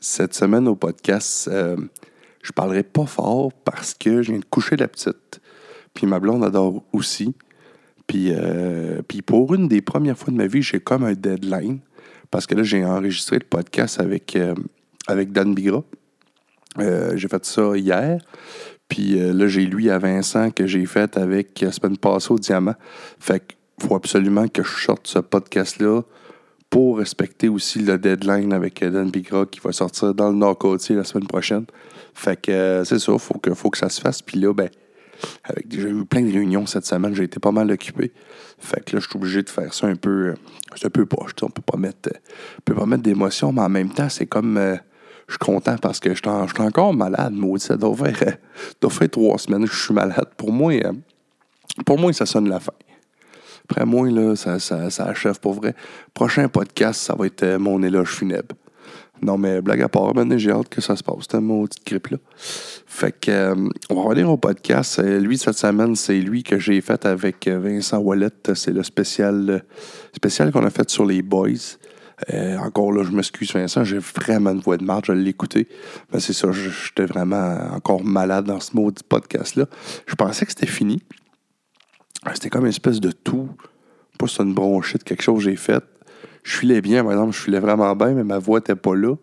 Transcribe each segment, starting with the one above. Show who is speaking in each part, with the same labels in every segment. Speaker 1: Cette semaine au podcast, euh, je parlerai pas fort parce que je viens de coucher la petite. Puis ma blonde adore aussi. Puis, euh, puis pour une des premières fois de ma vie, j'ai comme un deadline. Parce que là, j'ai enregistré le podcast avec, euh, avec Dan Bigra. Euh, j'ai fait ça hier. Puis euh, là, j'ai lui à Vincent que j'ai fait avec euh, la semaine passée au Diamant. Fait qu'il faut absolument que je sorte ce podcast-là pour respecter aussi le deadline avec euh, Dan Bigra qui va sortir dans le Nord-Côtier la semaine prochaine. Fait que euh, c'est ça, faut que, faut que ça se fasse. Puis là, ben, avec j'ai eu plein de réunions cette semaine, j'ai été pas mal occupé. Fait que là, je suis obligé de faire ça un peu. euh, C'est un peu poche, tu sais, on peut pas mettre. euh, on peut pas mettre d'émotion, mais en même temps, c'est comme. euh, je suis content parce que je suis en- je suis encore malade, maudit. Ça doit faire, euh, doit faire trois semaines que je suis malade. Pour moi, euh, pour moi, ça sonne la fin. Après moi, là, ça, ça, ça achève pour vrai. Prochain podcast, ça va être euh, mon éloge funèbre. Non, mais blague à part, man, j'ai hâte que ça se passe, cette maudite grippe-là. Fait que, euh, on va revenir au podcast. Euh, lui, cette semaine, c'est lui que j'ai fait avec euh, Vincent Wallet. C'est le spécial, euh, spécial qu'on a fait sur les boys. Euh, encore là, je m'excuse, Vincent, j'ai vraiment une voix de marge, je l'ai écouté. Mais c'est ça, je- j'étais vraiment encore malade dans ce maudit podcast-là. Je pensais que c'était fini. C'était comme une espèce de tout. Pas sur une bronchite, quelque chose que j'ai fait. Je filais bien, par exemple, je filais vraiment bien, mais ma voix n'était pas là.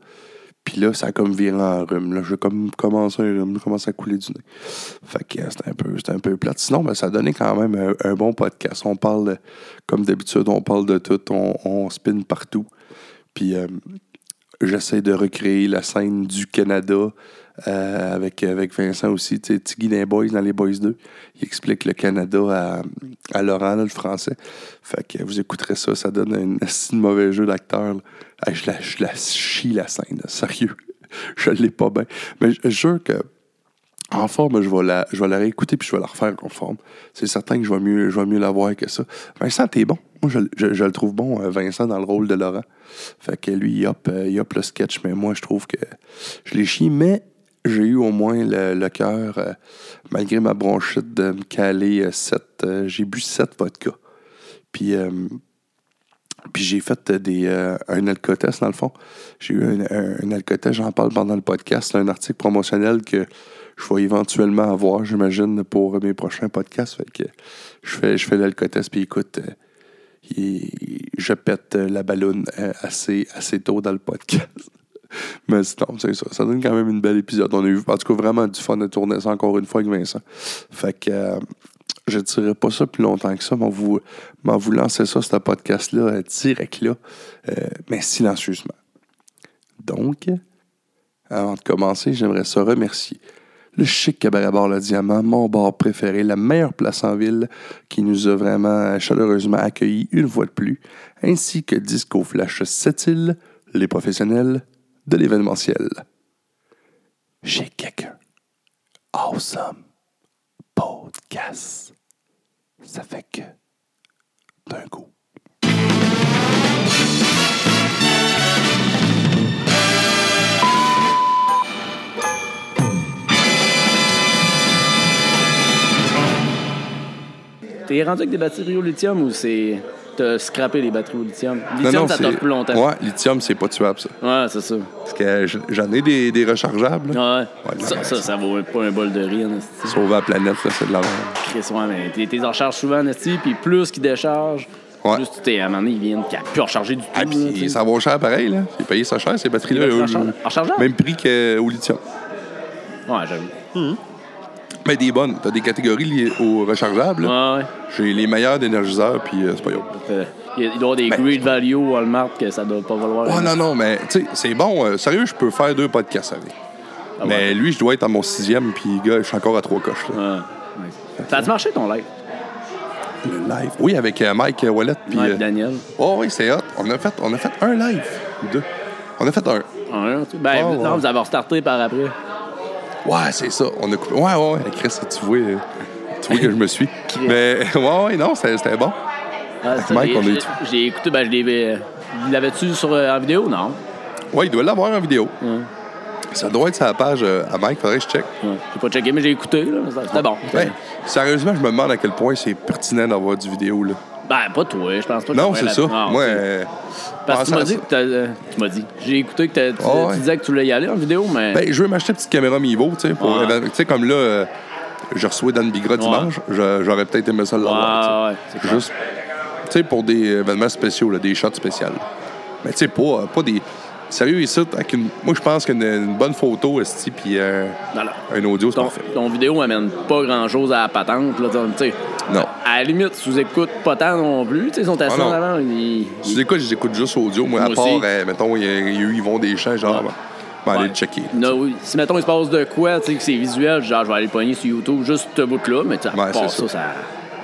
Speaker 1: Puis là, ça a comme viré en rhume. Là, j'ai comme commencé un rhume, commencé à couler du nez. Fait que euh, c'était un peu, c'était un peu plate. Sinon, ben, ça a donné quand même un, un bon podcast. On parle, euh, comme d'habitude, on parle de tout, on, on spin partout. Puis euh, j'essaie de recréer la scène du Canada euh, avec, avec Vincent aussi. Tu sais, Tiggy dans les Boys, dans les Boys 2, il explique le Canada à, à Laurent, là, le français. Fait que vous écouterez ça, ça donne un assez de mauvais jeu d'acteur. là. Ah, je, la, je la chie la scène, là, sérieux. Je l'ai pas bien. Mais je je jure que en forme, je vais la, je vais la réécouter puis je vais la refaire en forme. C'est certain que je vais mieux, je vais mieux la voir que ça. Vincent, t'es bon. Moi, je, je- je le trouve bon, euh, Vincent, dans le rôle de Laurent. Fait que lui, il hop, euh, il hop le sketch, mais moi, je trouve que je l'ai chié, mais j'ai eu au moins le, le cœur, euh, malgré ma bronchite, de me caler 7. j'ai bu 7 vodka. Puis. euh, puis j'ai fait euh, des, euh, un alcotest, dans le fond. J'ai eu un, un, un alcotest, j'en parle pendant le podcast. C'est un article promotionnel que je vais éventuellement avoir, j'imagine, pour mes prochains podcasts. Fait que je fais, je fais l'alcotest, puis écoute, euh, il- je pète euh, la ballonne euh, assez, assez tôt dans le podcast. Mais sinon, c'est ça. Ça donne quand même une belle épisode. On a eu, en tout cas, vraiment du fun de tourner ça encore une fois avec Vincent. Fait que... euh, je ne dirai pas ça plus longtemps que ça, mais on vous, mais on vous lancez ça, ce podcast-là, euh, direct là, euh, mais silencieusement. Donc, avant de commencer, j'aimerais ça remercier le chic cabaret bar Le Diamant, mon bar préféré, la meilleure place en ville, qui nous a vraiment euh, chaleureusement accueillis une fois de plus, ainsi que Disco Flash Sept-Îles, les professionnels de l'événementiel. Chez quelqu'un. Awesome podcast. Ça fait que d'un coup.
Speaker 2: T'es rendu avec des batteries au lithium ou c'est. T'as scrappé les batteries au lithium? Lithium, ça
Speaker 1: c'est-
Speaker 2: t'offre plus longtemps.
Speaker 1: Ouais, lithium, c'est pas tuable, ça.
Speaker 2: Ouais, c'est ça.
Speaker 1: Parce que j- j'en ai des, des rechargeables. là.
Speaker 2: Ouais.
Speaker 1: Ouais, de la
Speaker 2: ça,
Speaker 1: merde.
Speaker 2: ça, ça vaut un- pas un bol de riz, Anastie.
Speaker 1: Sauver la planète, là, c'est de la merde.
Speaker 2: Chris, ouais, mais t'es- t'es en charge souvent, Anastie, puis plus qu'ils déchargent,
Speaker 1: Ouais.
Speaker 2: plus tu t'es. À un moment donné, ils viennent qu'à plus recharger du tout.
Speaker 1: Ah,
Speaker 2: là, tu sais.
Speaker 1: puis ça vaut cher pareil, là. J'ai payé ça cher, ces batteries-là.
Speaker 2: Les
Speaker 1: euh,
Speaker 2: batteries
Speaker 1: euh,
Speaker 2: rechargeables?
Speaker 1: Même prix qu'au lithium.
Speaker 2: Ouais, j'avoue.
Speaker 1: Mais des bonnes. T'as des catégories liées aux rechargeables. là.
Speaker 2: Ouais, ouais.
Speaker 1: J'ai les meilleurs d'énergiseurs, puis euh, c'est pas yo.
Speaker 2: Euh, Il y a- il doit y avoir des
Speaker 1: Ben-
Speaker 2: great value au Walmart que ça doit pas valoir.
Speaker 1: Oh non, non, mais tu sais, c'est bon. euh, sérieux, je peux faire deux podcasts avec.
Speaker 2: Ah, ouais.
Speaker 1: mais lui, je dois être à mon sixième, puis gars, je suis encore à trois coches. là.
Speaker 2: Ouais. Ouais. Ça a-tu marché ton live?
Speaker 1: Le live. Oui, avec euh, Mike euh, Wallet, puis.
Speaker 2: Ouais,
Speaker 1: euh,
Speaker 2: puis Daniel.
Speaker 1: Oh oui, c'est hot. On a fait, on a fait un live. ou Deux. On a fait un.
Speaker 2: Ouais, tu- ben,
Speaker 1: Oh, ouais.
Speaker 2: non, vous avez restarté par après.
Speaker 1: Ouais, c'est ça. On a coupé. Ouais, ouais, ouais. Chris, tu vois, euh, tu vois que je me suis.
Speaker 2: Chris.
Speaker 1: Mais ouais, ouais, non, c'était c'était bon.
Speaker 2: Ah, c'est ça,
Speaker 1: Mike,
Speaker 2: j'ai-
Speaker 1: on est-
Speaker 2: j'ai- J'ai écouté, ben, je l'ai. euh, L'avais-tu sur, euh, en vidéo? Non.
Speaker 1: Ouais, il doit l'avoir en vidéo.
Speaker 2: Mm.
Speaker 1: Ça doit être sa page euh, à Mike, faudrait que je check.
Speaker 2: Ouais. J'ai pas checké, mais j'ai écouté, là. mais ça- C'était bon.
Speaker 1: Ouais. Sérieusement, je me demande à quel point c'est pertinent d'avoir du vidéo, là.
Speaker 2: Ben, pas toi, je pense pas que
Speaker 1: Non,
Speaker 2: t'aurais
Speaker 1: c'est
Speaker 2: la-
Speaker 1: ça.
Speaker 2: Non,
Speaker 1: Moi,
Speaker 2: tu sais.
Speaker 1: euh,
Speaker 2: Ah, Parce que tu
Speaker 1: pensant
Speaker 2: m'as
Speaker 1: à
Speaker 2: dit
Speaker 1: ça.
Speaker 2: que t'as- euh, tu m'as dit. J'ai écouté que t'as- tu,
Speaker 1: Ah ouais.
Speaker 2: tu disais que tu voulais y aller en vidéo, mais.
Speaker 1: Ben, je veux m'acheter une petite caméra Mivo, tu sais, pour.
Speaker 2: Ouais.
Speaker 1: éva- Tu sais, comme là, euh, je reçois Dan Bigra dimanche, je- j'aurais peut-être aimé ça l'avoir.
Speaker 2: Ah, ouais, ouais,
Speaker 1: tu
Speaker 2: c'est
Speaker 1: sais.
Speaker 2: clair.
Speaker 1: Juste, tu sais, pour des événements spéciaux, là, des shots spéciales. Mais tu sais, pas, euh, pas des. Sérieux, ici, avec une- moi, je pense qu'une une bonne photo, esti, puis euh,
Speaker 2: Non, non.
Speaker 1: un audio, c'est
Speaker 2: Ton,
Speaker 1: parfait.
Speaker 2: ton vidéo amène pas grand chose à la patente, là, tu sais.
Speaker 1: Non.
Speaker 2: À la limite, sous écoute pas tant non plus, tu sais, ils sont assis
Speaker 1: Ah, non.
Speaker 2: en avant, ils.
Speaker 1: Tu écoutes, j'écoute juste audio. Moi, à
Speaker 2: Moi
Speaker 1: part,
Speaker 2: aussi.
Speaker 1: euh, mettons, il y a il y a eu Yvon Deschamps, genre, ben, ben, allez
Speaker 2: Ouais.
Speaker 1: le checker.
Speaker 2: Non, oui. Si mettons il se passe de quoi, tu sais, que c'est visuel, genre je vais aller le pogner sur YouTube juste ce bout-là, mais tu sais, à
Speaker 1: Ouais,
Speaker 2: part
Speaker 1: c'est
Speaker 2: ça, ça.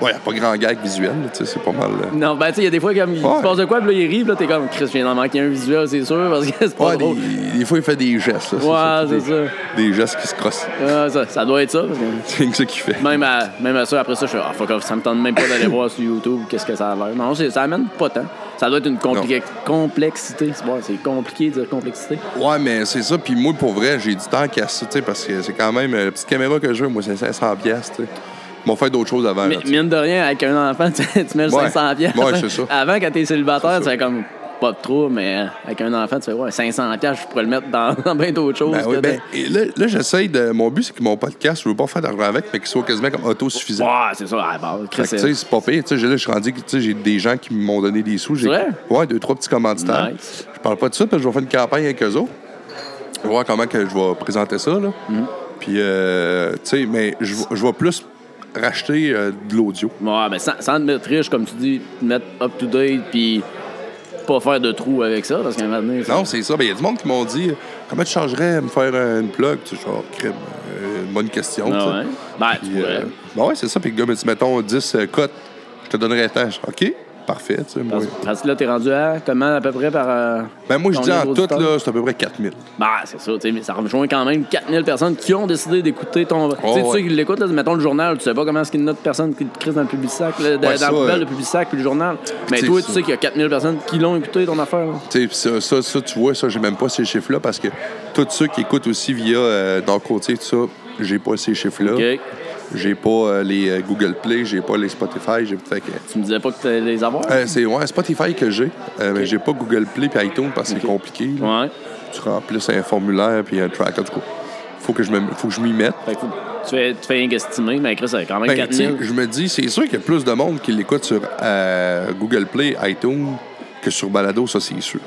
Speaker 1: Ouais, il a pas grand gag visuel, là, tu sais, c'est pas mal. euh,
Speaker 2: Non, ben tu sais, il y a des fois comme il
Speaker 1: Ouais.
Speaker 2: se passe de quoi, puis là il rit, puis là t'es comme Chris, je viens d'en manquer un visuel, c'est sûr, parce que c'est pas
Speaker 1: Ouais,
Speaker 2: drôle.
Speaker 1: des, des fois, il fait des gestes. là,
Speaker 2: Ouais,
Speaker 1: surtout
Speaker 2: c'est
Speaker 1: des-
Speaker 2: ça.
Speaker 1: Des gestes qui se crossent.
Speaker 2: Ah, ça, ça doit être ça, parce que
Speaker 1: C'est ce qu'il fait.
Speaker 2: même à, même à ça, après ça, je suis ah fuck off, ça me tente même pas d'aller voir sur YouTube qu'est-ce que ça a l'air. Non, c'est- ça amène pas tant. Ça doit être une compli- complexité, c'est bon, c'est compliqué de dire complexité.
Speaker 1: Ouais, mais c'est ça. Puis moi, pour vrai, j'ai du temps qu'à ça, tu sais, parce que c'est quand même euh, la petite caméra que je veux. Moi, c'est 500 pièces, tu sais. Ils m'ont fait d'autres choses avant. là,
Speaker 2: Mais
Speaker 1: tu sais.
Speaker 2: mine de rien, avec un enfant, tu, tu mets le
Speaker 1: Ouais.
Speaker 2: 500 piastres.
Speaker 1: Ouais, c'est ça.
Speaker 2: Avant, quand t'es célibataire,
Speaker 1: C'est
Speaker 2: tu
Speaker 1: ça.
Speaker 2: fais comme pas de trop, mais euh, avec un enfant, tu fais ouais, 500 piastres, je pourrais le mettre dans, dans bien d'autres choses.
Speaker 1: Ben oui,
Speaker 2: que
Speaker 1: ben,
Speaker 2: de-
Speaker 1: et là, là j'essaye de. Mon but, c'est que mon podcast, je veux pas faire d'argent avec, mais qu'il soit quasiment comme autosuffisant.
Speaker 2: Ouais, c'est ça, à la base. Chris,
Speaker 1: Fait que, tu sais, c'est pas pire. Tu sais, j'ai- là, je suis rendu que tu sais, j'ai des gens qui m'ont donné des sous. J'ai,
Speaker 2: C'est vrai?
Speaker 1: Ouais, deux, trois petits commanditaires.
Speaker 2: Nice.
Speaker 1: Je parle pas de ça, parce que je vais faire une campagne avec eux autres. Je vais voir comment que je vais présenter ça, là.
Speaker 2: Mm-hmm.
Speaker 1: Puis, euh, tu sais, mais je vais- je vais plus racheter euh, de l'audio.
Speaker 2: Ouais, mais sans, sans te mettre riche, comme tu dis, te mettre up-to-date, puis pas faire de trous avec ça, parce qu'à un moment donné. ça-
Speaker 1: Non, c'est ça. Il y a du monde qui m'ont dit euh, Comment tu changerais à me faire euh, une plug Tu sais, genre, crème, euh, une bonne question.
Speaker 2: Ah
Speaker 1: tu sais.
Speaker 2: ouais. Ben, tu
Speaker 1: Puis,
Speaker 2: pourrais.
Speaker 1: euh, ben ouais, c'est ça. Puis le gars me dit Mettons 10 euh, cotes, je te donnerai tant. Je dis, OK, parfait. tu sais, moi.
Speaker 2: Parce, parce que là, t'es rendu à comment à peu près par. euh,
Speaker 1: Ben, moi, je dis
Speaker 2: combien
Speaker 1: en tout,
Speaker 2: d'auditeurs?
Speaker 1: là, c'est à peu près 4000.
Speaker 2: Ben, c'est ça, tu sais, mais ça rejoint quand même 4000 personnes qui ont décidé d'écouter ton. tu sais,
Speaker 1: ouais.
Speaker 2: tu sais, qui l'écoutent, là, mettons le journal, tu sais pas comment est-ce qu'il y a une autre personne qui te crisse dans le public sac, là, dans
Speaker 1: Ouais, ça,
Speaker 2: la poubelle,
Speaker 1: euh,
Speaker 2: le public sac, puis le journal. Mais
Speaker 1: c'est
Speaker 2: toi,
Speaker 1: ça.
Speaker 2: tu sais qu'il y a 4000 personnes qui l'ont écouté, ton affaire. là.
Speaker 1: Tu sais, pis ça, ça, ça, tu vois, ça, j'ai même pas ces chiffres-là parce que tous ceux qui écoutent aussi via euh, Dark Côté, tout ça, j'ai pas ces chiffres-là.
Speaker 2: OK.
Speaker 1: J'ai pas euh, les euh, Google Play, j'ai pas les Spotify, j'ai fait que.
Speaker 2: Tu me disais pas que t'allais les avoir?
Speaker 1: Euh, c'est ouais, Spotify que j'ai, euh, mais j'ai pas Google Play puis iTunes parce que c'est compliqué. là.
Speaker 2: Ouais.
Speaker 1: Tu remplis un formulaire puis un tracker, du coup. Faut que je me- faut que je m'y mette.
Speaker 2: Fait que tu fais, tu fais rien qu'estimer, mais Chris, c'est quand même
Speaker 1: Ben, tu sais,
Speaker 2: 4000.
Speaker 1: je me dis, c'est sûr qu'il y a plus de monde qui l'écoute sur euh, Google Play, iTunes que sur Balado, ça c'est sûr.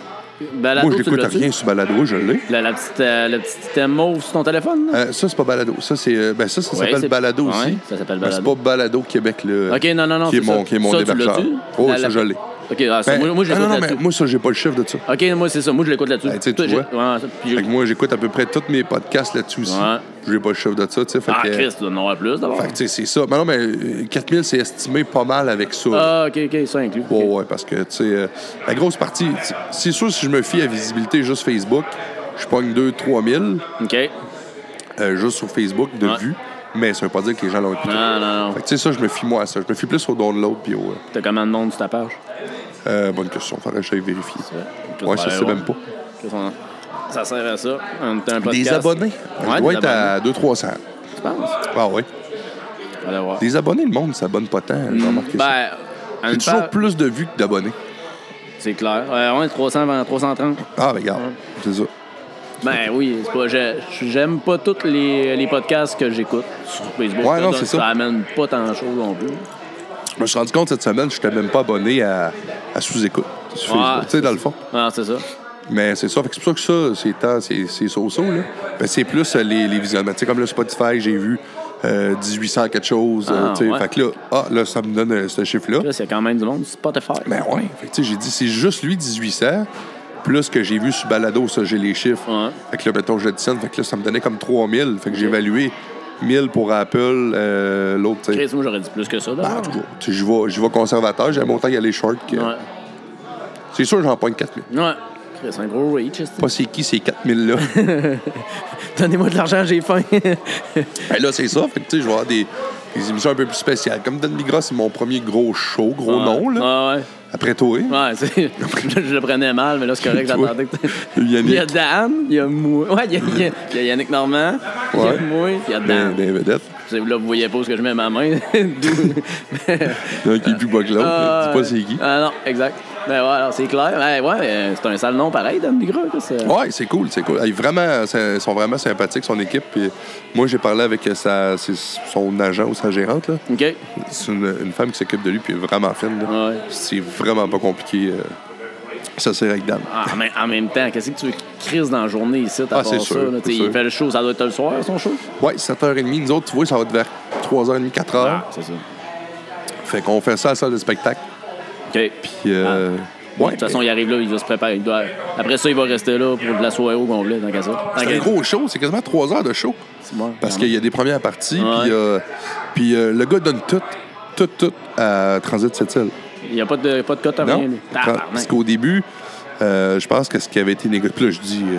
Speaker 2: Balado,
Speaker 1: Moi, je
Speaker 2: Ben, tu
Speaker 1: n'écoute
Speaker 2: l'as-tu?
Speaker 1: rien sur Balado, je l'ai.
Speaker 2: La, la petite, euh, le petit thème mauve sur ton téléphone? là?
Speaker 1: Euh, ça, c'est pas balado. Ça, c'est, euh, ben, ça, ça
Speaker 2: Ouais,
Speaker 1: s'appelle
Speaker 2: c'est-
Speaker 1: balado
Speaker 2: ouais,
Speaker 1: aussi.
Speaker 2: ça s'appelle
Speaker 1: Mais
Speaker 2: Balado.
Speaker 1: C'est pas balado Québec, là.
Speaker 2: OK, non, non, non,
Speaker 1: Euh, Qui est
Speaker 2: c'est
Speaker 1: mon,
Speaker 2: ça.
Speaker 1: Qui est mon
Speaker 2: Ça, tu
Speaker 1: débarqueur.
Speaker 2: l'as-tu?
Speaker 1: Oh,
Speaker 2: La-
Speaker 1: ça,
Speaker 2: la-
Speaker 1: je l'ai.
Speaker 2: OK, ah, ça,
Speaker 1: Ben,
Speaker 2: moi, moi, je
Speaker 1: ah, non,
Speaker 2: l'écoute
Speaker 1: non, mais
Speaker 2: là-dessus.
Speaker 1: moi, ça, j'ai pas le chiffre de ça.
Speaker 2: OK, moi, c'est ça. Moi, je l'écoute là-dessus.
Speaker 1: Ben, tu sais,
Speaker 2: Toi,
Speaker 1: tu
Speaker 2: j'ai-
Speaker 1: vois.
Speaker 2: ouais, ça, puis j'ai-
Speaker 1: Fait que moi, j'écoute à peu près tous mes podcasts là-dessus aussi.
Speaker 2: Ouais.
Speaker 1: J'ai pas le chiffre de ça, tu sais. Fait
Speaker 2: Ah,
Speaker 1: que,
Speaker 2: Chris, tu dois en avoir plus d'abord.
Speaker 1: fait que, tu sais, c'est ça. Mais non, mais euh, 4000, c'est estimé pas mal avec ça. là.
Speaker 2: Ah, ok, ok, ça inclut.
Speaker 1: Ouais,
Speaker 2: ok.
Speaker 1: ouais, parce que, tu sais, euh, la grosse partie, c'est- c'est sûr, si je me fie à visibilité juste Facebook, je pogne 2-3 000
Speaker 2: Ok.
Speaker 1: euh, juste sur Facebook de
Speaker 2: Ouais. Ah.
Speaker 1: vues, mais ça veut pas dire que les gens l'ont écouté.
Speaker 2: Non, non, non.
Speaker 1: Fait que, tu sais, ça, je me fie moi à ça. Je me fie plus au download puis au. euh,
Speaker 2: T'as combien de monde sur ta page?
Speaker 1: Euh, bonne question, faudrait que j'aille vérifier.
Speaker 2: Chris,
Speaker 1: Ouais,
Speaker 2: on
Speaker 1: ça,
Speaker 2: va
Speaker 1: c'est
Speaker 2: aller
Speaker 1: même
Speaker 2: voir.
Speaker 1: pas.
Speaker 2: Chris, on- Ça sert à ça. On est un podcast.
Speaker 1: Des abonnés. On
Speaker 2: Ouais,
Speaker 1: doit
Speaker 2: des
Speaker 1: être à 200-300.
Speaker 2: Tu penses?
Speaker 1: Ah oui.
Speaker 2: Allez voir.
Speaker 1: Des abonnés, le monde s'abonne pas tant. J'ai remarqué ça.
Speaker 2: Ben,
Speaker 1: J'ai
Speaker 2: une
Speaker 1: toujours
Speaker 2: page,
Speaker 1: plus de vues que d'abonnés.
Speaker 2: c'est clair. Ouais, on est 300, ben, 330.
Speaker 1: Ah, ben, regarde, c'est ça.
Speaker 2: Ben oui, c'est pas. j'ai- J'aime pas tous les, les podcasts que j'écoute sur Facebook.
Speaker 1: Ouais,
Speaker 2: Ça
Speaker 1: non,
Speaker 2: donne-
Speaker 1: c'est ça.
Speaker 2: Ça amène pas tant de choses non plus.
Speaker 1: Je me suis rendu compte cette semaine, je n'étais même pas abonné à, à sous-écoute sur
Speaker 2: Ouais,
Speaker 1: Facebook, tu sais, dans le fond.
Speaker 2: Ah, c'est ça.
Speaker 1: Mais c'est ça. Fait que c'est pour ça que ça, c'est tant- c'est c'est so-so, là. Ben, c'est plus euh, les, les visionnements. Tu sais, comme le Spotify, j'ai vu euh, 1800 quelque chose. euh,
Speaker 2: Ah,
Speaker 1: tu sais.
Speaker 2: ouais.
Speaker 1: Fait que là, ah, là, ça me donne euh, ce chiffre-là.
Speaker 2: Là, c'est quand même du monde. Spotify.
Speaker 1: Ben ouais. Fait que, tu sais, j'ai dit, c'est juste lui, 1800, plus que j'ai vu sur Balado, ça, j'ai les chiffres.
Speaker 2: Ouais.
Speaker 1: Fait que là, mettons, j'additionne, fait que là, ça me donnait comme 3000. Fait que j'ai évalué 1000 pour Apple, euh, l'autre, tu sais.
Speaker 2: Chris, moi, j'aurais dit plus que ça
Speaker 1: Ben, en
Speaker 2: d'abord.
Speaker 1: tout cas, tu sais, je vais, je vais conservateur, j'aime autant y aller short que.
Speaker 2: Ouais.
Speaker 1: C'est sûr, j'en pogne 4000.
Speaker 2: Ouais. Chris, un gros reach, est-ce que-
Speaker 1: Pas c'est qui ces 4000-là.
Speaker 2: Donnez-moi de l'argent, j'ai faim.
Speaker 1: Ben là, c'est ça. Fait que, tu sais, je vais avoir des, des émissions un peu plus spéciales. Comme Dan Migros, c'est mon premier gros show, gros nom, là.
Speaker 2: Ah ouais.
Speaker 1: Après toi, hein?
Speaker 2: Ouais, c'est- je, je le prenais mal, mais là, c'est correct,
Speaker 1: Toi.
Speaker 2: j'attendais que t-
Speaker 1: Yannick.
Speaker 2: Il y a Dan, il y a moi. Ouais, il y a, il y a- il y a Yannick Normand, il y
Speaker 1: Ouais. Ben,
Speaker 2: a moi, il y a
Speaker 1: Des,
Speaker 2: Dan.
Speaker 1: des vedettes.
Speaker 2: C'est- Là, vous voyez pas ce que je mets à ma main. D'où- Mais-
Speaker 1: Il y en a un qui est plus bas que l'autre.
Speaker 2: Ah,
Speaker 1: Dis pas c'est qui.
Speaker 2: Ah non, exact. Mais ouais, alors c'est clair. Ouais, ouais, euh, c'est un sale nom pareil, Dan Bigreux. quoi, c'est-
Speaker 1: Ouais, c'est cool, c'est cool. Ils, vraiment, c'est- ils sont vraiment sympathiques, son équipe. Puis moi, j'ai parlé avec sa, c'est son agent ou sa gérante. là.
Speaker 2: OK. Ouais.
Speaker 1: C'est une, une femme qui s'occupe de lui, puis elle est vraiment fine. là. C'est vraiment pas compliqué. euh, Ça, c'est avec Dan.
Speaker 2: Ah, mais en même temps, qu'est-ce que tu veux crises dans la journée ici, à
Speaker 1: Ah,
Speaker 2: part
Speaker 1: c'est
Speaker 2: ça?
Speaker 1: sûr,
Speaker 2: là,
Speaker 1: c'est
Speaker 2: t'sais,
Speaker 1: sûr.
Speaker 2: il fait le show, ça doit être le soir, son show?
Speaker 1: Ouais, 7h30. Nous autres, tu vois, ça va être vers 3h30, 4h.
Speaker 2: Ah, c'est ça. OK.
Speaker 1: Fait qu'on fait ça à la salle de spectacle. Puis, euh,
Speaker 2: Ah. De
Speaker 1: ouais,
Speaker 2: toute façon, il arrive là, il va se préparer. il doit- Après ça, il va rester là pour de la soirée au complet, tant qu'à ça.
Speaker 1: c'est un gros show. C'est quasiment 3 heures de show. Parce qu'il y a des premières parties,
Speaker 2: Ah. Ouais.
Speaker 1: puis, euh, puis euh, le gars donne tout, tout, tout à Transit cette île.
Speaker 2: Il n'y a pas de, pas de cote à rien,
Speaker 1: Non?
Speaker 2: lui.
Speaker 1: Tra-
Speaker 2: Tabarnak.
Speaker 1: Parce qu'au début, euh, je pense que ce qui avait été négocié, puis là, je dis, euh,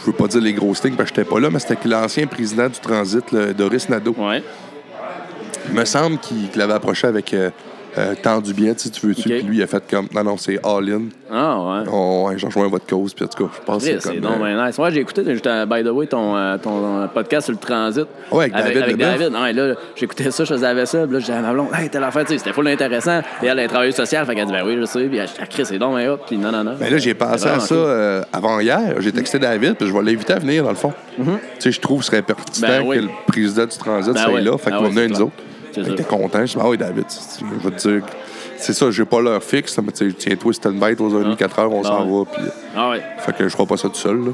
Speaker 1: je veux pas dire les grosses lignes parce que j'étais pas là, mais c'était que l'ancien président du Transit, le Doris Nadeau,
Speaker 2: Ouais.
Speaker 1: il me semble qu'il qu'il l'avait approché avec euh, euh, tant du bien, si tu veux-tu,
Speaker 2: Ok.
Speaker 1: puis lui, il a fait comme, non, non, c'est all-in,
Speaker 2: Ah, ouais.
Speaker 1: on, Oh, ouais, je rejoins votre cause, puis en tout cas, je pense que
Speaker 2: Chris,
Speaker 1: c'est
Speaker 2: C'est
Speaker 1: comme...
Speaker 2: donc
Speaker 1: euh,
Speaker 2: ben nice. Ouais, j'ai écouté, j'étais- by the way, ton, euh, ton euh, podcast sur le transit.
Speaker 1: Ouais, avec David
Speaker 2: Avec,
Speaker 1: Leboeuf.
Speaker 2: David. Ouais, là, j'écoutais ça, je faisais avec ça, puis là, je disais à ma blonde, hey, telle affaire, tu sais, c'était full intéressant. Puis elle est travailleuse sociale, fait qu'elle dit, ben oui, je sais. Puis elle dit, Ah, Chris, c'est donc, ben hop, puis non, non, non.
Speaker 1: Mais là, j'ai pensé à ça euh, avant hier. J'ai texté David, puis je vais l'inviter à venir, dans le fond. Tu sais, je trouve que ce serait pertinent
Speaker 2: Mm-hmm. Ben oui.
Speaker 1: que le président du Transit
Speaker 2: Ben
Speaker 1: soit
Speaker 2: oui.
Speaker 1: là, fait
Speaker 2: Ben
Speaker 1: qu'il va
Speaker 2: oui,
Speaker 1: venir
Speaker 2: c'est
Speaker 1: nous
Speaker 2: clair.
Speaker 1: autres.
Speaker 2: C'est
Speaker 1: Fait que
Speaker 2: ça.
Speaker 1: t'es content. Je dis, ah oui, David, tu- tu- je vais te dire. C'est ça, j'ai pas l'heure fixe, mais tu sais, tiens-toi, c'est une bête, aux 1h30, 4h, on
Speaker 2: Ben
Speaker 1: s'en
Speaker 2: oui.
Speaker 1: va. Puis,
Speaker 2: Ah, ouais.
Speaker 1: fait que je ferai pas ça tout seul, là.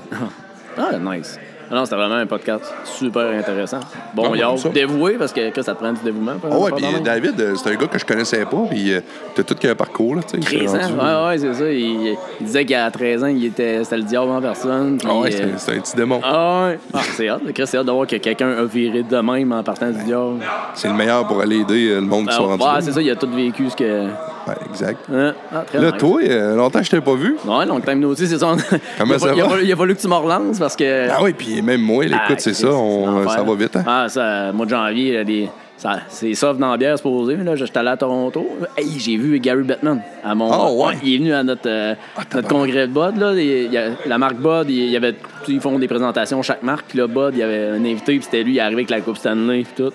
Speaker 2: Ah, nice. Ah Non, c'était vraiment un podcast super intéressant. Bon,
Speaker 1: Non,
Speaker 2: il y a
Speaker 1: comme Ah, ça.
Speaker 2: dévoué, parce que Chris, ça te prend du dévouement. par
Speaker 1: Ah ouais,
Speaker 2: rapport
Speaker 1: puis
Speaker 2: à moi.
Speaker 1: David, euh, c'est un gars que je connaissais pas, puis euh, t'as tout qu'un parcours, là, tu sais.
Speaker 2: Chris,
Speaker 1: rendu-
Speaker 2: hein? Ouais, ouais, c'est ça. Il, il disait qu'à 13 ans, il était, c'était le diable en personne. puis,
Speaker 1: Ah ouais,
Speaker 2: euh,
Speaker 1: c'est c'est un petit démon.
Speaker 2: Ah ouais. Ah, c'est hot. Chris, c'est hot de voir que quelqu'un a viré de même en partant du diable.
Speaker 1: C'est le meilleur pour aller aider euh, le monde qui
Speaker 2: Ah,
Speaker 1: sont
Speaker 2: ouais,
Speaker 1: rendus. Ben, là.
Speaker 2: c'est ça, il a tout vécu ce que.
Speaker 1: Ouais, exact.
Speaker 2: Hein? Ah, très
Speaker 1: Là,
Speaker 2: nice.
Speaker 1: toi, euh, longtemps que je t'ai pas vu.
Speaker 2: Ouais, donc t'aimes nous aussi, c'est ça.
Speaker 1: Comment
Speaker 2: il a,
Speaker 1: ça
Speaker 2: fa- il a
Speaker 1: va?
Speaker 2: fallu- Il a fallu que tu me relances parce que.
Speaker 1: Ah oui, puis même moi, là, écoute,
Speaker 2: Ah,
Speaker 1: c'est ça, on-
Speaker 2: l'enfer,
Speaker 1: ça va
Speaker 2: là.
Speaker 1: vite. Hein?
Speaker 2: Ah, ça, mois de janvier, là, les- ça- c'est sauf dans la bière, supposé. mais Là, j'étais allé à Toronto. Hey, j'ai vu Gary Bettman à mon.
Speaker 1: Ah, ouais. Ah,
Speaker 2: il est venu à notre, euh, notre congrès de Bud. Là. Il- il y a- la marque Bud, il, il y avait, ils font des présentations chaque marque. Puis là, Bud, il y avait un invité, puis c'était lui, il est arrivé avec la Coupe Stanley, puis tout.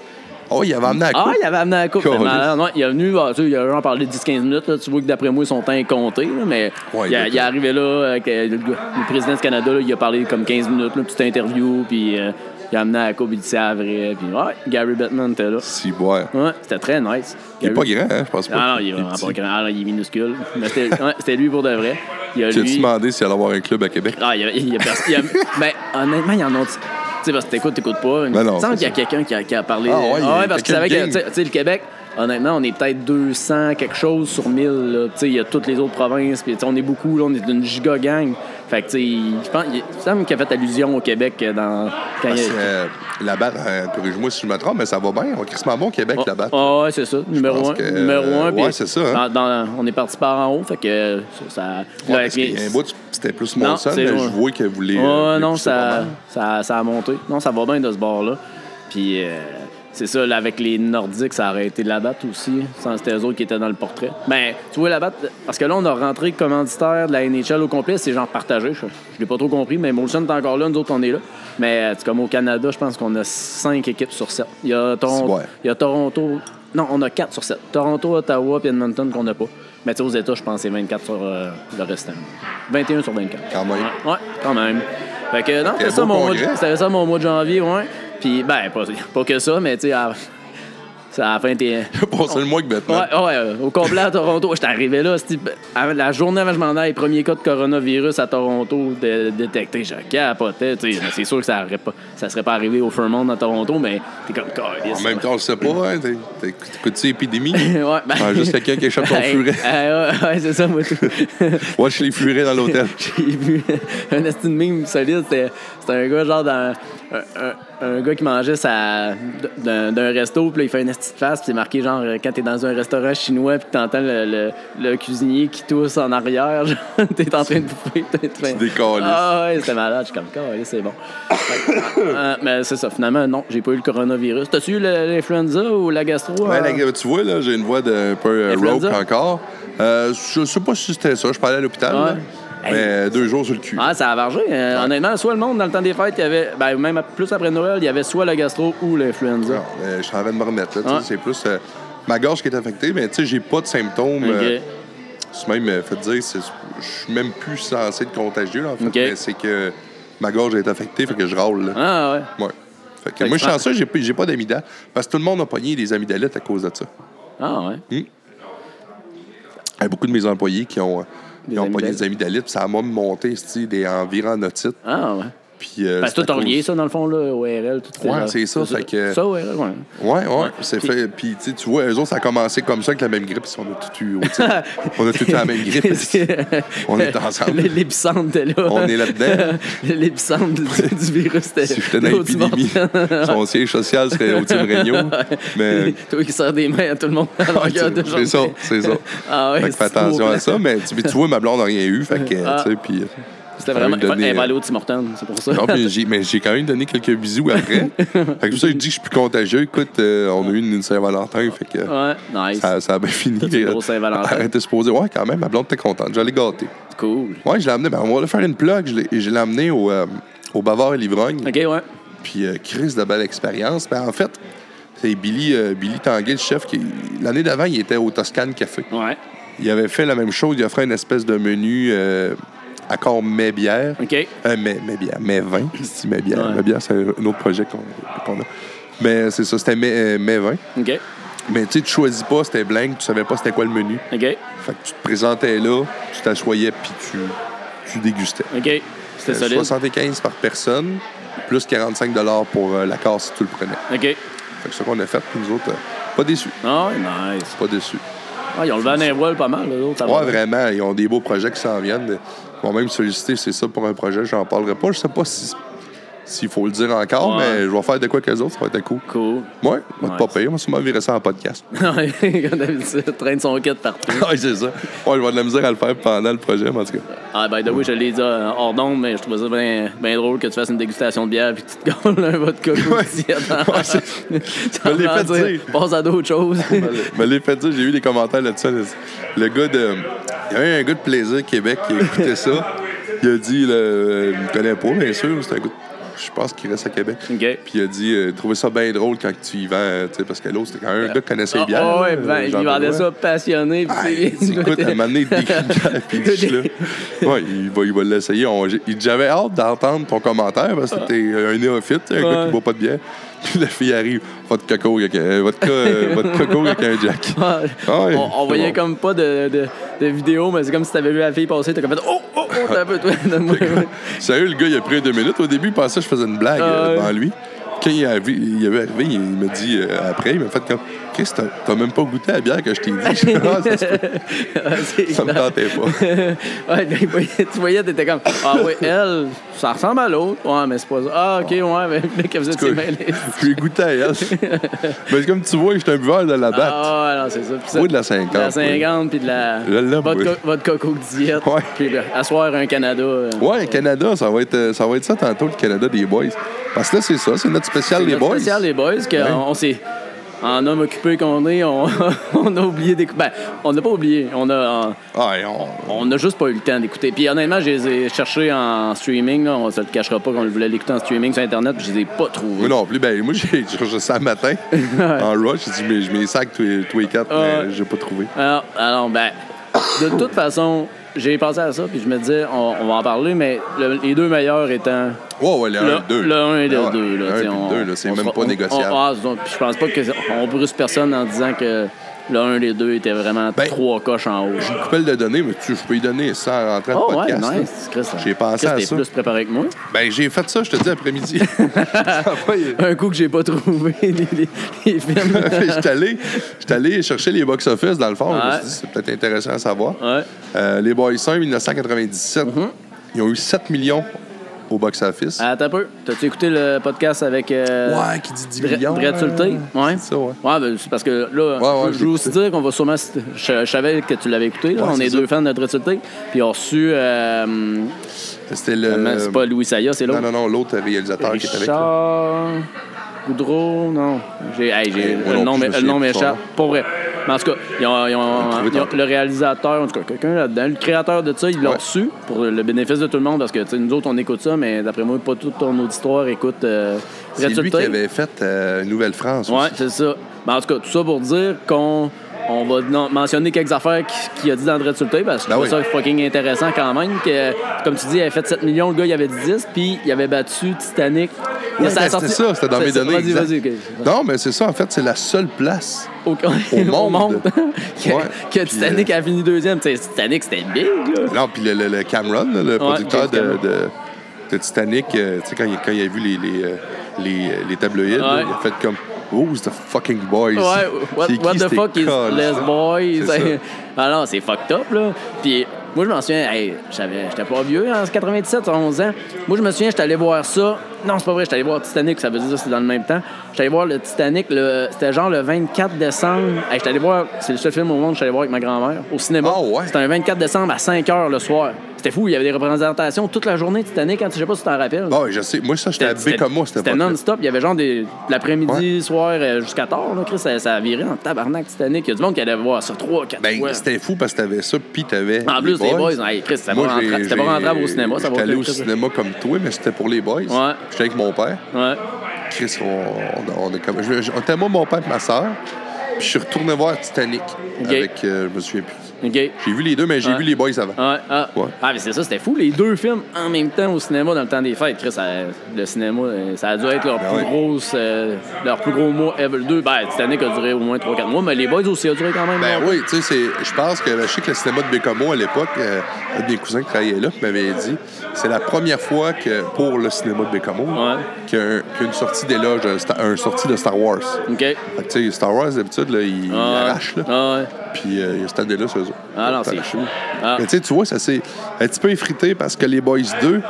Speaker 1: Oh, il avait amené à
Speaker 2: Ah,
Speaker 1: coupe.
Speaker 2: il avait amené la coupe.
Speaker 1: Caliste.
Speaker 2: c'est malade. Ouais, il est venu, ah, tu sais, il a genre parlé 10-15 minutes. là. Tu vois que d'après moi, son temps est compté. là, mais
Speaker 1: Ouais,
Speaker 2: il, a-
Speaker 1: il a-
Speaker 2: il est arrivé là, avec, euh, le, gars- le président du Canada, là, il a parlé comme 15 minutes, là, petite interview. Puis euh, il a amené la coupe, il dit c'est la vraie. Puis ouais, Gary Bettman était là.
Speaker 1: Si, ouais.
Speaker 2: Ouais, c'était très nice.
Speaker 1: Il est pas
Speaker 2: Gary-
Speaker 1: grand, hein, je pense pas.
Speaker 2: Ah non, il est vraiment
Speaker 1: petit.
Speaker 2: pas grand. Ah, non, il est minuscule. Mais c'était ouais, c'était lui pour de vrai. Il y a
Speaker 1: J'ai-tu
Speaker 2: lui-
Speaker 1: demandé s'il allait avoir un club à Québec?
Speaker 2: ah, il y a, il y a personne. il y a- ben, honnêtement, il y en a. Tu sais, parce que t'écoutes, t'écoutes pas.
Speaker 1: Ben non,
Speaker 2: il semble
Speaker 1: c'est
Speaker 2: qu'il y a quelqu'un qui a, qui a parlé.
Speaker 1: Ah ouais, il y a
Speaker 2: parce que
Speaker 1: quelqu'un
Speaker 2: tu savais
Speaker 1: de
Speaker 2: que,
Speaker 1: gang.
Speaker 2: tu sais- tu sais, le Québec, honnêtement, on est peut-être 200 quelque chose sur 1000. là. Tu sais, il y a toutes les autres provinces. Puis, tu sais, on est beaucoup, là, on est une giga gang. Fait que, tu sais, je pense, il il semble qu'il a fait allusion au Québec euh, dans. Quand
Speaker 1: Parce
Speaker 2: il-
Speaker 1: que euh, la batte, euh, corrige-moi si je me trompe, mais ça va bien. On crissement bon Québec, la batte.
Speaker 2: Ah ouais, c'est ça, numéro
Speaker 1: pense
Speaker 2: un.
Speaker 1: que-
Speaker 2: numéro un.
Speaker 1: ouais,
Speaker 2: puis
Speaker 1: c'est ça, hein.
Speaker 2: dans- dans- on est parti par en haut, fait que ça. ça-
Speaker 1: Ouais,
Speaker 2: là,
Speaker 1: parce
Speaker 2: avec-
Speaker 1: qu'il y a un bout, c'était plus
Speaker 2: Non,
Speaker 1: mon son,
Speaker 2: c'est
Speaker 1: mais
Speaker 2: loin.
Speaker 1: je vois que vous les.
Speaker 2: Ouais,
Speaker 1: euh, les
Speaker 2: non,
Speaker 1: poussez pas
Speaker 2: ça,
Speaker 1: mal.
Speaker 2: ça, ça a monté. Non, ça va bien de ce bord-là. Puis, euh, c'est ça, là, avec les Nordiques, ça aurait été la batte aussi. Sans c'était eux autres qui étaient dans le portrait. Ben, tu vois, la batte, parce que là, on a rentré le commanditaire de la NHL au complet, c'est genre partagé. Je, je l'ai pas trop compris, mais Molson est encore là, nous autres, on est là. Mais, euh, c'est comme au Canada, je pense qu'on a cinq équipes sur sept. Il y a Toronto.
Speaker 1: Ouais.
Speaker 2: Il y a Toronto. Non, on a 4 sur 7. Toronto, Ottawa puis Edmonton qu'on n'a pas. Mais tu sais, aux États, je pense que c'est 24 sur euh, le restant. 21 sur 24.
Speaker 1: Quand même.
Speaker 2: Ouais, ouais, quand même. Fait que
Speaker 1: Fait
Speaker 2: non,
Speaker 1: que
Speaker 2: c'était ça,
Speaker 1: beau
Speaker 2: mon mois de-
Speaker 1: congrès.
Speaker 2: c'était ça mon mois de janvier, ouais. Puis, ben, pas, pas que ça, mais tu sais, à, c'est à la fin, t'es.
Speaker 1: J'ai passé le mois avec
Speaker 2: Ouais,
Speaker 1: Batman.
Speaker 2: ouais, euh, au complet à Toronto. J'étais arrivé là, c'ti- avant- la journée avant que je m'en aille, premier cas de coronavirus à Toronto dé- détecté. Je capotais, tu sais. mais C'est sûr que ça aurait pas, ça serait pas arrivé au Fairmont à Toronto, mais t'es comme,
Speaker 1: En même temps, on le sait pas, hein. t'es- t'es- T'écoutes-tu épidémie?
Speaker 2: ouais, ben...
Speaker 1: Ah, juste quelqu'un qui échappe son
Speaker 2: Hey,
Speaker 1: furet.
Speaker 2: hey, ouais, ouais, c'est ça, moi, tout.
Speaker 1: Watch les furets dans l'hôtel.
Speaker 2: J'ai vu un estime meme solide. C'était c'était un gars, genre, dans, un, un- un gars qui mangeait sa- d'un d'un resto, puis là, il fait un estime petite face, puis c'est marqué genre euh, quand t'es dans un restaurant chinois puis que t'entends le, le, le cuisinier qui tousse en arrière, genre, t'es en train de bouffer. t'es en train-
Speaker 1: Tu décolles.
Speaker 2: Ah ouais, c'était malade, je suis comme Caliste, c'est bon. Fait que, euh, mais c'est ça, finalement, non, j'ai pas eu le coronavirus. T'as-tu eu le- l'influenza ou la gastro?
Speaker 1: Ouais,
Speaker 2: hein?
Speaker 1: Ben, la- tu vois, là, j'ai une voix d'un peu euh, rock
Speaker 2: Influenza?
Speaker 1: encore. Euh, je sais pas si c'était ça. Je parlais à l'hôpital,
Speaker 2: Ouais.
Speaker 1: là, mais euh, deux jours sur le cul.
Speaker 2: Ah, ça a vargé. Euh, Honnêtement, soit le monde, dans le temps des fêtes, il y avait, ben, même plus après Noël, il y avait soit la gastro ou l'influenza.
Speaker 1: Non, mais Euh, je suis en train de me remettre. là, tu sais,
Speaker 2: Ouais.
Speaker 1: C'est plus euh, ma gorge qui est affectée, mais tu sais, j'ai pas de symptômes.
Speaker 2: Ok.
Speaker 1: euh, c'est même, euh, fait dire, c'est- je suis même plus censé de contagieux, là, en fait.
Speaker 2: Ok.
Speaker 1: Mais c'est que ma gorge est affectée, fait que je râle, là.
Speaker 2: Ah, ouais.
Speaker 1: Ouais. Fait que
Speaker 2: que
Speaker 1: moi, je suis
Speaker 2: prends-
Speaker 1: chanceux, j'ai pas, j'ai pas d'amidale. Parce que tout le monde a pogné des amygdalettes à cause de ça.
Speaker 2: Ah, ouais.
Speaker 1: Il y a beaucoup de mes employés qui ont, euh,
Speaker 2: Des
Speaker 1: ils ont pogné
Speaker 2: amygdales.
Speaker 1: des amygdalettes, puis ça m'a monté, c'ti, des environs notites.
Speaker 2: Ah, ouais.
Speaker 1: Puis, euh,
Speaker 2: Parce que
Speaker 1: c'est à
Speaker 2: toi, t'as
Speaker 1: cause-
Speaker 2: relié ça, dans le fond, là, ORL, tout
Speaker 1: Ouais, c'est ça, fait que-
Speaker 2: Ça, ORL, ouais.
Speaker 1: Ouais, ouais, c'est fait. Puis, tu sais, tu vois, eux autres, ça a commencé comme ça, avec la même grippe. puis On a tout eu, au titre. on a tout eu la même Ah, ben, grippe. On est ensemble.
Speaker 2: L- L'épicentre, t'es là.
Speaker 1: On est là-dedans.
Speaker 2: L'épicentre du, du virus, t'es
Speaker 1: Si j'étais dans l'épidémie, son siège social serait au Tim Regnault. Mais
Speaker 2: Toi qui sers des mains à tout le monde. à longueur de
Speaker 1: euh, c'est ça,
Speaker 2: journée.
Speaker 1: c'est ça.
Speaker 2: Ah, ouais.
Speaker 1: Fait que fais
Speaker 2: c'est
Speaker 1: attention
Speaker 2: beau.
Speaker 1: à ça, mais tu, mais tu vois, ma blonde n'a rien eu. Fait que,
Speaker 2: Ah.
Speaker 1: tu sais, puis.
Speaker 2: C'était vraiment.
Speaker 1: Ça va lui donner- euh,
Speaker 2: Elle va aller au Tim-Hortons, c'est pour ça.
Speaker 1: Non, mais j'ai, mais j'ai quand même donné quelques bisous après. fait que pour ça, je dis que je suis plus contagieux. Écoute, euh, on a eu une, une Saint-Valentin, fait que
Speaker 2: Ouais, nice.
Speaker 1: ça, ça a bien fini.
Speaker 2: T'as-tu une grosse Saint-Valentin?
Speaker 1: Arrêtez de se poser. Ouais, quand même, ma blonde était contente. J'allais gâter.
Speaker 2: Cool.
Speaker 1: Ouais, je l'ai amené. Ben, on va le faire une plug. Je l'ai, je l'ai amené au, euh, au Bavard et l'Ivrogne.
Speaker 2: OK, ouais.
Speaker 1: Puis euh, Chris, de belle expérience. Ben, en fait, c'est Billy, euh, Billy Tanguay, le chef, qui l'année d'avant, il était au Toscane Café.
Speaker 2: Ouais.
Speaker 1: Il avait fait la même chose. Il offrait une espèce de menu euh, accord mai-bière.
Speaker 2: OK.
Speaker 1: Euh, mais, mais bière, mais vin. Si, mais bière.
Speaker 2: Ouais.
Speaker 1: Mais bière, c'est un autre projet qu'on qu'on a. Mais c'est ça, c'était mais, euh, mais vin.
Speaker 2: OK.
Speaker 1: Mais tu sais, tu choisis pas, c'était blank, tu savais pas c'était quoi le menu.
Speaker 2: OK.
Speaker 1: Fait que tu te présentais là, tu t'assoyais, puis tu, tu dégustais.
Speaker 2: OK. C'était
Speaker 1: Euh,
Speaker 2: solide.
Speaker 1: 75 par personne, plus 45 pour euh, la carte si tu le prenais.
Speaker 2: OK.
Speaker 1: Fait que ce qu'on a fait, puis nous autres, euh, pas déçus.
Speaker 2: Ah, ouais, nice.
Speaker 1: Pas déçus.
Speaker 2: Ah, ils ont levé un voile pas mal, les autres. ça va.
Speaker 1: Ouais, vraiment, ils ont des beaux projets qui s'en viennent. Ils m'ont même sollicité, c'est ça, pour un projet, j'en parlerai pas. Je sais pas si- s'il faut le dire encore,
Speaker 2: Ouais.
Speaker 1: mais je vais faire de quoi que les autres, ça va être cool.
Speaker 2: Cool.
Speaker 1: Ouais, on va te
Speaker 2: Nice.
Speaker 1: pas payer, on va sûrement virer ça en podcast.
Speaker 2: Ouais, Comme d'habitude, traîne son kit partout.
Speaker 1: ouais, c'est ça. Ouais, je vais avoir de la misère à le faire pendant le projet, mais en tout cas.
Speaker 2: Ah, by the way, je l'ai dit euh, hors d'onde, mais je trouvais ça bien drôle que tu fasses une dégustation de bière puis que tu te gaules un vodka
Speaker 1: Ouais. Ouais, c'est-
Speaker 2: Je
Speaker 1: me l'ai fait dire.
Speaker 2: Passe à d'autres choses.
Speaker 1: Mais les fait dire, j'ai eu des commentaires là-dessus. Le gars de. Il y avait un gars de Plaisir Québec qui écoutait ça. Il a dit, le... il me connaît pas, bien sûr, c'est un gars. de- Je pense qu'il reste à Québec.
Speaker 2: OK.
Speaker 1: Puis il a dit, euh, il trouvait ça bien drôle quand tu y vends, euh, tu sais, parce que l'autre, c'était quand même un gars qui connaissait
Speaker 2: Ah,
Speaker 1: bien.
Speaker 2: ah ouais, ben, il vendait ça passionné. puis c'est-
Speaker 1: écoute, à un moment donné, il décrit le puis je suis là. Ouais, il va, il va l'essayer. On- j'ai- il- J'avais hâte d'entendre ton commentaire parce que t'es un néophyte, un gars
Speaker 2: Ouais.
Speaker 1: qui boit pas de bière. Puis la fille arrive, votre coco avec, un- votre, co- euh, votre coco avec un jack.
Speaker 2: Ah,
Speaker 1: ouais,
Speaker 2: on, on
Speaker 1: c'est
Speaker 2: voyait
Speaker 1: bon.
Speaker 2: comme pas de, de, de vidéo, mais c'est comme si t'avais vu la fille passer, t'as comme fait Oh, oh, oh, t'as un peu, toi, donne-moi.
Speaker 1: Sérieux, le gars, il a pris deux minutes. Au début, il pensait que je faisais une blague
Speaker 2: Ah
Speaker 1: euh,
Speaker 2: ouais.
Speaker 1: devant lui. Quand il a vu- il est arrivé, il m'a dit euh, après, il m'a fait comme Chris, t'as- t'as même pas goûté à la bière que je t'ai dit. Ah, ça, se peut-
Speaker 2: Ah, c'est
Speaker 1: ça me
Speaker 2: clair.
Speaker 1: tentait pas.
Speaker 2: ouais, ben, il voyait- tu voyais, t'étais comme Ah, ouais, elle, ça ressemble à l'autre. Ouais, mais c'est pas ça. Ah, ok, ouais, mais mais qu'elle faisait de ses
Speaker 1: tout cas,
Speaker 2: mêlées.
Speaker 1: Je lui goûté à elle. Mais comme tu vois, j'étais un buveur de la batte.
Speaker 2: Ah, ouais, non, c'est ça. Puis ça-
Speaker 1: Oui, de la 50.
Speaker 2: De la
Speaker 1: oui.
Speaker 2: 50, puis de la.
Speaker 1: Je l'aime,
Speaker 2: votre,
Speaker 1: oui.
Speaker 2: co- votre coco diète.
Speaker 1: Ouais.
Speaker 2: Puis là, asseoir un Canada. euh,
Speaker 1: Ouais, Canada, ça va, être, euh, ça va être ça tantôt, le Canada des boys. Parce que là, c'est ça, c'est notre spécial
Speaker 2: C'est
Speaker 1: des
Speaker 2: notre
Speaker 1: boys.
Speaker 2: spécial les boys, que
Speaker 1: Ouais.
Speaker 2: on, on s'est. En homme occupé qu'on est, on, on a oublié d'écouter. Ben, on n'a pas oublié. On a,
Speaker 1: Ah, et on-
Speaker 2: on a juste pas eu le temps d'écouter. Puis honnêtement, je les ai cherchés en streaming. Là. On se le cachera pas qu'on voulait l'écouter en streaming sur Internet, puis je les ai pas
Speaker 1: Moi
Speaker 2: trouvés.
Speaker 1: non plus, ben moi j'ai cherché ça le matin en rush, j'ai dit mais je mets les sacs tous les- tous les quatre,
Speaker 2: Ah.
Speaker 1: mais j'ai pas trouvé.
Speaker 2: Alors, alors, ben, de toute façon, j'ai pensé à ça, puis je me disais, on, on va en parler, mais le- les deux meilleurs étant
Speaker 1: Ouais, ouais, le 1
Speaker 2: Le-
Speaker 1: et 2.
Speaker 2: Le 1 et le 2.
Speaker 1: Le 1 et le 2, là, c'est même pas négociable.
Speaker 2: ah, je pense pas qu'on bruse personne en disant que le 1 et les 2 étaient vraiment
Speaker 1: Ben,
Speaker 2: trois coches en haut.
Speaker 1: J'ai une coupelle de données, mais tu, je peux y donner sans rentrer
Speaker 2: Oh
Speaker 1: de
Speaker 2: ouais,
Speaker 1: podcast. là.
Speaker 2: nice. Chris,
Speaker 1: J'ai pensé
Speaker 2: Chris,
Speaker 1: à
Speaker 2: t'es
Speaker 1: ça.
Speaker 2: plus préparé que moi.
Speaker 1: Ben j'ai fait ça, je te dis après-midi. Après,
Speaker 2: Un coup que j'ai pas trouvé les, les- les films.
Speaker 1: J'étais allé, j'étais allé chercher les box-office dans le fond. Je me
Speaker 2: Ouais.
Speaker 1: suis dit, c'est peut-être intéressant à savoir.
Speaker 2: Ouais. Mm-hmm.
Speaker 1: Euh, les Boys 1, 1997, ils ont eu 7 millions au box-office.
Speaker 2: Attends un peu. T'as-tu écouté le podcast avec. euh,
Speaker 1: ouais, qui dit 10
Speaker 2: Dre-
Speaker 1: millions.
Speaker 2: Dredd sur le tape?
Speaker 1: euh,
Speaker 2: Ouais.
Speaker 1: C'est ça, ouais.
Speaker 2: Ouais, ben, c'est parce que là,
Speaker 1: Ouais, ouais,
Speaker 2: je,
Speaker 1: je
Speaker 2: veux
Speaker 1: l'ai
Speaker 2: aussi dire qu'on va sûrement. citer- Je, je savais que tu l'avais écouté. là.
Speaker 1: Ouais,
Speaker 2: on est,
Speaker 1: c'est
Speaker 2: deux
Speaker 1: ça.
Speaker 2: fans de Dread Sultan. Puis on a reçu. euh, hum,
Speaker 1: C'était le.
Speaker 2: c'est pas Louis Saya, c'est
Speaker 1: non,
Speaker 2: l'autre.
Speaker 1: non, non, l'autre réalisateur qui était avec. là.
Speaker 2: Richard. Goudreau, non. J'ai, hey, j'ai-
Speaker 1: Hey, moi
Speaker 2: le
Speaker 1: non
Speaker 2: nom,
Speaker 1: plus, je
Speaker 2: m'é-
Speaker 1: me
Speaker 2: le nom
Speaker 1: souviens plus
Speaker 2: m'échappe. Pas vrai. Mais en tout cas, ils ont, ils ont-
Speaker 1: va le trouver
Speaker 2: ils ont-
Speaker 1: tantôt.
Speaker 2: le réalisateur, en tout cas, quelqu'un là-dedans, le créateur de ça, il l'a
Speaker 1: Ouais.
Speaker 2: reçu pour le bénéfice de tout le monde parce que tu sais, nous autres, on écoute ça, mais d'après moi, pas tout ton auditoire écoute euh,
Speaker 1: C'est
Speaker 2: Dread
Speaker 1: lui qui
Speaker 2: Sultan.
Speaker 1: avait fait euh, Nouvelle-France.
Speaker 2: Ouais,
Speaker 1: aussi.
Speaker 2: c'est ça. Mais en tout cas, tout ça pour dire qu'on on va non- mentionner quelques affaires qui- qu'il a dit dans le résultat parce que
Speaker 1: Ben
Speaker 2: je
Speaker 1: oui.
Speaker 2: trouve ça fucking intéressant quand même. Que, comme tu dis, il avait fait 7 millions, le gars, il avait dit 10, puis il avait battu Titanic.
Speaker 1: Ouais,
Speaker 2: Ça a
Speaker 1: ben,
Speaker 2: sorti-
Speaker 1: c'était ça, c'était dans mes données.
Speaker 2: Vas-y,
Speaker 1: exact.
Speaker 2: vas-y. ok.
Speaker 1: Non, mais c'est ça, en fait, c'est la seule place.
Speaker 2: Au,
Speaker 1: monde.
Speaker 2: que,
Speaker 1: Ouais.
Speaker 2: que
Speaker 1: Puis, euh,
Speaker 2: Titanic a fini deuxième. Tu sais, Titanic, c'était big, là.
Speaker 1: Non, puis le, le- le Cameron, là, le producteur
Speaker 2: James
Speaker 1: de,
Speaker 2: Cameron.
Speaker 1: de- de Titanic, euh, tu sais, quand, il- quand il a vu les, les, euh, les- les tabloïds, là,
Speaker 2: Ouais.
Speaker 1: il a fait comme Who's the fucking boys?
Speaker 2: Ouais, what,
Speaker 1: C'est qui,
Speaker 2: what the
Speaker 1: ces
Speaker 2: fuck is
Speaker 1: cons,
Speaker 2: Les
Speaker 1: ça?
Speaker 2: Boys?
Speaker 1: C'est ça.
Speaker 2: ah non, c'est fucked up, là. Puis moi, je m'en souviens, hey, j'avais- j'étais pas vieux hein, en 97, 11 ans. Moi, je me souviens, j'étais allé voir ça. Non, c'est pas vrai, j'étais allé voir Titanic, ça veut dire que c'est dans le même temps. J'étais allé voir le Titanic, le- c'était genre le 24 décembre. Hey, j'étais allé voir, c'est le seul film au monde que j'étais allé voir avec ma grand-mère, au cinéma.
Speaker 1: Ah ouais?
Speaker 2: C'était un 24 décembre à 5 h le soir. C'était fou, il y avait des représentations toute la journée de Titanic, quand tu- je sais pas si tu t'en rappelles.
Speaker 1: Bon, ouais, je sais. Moi, ça, j'étais habillé comme moi, c'était
Speaker 2: C'était
Speaker 1: pas
Speaker 2: non-stop. Il y avait genre des, l'après-midi, soir, euh, jusqu'à tard. Là, Chris, ça, ça virait en tabarnak Titanic. Il y a du monde qui allait voir ça trois, quatre
Speaker 1: Ben,
Speaker 2: fois.
Speaker 1: c'était fou parce que t'avais ça, puis t'avais.
Speaker 2: En plus, les boys, hey, Chris, c'était
Speaker 1: Moi,
Speaker 2: pas
Speaker 1: j'ai-
Speaker 2: rentra- c'était
Speaker 1: j'ai-
Speaker 2: pas rentrable au cinéma. Ça va
Speaker 1: J'étais allé
Speaker 2: pas,
Speaker 1: au
Speaker 2: Chris.
Speaker 1: cinéma comme toi, mais c'était pour les boys.
Speaker 2: Ouais.
Speaker 1: J'étais avec mon père.
Speaker 2: Ouais.
Speaker 1: Chris, on, on, on est comme. je- je- On était moi, mon père et ma soeur. Puis je suis retourné voir Titanic.
Speaker 2: Ok.
Speaker 1: Avec. euh, je me souviens plus.
Speaker 2: OK. Ouais.
Speaker 1: J'ai vu les deux, mais j'ai
Speaker 2: Ouais.
Speaker 1: vu les boys avant.
Speaker 2: Ah,
Speaker 1: Ouais.
Speaker 2: ah mais c'est ça, c'était fou. Les deux films en même temps au cinéma dans le temps des fêtes. Chris, ça- le cinéma, euh, ça a dû être leur,
Speaker 1: Ben
Speaker 2: plus,
Speaker 1: ouais.
Speaker 2: grosse, euh, leur plus gros mois ever. Deux, ben, Titanic a duré au moins trois, quatre mois, mais les boys aussi a duré quand même.
Speaker 1: Ben
Speaker 2: longtemps.
Speaker 1: oui, tu sais, c'est- je pense que je sais que le cinéma de Bécamo à l'époque, euh, un de mes cousins qui travaillait là, qui m'avait dit, c'est la première fois que pour le cinéma de Bécamo,
Speaker 2: Ouais.
Speaker 1: qu'un- qu'une sortie d'éloge, un, sta- un sortie de Star Wars.
Speaker 2: OK.
Speaker 1: Fait que tu sais, Star Wars d'habitude là, ils ils
Speaker 2: Ah,
Speaker 1: arrachent là,
Speaker 2: ah, ouais.
Speaker 1: puis euh, cette année-là, c'est eux. autres.
Speaker 2: Ah non,
Speaker 1: Ils ont
Speaker 2: c'est
Speaker 1: arraché.
Speaker 2: fou. Ah.
Speaker 1: Mais tu sais, tu vois, ça s'est un petit peu effrité parce que les Boys 2,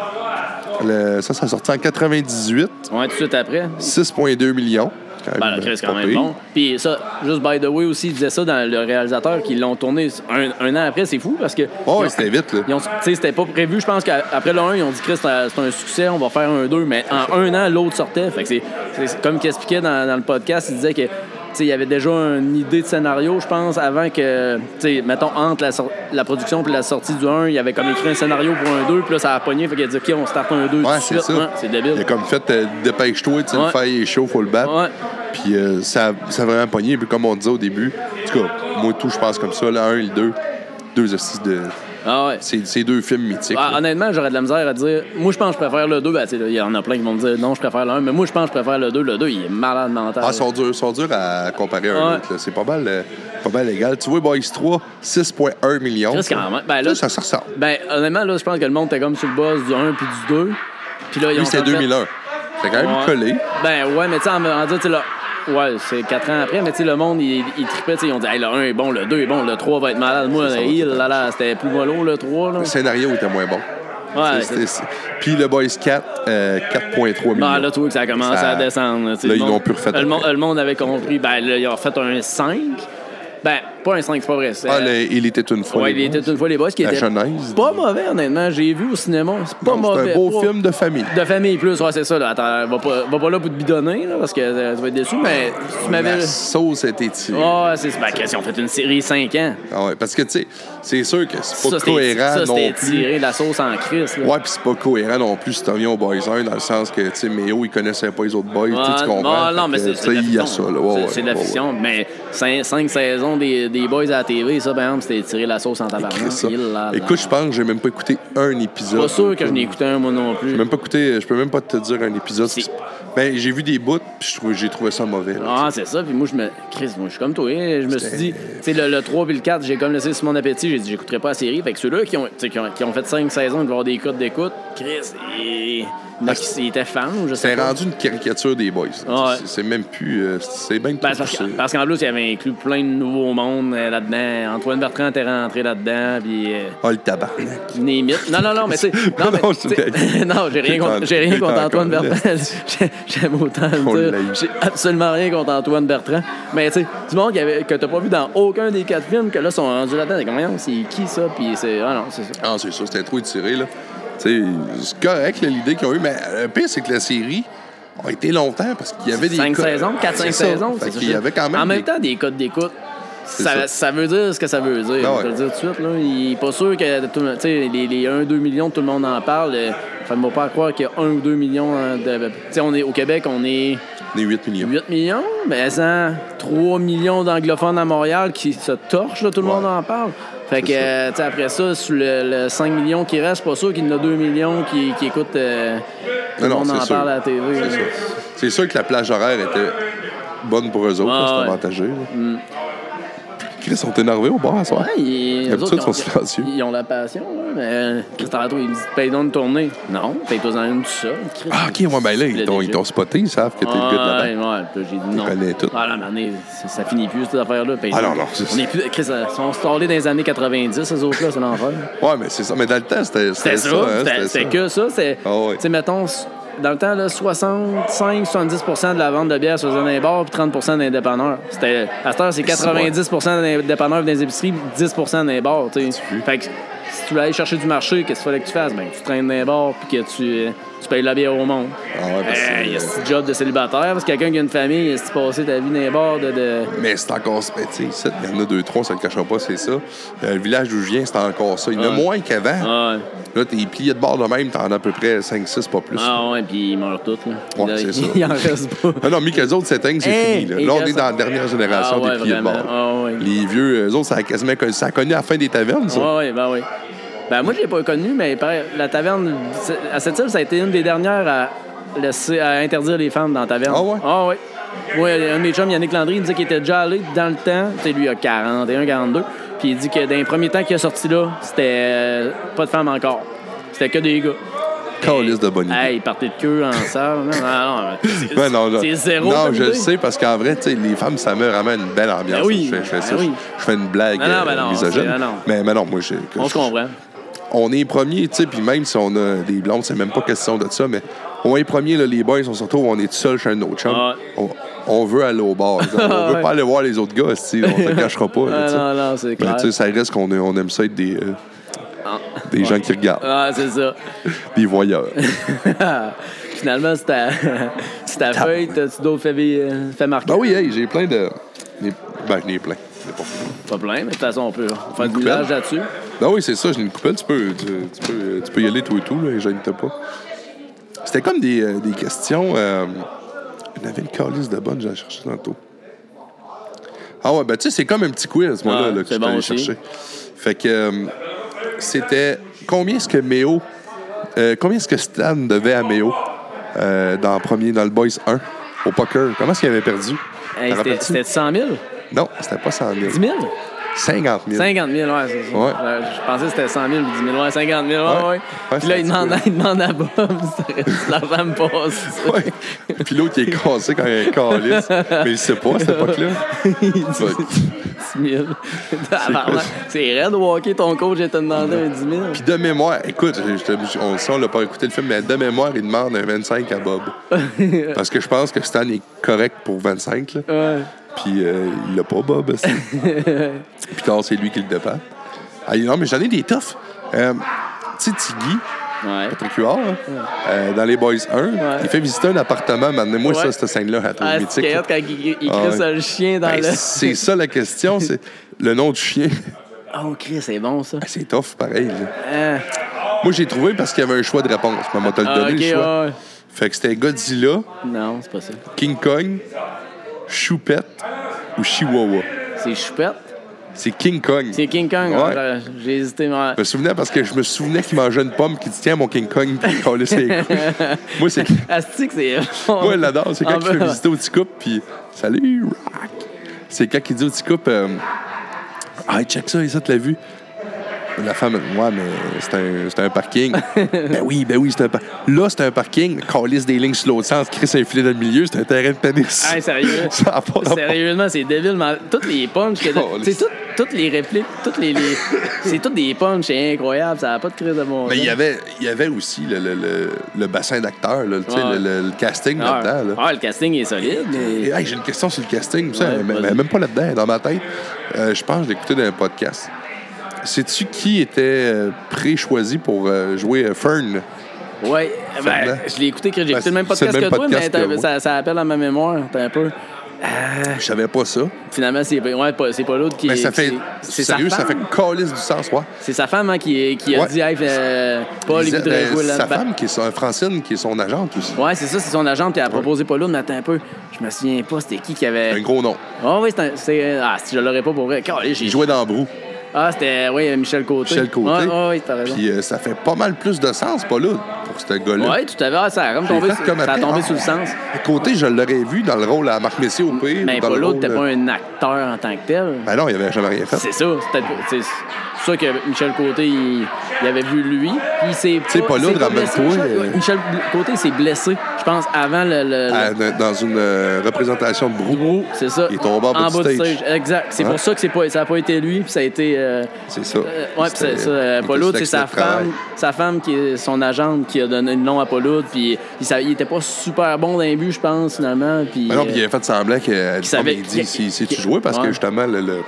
Speaker 1: le- ça, ça a sorti en 98,
Speaker 2: Ouais, tout de suite après.
Speaker 1: 6,2 millions. Quand même,
Speaker 2: Ben, la crise,
Speaker 1: euh,
Speaker 2: quand
Speaker 1: pas
Speaker 2: même
Speaker 1: pire.
Speaker 2: bon. Puis ça, juste by the way aussi, il disait ça dans le réalisateur qu'ils l'ont tourné un, un an après, c'est fou parce que.
Speaker 1: Ouais,
Speaker 2: ils
Speaker 1: ouais,
Speaker 2: ont-
Speaker 1: Oh, c'était vite, là.
Speaker 2: ils ont- Tu sais, c'était pas prévu. Je pense qu'après le 1, ils ont dit, Chris, c'est un- c'est un succès, on va faire un 2. Mais en un an, l'autre sortait. Fait que c'est- c'est c'est- comme qu'il expliquait dans, dans le podcast, il disait que. tu sais, Il y avait déjà une idée de scénario, je pense, avant que, tu sais, mettons, entre la, sor- la production et la sortie du 1, il y avait comme écrit un scénario pour un 2, puis là, ça a pogné, fait qu'il a dit, OK, on start un 2
Speaker 1: Ouais, c'est ça.
Speaker 2: C'est
Speaker 1: Il a
Speaker 2: débile.
Speaker 1: comme fait, euh, dépêche-toi, tu sais,
Speaker 2: Ouais.
Speaker 1: le fer il est chaud, faut le battre.
Speaker 2: Ouais.
Speaker 1: Puis euh, ça, ça a vraiment pogné. Puis comme on disait au début, en tout cas, moi tout, je pense comme ça, le 1 et le 2, deux assises de.
Speaker 2: Ah ouais.
Speaker 1: C'est c'est deux films mythiques.
Speaker 2: Ah,
Speaker 1: là.
Speaker 2: honnêtement, j'aurais de la misère à dire. Moi, je pense que je préfère le 2. Ben, tu sais, là, il y en a plein qui vont me dire non, je préfère le 1. Mais moi, je pense que je préfère le 2. Le 2, il est malade mental.
Speaker 1: Ah, ils sont durs, ils sont durs à comparer à un
Speaker 2: Ouais.
Speaker 1: autre. là. C'est pas mal, euh, pas mal égal. Tu vois, Boys 3, 6,1 millions.
Speaker 2: Chris, quand même. Ben, là,
Speaker 1: ça, ça se ressemble.
Speaker 2: ben, honnêtement, là, je pense que le monde était comme sur le boss du 1 puis du 2. Puis là, ils ont
Speaker 1: Lui, c'est
Speaker 2: comme fait-
Speaker 1: 2001. C'est quand même
Speaker 2: Ouais.
Speaker 1: collé.
Speaker 2: Ben, ouais, mais tu sais, en, en dire, tu sais, là. Ouais, c'est 4 ans après, mais tu sais, le monde, il, il trippait, tu sais, ils ont dit, hey, le 1 est bon, le 2 est bon, le 3 va être malade. Moi,
Speaker 1: ça, ça va
Speaker 2: il,
Speaker 1: tout être
Speaker 2: là, là, c'était plus mollo, le 3, là.
Speaker 1: Le scénario était moins bon.
Speaker 2: Ouais,
Speaker 1: C'est- c'est- c'est- Puis le Boys 4, euh, 4,3 millions.
Speaker 2: Ben, là, tu vois que ça a commencé
Speaker 1: Ça-
Speaker 2: à descendre. tu sais,
Speaker 1: Là, ils
Speaker 2: le monde-
Speaker 1: l'ont plus refait
Speaker 2: Le, monde-
Speaker 1: après.
Speaker 2: le monde avait compris. Ben, là, ils ont refait un 5. Ben, pas un 5, c'est pas vrai. c'est-
Speaker 1: Ah, le- il était une fois.
Speaker 2: ouais,
Speaker 1: les
Speaker 2: il
Speaker 1: Boys.
Speaker 2: était une fois les boys qui
Speaker 1: La
Speaker 2: était
Speaker 1: Genèse.
Speaker 2: pas mauvais, honnêtement. J'ai vu au cinéma. C'est pas
Speaker 1: Non,
Speaker 2: mauvais.
Speaker 1: C'est un beau
Speaker 2: Pas-
Speaker 1: film de famille.
Speaker 2: De famille plus, ouais, c'est ça. Là. Attends, va pas, va pas là pour te bidonner, là, parce que euh, tu vas être déçu, mais si tu m'avais.
Speaker 1: La sauce a été tirée.
Speaker 2: Ah, c'est ça. Ben, qu'est-ce qu'ils ont fait une série 5 ans?
Speaker 1: Ah ouais, parce que, tu sais, c'est sûr que c'est pas
Speaker 2: Ça, c'était-
Speaker 1: cohérent
Speaker 2: ça,
Speaker 1: non
Speaker 2: c'était
Speaker 1: plus.
Speaker 2: tiré la sauce en crise. là.
Speaker 1: Ouais, puis c'est pas cohérent non plus si t'en viens au Boys 1, dans le sens que, tu sais, Méo, il connaissait pas les autres boys, tu sais, tu
Speaker 2: Ouais,
Speaker 1: comprends.
Speaker 2: ouais, non,
Speaker 1: Fait
Speaker 2: mais
Speaker 1: que,
Speaker 2: c'est
Speaker 1: tu
Speaker 2: c'est de
Speaker 1: sais,
Speaker 2: la
Speaker 1: il y a ça,
Speaker 2: fiction.
Speaker 1: là. Ouais,
Speaker 2: C'est-
Speaker 1: ouais,
Speaker 2: c'est de la
Speaker 1: ouais, ouais.
Speaker 2: fiction, mais cinq, cinq saisons des, des Boys à la TV, ça, par exemple, c'était tirer la sauce en
Speaker 1: C'est
Speaker 2: tabarnak.
Speaker 1: ça.
Speaker 2: Il, là, là.
Speaker 1: Écoute, je pense que j'ai même pas écouté un épisode.
Speaker 2: Pas sûr que je n'ai écouté un, moi non plus.
Speaker 1: J'ai même pas écouté, je peux même pas te dire un épisode.
Speaker 2: Si.
Speaker 1: Ben, j'ai vu des bouts, puis je trouvais- j'ai trouvé ça mauvais. là,
Speaker 2: Ah, c'est ça. Puis moi, je me. Chris, moi, je suis comme toi. hein. Je me suis dit, tu sais, le, le 3 puis le 4, j'ai comme laissé sur mon appétit. J'ai dit, j'écouterai pas la série. Fait que ceux-là qui ont, tu sais, qui ont, qui ont fait 5 saisons, ils doivent avoir des codes d'écoute. Chris, ils- Donc, il était fan, ou je sais
Speaker 1: C'est
Speaker 2: pas.
Speaker 1: rendu une caricature des boys.
Speaker 2: Ah ouais.
Speaker 1: C'est- C'est même plus. euh, c'est bien
Speaker 2: Ben,
Speaker 1: plus euh,
Speaker 2: c'est parce, que-
Speaker 1: poussé.
Speaker 2: parce qu'en plus, il avait inclus plein de nouveaux mondes euh, là-dedans. Antoine Bertrand était rentré là-dedans, puis... euh,
Speaker 1: Ah, le tabarnak.
Speaker 2: Name it. Non, non, non, mais tu sais. Non, mais,
Speaker 1: Non, je
Speaker 2: tu sais,
Speaker 1: blague.
Speaker 2: non, j'ai rien contre, j'ai rien contre Antoine Bertrand. J'ai- J'aime autant
Speaker 1: On l'a
Speaker 2: le dire.
Speaker 1: eu.
Speaker 2: J'ai absolument rien contre Antoine Bertrand. Mais tu sais, du monde qui avait- que t'as pas vu dans aucun des quatre films, que là, sont rendus là-dedans. T'es comme, Voyons, c'est qui ça? Puis c'est. Ah non, c'est ça.
Speaker 1: Ah, c'est ça, c'était trop étiré, là. Tu sais, c'est correct, là, l'idée qu'ils ont eue, mais euh, le pire, c'est que la série a été longtemps parce qu'il y avait des.
Speaker 2: Cinq
Speaker 1: codes.
Speaker 2: saisons, quatre,
Speaker 1: C'est
Speaker 2: cinq
Speaker 1: ça.
Speaker 2: saisons.
Speaker 1: Fait
Speaker 2: c'est
Speaker 1: qu'il y
Speaker 2: ça.
Speaker 1: avait quand même.
Speaker 2: En même
Speaker 1: des-
Speaker 2: temps, des codes d'écoute. Ça,
Speaker 1: ça.
Speaker 2: ça. veut dire ce que ça veut dire.
Speaker 1: Ah ouais.
Speaker 2: Je vais le dire tout de suite. Là. Il n'est pas sûr que tout le monde- tu sais, les, les 1-2 millions, tout le monde en parle. Euh, Faites-moi pas croire qu'il y a 1 ou 2 millions. hein, de- tu sais, on est, au Québec, on est
Speaker 1: Des 8 millions.
Speaker 2: 8 millions, mais sans 3 millions d'anglophones à Montréal qui se torchent, là, tout le
Speaker 1: Ouais.
Speaker 2: monde en parle. Fait que,
Speaker 1: C'est ça.
Speaker 2: euh, tu sais, après ça, sur le, le 5 millions qui reste, pas sûr qu'il y en a 2 millions qui, qui écoutent. euh, tout
Speaker 1: Non,
Speaker 2: le
Speaker 1: non,
Speaker 2: monde en
Speaker 1: c'est sûr.
Speaker 2: parle à la TV.
Speaker 1: C'est
Speaker 2: là.
Speaker 1: sûr. C'est sûr que la plage horaire était bonne pour eux autres,
Speaker 2: Ah,
Speaker 1: là, c'était
Speaker 2: ouais. Mm.
Speaker 1: avantagé. là. Chris, ils sont énervés au bar à soir.
Speaker 2: Ouais, ils,
Speaker 1: D'habitude,
Speaker 2: eux autres,
Speaker 1: ils sont
Speaker 2: ils ont-
Speaker 1: silencieux.
Speaker 2: Ils ont la passion, là. Mais euh, Chris Tarato, il me dit paye donc une tournée. Non, paye-toi dans une tout seul. Chris,
Speaker 1: Ah, ok, ouais, ben là, ils
Speaker 2: Le
Speaker 1: t'ont-
Speaker 2: DG.
Speaker 1: ils t'ont spoté, ils savent que t'es le gars de la
Speaker 2: Ouais, ouais, puis j'ai dit non.
Speaker 1: connais tout.
Speaker 2: Ah, là, mané, ça, ça finit plus, cette affaire-là. paye
Speaker 1: Ah,
Speaker 2: donc.
Speaker 1: non, non, c'est-
Speaker 2: On est plus. Chris, euh, ils sont installés dans les années 90, ces autres-là, c'est l'enfer.
Speaker 1: Ouais, mais c'est ça. Mais dans le temps, c'était
Speaker 2: C'était ça,
Speaker 1: hein,
Speaker 2: c'était- c'était que ça. c'est-
Speaker 1: Ah ouais.
Speaker 2: Tu sais, mettons, s- dans le temps, là, 65-70 de la vente de bière se faisait dans les bars, puis 30 dans les dépanneurs. C'était- À cette heure, c'est 90 dans les dépanneurs, dans les épiceries, 10 dans les bars. tu sais.
Speaker 1: vu?
Speaker 2: Fait que si tu voulais aller chercher du marché, qu'est-ce qu'il fallait que tu fasses? Ben, tu traînes dans les bars, puis que tu, euh, tu payes de la bière au monde.
Speaker 1: Ah ouais, parce que-
Speaker 2: Eh, Il y a ce petit job de célibataire, parce que quelqu'un qui a une famille, si tu passais ta vie dans les bars de. de-
Speaker 1: Mais c'est encore ça. Ben, tu sais, ici, il y en a deux, trois, ça ne le cachera pas, c'est ça. Euh, le village d'où je viens, c'est encore ça. Il y en a
Speaker 2: Ouais.
Speaker 1: moins qu'avant.
Speaker 2: Ah ouais.
Speaker 1: Là, t'es plié de bord de même, t'en as à peu près 5-6, pas plus.
Speaker 2: Ah ouais, puis ils meurent tous. Là.
Speaker 1: Ouais,
Speaker 2: Là,
Speaker 1: c'est ça.
Speaker 2: Il en reste pas.
Speaker 1: Ah Non, non, mais que les autres s'éteignent, c'est
Speaker 2: Hey,
Speaker 1: fini. Là,
Speaker 2: et
Speaker 1: Là, on
Speaker 2: quand
Speaker 1: est
Speaker 2: ça-
Speaker 1: dans la dernière génération
Speaker 2: Ah ouais,
Speaker 1: des pliés de
Speaker 2: vraiment.
Speaker 1: bord.
Speaker 2: Ah ouais.
Speaker 1: Les vieux, eux autres, ça a quasiment connu, ça a connu la fin des tavernes, ça.
Speaker 2: Ouais, ouais, ben oui. Ben moi, je l'ai pas connu, mais pareil, la taverne, c'est- à cette île, ça a été une des dernières à, laisser, à interdire les femmes dans la taverne.
Speaker 1: Ah ouais?
Speaker 2: Ah ouais. Oui, un de mes chums, Yannick Landry, il me dit qu'il était déjà allé dans le temps. Tu sais, lui, il a 41, 42. Puis il dit que dans les premiers temps qu'il a sorti là, c'était euh, pas de femmes encore. C'était que des gars.
Speaker 1: Câlisse de bonne idée.
Speaker 2: Hey, ils partaient de queue en salle. Non, non, non, c'est-
Speaker 1: Ouais, non, là-
Speaker 2: C'est zéro.
Speaker 1: Non,
Speaker 2: bonne
Speaker 1: je le
Speaker 2: idée.
Speaker 1: sais, parce qu'en vrai, tu sais, les femmes, ça me ramène une belle ambiance.
Speaker 2: Ben oui,
Speaker 1: je, fais- je fais
Speaker 2: ben
Speaker 1: ça,
Speaker 2: oui.
Speaker 1: je, je fais une blague
Speaker 2: Non, non, ben
Speaker 1: euh,
Speaker 2: non,
Speaker 1: misogyne.
Speaker 2: c'est- non, non.
Speaker 1: Mais, mais non, moi, je, que
Speaker 2: On
Speaker 1: je-
Speaker 2: se comprend.
Speaker 1: on est premiers, tu sais, puis même si on a des blondes, c'est même pas question de ça, mais on est premiers, là, les boys, on se retrouve, on est tout seul chez un autre chum.
Speaker 2: Ah.
Speaker 1: On, on veut aller au bar. on veut
Speaker 2: Ouais.
Speaker 1: pas aller voir les autres gars, tu sais, on se le cachera pas. là,
Speaker 2: Ah,
Speaker 1: tu sais.
Speaker 2: non, non, c'est
Speaker 1: Mais
Speaker 2: clair.
Speaker 1: tu sais, ça reste qu'on est- on aime ça être des, euh, des gens qui regardent,
Speaker 2: Ah, c'est ça.
Speaker 1: des voyeurs.
Speaker 2: Finalement, c'est ta, c'est ta feuille, t'as-tu d'autres faits, euh, faits marquants?
Speaker 1: ben oui, hey, j'ai plein de. des- Ben, j'en ai plein. C'est pas-
Speaker 2: Pas plein, mais de toute façon, on peut on fait
Speaker 1: Une
Speaker 2: du village
Speaker 1: coupelle?
Speaker 2: là-dessus.
Speaker 1: Ben oui, c'est ça, j'ai une coupelle, tu peux, tu, tu peux, tu peux y aller tout et tout, là, et je t'ai pas. C'était comme des, euh, des questions. Euh, il y en avait une calice de bonne, j'en cherchais tantôt. Ah ouais, ben tu sais, c'est comme un petit quiz, moi,
Speaker 2: Ah,
Speaker 1: là, là, que
Speaker 2: c'est
Speaker 1: je suis
Speaker 2: bon
Speaker 1: allé
Speaker 2: aussi.
Speaker 1: chercher. Fait que euh, c'était combien est-ce que Méo, euh, combien est-ce que Stan devait à Méo euh, dans, premier, dans le Boys 1 au poker? Comment est-ce qu'il avait perdu?
Speaker 2: Hey,
Speaker 1: T'en
Speaker 2: c'était-
Speaker 1: rappelles-tu?
Speaker 2: C'était 100 000?
Speaker 1: Non, c'était pas 100 000.
Speaker 2: 10 000?
Speaker 1: 50 000.
Speaker 2: 50 000, ouais, c'est ça.
Speaker 1: Ouais.
Speaker 2: Euh, Je pensais que c'était 100 000 ou 10 000, ouais, 50 000, ouais,
Speaker 1: Ouais.
Speaker 2: ouais.
Speaker 1: Ouais,
Speaker 2: Puis là,
Speaker 1: c'est
Speaker 2: il
Speaker 1: un
Speaker 2: demande,
Speaker 1: petit
Speaker 2: il demande à Bob si l'argent me passe.
Speaker 1: Ouais. Puis l'autre, il est cassé quand il est calisse. Mais il sait pas à cette époque-là.
Speaker 2: il dit 10 000. Tabarnak. Ah, bah, C'est raide de walker ton coach, j'ai te demandé un 10 000.
Speaker 1: Puis de mémoire, écoute, je- je- on le sait, on l'a pas écouté le film, mais de mémoire, il demande un 25 à Bob. Parce que je pense que Stan est correct pour 25, là.
Speaker 2: Ouais.
Speaker 1: Puis euh, il l'a pas, Bob. aussi. Puis tard, c'est lui qui le dépasse. Ah, non, mais j'en ai des toughs. Euh, tu sais, Tiggy,
Speaker 2: Ouais.
Speaker 1: Patrick Huard, hein, euh, dans Les Boys 1, il fait visiter un appartement. maintenant moi
Speaker 2: Ouais.
Speaker 1: ça, cette scène-là, à trouve
Speaker 2: Ah, c'est
Speaker 1: mythique. là.
Speaker 2: quand il, il
Speaker 1: Ah,
Speaker 2: crisse
Speaker 1: ouais.
Speaker 2: le chien dans
Speaker 1: Ben,
Speaker 2: le...
Speaker 1: c'est ça la question, c'est le nom du chien.
Speaker 2: Oh, Chris, c'est bon, ça.
Speaker 1: Ah, C'est tough, pareil. là.
Speaker 2: Ah.
Speaker 1: Moi, j'ai trouvé parce qu'il y avait un choix de réponse. Maman t'a
Speaker 2: Ah,
Speaker 1: donné
Speaker 2: ok,
Speaker 1: le choix.
Speaker 2: ouais.
Speaker 1: Fait que c'était Godzilla,
Speaker 2: Non, c'est pas ça.
Speaker 1: King Kong, Choupette ou Chihuahua.
Speaker 2: C'est Choupette.
Speaker 1: C'est King Kong.
Speaker 2: C'est King Kong.
Speaker 1: Ouais.
Speaker 2: ouais, j'ai- J'ai hésité, mais.
Speaker 1: Je me souvenais parce que je me souvenais qu'il mangeait une pomme qui dit Tiens, mon King Kong, puis il collait ses couilles. Moi, c'est.
Speaker 2: Asti Ah, que c'est.
Speaker 1: Moi, l'adore. C'est quand
Speaker 2: Ah,
Speaker 1: il fait
Speaker 2: ben,
Speaker 1: visiter au petit couple, puis Salut, Rock. C'est quand il dit au petit couple euh, Ah, check ça, et ça, tu l'as vu. La femme, ouais, mais c'est un, c'est un parking. ben oui, ben oui, c'est un parking. Là, c'est un parking. Qu'on lisse des lignes sur l'autre sens, Chris a un filet dans le milieu, c'est un terrain de tennis.
Speaker 2: Hey, sérieux?
Speaker 1: Ça a pas rapport.
Speaker 2: Sérieusement, c'est débile. mais Toutes les punches que
Speaker 1: Oh,
Speaker 2: t'as-
Speaker 1: les-
Speaker 2: C'est tout- toutes les répliques, toutes les. les- c'est toutes des punches, c'est incroyable, ça n'a pas de crise de bon
Speaker 1: Mais il y
Speaker 2: sens.
Speaker 1: avait, il y avait aussi le, le- le- le bassin d'acteurs, là, tu sais, le,
Speaker 2: Ouais.
Speaker 1: le- le casting
Speaker 2: Ah,
Speaker 1: là-dedans. là.
Speaker 2: ah, le casting est solide. mais-
Speaker 1: Et, hey, J'ai une question sur le casting, ça,
Speaker 2: Ouais,
Speaker 1: elle-
Speaker 2: vas-y.
Speaker 1: elle est même pas là-dedans, dans ma tête. Euh, je pense que je l'ai écouté dans un podcast. Sais-tu qui était euh, pré-choisi pour euh, jouer euh, Fern?
Speaker 2: Ouais,
Speaker 1: Fernand.
Speaker 2: ben, je l'ai écouté, Chris, j'ai
Speaker 1: Ben,
Speaker 2: écouté le même
Speaker 1: c'est le
Speaker 2: podcast
Speaker 1: même
Speaker 2: que toi,
Speaker 1: podcast
Speaker 2: mais t'as-
Speaker 1: que-
Speaker 2: ça, ça appelle à ma mémoire, t'as un peu.
Speaker 1: Je savais pas ça.
Speaker 2: Finalement, c'est ouais, pas, c'est pas l'autre qui.
Speaker 1: Mais Ben, ça fait.
Speaker 2: Ah. C'est c'est sa
Speaker 1: sérieux, ça fait
Speaker 2: femme.
Speaker 1: calice du sens, ouais.
Speaker 2: C'est sa femme hein, qui, qui a
Speaker 1: Ouais.
Speaker 2: dit, hey, euh, Paul, il
Speaker 1: Lisa-
Speaker 2: voudrait
Speaker 1: ben,
Speaker 2: jouer là
Speaker 1: Sa femme, qui est son- Francine, qui est son agente aussi.
Speaker 2: Ouais, c'est ça, c'est son agent, puis elle a proposé Paul, mais attends un peu. Je me souviens pas, c'était qui qui avait.
Speaker 1: Un gros nom.
Speaker 2: Ah oui, c'est un- c'est. Ah, si je l'aurais pas pour vrai. Calé, j'ai
Speaker 1: Il jouait dans Brou.
Speaker 2: Ah, c'était. Oui, Michel Côté.
Speaker 1: Michel Côté.
Speaker 2: Ouais, ouais, ouais, t'as raison.
Speaker 1: Puis euh, ça fait pas mal plus de sens, pas là, pour ce gars-là.
Speaker 2: Ouais, tout à l'heure, ça a comme
Speaker 1: J'ai
Speaker 2: tombé,
Speaker 1: fait comme
Speaker 2: ça a
Speaker 1: après,
Speaker 2: tombé
Speaker 1: ah.
Speaker 2: sous le sens.
Speaker 1: Côté, je l'aurais vu dans le rôle à Marc Messier au pire.
Speaker 2: Mais
Speaker 1: ou dans
Speaker 2: Paul,
Speaker 1: le rôle,
Speaker 2: Ben, t'es
Speaker 1: euh,
Speaker 2: pas un acteur en tant que tel.
Speaker 1: Ben non, il avait jamais rien fait.
Speaker 2: C'est ça. C'est peut-être- C'est c'est ça que Michel Côté, il, il avait vu lui. Puis il s'est.
Speaker 1: sais, Paul
Speaker 2: il s'est
Speaker 1: Audre,
Speaker 2: pas blessé.
Speaker 1: rappelle-toi,
Speaker 2: Michel,
Speaker 1: euh,
Speaker 2: Michel Côté s'est blessé, je pense, avant le. le- le-
Speaker 1: À- dans une euh, représentation de Brou.
Speaker 2: Gros, c'est ça.
Speaker 1: Il est tombé en bas du
Speaker 2: du
Speaker 1: stage. Hein?
Speaker 2: Exact. C'est
Speaker 1: Ouais.
Speaker 2: pour ça que c'est pas, ça n'a pas été lui, puis ça a été. euh,
Speaker 1: C'est ça.
Speaker 2: euh, ouais, puis c'est
Speaker 1: C'était-
Speaker 2: ça. euh,
Speaker 1: il
Speaker 2: Paul
Speaker 1: était
Speaker 2: Oud, c'est sa
Speaker 1: accident de travail.
Speaker 2: femme, sa femme qui est son agente qui a donné le nom à Paul Oud, puis il, sa- il était pas super bon d'un but, je pense, finalement. Puis,
Speaker 1: Mais non, puis il
Speaker 2: euh,
Speaker 1: avait fait semblant qu'elle
Speaker 2: Qu'il savait-
Speaker 1: dit si, si
Speaker 2: qu'il-
Speaker 1: tu jouais parce que
Speaker 2: Ouais.
Speaker 1: justement, le, le-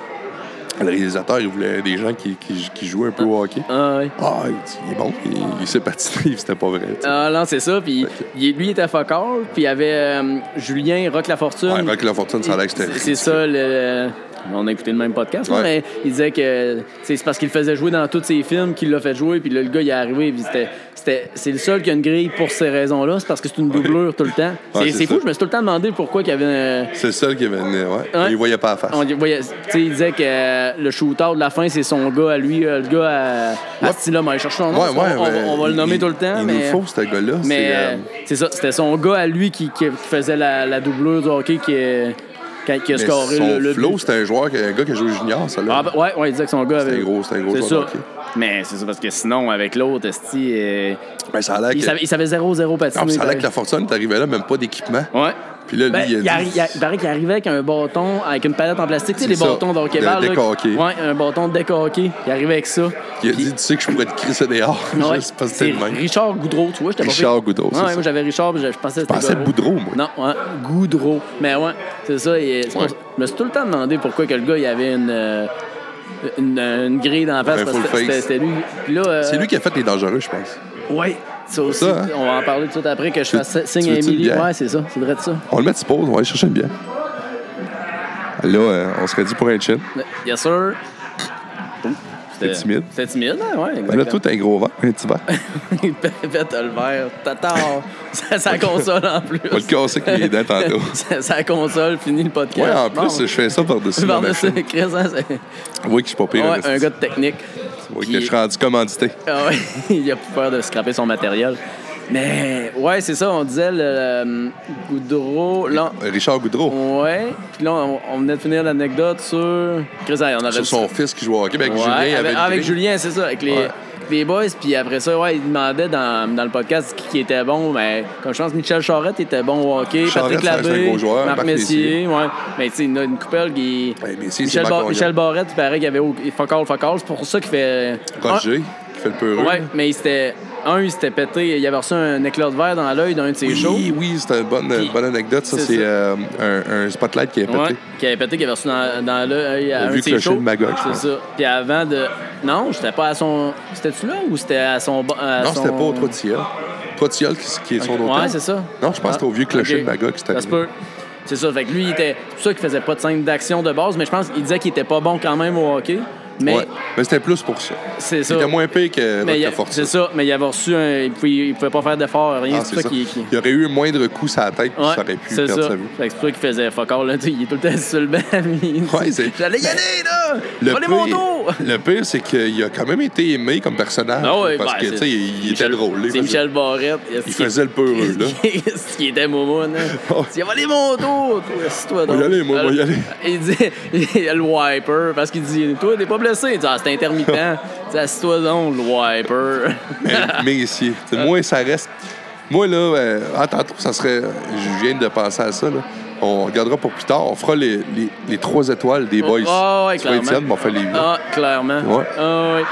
Speaker 1: le réalisateur, il voulait des gens qui, qui, qui jouaient un peu au hockey.
Speaker 2: ah, ouais.
Speaker 1: Ah, il dit, il est bon, il, il s'est patiné, c'était pas vrai. tu sais.
Speaker 2: Ah, non, c'est ça. Puis il- lui, il était focal, puis il y avait euh, Julien Rock La Fortune.
Speaker 1: Ouais, Rock La Fortune, ça a l'air que c'était
Speaker 2: C'est- C'est ça, le- on a écouté le même podcast, là,
Speaker 1: Ouais.
Speaker 2: mais il disait que c'est c'est parce qu'il le faisait jouer dans tous ses films qu'il l'a fait jouer, puis là, le gars, il est arrivé, puis c'était- c'était- c'est le seul qui a une grille pour ces raisons-là, c'est parce que c'est une doublure tout le temps. C'est-
Speaker 1: c'est
Speaker 2: c'est
Speaker 1: ça.
Speaker 2: fou, je me suis tout le temps demandé pourquoi qu'il y avait... euh,
Speaker 1: C'est le seul qui venait, ouais.
Speaker 2: Ouais.
Speaker 1: Il voyait pas la face.
Speaker 2: on y voyait- tu sais, il disait que euh, le shooter de la fin, c'est son gars à lui, euh, le gars à, à
Speaker 1: Ouais.
Speaker 2: Stila, mais cherche son nom,
Speaker 1: Ouais,
Speaker 2: on,
Speaker 1: ouais,
Speaker 2: on-
Speaker 1: mais
Speaker 2: on va le nommer
Speaker 1: il-
Speaker 2: tout le temps,
Speaker 1: Il
Speaker 2: mais...
Speaker 1: nous le faut, ce gars-là.
Speaker 2: Mais
Speaker 1: c'est,
Speaker 2: euh,
Speaker 1: euh,
Speaker 2: c'est ça, c'était son gars à lui qui, qui- qui faisait la, la doublure du hockey qui, euh, quand- qui a
Speaker 1: mais
Speaker 2: scoré
Speaker 1: son
Speaker 2: le, le
Speaker 1: flow,
Speaker 2: but.
Speaker 1: c'était un joueur, qui- un gars qui a joué junior, ça, là.
Speaker 2: Ah, ben, ouais, ouais, il disait que son gars
Speaker 1: C'était
Speaker 2: avait.
Speaker 1: un gros- c'était un gros
Speaker 2: C'est ça.
Speaker 1: joueur de hockey.
Speaker 2: Mais c'est ça, parce que sinon, avec l'autre, Esti. euh,
Speaker 1: Ben, ça a l'air
Speaker 2: il,
Speaker 1: que...
Speaker 2: savait, il savait 0-0 patiner.
Speaker 1: Ah, mais ça a l'air que la
Speaker 2: pareil.
Speaker 1: fortune, t'arrivais là, même pas d'équipement.
Speaker 2: Ouais.
Speaker 1: Puis là, lui,
Speaker 2: Ben,
Speaker 1: il a
Speaker 2: il,
Speaker 1: dit-
Speaker 2: arri- il a- il paraît qu'il arrivait avec un bâton, avec une palette en plastique, tu sais,
Speaker 1: C'est
Speaker 2: les
Speaker 1: ça,
Speaker 2: bâtons de hockey
Speaker 1: de
Speaker 2: ball, là.
Speaker 1: décoquer.
Speaker 2: Ouais, un bâton de décoqué. Il arrivait avec ça.
Speaker 1: Il a dit, tu sais que je pourrais te crisser dehors.
Speaker 2: Ouais,
Speaker 1: Je sais pas si
Speaker 2: c'est
Speaker 1: c'était le même.
Speaker 2: Richard Goudreau, tu vois, j'étais pas
Speaker 1: Richard
Speaker 2: fait-
Speaker 1: Goudreau, c'est
Speaker 2: Ouais,
Speaker 1: ça.
Speaker 2: moi j'avais Richard, puis je, je pensais que c'était
Speaker 1: pensais
Speaker 2: Goudreau.
Speaker 1: Boudreau, moi.
Speaker 2: Non, ouais, Goudreau. Mais ouais, c'est ça. et c'est pour
Speaker 1: Ouais.
Speaker 2: ça- Je me suis tout le temps demandé pourquoi que le gars, il avait une, euh, une, une grille dans la face.
Speaker 1: Ouais,
Speaker 2: parce
Speaker 1: full
Speaker 2: que c'était-
Speaker 1: face.
Speaker 2: c'était lui. Puis là, euh,
Speaker 1: C'est lui qui a fait les dangereux, je pense.
Speaker 2: Ouais, ça aussi.
Speaker 1: ça, hein?
Speaker 2: On va en parler tout de suite après que je
Speaker 1: Tu-
Speaker 2: fasse
Speaker 1: tu
Speaker 2: signe à
Speaker 1: veux-tu une
Speaker 2: Émilie.
Speaker 1: bière?
Speaker 2: Ouais, c'est ça. C'est vrai de ça.
Speaker 1: On le met sur pause, on va aller chercher une bière. Là, euh, on serait dit pour un chin.
Speaker 2: Yes, sir. C'était
Speaker 1: Oh, timide.
Speaker 2: C'était timide, hein, ouais.
Speaker 1: Ben
Speaker 2: Exactement.
Speaker 1: là, toi, t'as un gros verre, un petit verre.
Speaker 2: Pépette a le verre. T'attends. ça, ça console en plus.
Speaker 1: On va le casser avec les dents tantôt.
Speaker 2: ça, ça console, finit le podcast.
Speaker 1: Ouais, en
Speaker 2: Bon.
Speaker 1: plus, je fais ça par-dessus ma
Speaker 2: Par-dessus,
Speaker 1: machine.
Speaker 2: Chris, hein, c'est-
Speaker 1: Vous voyez que je suis pas pire.
Speaker 2: Ouais,
Speaker 1: hein,
Speaker 2: un
Speaker 1: c'est-
Speaker 2: gars de technique.
Speaker 1: Vous voyez que
Speaker 2: Puis-
Speaker 1: je suis rendu commandité.
Speaker 2: Ah ouais, il a plus peur de scraper son matériel. Mais ouais, c'est ça, on disait le euh, Goudreau. Là,
Speaker 1: Richard Goudreau.
Speaker 2: on- ouais. Puis là, on, on venait de finir l'anecdote sur. Chris, hey, on avait
Speaker 1: Sur son fils qui joue au hockey, ben, avec
Speaker 2: Ouais,
Speaker 1: Julien.
Speaker 2: avec,
Speaker 1: avait une
Speaker 2: avec
Speaker 1: grille.
Speaker 2: Julien, c'est ça, avec les,
Speaker 1: Ouais.
Speaker 2: les boys. Puis après ça, ouais, il demandait dans, dans le podcast qui, qui était bon. Mais comme je pense, Michel Charette était bon au hockey.
Speaker 1: Charette,
Speaker 2: Patrick
Speaker 1: c'est un
Speaker 2: Labbé,
Speaker 1: gros joueur,
Speaker 2: Marc
Speaker 1: Marc
Speaker 2: Messier. Ouais. Mais tu sais, il y en a une coupelle qui.
Speaker 1: Ouais, Messier, c'est
Speaker 2: Michel,
Speaker 1: Marc
Speaker 2: Bar-
Speaker 1: Gagnon.
Speaker 2: Michel Barrette, il paraît qu'il y avait au... focal, focal. C'est pour ça qu'il fait.
Speaker 1: Roger, qui fait le
Speaker 2: Un-
Speaker 1: peureux.
Speaker 2: Ah. ouais, mais il s'était. Un, il s'était pété. Il avait reçu un éclat de verre dans l'œil d'un de ses shows.
Speaker 1: Oui, oui, c'est une bonne,
Speaker 2: Puis-
Speaker 1: bonne anecdote. Ça,
Speaker 2: c'est
Speaker 1: c'est
Speaker 2: ça.
Speaker 1: euh, un, un spotlight qui est pété.
Speaker 2: Ouais, qui avait pété, qui avait reçu dans, dans euh, l'œil
Speaker 1: On
Speaker 2: à
Speaker 1: a
Speaker 2: un
Speaker 1: vu
Speaker 2: de ses
Speaker 1: clocher
Speaker 2: shows.
Speaker 1: le Magog, je pense.
Speaker 2: C'est ça. Puis avant de. Non, j'étais pas à son. C'était-tu là ou c'était à son. ba- à
Speaker 1: Non,
Speaker 2: son-
Speaker 1: c'était pas au Trois Tilleuls. Trois Tilleuls qui, qui est son hôtel.
Speaker 2: Ouais, c'est ça. Ah,
Speaker 1: Non, je pense que c'était au vieux clocher
Speaker 2: ok.
Speaker 1: de Magog que c'était
Speaker 2: Ça se peut. C'est ça. Fait que lui, il était. C'est pour ça qu'il faisait pas de scène d'action de base, mais je pense qu'il disait qu'il était pas bon quand même au hockey. Mais
Speaker 1: Ouais. Mais c'était plus pour ça.
Speaker 2: c'est ça.
Speaker 1: C'était moins pire que
Speaker 2: Mais il
Speaker 1: Rock
Speaker 2: y a-
Speaker 1: la Fortune.
Speaker 2: C'est ça, mais il avait reçu un. Il pouvait, il pouvait pas faire d'effort, rien.
Speaker 1: Ah,
Speaker 2: c'est ça,
Speaker 1: ça.
Speaker 2: qu'il. qu'il-
Speaker 1: Il y aurait eu un moindre coup sur la tête, puis
Speaker 2: Ouais,
Speaker 1: ça aurait pu
Speaker 2: c'est
Speaker 1: perdre
Speaker 2: ça.
Speaker 1: sa vue.
Speaker 2: Fait que c'est pour ça qu'il faisait fuck all, là. tu sais, Il est tout le temps sur le banc. puis il dit,
Speaker 1: Ouais, c'est- ben,
Speaker 2: J'allais y aller, là!
Speaker 1: Le
Speaker 2: Prenez
Speaker 1: pire-
Speaker 2: mon dos! Allô?
Speaker 1: Le pire, c'est qu'il a quand même été aimé comme personnage.
Speaker 2: Ah ouais,
Speaker 1: parce
Speaker 2: ben,
Speaker 1: que,
Speaker 2: c'est-
Speaker 1: tu sais, il, il était
Speaker 2: Michel-
Speaker 1: drôle. là, il
Speaker 2: C'est
Speaker 1: faisait-
Speaker 2: Michel Barrette.
Speaker 1: Il faisait le peureux, là.
Speaker 2: Ce qui était moumoune.
Speaker 1: Ouais.
Speaker 2: hein. Il dit Allez, mon tour, toi, c'est toi donc.
Speaker 1: y aller, moi,
Speaker 2: Alors,
Speaker 1: moi, y aller.
Speaker 2: Il dit Il y a le wiper, parce qu'il dit Toi, t'es pas blessé. Il dit Ah, c'est intermittent. Il dit Assis-toi donc, le wiper.
Speaker 1: mais, mais ici. Tu sais, Moi, ça reste. Moi, là, euh, ah, tantôt, ça serait. Je viens de penser à ça, là. On regardera pour plus tard. On fera les, les, les trois étoiles des boys.
Speaker 2: Ah, ouais,
Speaker 1: Tu vois,
Speaker 2: clairement.
Speaker 1: Étienne, mais on fait les huit.
Speaker 2: Ah, clairement.
Speaker 1: Ouais.
Speaker 2: Ah, ouais.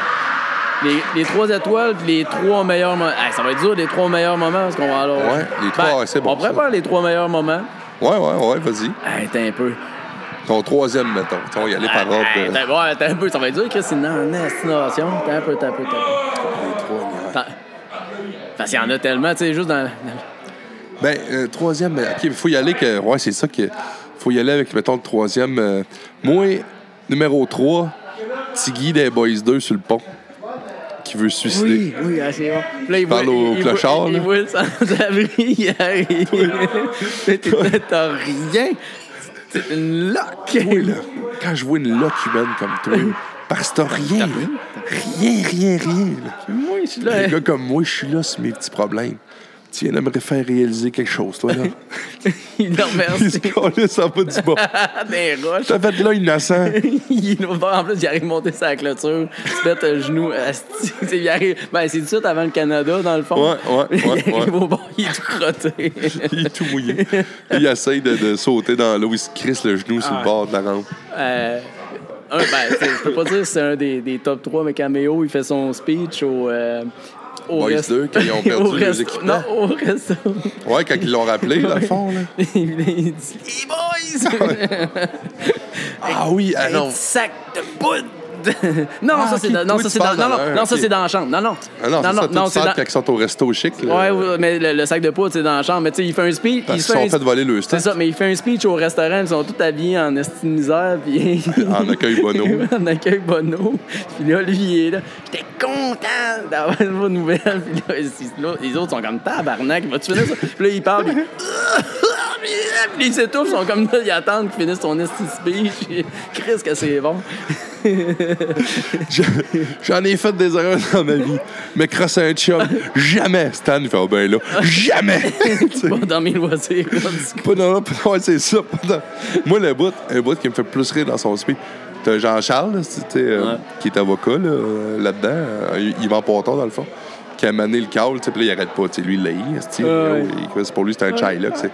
Speaker 2: Les, les trois étoiles puis les trois meilleurs moments. Ah, ça va être dur, les trois meilleurs moments, parce qu'on va alors.
Speaker 1: Ouais, les trois, ouais, c'est bon,
Speaker 2: On prépare les trois meilleurs moments.
Speaker 1: Ouais, ouais, ouais, vas-y.
Speaker 2: Ah, t'es un peu.
Speaker 1: Ton troisième, mettons. Tu sais, on va y aller par
Speaker 2: Ah,
Speaker 1: ordre.
Speaker 2: ah,
Speaker 1: euh,
Speaker 2: t'as- ouais, t'as un peu, ça va être dur, Chris, c'est une en estimation. T'as un peu, t'as un peu, t'as un
Speaker 1: les trois, ouais.
Speaker 2: peu. T'as- Parce qu'il y en a tellement, tu sais, juste dans. dans-
Speaker 1: Ben, euh, troisième, euh, OK, il faut y aller que. Ouais, c'est ça que. faut y aller avec, mettons, le troisième. euh, moi, numéro 3, Tiggy des Boys 2 sur le pont, qui veut se suicider.
Speaker 2: Oui, oui, ah, c'est bon. Puis Là, il
Speaker 1: Parle
Speaker 2: voit-
Speaker 1: au
Speaker 2: il- il
Speaker 1: clochard,
Speaker 2: voit- Il
Speaker 1: là.
Speaker 2: voit le sans-abri, il arrive. Mais t'es- ah, T'as rien. C'est une loque.
Speaker 1: Oui, là, quand je vois une loque humaine comme toi, parce que t'as rien, là. rien, rien, rien. là.
Speaker 2: Moi, je suis là.
Speaker 1: Les gars comme moi, je suis là sur mes petits problèmes. Tu viens de me faire réaliser quelque chose, toi, là.
Speaker 2: Il le
Speaker 1: Puis ce
Speaker 2: remercie.
Speaker 1: gars-là, ça va du bas.
Speaker 2: Des roches.
Speaker 1: T'as fait là, innocent.
Speaker 2: il est ouvert. En plus, il arrive monter sa clôture, il se pète le genou. asti. Tu sais, il arrive. Ben, c'est tout de suite avant le Canada, dans le fond.
Speaker 1: Ouais, ouais, ouais,
Speaker 2: il arrive
Speaker 1: ouais.
Speaker 2: au bord, il est tout crotté.
Speaker 1: Il est tout mouillé. Il essaye de, de sauter dans l'eau. Il se crisse le genou sur le bord de la rampe.
Speaker 2: Euh, un, ben, c'est- je peux pas dire que c'est un des, des top 3, mais Cameo, il fait son speech au. euh, au
Speaker 1: Boys 2 qui ont perdu
Speaker 2: au
Speaker 1: les
Speaker 2: rest-
Speaker 1: équipements.
Speaker 2: Non, au resto.
Speaker 1: Ouais, quand ils l'ont rappelé, dans le fond, là.
Speaker 2: il il dit Les boys!
Speaker 1: Ah oui, ah
Speaker 2: Un
Speaker 1: non.
Speaker 2: petit sac de poudre! non,
Speaker 1: Ah,
Speaker 2: ça c'est
Speaker 1: ok,
Speaker 2: dans, non,
Speaker 1: toi,
Speaker 2: ça
Speaker 1: tu
Speaker 2: c'est dans,
Speaker 1: parles
Speaker 2: non,
Speaker 1: dans
Speaker 2: non,
Speaker 1: un,
Speaker 2: non, ça
Speaker 1: ok.
Speaker 2: c'est dans la chambre. Non, non.
Speaker 1: Ah non, c'est ça, tu le sens quand ils sont au resto chic, là.
Speaker 2: Ouais, ouais, mais le, le sac de poudre, c'est dans la chambre. Mais tu sais, il fait un speech.
Speaker 1: Parce
Speaker 2: il
Speaker 1: qu'ils
Speaker 2: fait
Speaker 1: sont
Speaker 2: un-
Speaker 1: fait voler le stock
Speaker 2: C'est ça, mais il fait un speech au restaurant. Ils sont tous habillés en esti de misère. Puis...
Speaker 1: en accueil bono.
Speaker 2: en accueil Bono. Puis là, lui, il est là. J'étais content d'avoir une bonne nouvelle. Puis là, ils- là, les autres sont comme tabarnak. Va-tu finir ça? Puis là, il parle. Puis, puis ils s'étouffent. Ils sont comme là. Ils attendent qu'il finisse son esti de speech. Puis, Chris, que c'est bon.
Speaker 1: Je- J'en ai fait des erreurs dans ma vie. Mais crosser un chum, jamais. Stan, il fait, oh ben là, jamais. Tu sais,
Speaker 2: Pas dans mes loisirs. là, du
Speaker 1: pas dans- pas dans- ouais, c'est ça. pas dans- Moi, le bout, le bout qui me fait plus rire dans son speech, t'as Jean-Charles, là, tu sais, euh,
Speaker 2: Ouais.
Speaker 1: qui est avocat là, euh, là-dedans, euh, Yvan Ponton, dans le fond, qui a mané le câble, tu sais, puis là, il arrête pas. tu sais, Lui, il l'a eu, esti,
Speaker 2: ouais.
Speaker 1: il- c'est pour lui, c'est un chai, là. que c'est-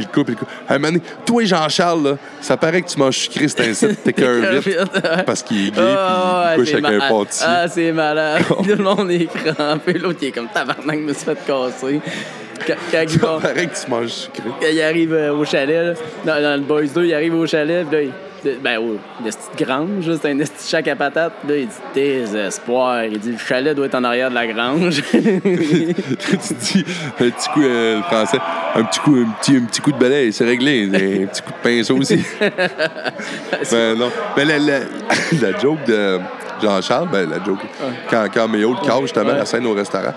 Speaker 1: Il le coupe, il le coupe. À un moment donné, toi et Jean-Charles, là, ça paraît que tu manges sucré, c'est un site, t'es qu'un
Speaker 2: T'es qu'un
Speaker 1: vite.
Speaker 2: vite, ouais.
Speaker 1: Parce qu'il est gay, puis
Speaker 2: Ah,
Speaker 1: il couche
Speaker 2: c'est
Speaker 1: avec un
Speaker 2: malade.
Speaker 1: pâtissier.
Speaker 2: Ah, c'est malade. Tout le monde est crampé. L'autre, il est comme tabarnak, je me suis fait casser. Quand, quand il, va-
Speaker 1: Ça paraît que tu manges sucré.
Speaker 2: quand il arrive euh, au chalet, là, dans, dans le Boys 2, il arrive au chalet, puis là, il, de- ben, au une petite grange, là, c'est un petit chac à patate, puis là, il dit désespoir. Il dit le chalet doit être en arrière de la grange.
Speaker 1: tu te dis un petit coup euh, français, un petit coup, un petit, un petit coup de balai, c'est réglé. Un petit coup de pinceau aussi. ben non. Mais la, la- la joke de Jean-Charles, ben la joke. Quand, quand Méo le câble, justement,
Speaker 2: Ouais.
Speaker 1: la scène au restaurant.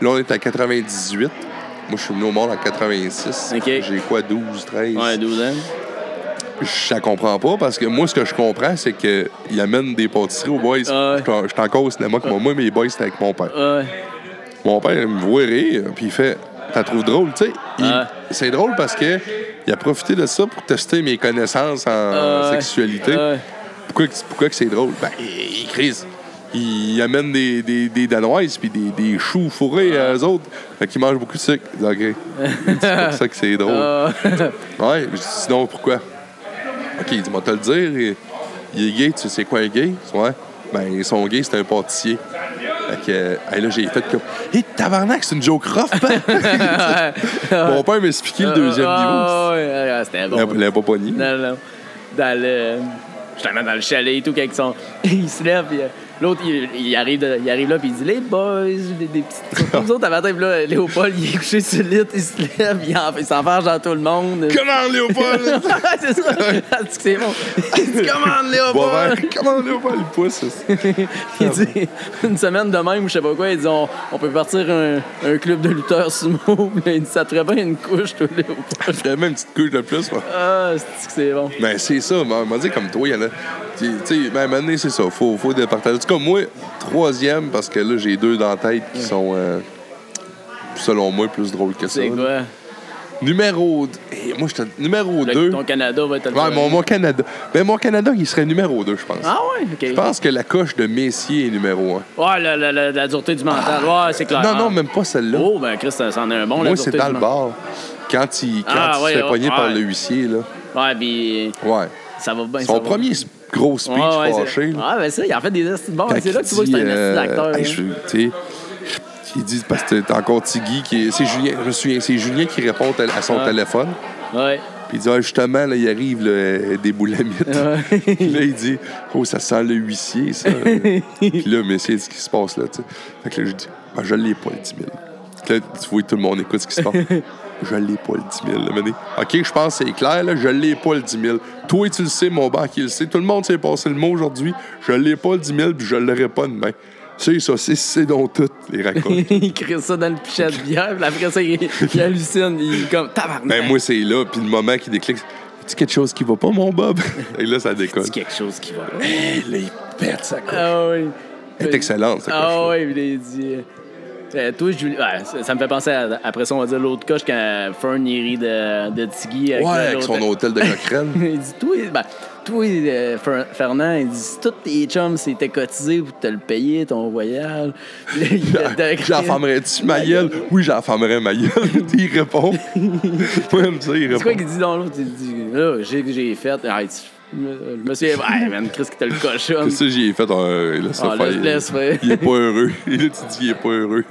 Speaker 1: Là, on est à 98. Moi, je suis venu au monde en 86.
Speaker 2: Ok.
Speaker 1: J'ai quoi, 12, 13?
Speaker 2: ouais, 12 ans.
Speaker 1: Je la comprends pas parce que moi, ce que je comprends, c'est qu'il amène des pâtisseries aux boys.
Speaker 2: Ah Ouais. Ah.
Speaker 1: Je suis encore au cinéma avec mon- moi, mes boys, c'était avec mon père.
Speaker 2: Ouais.
Speaker 1: Mon père, il me voit rire, puis il fait T'as trouvé drôle, tu sais. Il-
Speaker 2: Ouais.
Speaker 1: C'est drôle parce que il a profité de ça pour tester mes connaissances en
Speaker 2: Ouais.
Speaker 1: sexualité.
Speaker 2: Ouais.
Speaker 1: Pourquoi, que- pourquoi que c'est drôle? Ben, il, il crise. Il amène des, des, des Danoises puis des, des choux fourrés à eux autres. Fait qu'ils mangent beaucoup de sucre. Il dit, OK. C'est pour ça que c'est drôle.
Speaker 2: Ah,
Speaker 1: Ouais, mais je dis, sinon, pourquoi? OK, il dit, moi, te le dire, il- il est gay, tu sais quoi un gay? Je dis, Ouais. Ben, son gay, c'est un pâtissier. Fait que, euh, hey, là, j'ai fait comme, hé, tabarnak, c'est une joke rough, hein? Mon père m'a expliqué le deuxième
Speaker 2: Ah, ouais, ouais, c'était bon.
Speaker 1: niveau. Il l'avait pas pogné.
Speaker 2: Oh. Non, non, non. Dans le. Justement, dans le chalet et tout, quand ils sont. Ils se lèvent, puis euh, l'autre, il, il arrive de- il arrive là, puis il dit Les boys, des, des petites. Comme ça, t'avais puis là, Léopold, il est couché sur le lit, il se lève, il, en- il s'enferme dans tout le monde.
Speaker 1: Comment, Léopold?
Speaker 2: c'est ça, Ah, c'est que c'est bon. Il dit Commande,
Speaker 1: Bon,
Speaker 2: Léopold
Speaker 1: ben, comment, Léopold, il pousse?
Speaker 2: Il dit Une semaine de même, ou je sais pas quoi, il dit On, on peut partir un, un club de lutteurs sumo, Puis là, il dit Ça te ferait bien une couche, toi, Léopold.
Speaker 1: J'avais même une petite couche de plus, moi.
Speaker 2: Ah, c'est que c'est bon.
Speaker 1: Ben, c'est ça. On m'a dit comme toi, il y en a. Tu sais, ben, à un moment donné, c'est ça. Faut, faut départager. En tout cas, moi, troisième, parce que là, j'ai deux dans la tête qui sont, euh, selon moi, plus drôles que ça.
Speaker 2: C'est
Speaker 1: là.
Speaker 2: quoi?
Speaker 1: Numéro... d- eh, moi, j'étais numéro
Speaker 2: Le-
Speaker 1: 2.
Speaker 2: Ton Canada va être
Speaker 1: Ouais, mon, mon Canada. Ben, mon Canada, il serait numéro 2, je pense.
Speaker 2: Ah ouais, OK.
Speaker 1: Je pense que la coche de Messier est numéro 1.
Speaker 2: Ouais, la, la, la, la dureté du mental. Ouais, c'est clair.
Speaker 1: non, non, même pas celle-là.
Speaker 2: Ah. Oh, ben Chris, ça- c'en est un bon. la
Speaker 1: moi, c'est
Speaker 2: dureté
Speaker 1: dans
Speaker 2: du
Speaker 1: le
Speaker 2: mental.
Speaker 1: bar. Quand il, quand
Speaker 2: Ah,
Speaker 1: il se
Speaker 2: ouais,
Speaker 1: fait
Speaker 2: ouais,
Speaker 1: pogner par
Speaker 2: ouais.
Speaker 1: le huissier, là.
Speaker 2: Ouais, puis
Speaker 1: Ouais.
Speaker 2: ça va bien. ça
Speaker 1: Son
Speaker 2: va.
Speaker 1: premier s- gros speech
Speaker 2: Ouais, ouais, c'est-
Speaker 1: fâché, là.
Speaker 2: Ouais, ben ça, il a fait des estis de bons.
Speaker 1: Quand
Speaker 2: C'est
Speaker 1: il
Speaker 2: là que tu vois que
Speaker 1: dit,
Speaker 2: c'est un esti d'acteur.
Speaker 1: euh, Hey,
Speaker 2: hein.
Speaker 1: je suis- tu sais, il dit parce que t'es encore Tiggy qui est- c'est Julien je me souviens c'est Julien qui répond à- à son
Speaker 2: Ouais.
Speaker 1: téléphone
Speaker 2: Ouais.
Speaker 1: puis il dit Ah, justement là il arrive le, des boulamites
Speaker 2: Ouais.
Speaker 1: Puis là il dit oh ça sent le huissier ça puis là mais c'est ce qui se passe là tu sais fait que là je dis Ben, je l'ai pas le 10 000 Puis là tu vois tout le monde écoute ce qui se passe je l'ai pas le 10 000 là, mais, ok je pense que c'est clair là, je l'ai pas le 10 000 toi tu le sais mon banquier le sait tout le monde s'est passé le mot aujourd'hui je l'ai pas le 10 000 puis je l'aurai pas demain c'est ça c'est c'est donc tout les racontes
Speaker 2: il crée ça dans le pichet de bière, puis après ça, il, il hallucine. Il est comme tabarnak.
Speaker 1: Ben, moi, c'est là. Puis le moment qui déclic, c'est quelque chose qui va pas, mon Bob. Et là, ça décolle.
Speaker 2: c'est quelque chose qui va.
Speaker 1: Hey, là, il pète sa coche.
Speaker 2: Ah oui.
Speaker 1: Elle est excellente, sa coche.
Speaker 2: Ah oui, puis là, il dit. euh, euh, toi, Julien. ouais, ça, ça me fait penser à, après ça, on va dire l'autre coche quand Fern il rit de, de Tiggy. Avec
Speaker 1: ouais,
Speaker 2: le-
Speaker 1: avec son
Speaker 2: l'autre-
Speaker 1: hôtel de Cochrane.
Speaker 2: il dit, toi, ben, toi euh, Fer- Fernand, il dit, si tous tes chums c'était cotisé pour te le payer, ton voyage.
Speaker 1: J'enfermerais-tu ma gueule? Oui, j'enfermerais ma gueule. il répond. Moi, même ça, il
Speaker 2: C'est quoi
Speaker 1: répond.
Speaker 2: qu'il dit dans l'autre? Il dit, là, j'ai j'ai fait. Ah, il dit, je me- je me suis hey man, Chris, qui t'a le cochon.
Speaker 1: Ça, j'y ai fait un. Laisse
Speaker 2: Ah,
Speaker 1: faire.
Speaker 2: laisse- laisse faire.
Speaker 1: Il est pas heureux. Et là, tu dis qu'il est pas heureux.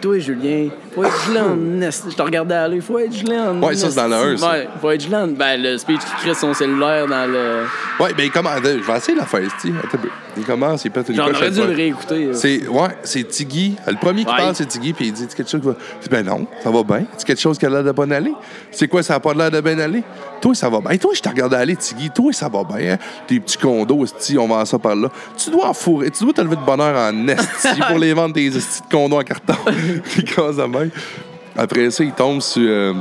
Speaker 2: Toi, Julien, faut être gelé en esti. Je te regardais aller, faut être gelé en
Speaker 1: Ouais, ça, c'est dans la
Speaker 2: esti.
Speaker 1: un, ça.
Speaker 2: Ouais, faut être gelé en. Ben, le speech qui crée son cellulaire dans le.
Speaker 1: Ouais, ben, il commence. Attends, Je vais essayer de la faire, tu sais. Attends un peu. Il commence, il pète une
Speaker 2: J'en
Speaker 1: coche.
Speaker 2: aurais
Speaker 1: elle
Speaker 2: dû
Speaker 1: va-
Speaker 2: le réécouter. là.
Speaker 1: C'est ouais, c'est Tiggy. Le premier qui
Speaker 2: euh, Ouais.
Speaker 1: parle, c'est Tiggy, puis il dit quelque chose qui va. Je dis, ben non, ça va bien. C'est quelque chose qui a l'air de bonne aller. C'est quoi, ça a pas l'air de bien aller? Toi, ça va bien. Hey, toi, je te regardais aller, Tiggy. Toi, ça va bien. hein? Tes petits condos, esti, on vend ça par là. Tu dois en fourrer. Tu dois te lever de bonheur en esti pour les vendre tes esti de condos en carton. Puis quand ça même. Après ça, il tombe sur. euh,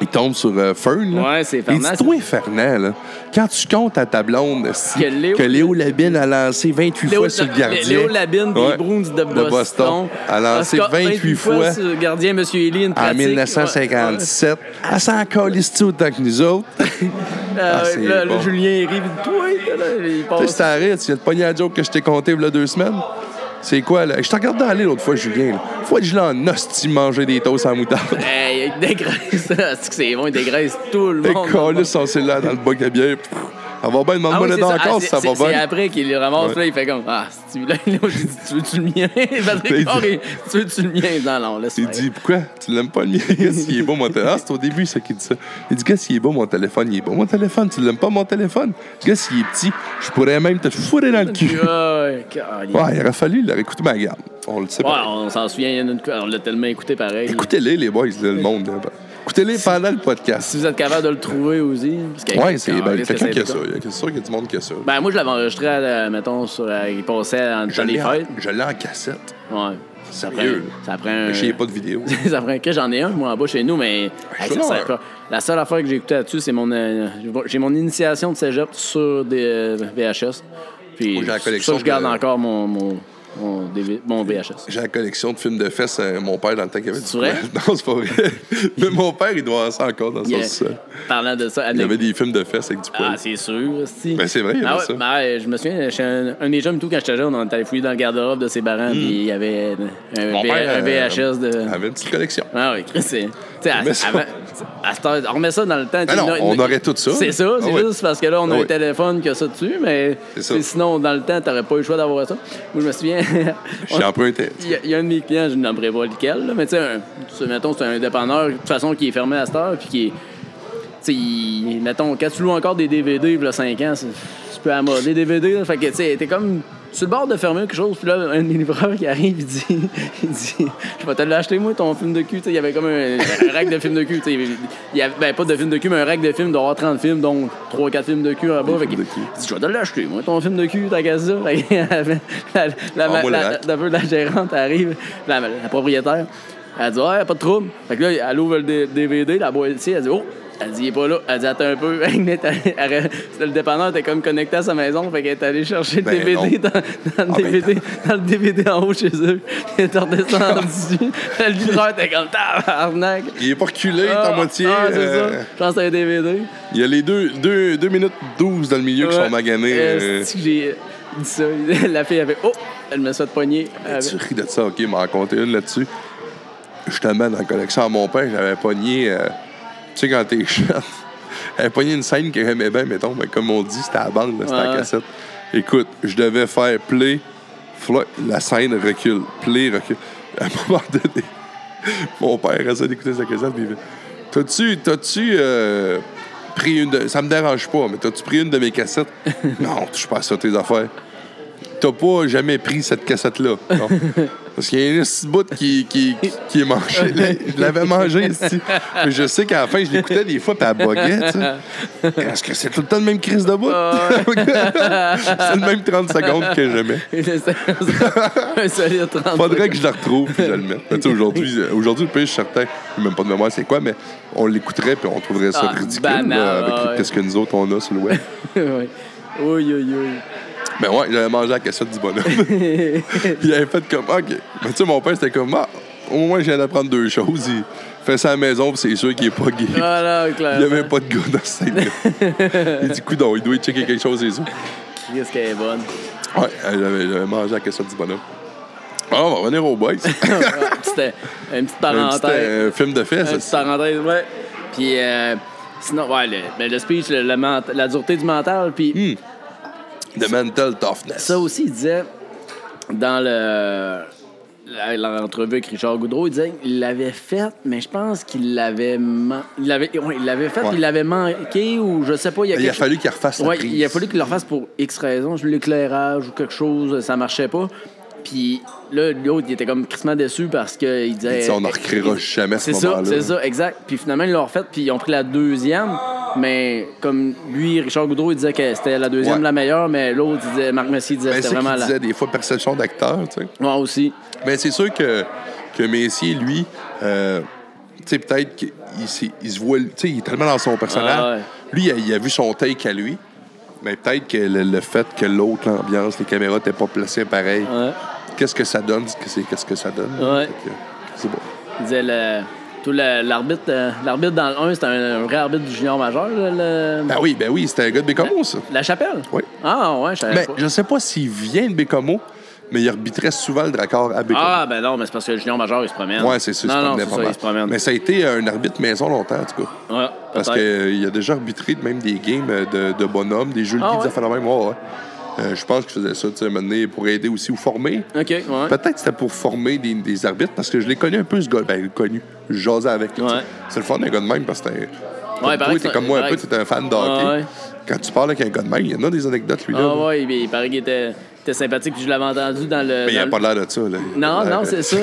Speaker 1: il tombe sur euh, Fern. là.
Speaker 2: Ouais, c'est
Speaker 1: Puis il dit,
Speaker 2: Fernand,
Speaker 1: Toi, Fernand, là, quand tu comptes à ta blonde esti,
Speaker 2: Que Léo-
Speaker 1: que Léo Labine a lancé 28 fois sur le gardien.
Speaker 2: Léo Labine des
Speaker 1: Ouais.
Speaker 2: Bruins de Boston.
Speaker 1: Boston. A lancé
Speaker 2: Oscar,
Speaker 1: 28 fois
Speaker 2: sur le gardien M. Ely, une
Speaker 1: en
Speaker 2: pratique.
Speaker 1: 1957. Elle s'en Ah, calisse autant que nous autres.
Speaker 2: Ouais. Euh,
Speaker 1: Ah, c'est
Speaker 2: là, là,
Speaker 1: bon.
Speaker 2: Julien il rit, il dit, Toi, là, il
Speaker 1: Tu sais,
Speaker 2: passe.
Speaker 1: c'est arrête, tu viens de pogner la joke que je t'ai compté il y a deux semaines. C'est quoi, là? Je t'ai regardé aller l'autre fois, Julien. Là. Faut que je l'ai en hostie manger des toasts à la moutarde.
Speaker 2: Hey, il dégraisse. Ah, C'est que c'est bon, il dégraisse tout le
Speaker 1: Et
Speaker 2: monde.
Speaker 1: calisse son cellulaire dans le bac à bière. Pff, Elle va bien,
Speaker 2: Ah
Speaker 1: demande-moi
Speaker 2: oui,
Speaker 1: le
Speaker 2: c'est
Speaker 1: dedans
Speaker 2: ça. Ah,
Speaker 1: encore si ça
Speaker 2: c'est-
Speaker 1: va
Speaker 2: c'est- C'est
Speaker 1: bien.
Speaker 2: après qu'il le ramasse,
Speaker 1: Ouais.
Speaker 2: là, il fait comme Ah, si tu veux, là, l'autre, il dit Tu veux-tu le mien Patrick Huard, il- Tu veux-tu le mien Il dit, Non, non, laisse
Speaker 1: Il
Speaker 2: faire.
Speaker 1: dit, pourquoi? Tu l'aimes pas le mien? Qu'est-ce qui est beau, mon téléphone? Ah, c'est au début, ça qui dit ça. Il dit, qu'est-ce qui est beau, mon téléphone? Il est beau, mon téléphone. Tu l'aimes pas, mon téléphone? Qu'est-ce qui est petit? Je pourrais même te le fourrer dans le cul.
Speaker 2: Ah, ouais, calé. Ouais,
Speaker 1: Ouais, il aurait fallu leur écouter ma garde. On le sait pas.
Speaker 2: on s'en souvient, il y en a une- on l'a tellement écouté pareil.
Speaker 1: Écoutez-les, les boys, là, le monde. là. Écoutez-les pendant le podcast.
Speaker 2: Si vous êtes capable de le trouver aussi. parce que-
Speaker 1: Ouais, c'est
Speaker 2: Ah,
Speaker 1: ben,
Speaker 2: qu'est-ce que
Speaker 1: quelqu'un qui a
Speaker 2: été
Speaker 1: ça. Il y a- C'est sûr qu'il y a du monde qui a ça.
Speaker 2: Ben, moi, je l'avais enregistré, euh, mettons, sur, euh, il passait en
Speaker 1: Je
Speaker 2: temps des
Speaker 1: l'ai en,
Speaker 2: fêtes.
Speaker 1: je l'ai en cassette.
Speaker 2: Ouais. Ça prend,
Speaker 1: Sérieux.
Speaker 2: ça prend un.
Speaker 1: Je sais pas de vidéo.
Speaker 2: ça prend que j'en ai un, moi, en bas chez nous, mais. Hey, ça
Speaker 1: non,
Speaker 2: sert
Speaker 1: un.
Speaker 2: pas. La seule affaire que j'ai écoutée là-dessus, c'est mon. euh, j'ai mon initiation de cégep sur des euh, VHS. Puis,
Speaker 1: Moi, j'ai la
Speaker 2: c'est pour ça
Speaker 1: collection
Speaker 2: que je garde
Speaker 1: de-
Speaker 2: encore mon, mon, mon, DV mon VHS.
Speaker 1: J'ai la collection de films de fesses à mon père dans le temps qu'il avait du
Speaker 2: C'est vrai?
Speaker 1: Non, c'est pas vrai. Mais mon père, il doit avoir ça encore dans
Speaker 2: Yeah.
Speaker 1: son sol.
Speaker 2: Parlant de ça,
Speaker 1: Il
Speaker 2: anecdote-
Speaker 1: avait des films de fesses avec du
Speaker 2: Ah,
Speaker 1: poil.
Speaker 2: c'est sûr, si.
Speaker 1: Ben, c'est vrai, il y avait
Speaker 2: ah, ouais,
Speaker 1: ça.
Speaker 2: ben, ouais, je me souviens, j'étais un, un des jeunes, tout, quand j'étais jeune, on était allé fouiller dans le garde-robe de ses parents, puis il y avait un, un
Speaker 1: Hmm. Mon
Speaker 2: V-
Speaker 1: père, euh,
Speaker 2: un VHS de.
Speaker 1: Il avait une petite collection.
Speaker 2: Ah oui, Chris, c'est. tu sais, à-
Speaker 1: met ça. Ah
Speaker 2: avant- à cette heure, on remet ça dans le temps. tu sais,
Speaker 1: non,
Speaker 2: no-
Speaker 1: on
Speaker 2: no-
Speaker 1: aurait tout ça.
Speaker 2: C'est ça, c'est
Speaker 1: Ah oui.
Speaker 2: juste parce que là, on a
Speaker 1: Ah
Speaker 2: un
Speaker 1: oui.
Speaker 2: téléphone qui a ça dessus, mais
Speaker 1: C'est ça.
Speaker 2: tu sais, sinon, dans le temps, t'aurais pas eu le choix d'avoir ça. Moi, je me souviens.
Speaker 1: J'ai
Speaker 2: on-
Speaker 1: emprunté.
Speaker 2: il y, a- il y a un de mes clients, je ne nommerai pas lequel, là, mais tu sais, un- ce- mettons, c'est un dépanneur, de toute façon, qui est fermé à cette heure, puis qui est. Tu sais, il- mettons, quand tu loues encore des DVD, là, 5 ans, c'est- tu peux amorder des DVD, là, fait que, tu sais, t'es comme. Sur le bord de fermer quelque chose, puis là, un des livreurs qui arrive, il dit, il dit Je vais te l'acheter, moi, ton film de cul. Tu sais, il y avait comme un, un rack de films de cul. tu sais. Il y avait, ben, pas de films de cul, mais un rack de films, il doit y avoir 30 films, dont 3-4 films de cul en bas. Fait que-
Speaker 1: films de cul.
Speaker 2: il dit Je vais te l'acheter, moi, ton film de cul, t'as qu'à ça. Fait que la- la- la-
Speaker 1: Envoie Ah, le
Speaker 2: la-
Speaker 1: rack.
Speaker 2: la- la gérante arrive, la, la propriétaire. Elle dit, ouais, pas de trouble. Fait que là, elle ouvre le D- DVD, la boîte ici, elle dit, oh, elle dit, il est pas là. Elle dit, attends un peu. Elle est allée- elle est- le dépanneur était comme connecté à sa maison, fait qu'elle est allée chercher le
Speaker 1: Ben
Speaker 2: DVD dans, dans
Speaker 1: Ah,
Speaker 2: le
Speaker 1: ben.
Speaker 2: DVD dans le DVD en haut chez eux. Elle est redescendue. le livreur était comme, tabarnak.
Speaker 1: Il est pas reculé, il est
Speaker 2: Ah,
Speaker 1: en moitié.
Speaker 2: ah, c'est
Speaker 1: euh,
Speaker 2: ça. Je pense que c'est un DVD.
Speaker 1: il y a les 2 deux, deux minutes 12 dans le milieu qui
Speaker 2: Ouais.
Speaker 1: sont maganés. euh,
Speaker 2: Euh, c'est-tu que j'ai dit ça. La fille avait, oh, elle me souhaite poignée.
Speaker 1: Tu ris de ça, ok, m'en raconter une là-dessus. Justement, dans la collection à mon père, j'avais pogné. euh, tu sais, quand t'es jeune, j'avais pogné une scène que j'aimais bien, mettons, mais comme on dit, c'était à la bande, là, c'était à
Speaker 2: Ouais.
Speaker 1: la cassette. Écoute, je devais faire play, fly, la scène recule, play, recule. À un moment donné, mon père essayait d'écouter sa cassette, puis il fait T'as-tu, t'as-tu euh, pris une de. Ça me dérange pas, mais t'as-tu pris une de mes cassettes Non, touche pas à ça, tes affaires t'as pas jamais pris cette cassette-là. Non. Parce qu'il y a une petite bout qui, qui, qui- qui est mangée. là. Je l'avais mangée ici. Mais je sais qu'à la fin, je l'écoutais des fois, puis elle boguait, tu sais. Est-ce que c'est tout le temps le même crise de bout? c'est le même 30 secondes que jamais.
Speaker 2: un solide 30
Speaker 1: Faudrait que je le retrouve puis je le mette. Mais tu sais, aujourd'hui, euh, aujourd'hui, le pire, je suis certain, j'ai même pas de mémoire c'est quoi, mais on l'écouterait puis on trouverait ça
Speaker 2: Ah,
Speaker 1: ridicule
Speaker 2: banal,
Speaker 1: là, avec
Speaker 2: ouais.
Speaker 1: ce que nous autres on a sur le web.
Speaker 2: oui, oui, oui.
Speaker 1: Mais Ben ouais, j'avais mangé la cassette du bonhomme. il avait fait comme, OK. Mais tu sais, mon père, c'était comme, ah, au moins, j'ai d'apprendre deux choses. Il fait ça à la maison, puis c'est sûr qu'il est pas gay.
Speaker 2: Voilà,
Speaker 1: Il
Speaker 2: clair.
Speaker 1: n'y avait pas de gars dans ce scène Il dit, coudon, il doit y checker quelque chose, c'est sûr.
Speaker 2: Qu'est-ce qu'elle est bonne.
Speaker 1: Ouais, euh, j'avais, j'avais mangé la cassette du bonhomme. Alors, on va revenir aux boys.
Speaker 2: Ah, C'était
Speaker 1: Un
Speaker 2: une petite
Speaker 1: petit
Speaker 2: parenthèse.
Speaker 1: euh, film de
Speaker 2: Une
Speaker 1: fesses.
Speaker 2: petite parenthèse, ouais. Puis, euh, sinon, ouais, le, ben, le speech, le- le ment- la dureté du mental, puis
Speaker 1: Hmm. The mental toughness.
Speaker 2: ça aussi, il disait dans le la- l'entrevue avec Richard Goudreau, il disait qu'il l'avait fait, mais je pense qu'il l'avait man- il l'avait ouais, il l'avait fait,
Speaker 1: Ouais. Ben,
Speaker 2: il l'avait manqué ou je sais pas, il y a
Speaker 1: il a
Speaker 2: quelque
Speaker 1: fallu qu'il refasse la
Speaker 2: Ouais,
Speaker 1: prise.
Speaker 2: il a fallu qu'il leur fasse pour X raisons, l'éclairage ou quelque chose, ça marchait pas. Puis là, l'autre, il était comme crissement déçu parce qu'il disait.
Speaker 1: Il dit, on ne recréera jamais ce
Speaker 2: Euh, C'est ça,
Speaker 1: moment-là. Ben,
Speaker 2: c'est ça, exact. Puis finalement, ils l'ont refait, puis ils ont pris la deuxième. Mais comme lui, Richard Goudreau, il disait que c'était la deuxième
Speaker 1: Ouais.
Speaker 2: la meilleure, mais l'autre, il disait, Marc Messier disait
Speaker 1: Mais
Speaker 2: que
Speaker 1: c'est
Speaker 2: c'était vraiment
Speaker 1: qu'il
Speaker 2: la.
Speaker 1: disait des fois perception d'acteur, tu sais.
Speaker 2: Moi aussi.
Speaker 1: Mais c'est sûr que, que Messier, lui, euh, tu sais, peut-être qu'il s'est- il se voit, tu sais, il est tellement dans son personnage. Lui, il a, il a vu son take à lui. Mais peut-être que le, le fait que l'autre, l'ambiance, les caméras n'étaient pas placées pareil,
Speaker 2: Ouais.
Speaker 1: qu'est-ce que ça donne? Qu'est-ce que c'est- Qu'est-ce que ça donne? Fait
Speaker 2: Ouais.
Speaker 1: que, C'est bon.
Speaker 2: Il disait le. Tout le- l'arbitre, euh, l'arbitre dans le 1, c'était un, un vrai arbitre du junior majeur, là, le-
Speaker 1: Ben oui, ben oui, c'était un gars de Bécomo, ça.
Speaker 2: La chapelle?
Speaker 1: Oui.
Speaker 2: Ah, ouais, je savais
Speaker 1: Mais
Speaker 2: pas.
Speaker 1: je sais pas s'il vient de Bécomo, mais il arbitrait souvent le Drakkar à Bécomo.
Speaker 2: Ah, ben non, mais c'est parce que le junior majeur, il se promène.
Speaker 1: ouais, c'est sûr,
Speaker 2: Non, non,
Speaker 1: il se promenait
Speaker 2: c'est
Speaker 1: pas
Speaker 2: ça,
Speaker 1: mal.
Speaker 2: il se promène.
Speaker 1: Mais ça a été un arbitre maison longtemps, en tout cas.
Speaker 2: Ouais,
Speaker 1: Parce
Speaker 2: peut-être.
Speaker 1: qu'il a déjà arbitré de même des games euh, de, de bonhommes, des jeux de
Speaker 2: Ah
Speaker 1: vie,
Speaker 2: ouais?
Speaker 1: des affaires de même. Ouais, ouais. Euh, je pense qu'il faisait ça, tu sais, un moment donné, pour aider aussi ou former.
Speaker 2: OK, ouais.
Speaker 1: Peut-être que c'était pour former des, des arbitres, parce que je l'ai connu un peu, ce gars. Ben, connu. Je jasais avec. là, tu sais.
Speaker 2: Ouais.
Speaker 1: C'est le fun d'un gars de même, parce que t'es
Speaker 2: Ouais,
Speaker 1: comme,
Speaker 2: pareil
Speaker 1: toi,
Speaker 2: que
Speaker 1: t'es
Speaker 2: ça-
Speaker 1: comme moi un
Speaker 2: pareil
Speaker 1: peu,
Speaker 2: que-
Speaker 1: t'es un fan de hockey.
Speaker 2: Ah ouais.
Speaker 1: Quand tu parles avec un gars de même, il y en a des anecdotes, lui-là.
Speaker 2: Ah, ouais, il, il paraît qu'il était, était sympathique, puis je l'avais entendu dans le.
Speaker 1: Mais il
Speaker 2: dans
Speaker 1: a
Speaker 2: le-
Speaker 1: pas l'air de ça. Là. Il a
Speaker 2: Non,
Speaker 1: l'air,
Speaker 2: non,
Speaker 1: euh,
Speaker 2: c'est ça.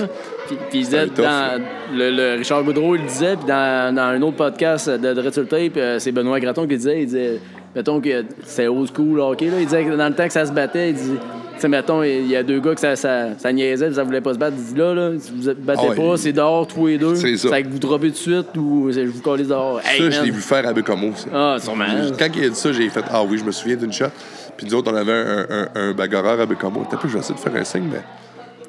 Speaker 2: Puis, puis il disait,
Speaker 1: C'est tough,
Speaker 2: dans, le, le Richard Goudreau, il disait, puis dans, dans un autre podcast de Dreadful Tape, euh, c'est Benoît Graton qui disait, il disait, mettons que c'est old school, le hockey, là, il disait que dans le temps que ça se battait, il dit, tu sais, mettons, il y a deux gars que ça, ça, ça niaisait, puis ça voulait pas se battre, il dit, là, là, si vous battez
Speaker 1: Ah ouais,
Speaker 2: pas,
Speaker 1: il-
Speaker 2: c'est dehors, tous les deux.
Speaker 1: C'est ça.
Speaker 2: Fait que vous dropez de suite ou c'est- je vous collez dehors.
Speaker 1: Ça,
Speaker 2: Hey,
Speaker 1: je
Speaker 2: man.
Speaker 1: l'ai vu faire à Bécomo, ça.
Speaker 2: Ah, sûrement.
Speaker 1: Quand il a dit ça, j'ai fait Ah oui, je me souviens d'une shot. Puis nous autres, on avait un, un, un bagarreur à Bécamo. T'as plus, je vais essayer de faire un signe, mais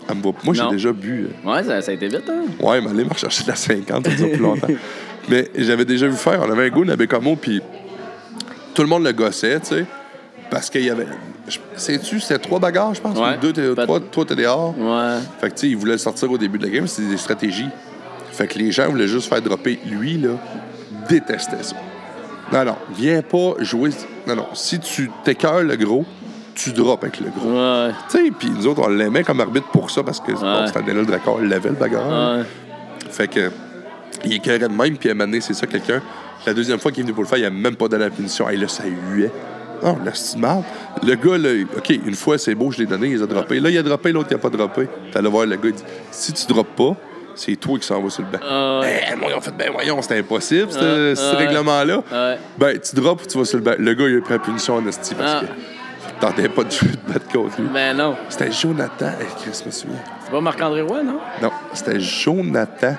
Speaker 1: elle me voit. Moi, j'ai
Speaker 2: Non.
Speaker 1: déjà bu. euh,
Speaker 2: Ouais, ça, ça a été vite, hein?
Speaker 1: Ouais, mais allez me rechercher de la 50, ça dure plus longtemps. mais j'avais déjà vu faire. On avait un goût à Bécamo, puis tout le monde le gossait, tu sais. Parce qu'il y avait. je- Sais-tu, c'était trois bagarres, je pense.
Speaker 2: Ouais.
Speaker 1: ou deux, t'es-
Speaker 2: Peut-
Speaker 1: trois, trois, t'es dehors.
Speaker 2: Ouais.
Speaker 1: Fait que, tu sais, ils voulaient le sortir au début de la game, c'était des stratégies. Fait que les gens voulaient juste faire dropper. Lui, là, détestait ça. Non, non, viens pas jouer. Non, non, si tu t'écœures le gros, tu drops avec le gros.
Speaker 2: Ouais.
Speaker 1: Tu sais, puis nous autres, on l'aimait comme arbitre pour ça parce que bon, cette année-là, le Drakkar l'avait, le bagarre.
Speaker 2: Ouais.
Speaker 1: Fait que, il écœurait de même, puis à un moment donné, c'est ça, quelqu'un, la deuxième fois qu'il est venu pour le faire, il a même pas donné la punition. Et là, ça huait. Non, là, c'est mal. Le gars, là, OK, une fois, c'est beau, je l'ai donné, il les a droppés. Là, il a droppé, l'autre, il a pas droppé. T'allais voir le gars, il dit Si tu droppes pas, c'est toi qui s'en vas sur le banc.
Speaker 2: Ah ouais.
Speaker 1: Ben, moi, ils ont fait, ben voyons, c'était impossible, ce,
Speaker 2: Ah,
Speaker 1: ce
Speaker 2: ah,
Speaker 1: règlement-là.
Speaker 2: ouais.
Speaker 1: Ben, tu drops ou tu vas sur le banc. Le gars, il a pris la punition en esti parce
Speaker 2: Ah.
Speaker 1: que. T'entendais pas de jeu de battre contre lui.
Speaker 2: Ben non.
Speaker 1: C'était Jonathan. Eh, Chris, je me souviens.
Speaker 2: C'est pas Marc-André Roy, non?
Speaker 1: Non, c'était Jonathan.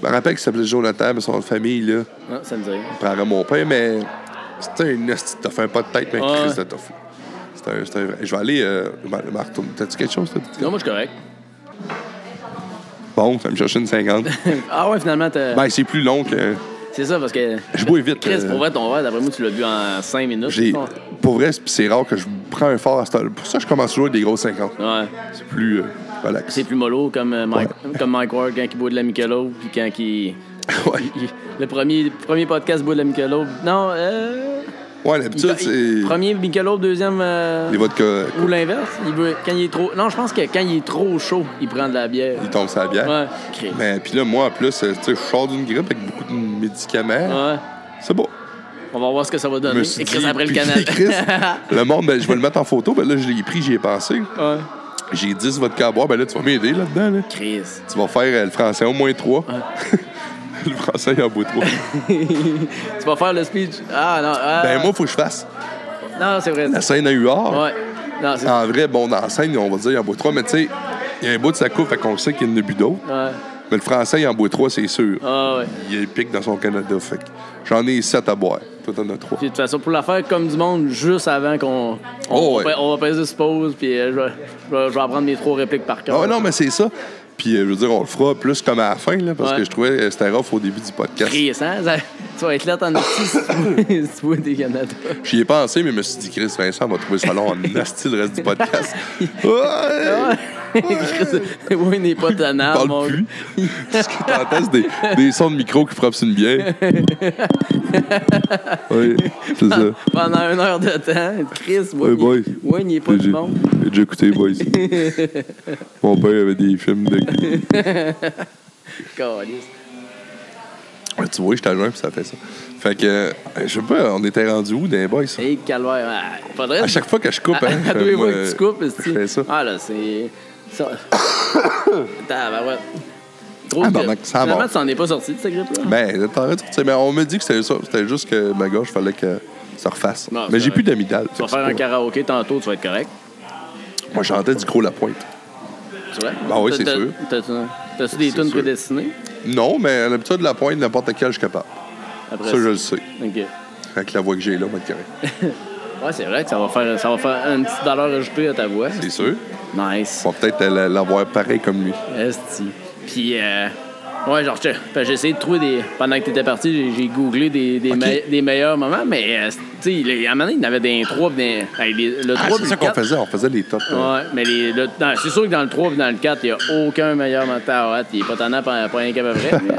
Speaker 1: Je me rappelle qu'il s'appelait Jonathan, mais son nom de famille, là,
Speaker 2: Non, ça me dit rien.
Speaker 1: prendrait mon père, mais c'était une hostie de toffe, un pas de tête, mais
Speaker 2: Ouais.
Speaker 1: Chris de toffe. C'était un, c'était un vrai. Je vais aller. Euh, Mar- Marc, t'as-tu quelque chose, toi?
Speaker 2: Non, moi, je suis correct.
Speaker 1: Bon, ça me chercher une 50.
Speaker 2: Ah ouais, finalement, t'as-
Speaker 1: ben, c'est plus long que.
Speaker 2: c'est ça, parce que...
Speaker 1: Je bois vite.
Speaker 2: Chris,
Speaker 1: euh,
Speaker 2: pour vrai, ton verre, d'après moi, tu l'as bu en 5 minutes.
Speaker 1: j'ai-
Speaker 2: je pense.
Speaker 1: Pour vrai, c'est- c'est rare que je prends un fort à cette heure. Pour ça, je commence toujours avec des gros 50.
Speaker 2: Ouais.
Speaker 1: C'est plus euh, relax.
Speaker 2: C'est plus mollo comme euh, Mike, comme Mike Ward quand il boit de la Michelob, puis quand il...
Speaker 1: ouais.
Speaker 2: il- Le premier, premier podcast boit de la Michelob. Non, euh...
Speaker 1: ouais,
Speaker 2: il-
Speaker 1: l'habitude, c'est.
Speaker 2: il- Premier Michelob, deuxième... euh,
Speaker 1: Les vodka.
Speaker 2: Ou l'inverse. Il veut- Quand il est trop... Non, je pense que quand il est trop chaud, il prend de la bière.
Speaker 1: Ils tombent sur la bière.
Speaker 2: Ouais, Chris.
Speaker 1: Mais puis là, moi, en plus, euh, tu sais, je sors d'une grippe avec beaucoup de médicaments.
Speaker 2: Ouais.
Speaker 1: C'est beau.
Speaker 2: On va voir ce que ça va donner. Et Chris, après le
Speaker 1: puis
Speaker 2: canal.
Speaker 1: Chris, le monde, ben, je vais le mettre en photo. Ben là, je l'ai pris, j'y ai pensé.
Speaker 2: ouais.
Speaker 1: J'ai 10 vodka à boire. Ben là, tu vas m'aider là-dedans. Là.
Speaker 2: Chris.
Speaker 1: Tu vas faire euh, le français au moins 3. le français, il en bout 3.
Speaker 2: tu vas faire le speech. Ah non. ah,
Speaker 1: ben moi, faut que je fasse
Speaker 2: Non, c'est vrai.
Speaker 1: la scène à UR.
Speaker 2: Ouais. Non, c'est.
Speaker 1: En vrai, bon, dans la scène, on va dire, il en boit 3. Mais tu sais, il y a un bout de sa coupe, fait qu'on sait qu'il en a bu d'autres.
Speaker 2: Ouais.
Speaker 1: Mais le français, il en boit 3, c'est sûr.
Speaker 2: Ah ouais.
Speaker 1: Il est pique dans son Canada. Fait que j'en ai 7 à boire. Toi, t'en as 3.
Speaker 2: Puis de toute façon, pour la faire comme du monde, juste avant qu'on. On,
Speaker 1: Oh, ouais.
Speaker 2: on va- on va peser ce pause, puis euh, je, vais, je, vais, je vais apprendre mes trois répliques par cœur.
Speaker 1: Ah ouais, non, mais c'est ça. Puis, euh, je veux dire, on le fera plus comme à la fin, là, parce
Speaker 2: Ouais.
Speaker 1: que je trouvais euh, c'était rough au début du podcast.
Speaker 2: Chris, hein? Ça- tu vas être là, t'en as si tu vois des Canada.
Speaker 1: J'y ai pensé, mais je me suis dit, Chris Vincent va trouver ça long en asti le reste du podcast. Ouais!
Speaker 2: Chris, ouais, il n'est pas
Speaker 1: Il
Speaker 2: tannant, mon
Speaker 1: parle plus. Parce que t'entends, c'est des, des sons de micro qui frappent sur une bière. oui, c'est ça.
Speaker 2: Pendant une heure de temps, Chris,
Speaker 1: Hey,
Speaker 2: ouais,
Speaker 1: boy.
Speaker 2: il- ouais, il n'est pas
Speaker 1: J'ai
Speaker 2: du monde.
Speaker 1: j'ai déjà écouté Boys. Mon père avait des films de.
Speaker 2: Calisse.
Speaker 1: Ouais, tu vois, je t'ajoute, puis ça fait ça. Fait que, euh, je sais pas, on était rendu où dans les Boys? ça?
Speaker 2: Hey, calvaire. Ah, faudrait.
Speaker 1: À chaque fois que je coupe,
Speaker 2: À-
Speaker 1: hein,
Speaker 2: à tous les
Speaker 1: moi,
Speaker 2: fois que tu coupes,
Speaker 1: je
Speaker 2: esti.
Speaker 1: fais ça.
Speaker 2: Ah là, c'est. Ça... Attends, ben ouais. Trop
Speaker 1: Ah,
Speaker 2: de-
Speaker 1: barnac, ça
Speaker 2: Finalement,
Speaker 1: va.
Speaker 2: tu t'en es pas sorti de cette grippe-là.
Speaker 1: Ben, t'aurais dû sortir. Mais on me dit que c'était ça. C'était juste que ma gorge, fallait que ça refasse.
Speaker 2: Non,
Speaker 1: mais
Speaker 2: c'est
Speaker 1: j'ai
Speaker 2: correct.
Speaker 1: plus d'amidale.
Speaker 2: tu vas faire un karaoké tantôt, tu vas être correct.
Speaker 1: Moi, j'entends du gros la pointe.
Speaker 2: C'est vrai?
Speaker 1: Ben oui,
Speaker 2: T'as-
Speaker 1: c'est
Speaker 2: t'as-
Speaker 1: sûr.
Speaker 2: t'as- T'as-tu des
Speaker 1: C'est
Speaker 2: tunes
Speaker 1: sûr.
Speaker 2: prédestinées?
Speaker 1: Non, mais à l'habitude de la pointe, n'importe quelle, je suis capable.
Speaker 2: Après
Speaker 1: Ça, je le sais.
Speaker 2: Ok.
Speaker 1: Avec la voix que j'ai là, va être correct.
Speaker 2: Ouais, c'est vrai que ça va faire, ça va faire un petit dollar ajouté à ta voix.
Speaker 1: C'est sûr.
Speaker 2: Nice.
Speaker 1: On va peut-être la- l'avoir pareil comme lui.
Speaker 2: Esti. Puis, euh, ouais, genre, j'ai- ben, j'ai essayé de trouver des. Pendant que t'étais parti, j'ai- j'ai googlé des, des,
Speaker 1: Ok.
Speaker 2: me- des meilleurs moments, mais, euh, tu sais, les- à un moment donné, il y en avait des 3 des. hey, les- le
Speaker 1: Ah,
Speaker 2: 3
Speaker 1: c'est ça qu'on faisait. On faisait les tops. euh,
Speaker 2: Ouais, mais les- le- non, c'est sûr que dans le 3 et dans le 4, il n'y a aucun meilleur mental. à hâte. Il n'est pas tannant pas, pas rien qu'à peu près. mais-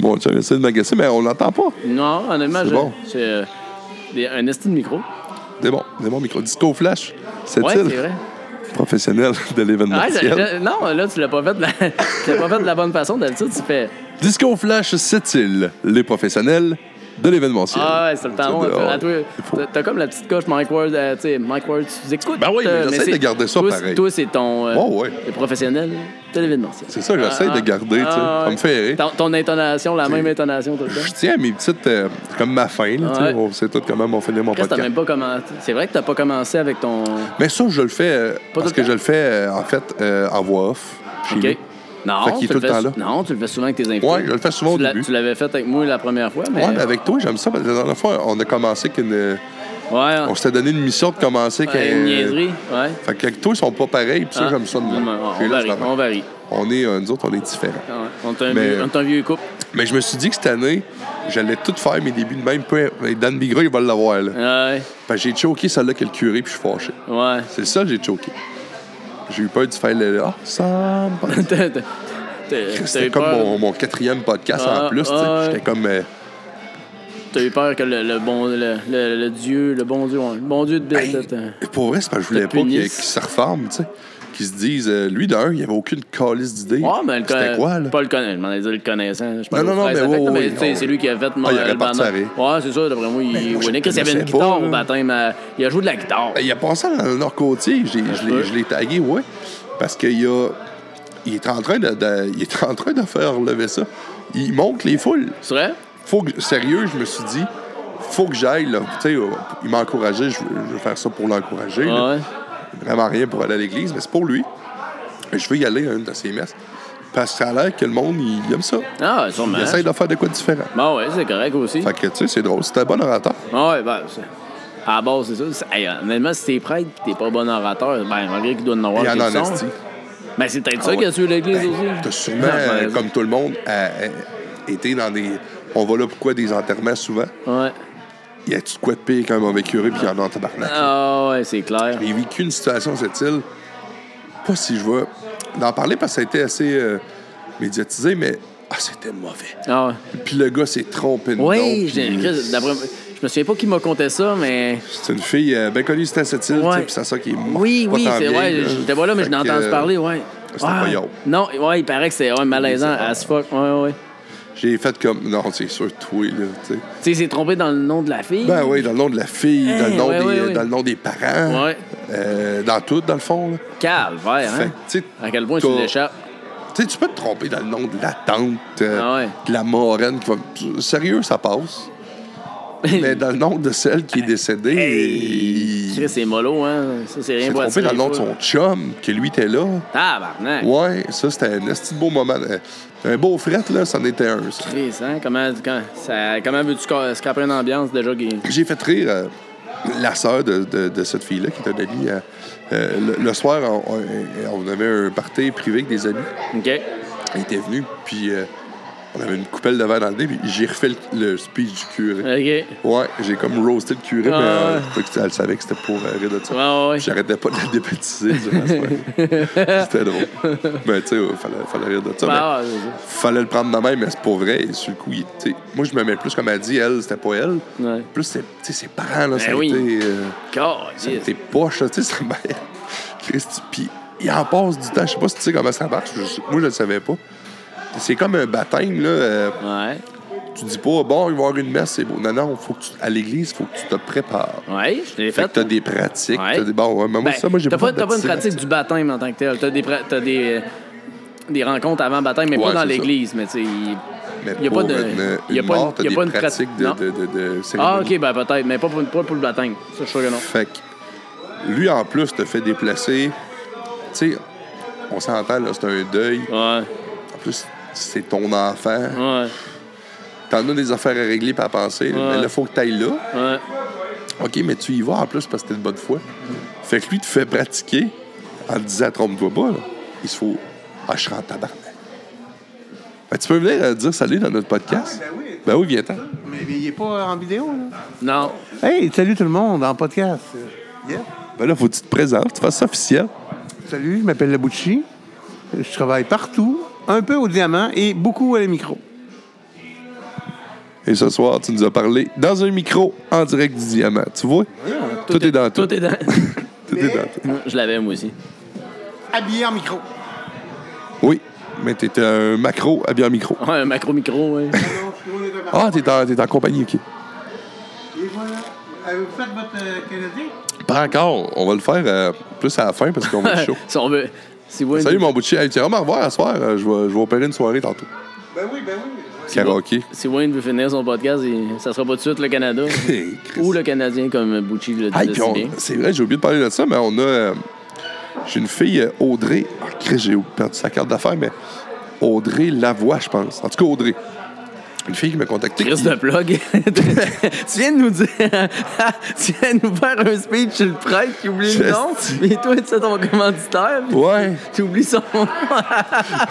Speaker 1: Bon, tu as essayé de m'agacer, mais on l'entend pas.
Speaker 2: non, honnêtement,
Speaker 1: C'est
Speaker 2: je-
Speaker 1: bon.
Speaker 2: c'est euh, des- un esti de micro.
Speaker 1: C'est bon. C'est bon, micro. Disco Flash. C'est
Speaker 2: Ouais, c'est vrai.
Speaker 1: professionnel de
Speaker 2: Ouais, je-
Speaker 1: l'événementiel.
Speaker 2: je- non, là, tu l'as pas fait de la, tu l'as pas fait de la bonne façon. D'habitude, tu fais.
Speaker 1: Disco Flash, c'est-il les professionnels de l'événementiel?
Speaker 2: Ah ouais, c'est le temps.
Speaker 1: Tu sais,
Speaker 2: T'as
Speaker 1: ah, il faut.
Speaker 2: t'as comme la petite coche Mike Ward, euh, tu sais, Mike Ward, tu écoutes.
Speaker 1: Ben oui, mais
Speaker 2: euh,
Speaker 1: j'essaie
Speaker 2: c'est-
Speaker 1: de garder ça
Speaker 2: toi,
Speaker 1: pareil.
Speaker 2: c'est- Toi, c'est ton. euh,
Speaker 1: Oh, ouais.
Speaker 2: Le professionnel de l'événementiel.
Speaker 1: C'est ça que j'essaie
Speaker 2: Ah,
Speaker 1: de garder, tu sais.
Speaker 2: ah,
Speaker 1: Ça me fait rire.
Speaker 2: Ton, ton intonation, la même intonation tout le temps.
Speaker 1: Je tiens à mes petites. euh, comme ma fin, là, tu sais.
Speaker 2: Ouais.
Speaker 1: On sait tout comment on finit mon
Speaker 2: Chris, t'as
Speaker 1: podcast.
Speaker 2: même pas commencé. C'est vrai que t'as pas commencé avec ton.
Speaker 1: Mais ça, je le fais euh, parce
Speaker 2: tout
Speaker 1: que
Speaker 2: le temps?
Speaker 1: je le fais, euh, en fait, euh, en voix off. chez
Speaker 2: OK.
Speaker 1: nous.
Speaker 2: Non,
Speaker 1: Fait qu'il est
Speaker 2: tu
Speaker 1: tout le
Speaker 2: fais
Speaker 1: temps
Speaker 2: sou-
Speaker 1: là.
Speaker 2: Non, tu le fais souvent avec tes invités.
Speaker 1: Ouais, je le fais souvent au
Speaker 2: Tu l'as-
Speaker 1: début.
Speaker 2: Tu l'avais fait avec moi la euh, première fois, mais.
Speaker 1: Ouais, ben, mais avec toi, j'aime ça parce que la dernière fois, on a commencé qu'une. euh,
Speaker 2: Ouais,
Speaker 1: On s'était donné une mission de commencer
Speaker 2: ouais,
Speaker 1: qu'un-
Speaker 2: une niaiserie. Ouais.
Speaker 1: Fait qu'avec toi, ils sont pas pareils, puis ça,
Speaker 2: Hein?
Speaker 1: j'aime ça de
Speaker 2: Ouais,
Speaker 1: même.
Speaker 2: On,
Speaker 1: J'ai là,
Speaker 2: varie.
Speaker 1: je l'avais.
Speaker 2: On varie.
Speaker 1: On est, euh, nous autres, on est différents.
Speaker 2: Ouais, On est un
Speaker 1: Mais- euh,
Speaker 2: vieux- on est un vieux couple.
Speaker 1: Mais je me suis dit que cette année, j'allais tout faire mes débuts de même. Peu... Dan Bigra, il va l'avoir, là.
Speaker 2: Ouais.
Speaker 1: Fait que j'ai choqué celle-là que le curé, puis je suis fâché.
Speaker 2: Ouais.
Speaker 1: C'est ça que j'ai choqué. J'ai eu peur de faire le. Ah, ça me passe.
Speaker 2: T'as- t'as- t'as- T'as
Speaker 1: C'était
Speaker 2: eu
Speaker 1: comme
Speaker 2: peur-
Speaker 1: mon, mon quatrième podcast en
Speaker 2: Ah,
Speaker 1: plus. tu sais.
Speaker 2: ah, ouais.
Speaker 1: J'étais comme. euh,
Speaker 2: t'as eu peur que le, le bon le, le- le dieu, le bon dieu, ouais, le bon dieu de
Speaker 1: Hey,
Speaker 2: de- de-
Speaker 1: pour vrai, c'est parce que je voulais
Speaker 2: te
Speaker 1: pas qu'il
Speaker 2: punisse.
Speaker 1: qu'il se reforme, tu sais. Qu'il se dise. euh, lui, d'un, il n'y avait aucune calice d'idée.
Speaker 2: Ouais, mais le
Speaker 1: C'était
Speaker 2: conna-
Speaker 1: quoi, là?
Speaker 2: Pas le connaissant, je m'en ai dit le connaissant. Je
Speaker 1: Non, non, non, mais ouais, ouais,
Speaker 2: tu sais,
Speaker 1: ouais.
Speaker 2: c'est lui qui a fait mon
Speaker 1: Ah, il aurait
Speaker 2: le
Speaker 1: parti
Speaker 2: bandage.
Speaker 1: arrêt.
Speaker 2: Ouais, c'est ça, d'après moi, il
Speaker 1: moi, je
Speaker 2: Winnick, il y avait
Speaker 1: connaissais
Speaker 2: une
Speaker 1: pas, hein.
Speaker 2: guitare
Speaker 1: là.
Speaker 2: au baptême. euh, Il a joué de la guitare.
Speaker 1: Ben, Il a passé dans le Nord-Côtier. Je l'ai- je l'ai-
Speaker 2: peut.
Speaker 1: je l'ai tagué, ouais. Parce qu'il y a. Il est, en train de, de- il est en train de faire lever ça. Il monte les foules.
Speaker 2: C'est vrai?
Speaker 1: Faut que, sérieux, je me suis dit, faut que j'aille. là. Tu sais, euh, il m'a encouragé, je, je vais faire ça pour l'encourager. là.
Speaker 2: Ah ouais?
Speaker 1: Vraiment rien pour aller à l'église, mais c'est pour lui. Et Je veux y aller à une de ses messes. Parce que ça a l'air que le monde, il aime ça.
Speaker 2: Ah, sûrement.
Speaker 1: Il essaie de faire de quoi de différent.
Speaker 2: Bon, ouais, c'est correct aussi.
Speaker 1: Fait que, tu sais, c'est drôle. C'est un bon orateur.
Speaker 2: Ah ouais, ben, c'est- à la base, c'est ça. C'est- hey, honnêtement, si t'es prêtre et t'es pas bon orateur, ben, malgré qu'il doit en avoir
Speaker 1: Il y en
Speaker 2: des
Speaker 1: a en
Speaker 2: leçons,
Speaker 1: esti.
Speaker 2: Ben, c'est peut-être
Speaker 1: Ah
Speaker 2: ça
Speaker 1: ouais.
Speaker 2: qui a tué l'Église
Speaker 1: Ben,
Speaker 2: aussi.
Speaker 1: T'as sûrement,
Speaker 2: Ah, ben,
Speaker 1: euh, comme tout le monde, euh, euh, été dans des. On va là pourquoi des enterrements souvent.
Speaker 2: Ouais.
Speaker 1: Y a-tu de quoi de pire qu'un mauvais curé puis il y en a en tabarnak?
Speaker 2: Ah ouais, c'est clair.
Speaker 1: J'ai vécu une situation à cette île, pas si je veux d'en parler parce que ça a été assez euh, médiatisé, mais ah, c'était mauvais.
Speaker 2: Ah ouais.
Speaker 1: Puis le gars s'est trompé de nom,
Speaker 2: Oui,
Speaker 1: puis-
Speaker 2: j'ai- Chris, d'après- je me souviens pas qui m'a conté ça, mais.
Speaker 1: C'est une fille euh, bien connue, c'était à cette île, tu sais,
Speaker 2: Ouais.
Speaker 1: puis c'est ça qui est morte.
Speaker 2: Oui,
Speaker 1: pas
Speaker 2: oui,
Speaker 1: tant
Speaker 2: c'est
Speaker 1: vieille,
Speaker 2: ouais,
Speaker 1: là.
Speaker 2: j'étais pas là, mais
Speaker 1: Fait
Speaker 2: je l'ai entendu
Speaker 1: que,
Speaker 2: parler, ouais.
Speaker 1: c'était
Speaker 2: Ah.
Speaker 1: pas yo.
Speaker 2: Non, ouais, il paraît que c'est ouais, malaisant
Speaker 1: C'est ça.
Speaker 2: as fuck. Ouais, ouais.
Speaker 1: euh, J'ai fait comme. Non, c'est sûr, toi, là, tu sais.
Speaker 2: Tu sais, il s'est trompé dans le nom de la fille.
Speaker 1: Ben oui, dans le nom de la fille, dans, le
Speaker 2: Hey,
Speaker 1: nom
Speaker 2: ouais,
Speaker 1: des,
Speaker 2: ouais, ouais.
Speaker 1: dans le nom des parents,
Speaker 2: Ouais.
Speaker 1: euh, dans tout, dans le fond. là.
Speaker 2: Calvaire,
Speaker 1: Fait
Speaker 2: hein.
Speaker 1: que, tu sais,
Speaker 2: À quel point tu
Speaker 1: t'as-
Speaker 2: l'échappes.
Speaker 1: Tu sais, tu peux te tromper dans le nom de la tante, euh,
Speaker 2: Ah ouais.
Speaker 1: de la moraine qui va. Sérieux, ça passe. Mais dans le nom de celle qui est décédée,
Speaker 2: Hey!
Speaker 1: il
Speaker 2: Chris, c'est mollo, hein. Ça, c'est rien
Speaker 1: s'est
Speaker 2: pour
Speaker 1: trompé dans le nom de
Speaker 2: attirer les
Speaker 1: son chum, que lui était là.
Speaker 2: foules. Tabarnak.
Speaker 1: Ouais, ça, c'était un esti de beau moment. Euh, Un beau fret, là, c'en était un. ça.
Speaker 2: Chris, hein. Comment, quand- ça- comment veux-tu ca- scraper une ambiance déjà qui.
Speaker 1: J'ai fait rire euh, la sœur de, de- de cette fille-là, qui était une amie. euh, euh, le, le soir, on, euh, on- on avait un party privé avec des amis.
Speaker 2: OK.
Speaker 1: Elle était venue, puis euh, on avait une coupelle de verre dans le nez, puis j'ai refait le, le speech du curé.
Speaker 2: OK.
Speaker 1: Ouais, j'ai comme roasté le curé,
Speaker 2: Ah
Speaker 1: mais euh,
Speaker 2: ouais.
Speaker 1: faut que tu- elle savait que c'était pour euh, rire de ça.
Speaker 2: Ouais, ouais.
Speaker 1: J'arrêtais pas de le dépétisser durant la soirée. C'était drôle. Mais tu sais, ouais, fallait, fallait rire de ça. mais
Speaker 2: Ah, c'est ça.
Speaker 1: fallait le prendre de même, mais c'est pour vrai. Et sur le coup, il- tu sais, moi, je me mets plus comme elle dit, elle, c'était pas elle.
Speaker 2: Ouais. Ben
Speaker 1: Plus, c'est- tu sais, ses parents, là, ça a
Speaker 2: oui.
Speaker 1: été, euh, ça a
Speaker 2: Calisse.
Speaker 1: été poche, là, tu sais, ça m'a. Christy, Puis il en passe du temps. Je sais pas si tu sais comment ça marche. je- moi, je le savais pas. C'est comme un baptême, là. euh,
Speaker 2: Ouais.
Speaker 1: tu dis pas, bon, il va y avoir une messe, c'est beau. Non, non, faut que tu, à l'église, il faut que tu te prépares.
Speaker 2: Ouais, je l'ai
Speaker 1: Fait que
Speaker 2: fait.
Speaker 1: t'as des pratiques.
Speaker 2: Ouais.
Speaker 1: T'as des... Bon, ouais, mais moi,
Speaker 2: Ben,
Speaker 1: ça, moi, j'ai
Speaker 2: t'as pas,
Speaker 1: de
Speaker 2: t'as pas une
Speaker 1: baptême.
Speaker 2: pratique du baptême en tant que tel. T'as des, pra- t'as des, euh, des rencontres avant baptême, mais
Speaker 1: Ouais,
Speaker 2: pas dans
Speaker 1: c'est ça.
Speaker 2: l'église. Mais tu sais, il-
Speaker 1: Mais
Speaker 2: y a
Speaker 1: pour
Speaker 2: pas de-
Speaker 1: une,
Speaker 2: y a
Speaker 1: une
Speaker 2: pas une-
Speaker 1: mort, t'as
Speaker 2: y a
Speaker 1: des
Speaker 2: pas une
Speaker 1: pratiques
Speaker 2: pratique,
Speaker 1: de,
Speaker 2: non.
Speaker 1: de, de, de
Speaker 2: Ah,
Speaker 1: cérémonie.
Speaker 2: ok, ben peut-être, mais pas pour, pas pour le baptême. Ça, je suis sûr que non.
Speaker 1: Fait que lui, en plus, te fait déplacer. Tu sais, on s'entend, là, c'est un deuil.
Speaker 2: Ouais,
Speaker 1: En plus, c'est ton enfant.
Speaker 2: ouais,
Speaker 1: T'en as des affaires à régler pas à penser. là.
Speaker 2: Ouais.
Speaker 1: Mais là, faut que t'ailles là.
Speaker 2: ouais.
Speaker 1: OK, mais tu y vas en plus parce que t'es de bonne foi. Fait que lui, te fait pratiquer en te disant, trompe-toi pas, là. Il se faut. Ah, je rentre tabarnak. Ben, tu peux venir euh, dire salut dans notre podcast?
Speaker 3: Ah oui, ben oui.
Speaker 1: Ben oui, viens-t'en.
Speaker 3: Mais, mais il est pas en vidéo, là.
Speaker 2: Non.
Speaker 3: Hey, salut tout le monde, en podcast. Yeah.
Speaker 1: Ben là, faut que tu te présentes, tu fasses ça officiel.
Speaker 3: Salut, je m'appelle Labouchi. Je travaille partout, un peu au diamant et beaucoup à la micro.
Speaker 1: Et ce soir, tu nous as parlé dans un micro en direct du diamant. Tu vois? tout, est dans tout.
Speaker 2: Tout est dans.
Speaker 1: Tout est dans tout.
Speaker 2: je l'avais, moi aussi.
Speaker 3: Habillé en micro.
Speaker 1: Oui, mais t'es un macro habillé en micro.
Speaker 2: Ouais, un macro-micro, ouais.
Speaker 1: Ah, t'es en, t'es en compagnie, OK.
Speaker 3: Et voilà. Euh, Vous faites votre Canadien?
Speaker 1: Pas encore. On va le faire euh, plus à la fin parce qu'on va être chaud.
Speaker 2: si on veut. Si vous
Speaker 1: Salut, mon bouchier. Hey, tiens, on va me revoir à soir. Euh, Je vais, je vais opérer une soirée tantôt.
Speaker 3: Ben oui, ben oui.
Speaker 1: Karaoké.
Speaker 2: Si Wayne veut finir son podcast, il- ça sera pas tout de suite le Canada.
Speaker 1: Hey, Chris.
Speaker 2: ou le Canadien, comme Bucci le
Speaker 1: Hey,
Speaker 2: disait
Speaker 1: puis
Speaker 2: si
Speaker 1: on-
Speaker 2: bien.
Speaker 1: c'est vrai, j'ai oublié de parler de ça, mais on a. euh, j'ai une fille, euh, Audrey. Ah, Chris, j'ai perdu sa carte d'affaires, mais Audrey Lavoie, je pense. En tout cas, Audrey. Une fille qui m'a contacté.
Speaker 2: Chris
Speaker 1: qui-
Speaker 2: de plug. tu viens de nous dire. tu viens de nous faire un speech sur le prêtre qui oublie le
Speaker 1: Je
Speaker 2: nom. Et toi, tu sais ton commanditaire. puis
Speaker 1: Ouais.
Speaker 2: Tu oublies son nom.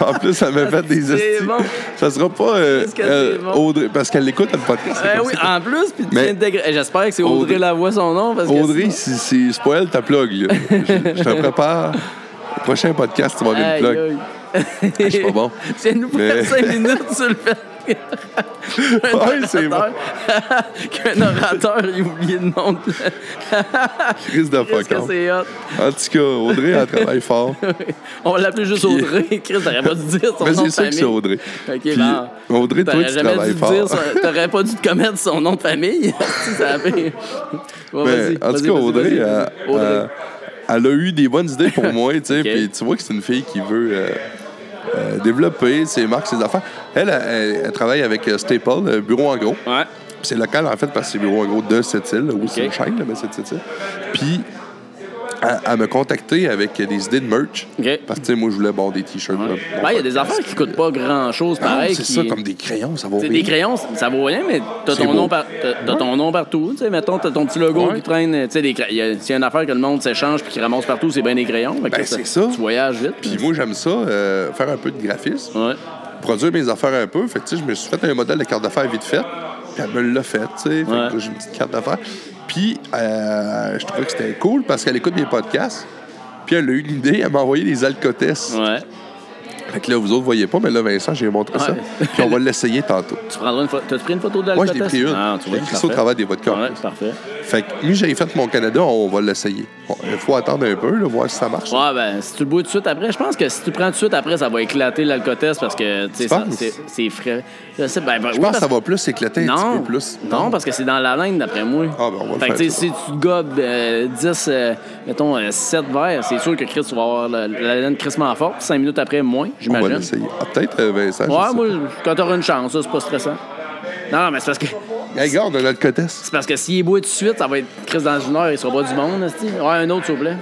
Speaker 1: En plus, elle m'a fait des
Speaker 2: C'est
Speaker 1: estis.
Speaker 2: bon.
Speaker 1: Ça sera pas euh,
Speaker 2: Qu'est-ce que c'est
Speaker 1: euh,
Speaker 2: bon.
Speaker 1: Audrey, parce qu'elle l'écoute dans le podcast. c'est
Speaker 2: Eh
Speaker 1: comme
Speaker 2: oui,
Speaker 1: ça.
Speaker 2: en plus, puis tu
Speaker 1: Mais-
Speaker 2: viens de dégra- Eh, J'espère que c'est Audrey,
Speaker 1: Audrey-
Speaker 2: Lavoie son nom. Parce que
Speaker 1: Audrey, si, si- c'est pas elle, ta plug. là. Je, je te prépare. Le prochain podcast, tu vas
Speaker 2: sinon-
Speaker 1: avoir une
Speaker 2: Aïe,
Speaker 1: plug. Ah,
Speaker 2: aïe.
Speaker 1: suis pas bon.
Speaker 2: Tu viens de nous
Speaker 1: Mais-
Speaker 2: faire 5 minutes sur le fait. qu'un
Speaker 1: Ouais, c'est
Speaker 2: orateur- Qu'un orateur ait oublié le nom. de-
Speaker 1: Chris de
Speaker 2: Qu'est-ce que
Speaker 1: fuck
Speaker 2: c'est hot?
Speaker 1: En tout cas, Audrey, elle travaille fort.
Speaker 2: On va l'appeler juste Audrey. Chris, t'aurais pas dû dire son
Speaker 1: Mais
Speaker 2: nom
Speaker 1: c'est sûr que
Speaker 2: de famille.
Speaker 1: c'est Audrey.
Speaker 2: Ok,
Speaker 1: Puis,
Speaker 2: bon.
Speaker 1: Audrey, toi,
Speaker 2: T'aurais
Speaker 1: tu
Speaker 2: jamais dû
Speaker 1: travailles fort.
Speaker 2: dire, son- t'aurais pas dû te commettre son nom de famille. si ça avait... Ouais,
Speaker 1: Mais, Ben, en tout
Speaker 2: vas-y, vas-y,
Speaker 1: cas,
Speaker 2: vas-y,
Speaker 1: Audrey,
Speaker 2: vas-y,
Speaker 1: euh,
Speaker 2: vas-y. Audrey.
Speaker 1: euh, elle a eu des bonnes idées pour moi, tu sais.
Speaker 2: Ok.
Speaker 1: Puis tu vois que c'est une fille qui veut. euh, euh, développer ses marques, ses affaires. Elle, elle, elle- elle travaille avec euh, Staple, euh, bureau en gros.
Speaker 2: Ouais.
Speaker 1: C'est local, en fait, parce que c'est bureau en gros de cette île. Oui, c'est une chaîne, là, mais c'est de cette île. Puis, à, à me contacter avec euh, des idées de merch.
Speaker 2: OK.
Speaker 1: Parce que, tu sais, moi, je voulais bon, des t-shirts. là.
Speaker 2: Ben, Il
Speaker 1: Bon,
Speaker 2: y a des affaires qui coûtent pas grand-chose,
Speaker 1: Ah,
Speaker 2: pareil.
Speaker 1: C'est
Speaker 2: qui-
Speaker 1: ça, comme des crayons, ça va
Speaker 2: T'sais,
Speaker 1: bien.
Speaker 2: des crayons, ça vaut rien, mais t'as
Speaker 1: C'est
Speaker 2: ton,
Speaker 1: beau.
Speaker 2: nom par- t'as- t'as ton nom partout. T'sais, mettons, t'as ton petit logo
Speaker 1: Ouais.
Speaker 2: qui traîne. T'sais, des cra- y a- S'il y a une affaire que le monde s'échange puis qui ramasse partout, c'est bien des crayons. Fait que
Speaker 1: Ben, c'est ça.
Speaker 2: Tu voyages vite.
Speaker 1: Puis moi, j'aime ça, euh, faire un peu de graphisme.
Speaker 2: Ouais.
Speaker 1: produire mes affaires un peu. Fait que, tu sais, je me suis fait un modèle de carte d'affaires vite fait. Puis elle me l'a fait, tu sais. Fait que
Speaker 2: Ouais.
Speaker 1: là, j'ai une petite carte d'affaires. Puis euh, je trouvais que c'était cool parce qu'elle écoute mes podcasts. Puis elle a eu une idée, elle m'a envoyé des alcotesses.
Speaker 2: ouais.
Speaker 1: Fait que là, vous autres, voyez pas, mais là, Vincent, j'ai montré ça.
Speaker 2: Ouais.
Speaker 1: Puis on va l'essayer tantôt.
Speaker 2: Tu prendras une photo. T'as pris une photo de
Speaker 1: Moi, je l'ai
Speaker 2: l'alcotest?
Speaker 1: pris une.
Speaker 2: Ah, tu vois,
Speaker 1: J'ai écrit ça
Speaker 2: parfait.
Speaker 1: au travers des vodkas.
Speaker 2: Ouais, parfait.
Speaker 1: Fait que, lui, j'ai fait mon Canada, on va l'essayer. Bon, Il faut attendre un peu, là, voir si ça marche.
Speaker 2: Ouais, ben, si tu le bois tout de suite après, je pense que si tu le prends tout de suite après, ça va éclater l'alcotest parce que, tu sais, ça-
Speaker 1: penses?
Speaker 2: c'est c'est frais. Je sais, ben, ben,
Speaker 1: Je pense
Speaker 2: oui,
Speaker 1: que
Speaker 2: parce
Speaker 1: ça va plus éclater un petit
Speaker 2: Non,
Speaker 1: peu plus.
Speaker 2: non, parce que c'est dans la laine, d'après moi.
Speaker 1: Ah, ben, on va le
Speaker 2: Fait
Speaker 1: faire,
Speaker 2: que, tu sais, si tu te gobes euh, 10, euh, mettons, euh, 7 verres, c'est sûr que Chris, tu vas avoir la, la laine crissement forte. 5 minutes après,
Speaker 1: on
Speaker 2: moins,
Speaker 1: va
Speaker 2: j'imagine.
Speaker 1: l'essayer. Ah, peut-être, euh, Vincent. je
Speaker 2: Ouais,
Speaker 1: sais
Speaker 2: moi, quand t'auras une chance, ça, c'est pas stressant. Non, non, mais c'est parce que
Speaker 1: pas. Hey, Regarde, on a l'alcotest.
Speaker 2: c'est parce que s'il est boit tout de suite, ça va être Chris dans une heure, il sera pas du monde, esti. Ouais, un autre, s'il vous plaît.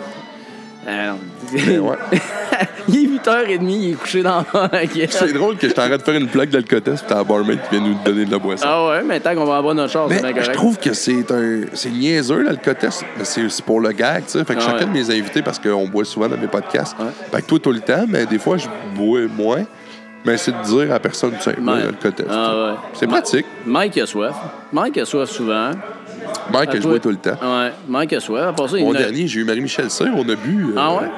Speaker 2: Euh, non.
Speaker 1: Ben ouais.
Speaker 2: il est 8h30, il est couché dans la
Speaker 1: C'est drôle que je t'arrête de faire une plaque d'alcotest puis t'as un barmaid qui vient nous donner de la boisson.
Speaker 2: Ah ouais, mais tant qu'on va avoir notre chance, c'est
Speaker 1: mais
Speaker 2: bien
Speaker 1: je
Speaker 2: correct.
Speaker 1: trouve que c'est un c'est niaiseux l'alcotest, mais c'est c'est pour le gag, tu sais. Fait que
Speaker 2: Ah
Speaker 1: chacun
Speaker 2: ouais.
Speaker 1: de mes invités parce qu'on boit souvent dans mes podcasts. Fait que toi tout le temps, mais des fois je bois moins. Mais c'est de dire à la personne tu sais, moi
Speaker 2: Ouais.
Speaker 1: l'alcotest.
Speaker 2: Ah
Speaker 1: tu sais.
Speaker 2: ouais.
Speaker 1: C'est
Speaker 2: Ouais.
Speaker 1: pratique.
Speaker 2: Mike a soif. Mike a soif souvent.
Speaker 1: Mike que je
Speaker 2: Toi- Ah,
Speaker 1: bois tout le temps.
Speaker 2: Ouais, Mike a soif. À part ça, il
Speaker 1: Mon
Speaker 2: ne-
Speaker 1: dernier, j'ai eu Marie-Michel Cyr, on a bu. euh,
Speaker 2: Ah ouais?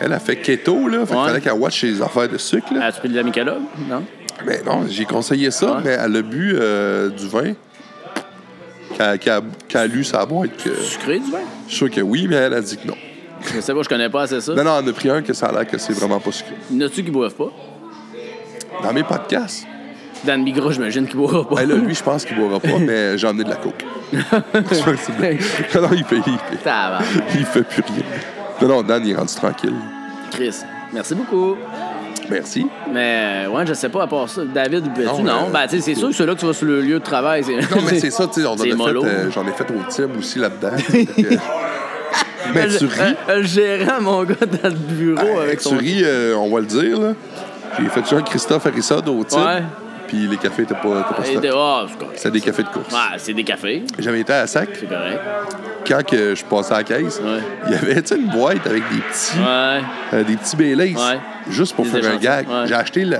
Speaker 1: Elle a fait keto, là. Fait qu'il
Speaker 2: Ouais.
Speaker 1: fallait qu'elle watch ses affaires de sucre, là.
Speaker 2: As-tu pris Ah, de la Michelob? Non?
Speaker 1: Mais Ben non, j'ai conseillé ça,
Speaker 2: Ouais.
Speaker 1: mais elle a bu euh, du vin qu'elle qu'elle- qu'elle a lu sa boîte. Que... Je
Speaker 2: Sucré du vin?
Speaker 1: suis sûr que oui, mais elle a dit que non.
Speaker 2: Je sais pas, je connais pas assez ça.
Speaker 1: Non, non, on a pris un que ça a l'air que c'est vraiment pas sucré.
Speaker 2: N'as-tu qui boivent pas?
Speaker 1: Dans mes podcasts,
Speaker 2: Dan Migros, j'imagine qu'il boira pas.
Speaker 1: ben là, lui, je pense qu'il boira pas, mais j'ai emmené de la coke. Je pense que c'est bien. non, non, il fait, il, fait,
Speaker 2: Tabarnak.
Speaker 1: il fait plus rien. Non, non, Dan, il est rendu tranquille.
Speaker 2: Chris, merci beaucoup.
Speaker 1: Merci.
Speaker 2: Mais euh, ouais, je sais pas, à part ça, David, ben,
Speaker 1: Non,
Speaker 2: tu non?
Speaker 1: euh,
Speaker 2: Ben, tu sais, c'est sûr que ceux-là que tu vas sur le lieu de travail, c'est.
Speaker 1: Non, mais c'est ça, tu sais, on en a
Speaker 2: C'est
Speaker 1: fait,
Speaker 2: mollo.
Speaker 1: euh, j'en ai fait au Tim aussi là-dedans. Fait que- mais tu ris.
Speaker 2: Le gérant, mon gars, dans le bureau avec son.
Speaker 1: Tu ris, euh, on va le dire, là. J'ai fait Jean-Christophe Harissade au titre.
Speaker 2: Ouais.
Speaker 1: Puis les cafés étaient pas, étaient pas
Speaker 2: Il
Speaker 1: stock.
Speaker 2: était- Ah, c'est correct.
Speaker 1: C'était des cafés de course.
Speaker 2: Ouais, c'est des cafés,
Speaker 1: J'avais été à Sac
Speaker 2: c'est correct.
Speaker 1: quand que je passais à la caisse.
Speaker 2: Ouais.
Speaker 1: Il y avait tu sais, une boîte avec des petits,
Speaker 2: Ouais.
Speaker 1: euh, des petits Baileys
Speaker 2: Ouais.
Speaker 1: juste pour
Speaker 2: Des
Speaker 1: faire un
Speaker 2: échantillons,
Speaker 1: gag.
Speaker 2: ouais.
Speaker 1: J'ai acheté le,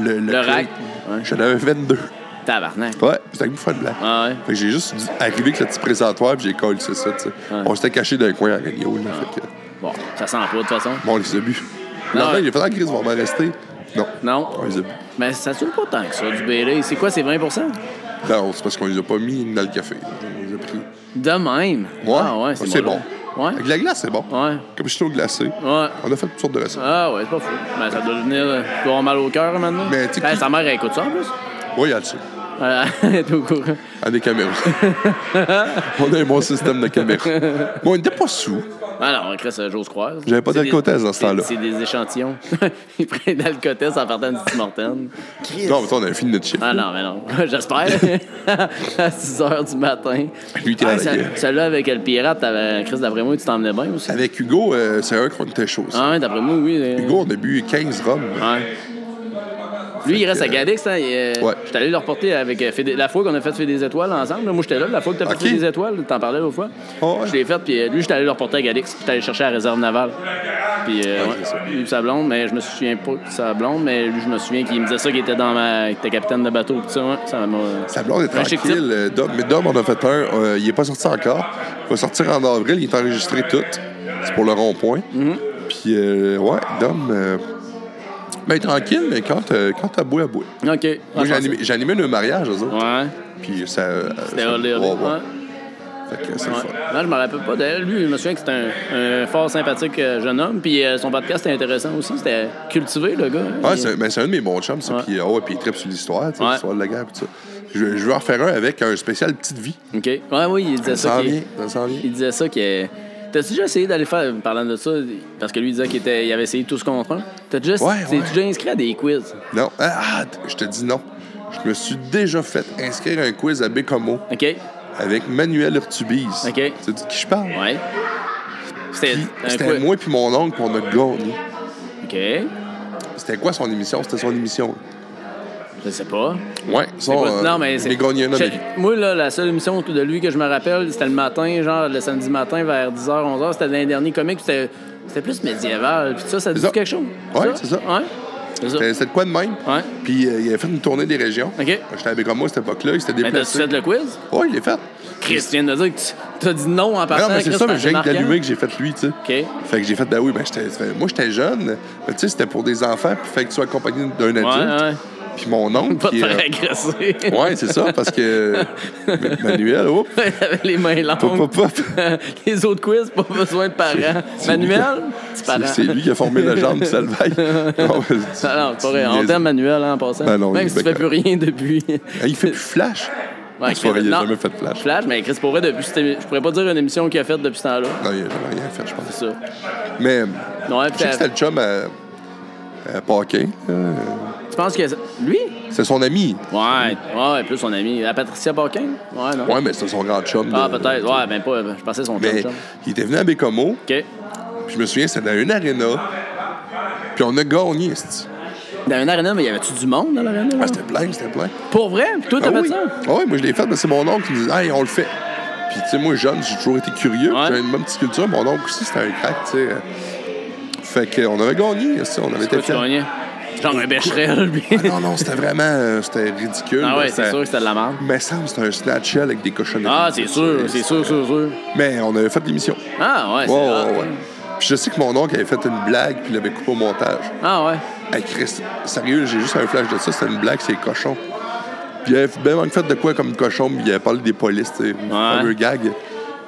Speaker 1: le,
Speaker 2: Le
Speaker 1: crate.
Speaker 2: rack. Ouais.
Speaker 1: J'en avais 22.
Speaker 2: Tabarnak.
Speaker 1: Ouais, c'était avec faire de blanc.
Speaker 2: Ah Ouais.
Speaker 1: Fait que j'ai juste dû arriver avec le petit présentoir puis j'ai collé c'est ça, tu sais. On s'était caché d'un coin en radio, là. Fait que,
Speaker 2: Bon, ça sent pas, de toute façon.
Speaker 1: bon, on les a bu.
Speaker 2: Non,
Speaker 1: Non,
Speaker 2: ouais.
Speaker 1: il a fait la crise, on va rester. Non.
Speaker 2: Non.
Speaker 1: On les a bu.
Speaker 2: Mais ça tue pas tant que ça, du BD. C'est quoi, c'est 20
Speaker 1: Non, c'est parce qu'on les a pas mis dans le café. On les a pris.
Speaker 2: De même.
Speaker 1: Ouais,
Speaker 2: Ah ouais,
Speaker 1: c'est bon.
Speaker 2: bon. là.
Speaker 1: Avec
Speaker 2: Ouais.
Speaker 1: la glace, c'est bon.
Speaker 2: Ouais.
Speaker 1: Comme je suis au glacé.
Speaker 2: Ouais.
Speaker 1: On a fait toutes sortes de recettes.
Speaker 2: Ah ouais, c'est pas fou. Ben, ça doit devenir. euh, Tu dois avoir mal au cœur maintenant.
Speaker 1: Mais tu sais
Speaker 2: Ben,
Speaker 1: qui-
Speaker 2: sa mère, elle écoute ça en plus.
Speaker 1: Oui, il y a le sucre.
Speaker 2: Euh, Elle est au courant.
Speaker 1: À des caméras. on a un bon système de caméras. Bon, on n'était pas sous.
Speaker 2: Ah non, Chris, euh, j'ose croire.
Speaker 1: J'avais pas
Speaker 2: C'est des-
Speaker 1: d'alcotesse dans ce
Speaker 2: c'est-
Speaker 1: temps-là.
Speaker 2: C'est des échantillons. Ils prennent d'alcotesse en partant du Tim
Speaker 1: Non, mais toi, on a fini notre chiffre.
Speaker 2: Ah non, mais non. J'espère. à 6 h du matin.
Speaker 1: Lui, t'es à la gueule.
Speaker 2: ce- Celui-là avec le pirate, t'avais- Chris, d'après moi, tu t'emmenais bien aussi.
Speaker 1: Avec Hugo, euh, c'est un qu'on était chaud. ça.
Speaker 2: Ah ouais, d'après moi, oui. euh,
Speaker 1: Hugo, on a bu 15 rums.
Speaker 2: Ouais. Lui, il reste à Gadix. Hein. il, euh,
Speaker 1: Ouais.
Speaker 2: J'étais allé le reporter avec euh, Fée des- la fois qu'on a fait Fait des étoiles ensemble. là. Moi, j'étais là, la fois que t'as fait
Speaker 1: Ok.
Speaker 2: Fée des étoiles, t'en parlais l'autre fois.
Speaker 1: Ah ouais.
Speaker 2: Je l'ai fait, puis euh, lui, j'étais allé le reporter à Gadix. J'étais allé chercher à la réserve navale. Puis, euh,
Speaker 1: Ouais,
Speaker 2: ouais,
Speaker 1: c'est ça.
Speaker 2: lui, sa blonde, mais je me souviens pas de sa blonde, mais lui, je me souviens qu'il me disait ça, qu'il était dans ma. qu'il était capitaine de bateau, tout ça. ouais. Ça m'a.
Speaker 1: Sa blonde est
Speaker 2: Un chic
Speaker 1: tranquille. euh, Dom, mais Dom, on a fait un. euh, il n'est pas sorti encore. Il va sortir en avril. Il est enregistré tout. C'est pour le rond-point.
Speaker 2: Mhm.
Speaker 1: Puis, euh, ouais, Dom. euh, ben, tranquille, mais quand, euh, quand t'as boué, à boué.
Speaker 2: OK.
Speaker 1: Moi,
Speaker 2: Ouais,
Speaker 1: j'ai animé- j'ai animé le mariage, eux autres.
Speaker 2: Ouais.
Speaker 1: Puis ça. euh,
Speaker 2: C'était
Speaker 1: ça-
Speaker 2: hurlé, hurlé.
Speaker 1: ouais, ouais.
Speaker 2: Ouais.
Speaker 1: Fait que c'est le
Speaker 2: Ouais.
Speaker 1: fun.
Speaker 2: Non, je me rappelle pas d'elle. Lui, je me souviens que c'était un, un fort sympathique euh, jeune homme. Puis euh, son podcast était intéressant aussi. C'était cultivé, le gars. hein.
Speaker 1: Ouais,
Speaker 2: Il-
Speaker 1: c'est ben, c'est un de mes bons chums, ça.
Speaker 2: Ouais.
Speaker 1: Puis, euh, ouais, puis il tripe sur l'histoire, tu sais,
Speaker 2: Ouais.
Speaker 1: l'histoire de la guerre, puis tout ça. Je, je vais en refaire un avec un spécial Petite Vie.
Speaker 2: OK. Ouais, oui, il
Speaker 1: Ça
Speaker 2: disait ça.
Speaker 1: s'en
Speaker 2: qu'il-
Speaker 1: vient, ça s'en vient.
Speaker 2: Il disait ça qu'il T'as-tu déjà essayé d'aller faire, parlant de ça, parce que lui disait qu'il était, il avait essayé tout ce contre un. T'as déjà,
Speaker 1: Ouais,
Speaker 2: t'es
Speaker 1: ouais.
Speaker 2: déjà inscrit à des quiz?
Speaker 1: Non. Ah, t- je te dis non. Je me suis déjà fait inscrire à un quiz à Bécomo
Speaker 2: OK?
Speaker 1: avec Manuel Urtubise.
Speaker 2: OK.
Speaker 1: C'est de qui je parle?
Speaker 2: Ouais. C'était
Speaker 1: Puis,
Speaker 2: un
Speaker 1: C'était
Speaker 2: quiz.
Speaker 1: moi puis mon oncle, puis on a gagné.
Speaker 2: OK.
Speaker 1: C'était quoi son émission? C'était son émission.
Speaker 2: Je sais pas.
Speaker 1: Ouais,
Speaker 2: C'est
Speaker 1: son,
Speaker 2: quoi-
Speaker 1: euh,
Speaker 2: non, mais c'est.
Speaker 1: Les gagnants,
Speaker 2: Je-
Speaker 1: mais-
Speaker 2: Moi, là, la seule émission de lui que je me rappelle, c'était le matin, genre le samedi matin vers 10h, 11h. C'était l'un dernier comique. C'était c'était plus médiéval. Puis ça, ça dit
Speaker 1: ça.
Speaker 2: quelque chose.
Speaker 1: Ouais, c'est ça.
Speaker 2: Ouais. C'est ça.
Speaker 1: C'était c'était de quoi de même?
Speaker 2: Ouais.
Speaker 1: Puis euh, il avait fait une tournée des régions.
Speaker 2: OK.
Speaker 1: J'étais avec moi à cette époque-là, il s'était
Speaker 2: Mais Ben,
Speaker 1: déplacé.
Speaker 2: t'as-tu fait le Ah, quiz?
Speaker 1: Ouais, il l'a fait.
Speaker 2: Christian de dire que tu t'as dit non en
Speaker 1: Mais
Speaker 2: partant.
Speaker 1: non, mais c'est
Speaker 2: Chris,
Speaker 1: ça, mais j'ai
Speaker 2: marquant. hein?
Speaker 1: d'allumer que j'ai fait lui, tu sais.
Speaker 2: OK.
Speaker 1: Fait que j'ai fait, ben oui, ben j'étais- ça fait- moi j'étais jeune, mais tu sais, c'était pour des enfants, puis fait que tu sois accompagné d'un adulte.
Speaker 2: ouais. hein.
Speaker 1: Puis mon oncle.
Speaker 2: Pas de
Speaker 1: qui, euh,
Speaker 2: faire agresser.
Speaker 1: ouais, c'est ça, parce que Manuel, oh,
Speaker 2: Il avait les mains
Speaker 1: pop,
Speaker 2: longues.
Speaker 1: pop, pop.
Speaker 2: Les autres quiz, pas besoin de parents.
Speaker 1: c'est-
Speaker 2: Manuel, petit
Speaker 1: C'est-
Speaker 2: parent.
Speaker 1: C'est lui qui a formé la jambe, ça le vaille. Non, mais tu-
Speaker 2: Ah non, c'est pas vrai.
Speaker 1: tu
Speaker 2: On
Speaker 1: niaises.
Speaker 2: t'aime, Manuel, hein, en passant.
Speaker 1: Ben non, il
Speaker 2: Même
Speaker 1: est
Speaker 2: si tu fais plus
Speaker 1: bien
Speaker 2: rien depuis.
Speaker 1: Ah, Il fait plus flash.
Speaker 2: Ouais,
Speaker 1: On se ferait, il a
Speaker 2: non.
Speaker 1: jamais fait de flash.
Speaker 2: Flash, mais Chris, pour vrai, depuis, cette émi- je pourrais pas dire une émission qu'il a faite depuis ce temps-là.
Speaker 1: Non, il a jamais rien fait, je pense.
Speaker 2: C'est ça.
Speaker 1: Mais euh,
Speaker 2: Ouais,
Speaker 1: je
Speaker 2: puis
Speaker 1: sais que
Speaker 2: t'as-
Speaker 1: c'était le chum à, à Paquin. Euh,
Speaker 2: tu penses que. Lui?
Speaker 1: C'est son ami.
Speaker 2: Ouais, ouais, plus son ami. La Patricia Paquin? Ouais, non.
Speaker 1: Ouais, mais c'est son grand chum.
Speaker 2: Ah,
Speaker 1: de-
Speaker 2: peut-être. Ouais, ben pas. Je pensais son chum.
Speaker 1: Mais
Speaker 2: chum.
Speaker 1: il était venu à Bécomo,
Speaker 2: OK.
Speaker 1: puis je me souviens, c'était dans une arena. Puis on a gagné, c'ti.
Speaker 2: Dans un arena, mais y avait-tu du monde dans l'arena? là?
Speaker 1: Ah, c'était plein, c'était plein.
Speaker 2: Pour vrai? Puis Toi, t'as
Speaker 1: Ah
Speaker 2: fait
Speaker 1: oui.
Speaker 2: ça?
Speaker 1: Ah oui, moi je l'ai fait, mais c'est mon oncle qui me disait, hey, on le fait. Puis tu sais, moi jeune, j'ai toujours été curieux,
Speaker 2: Ouais.
Speaker 1: j'avais une bonne petite culture. Mon oncle aussi, c'était un crack, tu sais. Fait qu'on avait gagné, ça, on avait
Speaker 2: Toi,
Speaker 1: été
Speaker 2: tu
Speaker 1: fiers.
Speaker 2: gagnais. Genre un bécherel, puis.
Speaker 1: Ah non, non, c'était vraiment euh, c'était ridicule.
Speaker 2: Ah
Speaker 1: là,
Speaker 2: ouais, c'est
Speaker 1: c'était-
Speaker 2: sûr que c'était de la merde.
Speaker 1: Mais ça, c'était un snatch shell avec des cochonneries.
Speaker 2: Ah, c'est sûr, c'est sûr, sûr, sûr.
Speaker 1: Mais on avait fait l'émission.
Speaker 2: Ah, ouais, c'est
Speaker 1: Ouais,
Speaker 2: ah,
Speaker 1: ouais, ouais. Puis je sais que mon oncle avait fait une blague, puis il l'avait coupé au montage.
Speaker 2: Ah, ouais.
Speaker 1: Hey, Christ, sérieux, j'ai juste un flash de ça, c'était une blague, c'est les cochons. Puis il avait bien manqué fait de quoi comme cochon, puis il avait parlé des polices, tu sais, le fameux gag. Vous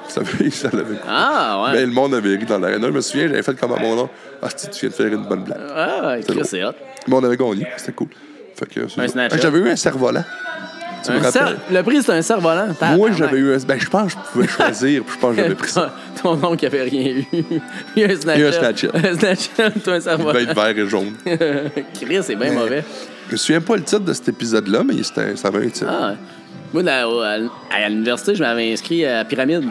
Speaker 1: savez, ça l'avait coupé.
Speaker 2: Ah, ouais.
Speaker 1: Mais le monde avait ri dans l'arena. Je me souviens, j'avais fait comme à mon nom. Ah, si tu viens de faire une bonne blague.
Speaker 2: Ah, Chris,
Speaker 1: drôle.
Speaker 2: c'est hot.
Speaker 1: Mais on avait gagné, c'était cool. Fait que, c'est ça.
Speaker 2: Un snatch-up.
Speaker 1: Hey, J'avais eu un cerf-volant. Tu me
Speaker 2: Un
Speaker 1: rappelles?
Speaker 2: cerf- le prix, c'est un cerf-volant.
Speaker 1: Moi, j'avais eu un. Ben, je pense que je pouvais choisir, puis je pense que j'avais pris ça.
Speaker 2: Ton nom qui avait rien eu. Il y a un
Speaker 1: Il y a un
Speaker 2: Snapchat.
Speaker 1: Snapchat.
Speaker 2: Un Snapchat, toi, un
Speaker 1: Il devait
Speaker 2: cerf-volant.
Speaker 1: être Ben, vert et jaune.
Speaker 2: Chris, c'est bien mauvais.
Speaker 1: Je me souviens pas le titre de cet épisode-là, mais c'était, ça avait un titre.
Speaker 2: Ah, ouais. Moi, là, au- à, à l'université, je m'avais inscrit à Pyramide.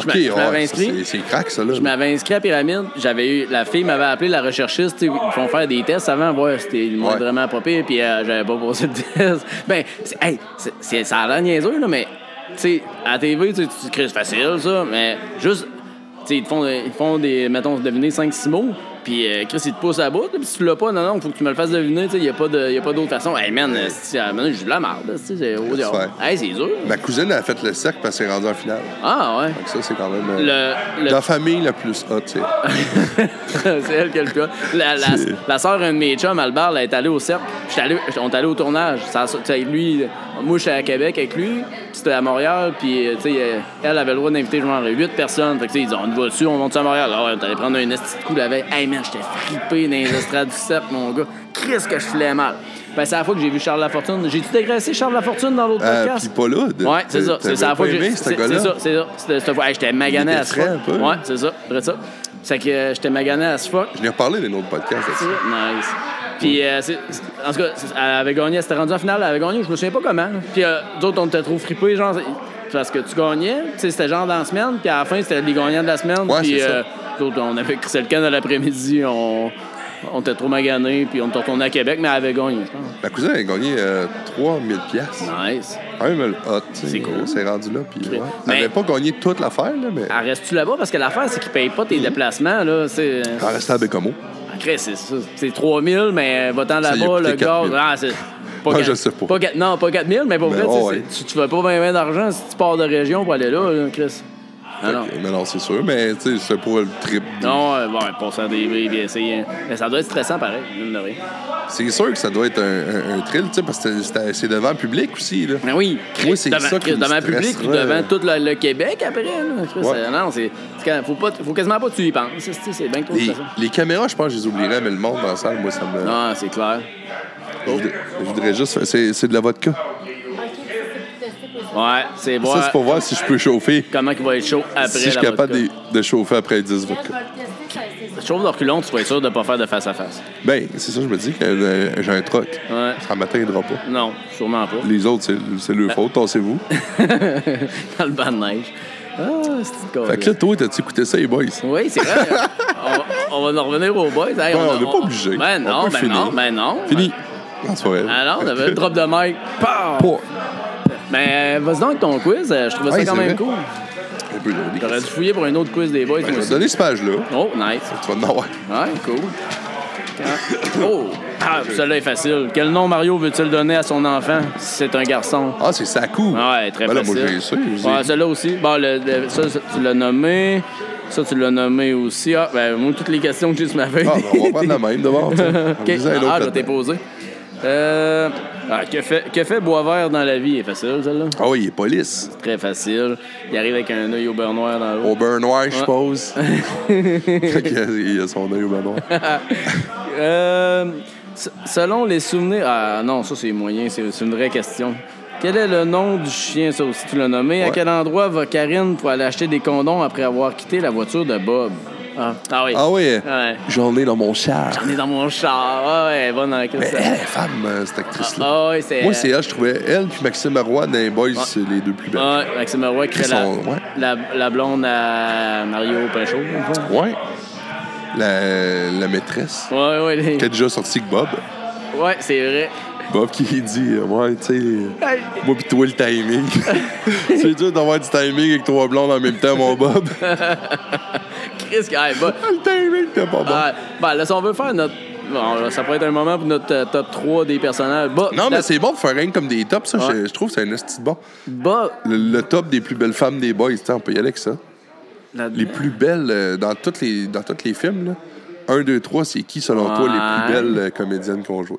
Speaker 2: Je m'a-
Speaker 1: Ok,
Speaker 2: ben, je m'avais
Speaker 1: ouais, ça,
Speaker 2: inscrit.
Speaker 1: c'est, c'est crack, ça, là.
Speaker 2: Je m'avais inscrit à Pyramide. J'avais eu, la fille m'avait appelé, la recherchiste. tu sais, Ils font faire des tests avant, voir si c'était le monde
Speaker 1: Ouais.
Speaker 2: vraiment pas pire, puis euh, j'avais pas posé de test. Ben, c'est- hey, c'est- c'est- ça a l'air niaiseux, là, mais, tu sais, à TV, tu sais, tu crées c'est facile, ça, mais juste, tu sais, ils te font, ils te font des, mettons, deviner 5-6 mots, puis euh, Chris, il te pousse à bout, là, puis si tu l'as pas, non, non, faut que tu me le fasses deviner, tu sais, il n'y a pas de- y a pas d'autre façon. Hey, man, euh, si, à un moment donné, j'ai de la merde, là, tu sais, c'est au dehors.
Speaker 1: Ouais.
Speaker 2: Hey, c'est dur.
Speaker 1: Ma cousine a fait le cercle parce qu'elle est rendue en finale.
Speaker 2: Ah, ouais.
Speaker 1: Donc ça, c'est quand même euh,
Speaker 2: Le- le
Speaker 1: la famille la plus haute, tu sais.
Speaker 2: c'est elle qui a le plus hot. La, la,
Speaker 1: C'est-
Speaker 2: la sœur d'un de mes chums, Albar, elle est allée au cercle. J'étais allé- on est allé au tournage. Ça- tu sais, lui, moi, j'étais à Québec avec lui. puis C'était à Montréal. Puis, euh, tu sais, euh, elle avait le droit d'inviter genre 8 personnes. Fait que, tu sais, ils disaient, on va dessus, on monte à Montréal. Alors, on est allé prendre un esti de coup la veille. Hey, man, j'étais frippé dans les estrades du cercle, mon gars. Qu'est-ce que je filais mal. Ben, c'est la fois que j'ai vu Charles Lafortune. J'ai-tu dégraissé Charles Lafortune dans l'autre
Speaker 1: Euh,
Speaker 2: podcast?
Speaker 1: Puis pas là. de-
Speaker 2: Ouais, c'est ça.
Speaker 1: t'avais
Speaker 2: C'est ça la
Speaker 1: pas
Speaker 2: fois que
Speaker 1: aimé,
Speaker 2: j'ai.
Speaker 1: ce
Speaker 2: C'est
Speaker 1: gars-là?
Speaker 2: c'est ça, c'est ça. C'était cette fois. Hey, j'étais magané
Speaker 1: était
Speaker 2: à ce
Speaker 1: frais
Speaker 2: fuck.
Speaker 1: un peu.
Speaker 2: Ouais, c'est ça. vrai ça. C'est que euh, j'étais magané à ce fuck.
Speaker 1: Je l'ai reparlé dans un autre podcast. là-dessus.
Speaker 2: Nice. Puis, euh, c'est- c'est- en tout cas, c'est- elle avait gagné, elle s'était rendue en finale, elle avait gagné, je me souviens pas comment. Puis, euh, d'autres, on était trop fripés, genre, c'est- parce que tu gagnais, tu sais, c'était genre dans la semaine, puis à la fin, c'était les gagnants de la semaine.
Speaker 1: Ouais,
Speaker 2: puis,
Speaker 1: c'est ça.
Speaker 2: d'autres, on avait crissé le camp de l'après-midi, on, on était trop maganés, puis on est retourné à Québec, mais elle avait gagné, je pense.
Speaker 1: Ma cousine a gagné euh, 3000 pièces.
Speaker 2: Nice.
Speaker 1: Quand même le hot, tu sais.
Speaker 2: C'est cool.
Speaker 1: Euh, C'est rendu là. Puis, ouais. Elle
Speaker 2: Mais- Ah.
Speaker 1: n'avait pas gagné toute l'affaire, là, mais
Speaker 2: Elle reste-tu là-bas? Parce que l'affaire, c'est qu'ils payent pas
Speaker 1: Mm-hmm.
Speaker 2: tes déplacements, là. C'est.
Speaker 1: elle restait à Bécomo.
Speaker 2: Chris, c'est ça. C'est 3000, mais euh, va-t'en
Speaker 1: Ça y a
Speaker 2: là-bas,
Speaker 1: coûté
Speaker 2: le
Speaker 1: 4
Speaker 2: gars.
Speaker 1: 000.
Speaker 2: Ah, c'est.
Speaker 1: Non,
Speaker 2: quatre-
Speaker 1: je sais pas.
Speaker 2: quatre- non, pas 4000, mais pour
Speaker 1: Mais
Speaker 2: vrai,
Speaker 1: oh,
Speaker 2: tu sais,
Speaker 1: ouais.
Speaker 2: c'est- tu, tu vas pas 20 20 d'argent si tu pars de région pour aller là, là, Chris. Ah non.
Speaker 1: Mais non, c'est sûr. Mais tu sais, c'est pour le trip.
Speaker 2: Non, euh, bon, passer à des vrais, bien essayer. hein. Mais ça doit être stressant pareil, mine de rien.
Speaker 1: C'est sûr que ça doit être un, un- un thrill, tu sais, parce que c'était- c'est devant le public aussi, là.
Speaker 2: Mais oui, Chris,
Speaker 1: Moi, c'est
Speaker 2: devant,
Speaker 1: ça qui
Speaker 2: Chris,
Speaker 1: me
Speaker 2: devant le public, puis
Speaker 1: stresserait.
Speaker 2: devant tout le, le Québec après, là. Chris,
Speaker 1: Ouais.
Speaker 2: euh, non, c'est. c'est quand- Faut, pas, faut quasiment pas que tu y penses. c'est- C'est bien que trop
Speaker 1: Les,
Speaker 2: stressant.
Speaker 1: les caméras, je pense que je les oublierais, mais le monde dans la salle, moi, ça me.
Speaker 2: Ah, oh. c'est clair.
Speaker 1: Je voudrais, je voudrais juste. C'est c'est de la vodka.
Speaker 4: Ok, c'est pour tester pour ça.
Speaker 2: Ouais, c'est
Speaker 1: Ça,
Speaker 2: voir
Speaker 1: c'est pour voir si je peux chauffer.
Speaker 2: comment il va être chaud après
Speaker 1: si je suis
Speaker 2: la
Speaker 1: capable
Speaker 2: vodka.
Speaker 1: de, de chauffer après 10 vodka.
Speaker 2: Chauffe de reculons, tu vas être sûr de ne pas faire de face à face.
Speaker 1: Ben, c'est ça, je me dis que euh, j'ai un troc.
Speaker 2: Ouais.
Speaker 1: Ça m'atteindra pas.
Speaker 2: Non, sûrement pas.
Speaker 1: Les autres, c'est, c'est
Speaker 2: Ben,
Speaker 1: leur faute, tassez-vous.
Speaker 2: Dans le banc de neige. Ah, c'est de
Speaker 1: Fait que là, toi, t'as-tu écouté ça, les boys?
Speaker 2: Oui, c'est vrai. on, on va en revenir aux boys.
Speaker 1: Ouais,
Speaker 2: Hey, a-
Speaker 1: on n'est pas obligé.
Speaker 2: Ben
Speaker 1: On
Speaker 2: non,
Speaker 1: peut
Speaker 2: ben
Speaker 1: finir.
Speaker 2: non, ben non.
Speaker 1: Fini. Non, c'est pas vrai.
Speaker 2: Alors, on avait le drop de mic. Pow!
Speaker 1: Pas-
Speaker 2: Ben, vas-y donc ton quiz. euh, Je trouvais ça
Speaker 1: Ouais,
Speaker 2: quand
Speaker 1: c'est
Speaker 2: même
Speaker 1: vrai.
Speaker 2: cool.
Speaker 1: Un peu joli.
Speaker 2: J'aurais dû fouiller pour un autre quiz des boys.
Speaker 1: Ben, je
Speaker 2: moi
Speaker 1: vais te
Speaker 2: aussi.
Speaker 1: donner cette page-là.
Speaker 2: Oh, nice.
Speaker 1: Tu vas en avoir.
Speaker 2: Ouais, cool. Ah. Oh! Ah, celui-là est facile. Quel nom Mario veut-il donner à son enfant si c'est un garçon?
Speaker 1: Ah, c'est Saku.
Speaker 2: Ouais, très
Speaker 1: ben, là,
Speaker 2: facile.
Speaker 1: Moi, j'ai ça. je dis-
Speaker 2: Ouais, celui-là aussi. Bon, le- le- ça, ça, tu l'as nommé. Ça, tu l'as nommé aussi. Ah, ben, moi, toutes les questions que j'ai sur ma feuille.
Speaker 1: Ah, ben, on va prendre la même d'abord. tu sais. On
Speaker 2: OK.
Speaker 1: disait un autre
Speaker 2: Ah, je vais
Speaker 1: là-dedans.
Speaker 2: t'époser. Euh, ah, que, fait, que fait Boisvert dans la vie? Est facile, celle-là.
Speaker 1: Ah oui, il est pas lisse.
Speaker 2: Très facile. Il arrive avec un œil au beurre noir dans l'eau.
Speaker 1: Au beurre noir, je suppose. Fait qu'il a- il a son œil au beurre noir.
Speaker 2: Euh, s- selon les souvenirs... Ah non, ça, c'est moyen. C'est c'est une vraie question. Quel est le nom du chien, ça aussi, tu l'as nommé? À
Speaker 1: Ouais.
Speaker 2: quel endroit va Karine pour aller acheter des condoms après avoir quitté la voiture de Bob? Ah, ah oui.
Speaker 1: Ah oui,
Speaker 2: Ouais.
Speaker 1: j'en ai dans mon char.
Speaker 2: On est dans mon char. Ah ouais, bonne dans la
Speaker 1: Mais
Speaker 2: question.
Speaker 1: elle est femme, euh, cette actrice-là.
Speaker 2: Ah ouais, c'est...
Speaker 1: Moi, c'est elle, je trouvais elle puis Maxime Marois dans les Boys, c'est les deux plus belles.
Speaker 2: Ah Ouais, Maxime Roy crée
Speaker 1: Ils
Speaker 2: la,
Speaker 1: sont- ouais.
Speaker 2: la, la blonde à Mario Pinchot. Oui,
Speaker 1: Ouais. La, la maîtresse
Speaker 2: Ouais, ouais, les-
Speaker 1: qui a déjà sorti que Bob.
Speaker 2: ouais, c'est vrai.
Speaker 1: Bob qui dit euh, Ouais, tu sais, euh, moi pis toi le timing. c'est dur d'avoir du timing avec trois blondes en même temps, mon Bob.
Speaker 2: Chris, hey, bah,
Speaker 1: le timing, t'es pas bon.
Speaker 2: ah, bah, là, si on veut faire notre. bon, là, ça pourrait être un moment pour notre euh, top 3 des personnages. Bah,
Speaker 1: non,
Speaker 2: la-
Speaker 1: mais c'est bon de faire rien comme des tops, ça.
Speaker 2: Ouais.
Speaker 1: Je, je trouve que c'est un esti de bon.
Speaker 2: Bah,
Speaker 1: Le, le top des plus belles femmes des boys, tu sais, on peut y aller avec ça.
Speaker 2: la-
Speaker 1: Les plus belles euh, dans tous les, dans toutes les films, là. 1, 2, 3, c'est qui, selon toi, les plus
Speaker 2: Ouais.
Speaker 1: belles euh, comédiennes qu'on joue?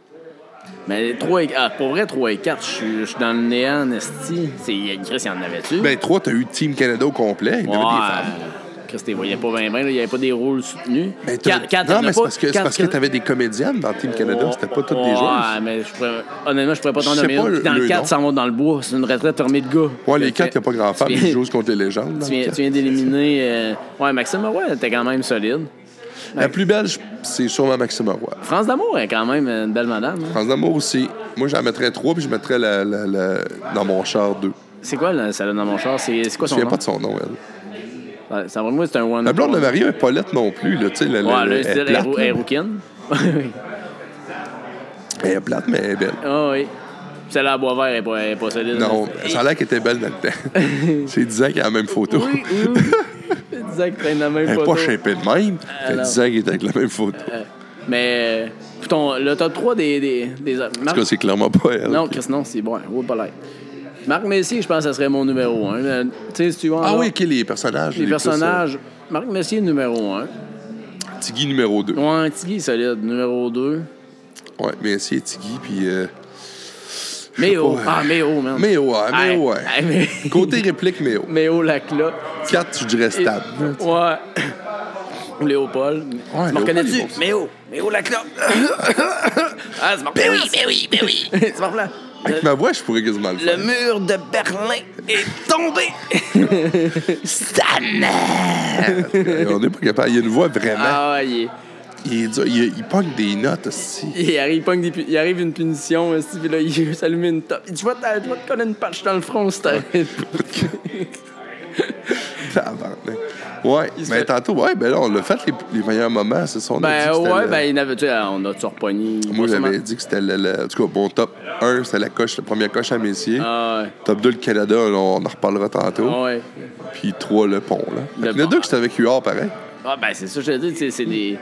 Speaker 2: Mais 3 et... ah, pour vrai, 3 et 4, je suis- je suis dans le néant, Esti. C'est- Chris, il y en avait-tu?
Speaker 1: Ben, 3, t'as eu Team Canada au complet. Il y
Speaker 2: ouais.
Speaker 1: avait des femmes.
Speaker 2: Chris, t'es voyais pas bien, bien, là, il n'y avait pas des rôles soutenus.
Speaker 1: Ben, t'as-
Speaker 2: Quatre- quatre, il y en
Speaker 1: non,
Speaker 2: a
Speaker 1: mais
Speaker 2: pas.
Speaker 1: c'est parce que, c'est
Speaker 2: Quatre-
Speaker 1: parce que t'avais des comédiennes dans Team Canada, c'était pas toutes des joueuses.
Speaker 2: Ouais, mais je pourrais- honnêtement, je pourrais pas t'en
Speaker 1: Je sais
Speaker 2: nommer
Speaker 1: pas
Speaker 2: une.
Speaker 1: le-
Speaker 2: Dans le
Speaker 1: le
Speaker 2: 4,
Speaker 1: nom.
Speaker 2: ça monte dans le bois. C'est une retraite armée de gars.
Speaker 1: Ouais, les
Speaker 2: Fait-
Speaker 1: 4, il n'y a pas grand femme,
Speaker 2: tu
Speaker 1: ils
Speaker 2: viens-
Speaker 1: jouent contre les légendes. dans
Speaker 2: Tu viens,
Speaker 1: le
Speaker 2: tu viens d'éliminer. euh, Ouais, Maxime ouais, t'es quand même solide.
Speaker 1: quatre. La plus belle, je- c'est sûrement Maxime Roy.
Speaker 2: France d'amour est quand même une belle madame. hein.
Speaker 1: France d'amour aussi. Moi, j'en mettrais 3, puis je mettrais la, la- la- dans mon char 2.
Speaker 2: C'est quoi le salon dans mon char? C'est c'est quoi
Speaker 1: Je
Speaker 2: son
Speaker 1: ne
Speaker 2: nom?
Speaker 1: pas de son nom, elle.
Speaker 2: Ouais, Ça va moi, c'est un one.
Speaker 1: La blonde de Mario est pas laite non plus, là, tu sais. la- la-
Speaker 2: Ouais,
Speaker 1: la-
Speaker 2: là,
Speaker 1: elle,
Speaker 2: c'est
Speaker 1: est plate,
Speaker 2: elle
Speaker 1: là.
Speaker 2: est rouquine.
Speaker 1: Elle est plate, mais elle est belle.
Speaker 2: Ah oui. Celle-là à bois vert elle est pas, elle est pas solide. hein.
Speaker 1: Non,
Speaker 2: mais-
Speaker 1: ça a l'air qu'elle était belle dans le temps. C'est 10 ans qu'elle a la même photo.
Speaker 2: Oui, oui. Tu disais que t'as la même
Speaker 1: Elle n'est
Speaker 2: photo.
Speaker 1: pas chépée de même. Elle
Speaker 2: Alors.
Speaker 1: fait 10 ans qu'elle est avec la même photo. En
Speaker 2: Euh, Mais euh, ton- le top 3 des. des, des...
Speaker 1: tout cas, c'est clairement pas elle.
Speaker 2: Non, Chris, non, c'est bon. Wood Polite. Marc Messier, je pense que ça serait mon numéro 1. Tu sais, si tu vois.
Speaker 1: Ah
Speaker 2: là,
Speaker 1: oui, OK, les personnages.
Speaker 2: Les
Speaker 1: plus, euh,
Speaker 2: personnages. Marc Messier, numéro 1.
Speaker 1: Tiggy numéro 2.
Speaker 2: Ouais, Tiggy, solide, numéro 2.
Speaker 1: Ouais, mais si, Tiggy, puis. euh,
Speaker 2: Méo.
Speaker 1: pas, euh,
Speaker 2: Ah, Méo, man.
Speaker 1: Méo, ouais,
Speaker 2: Hey,
Speaker 1: Méo, ouais.
Speaker 2: hey, mais-
Speaker 1: Côté réplique, mais oh.
Speaker 2: Méo, la clope.
Speaker 1: 4, je dirais stable.
Speaker 2: Ouais.
Speaker 1: Ouais,
Speaker 2: Léopold. tu me
Speaker 1: Léopold, il est
Speaker 2: reconnais-tu?
Speaker 1: bon, ça.
Speaker 2: Méo. Méo, la clope. ah, c'est Marc Ben oui, ben oui, ben oui. c'est Marc Blanc.
Speaker 1: Avec ma voix, je pourrais quasiment le
Speaker 2: Le
Speaker 1: faire.
Speaker 2: mur de Berlin est tombé.
Speaker 1: Euh, On n'est pas capable. Il y a une voix vraiment.
Speaker 2: Ah ouais, il, est-
Speaker 1: Il est dur. Il, il pogne des notes aussi.
Speaker 2: il arrive, pogne des pu- il arrive une punition, euh, si, puis là, il veut s'allumer une top. Il dit, je vais te je vais te coller une patch dans le front si t'arrêtes.
Speaker 1: Tabarnak. Ouais,
Speaker 2: Il se
Speaker 1: mais
Speaker 2: fait-
Speaker 1: tantôt, ouais, ben là, on l'a fait les, les meilleurs moments, c'est son
Speaker 2: ben ouais, ben il avait, tu sais, on a tout repogné.
Speaker 1: Moi,
Speaker 2: pas sûrement.
Speaker 1: j'avais dit que c'était le, le- En tout cas, bon, top 1, c'était la coche, la première coche à Messier.
Speaker 2: Ah ouais.
Speaker 1: Top 2, le Canada, là, on en reparlera tantôt.
Speaker 2: Ah ouais.
Speaker 1: Puis 3, le pont, là.
Speaker 2: Le
Speaker 1: Fait que Il y en a
Speaker 2: pont.
Speaker 1: deux que c'était avec UR, pareil.
Speaker 2: Ah ben c'est ça, je te dis, tu sais, c'est des,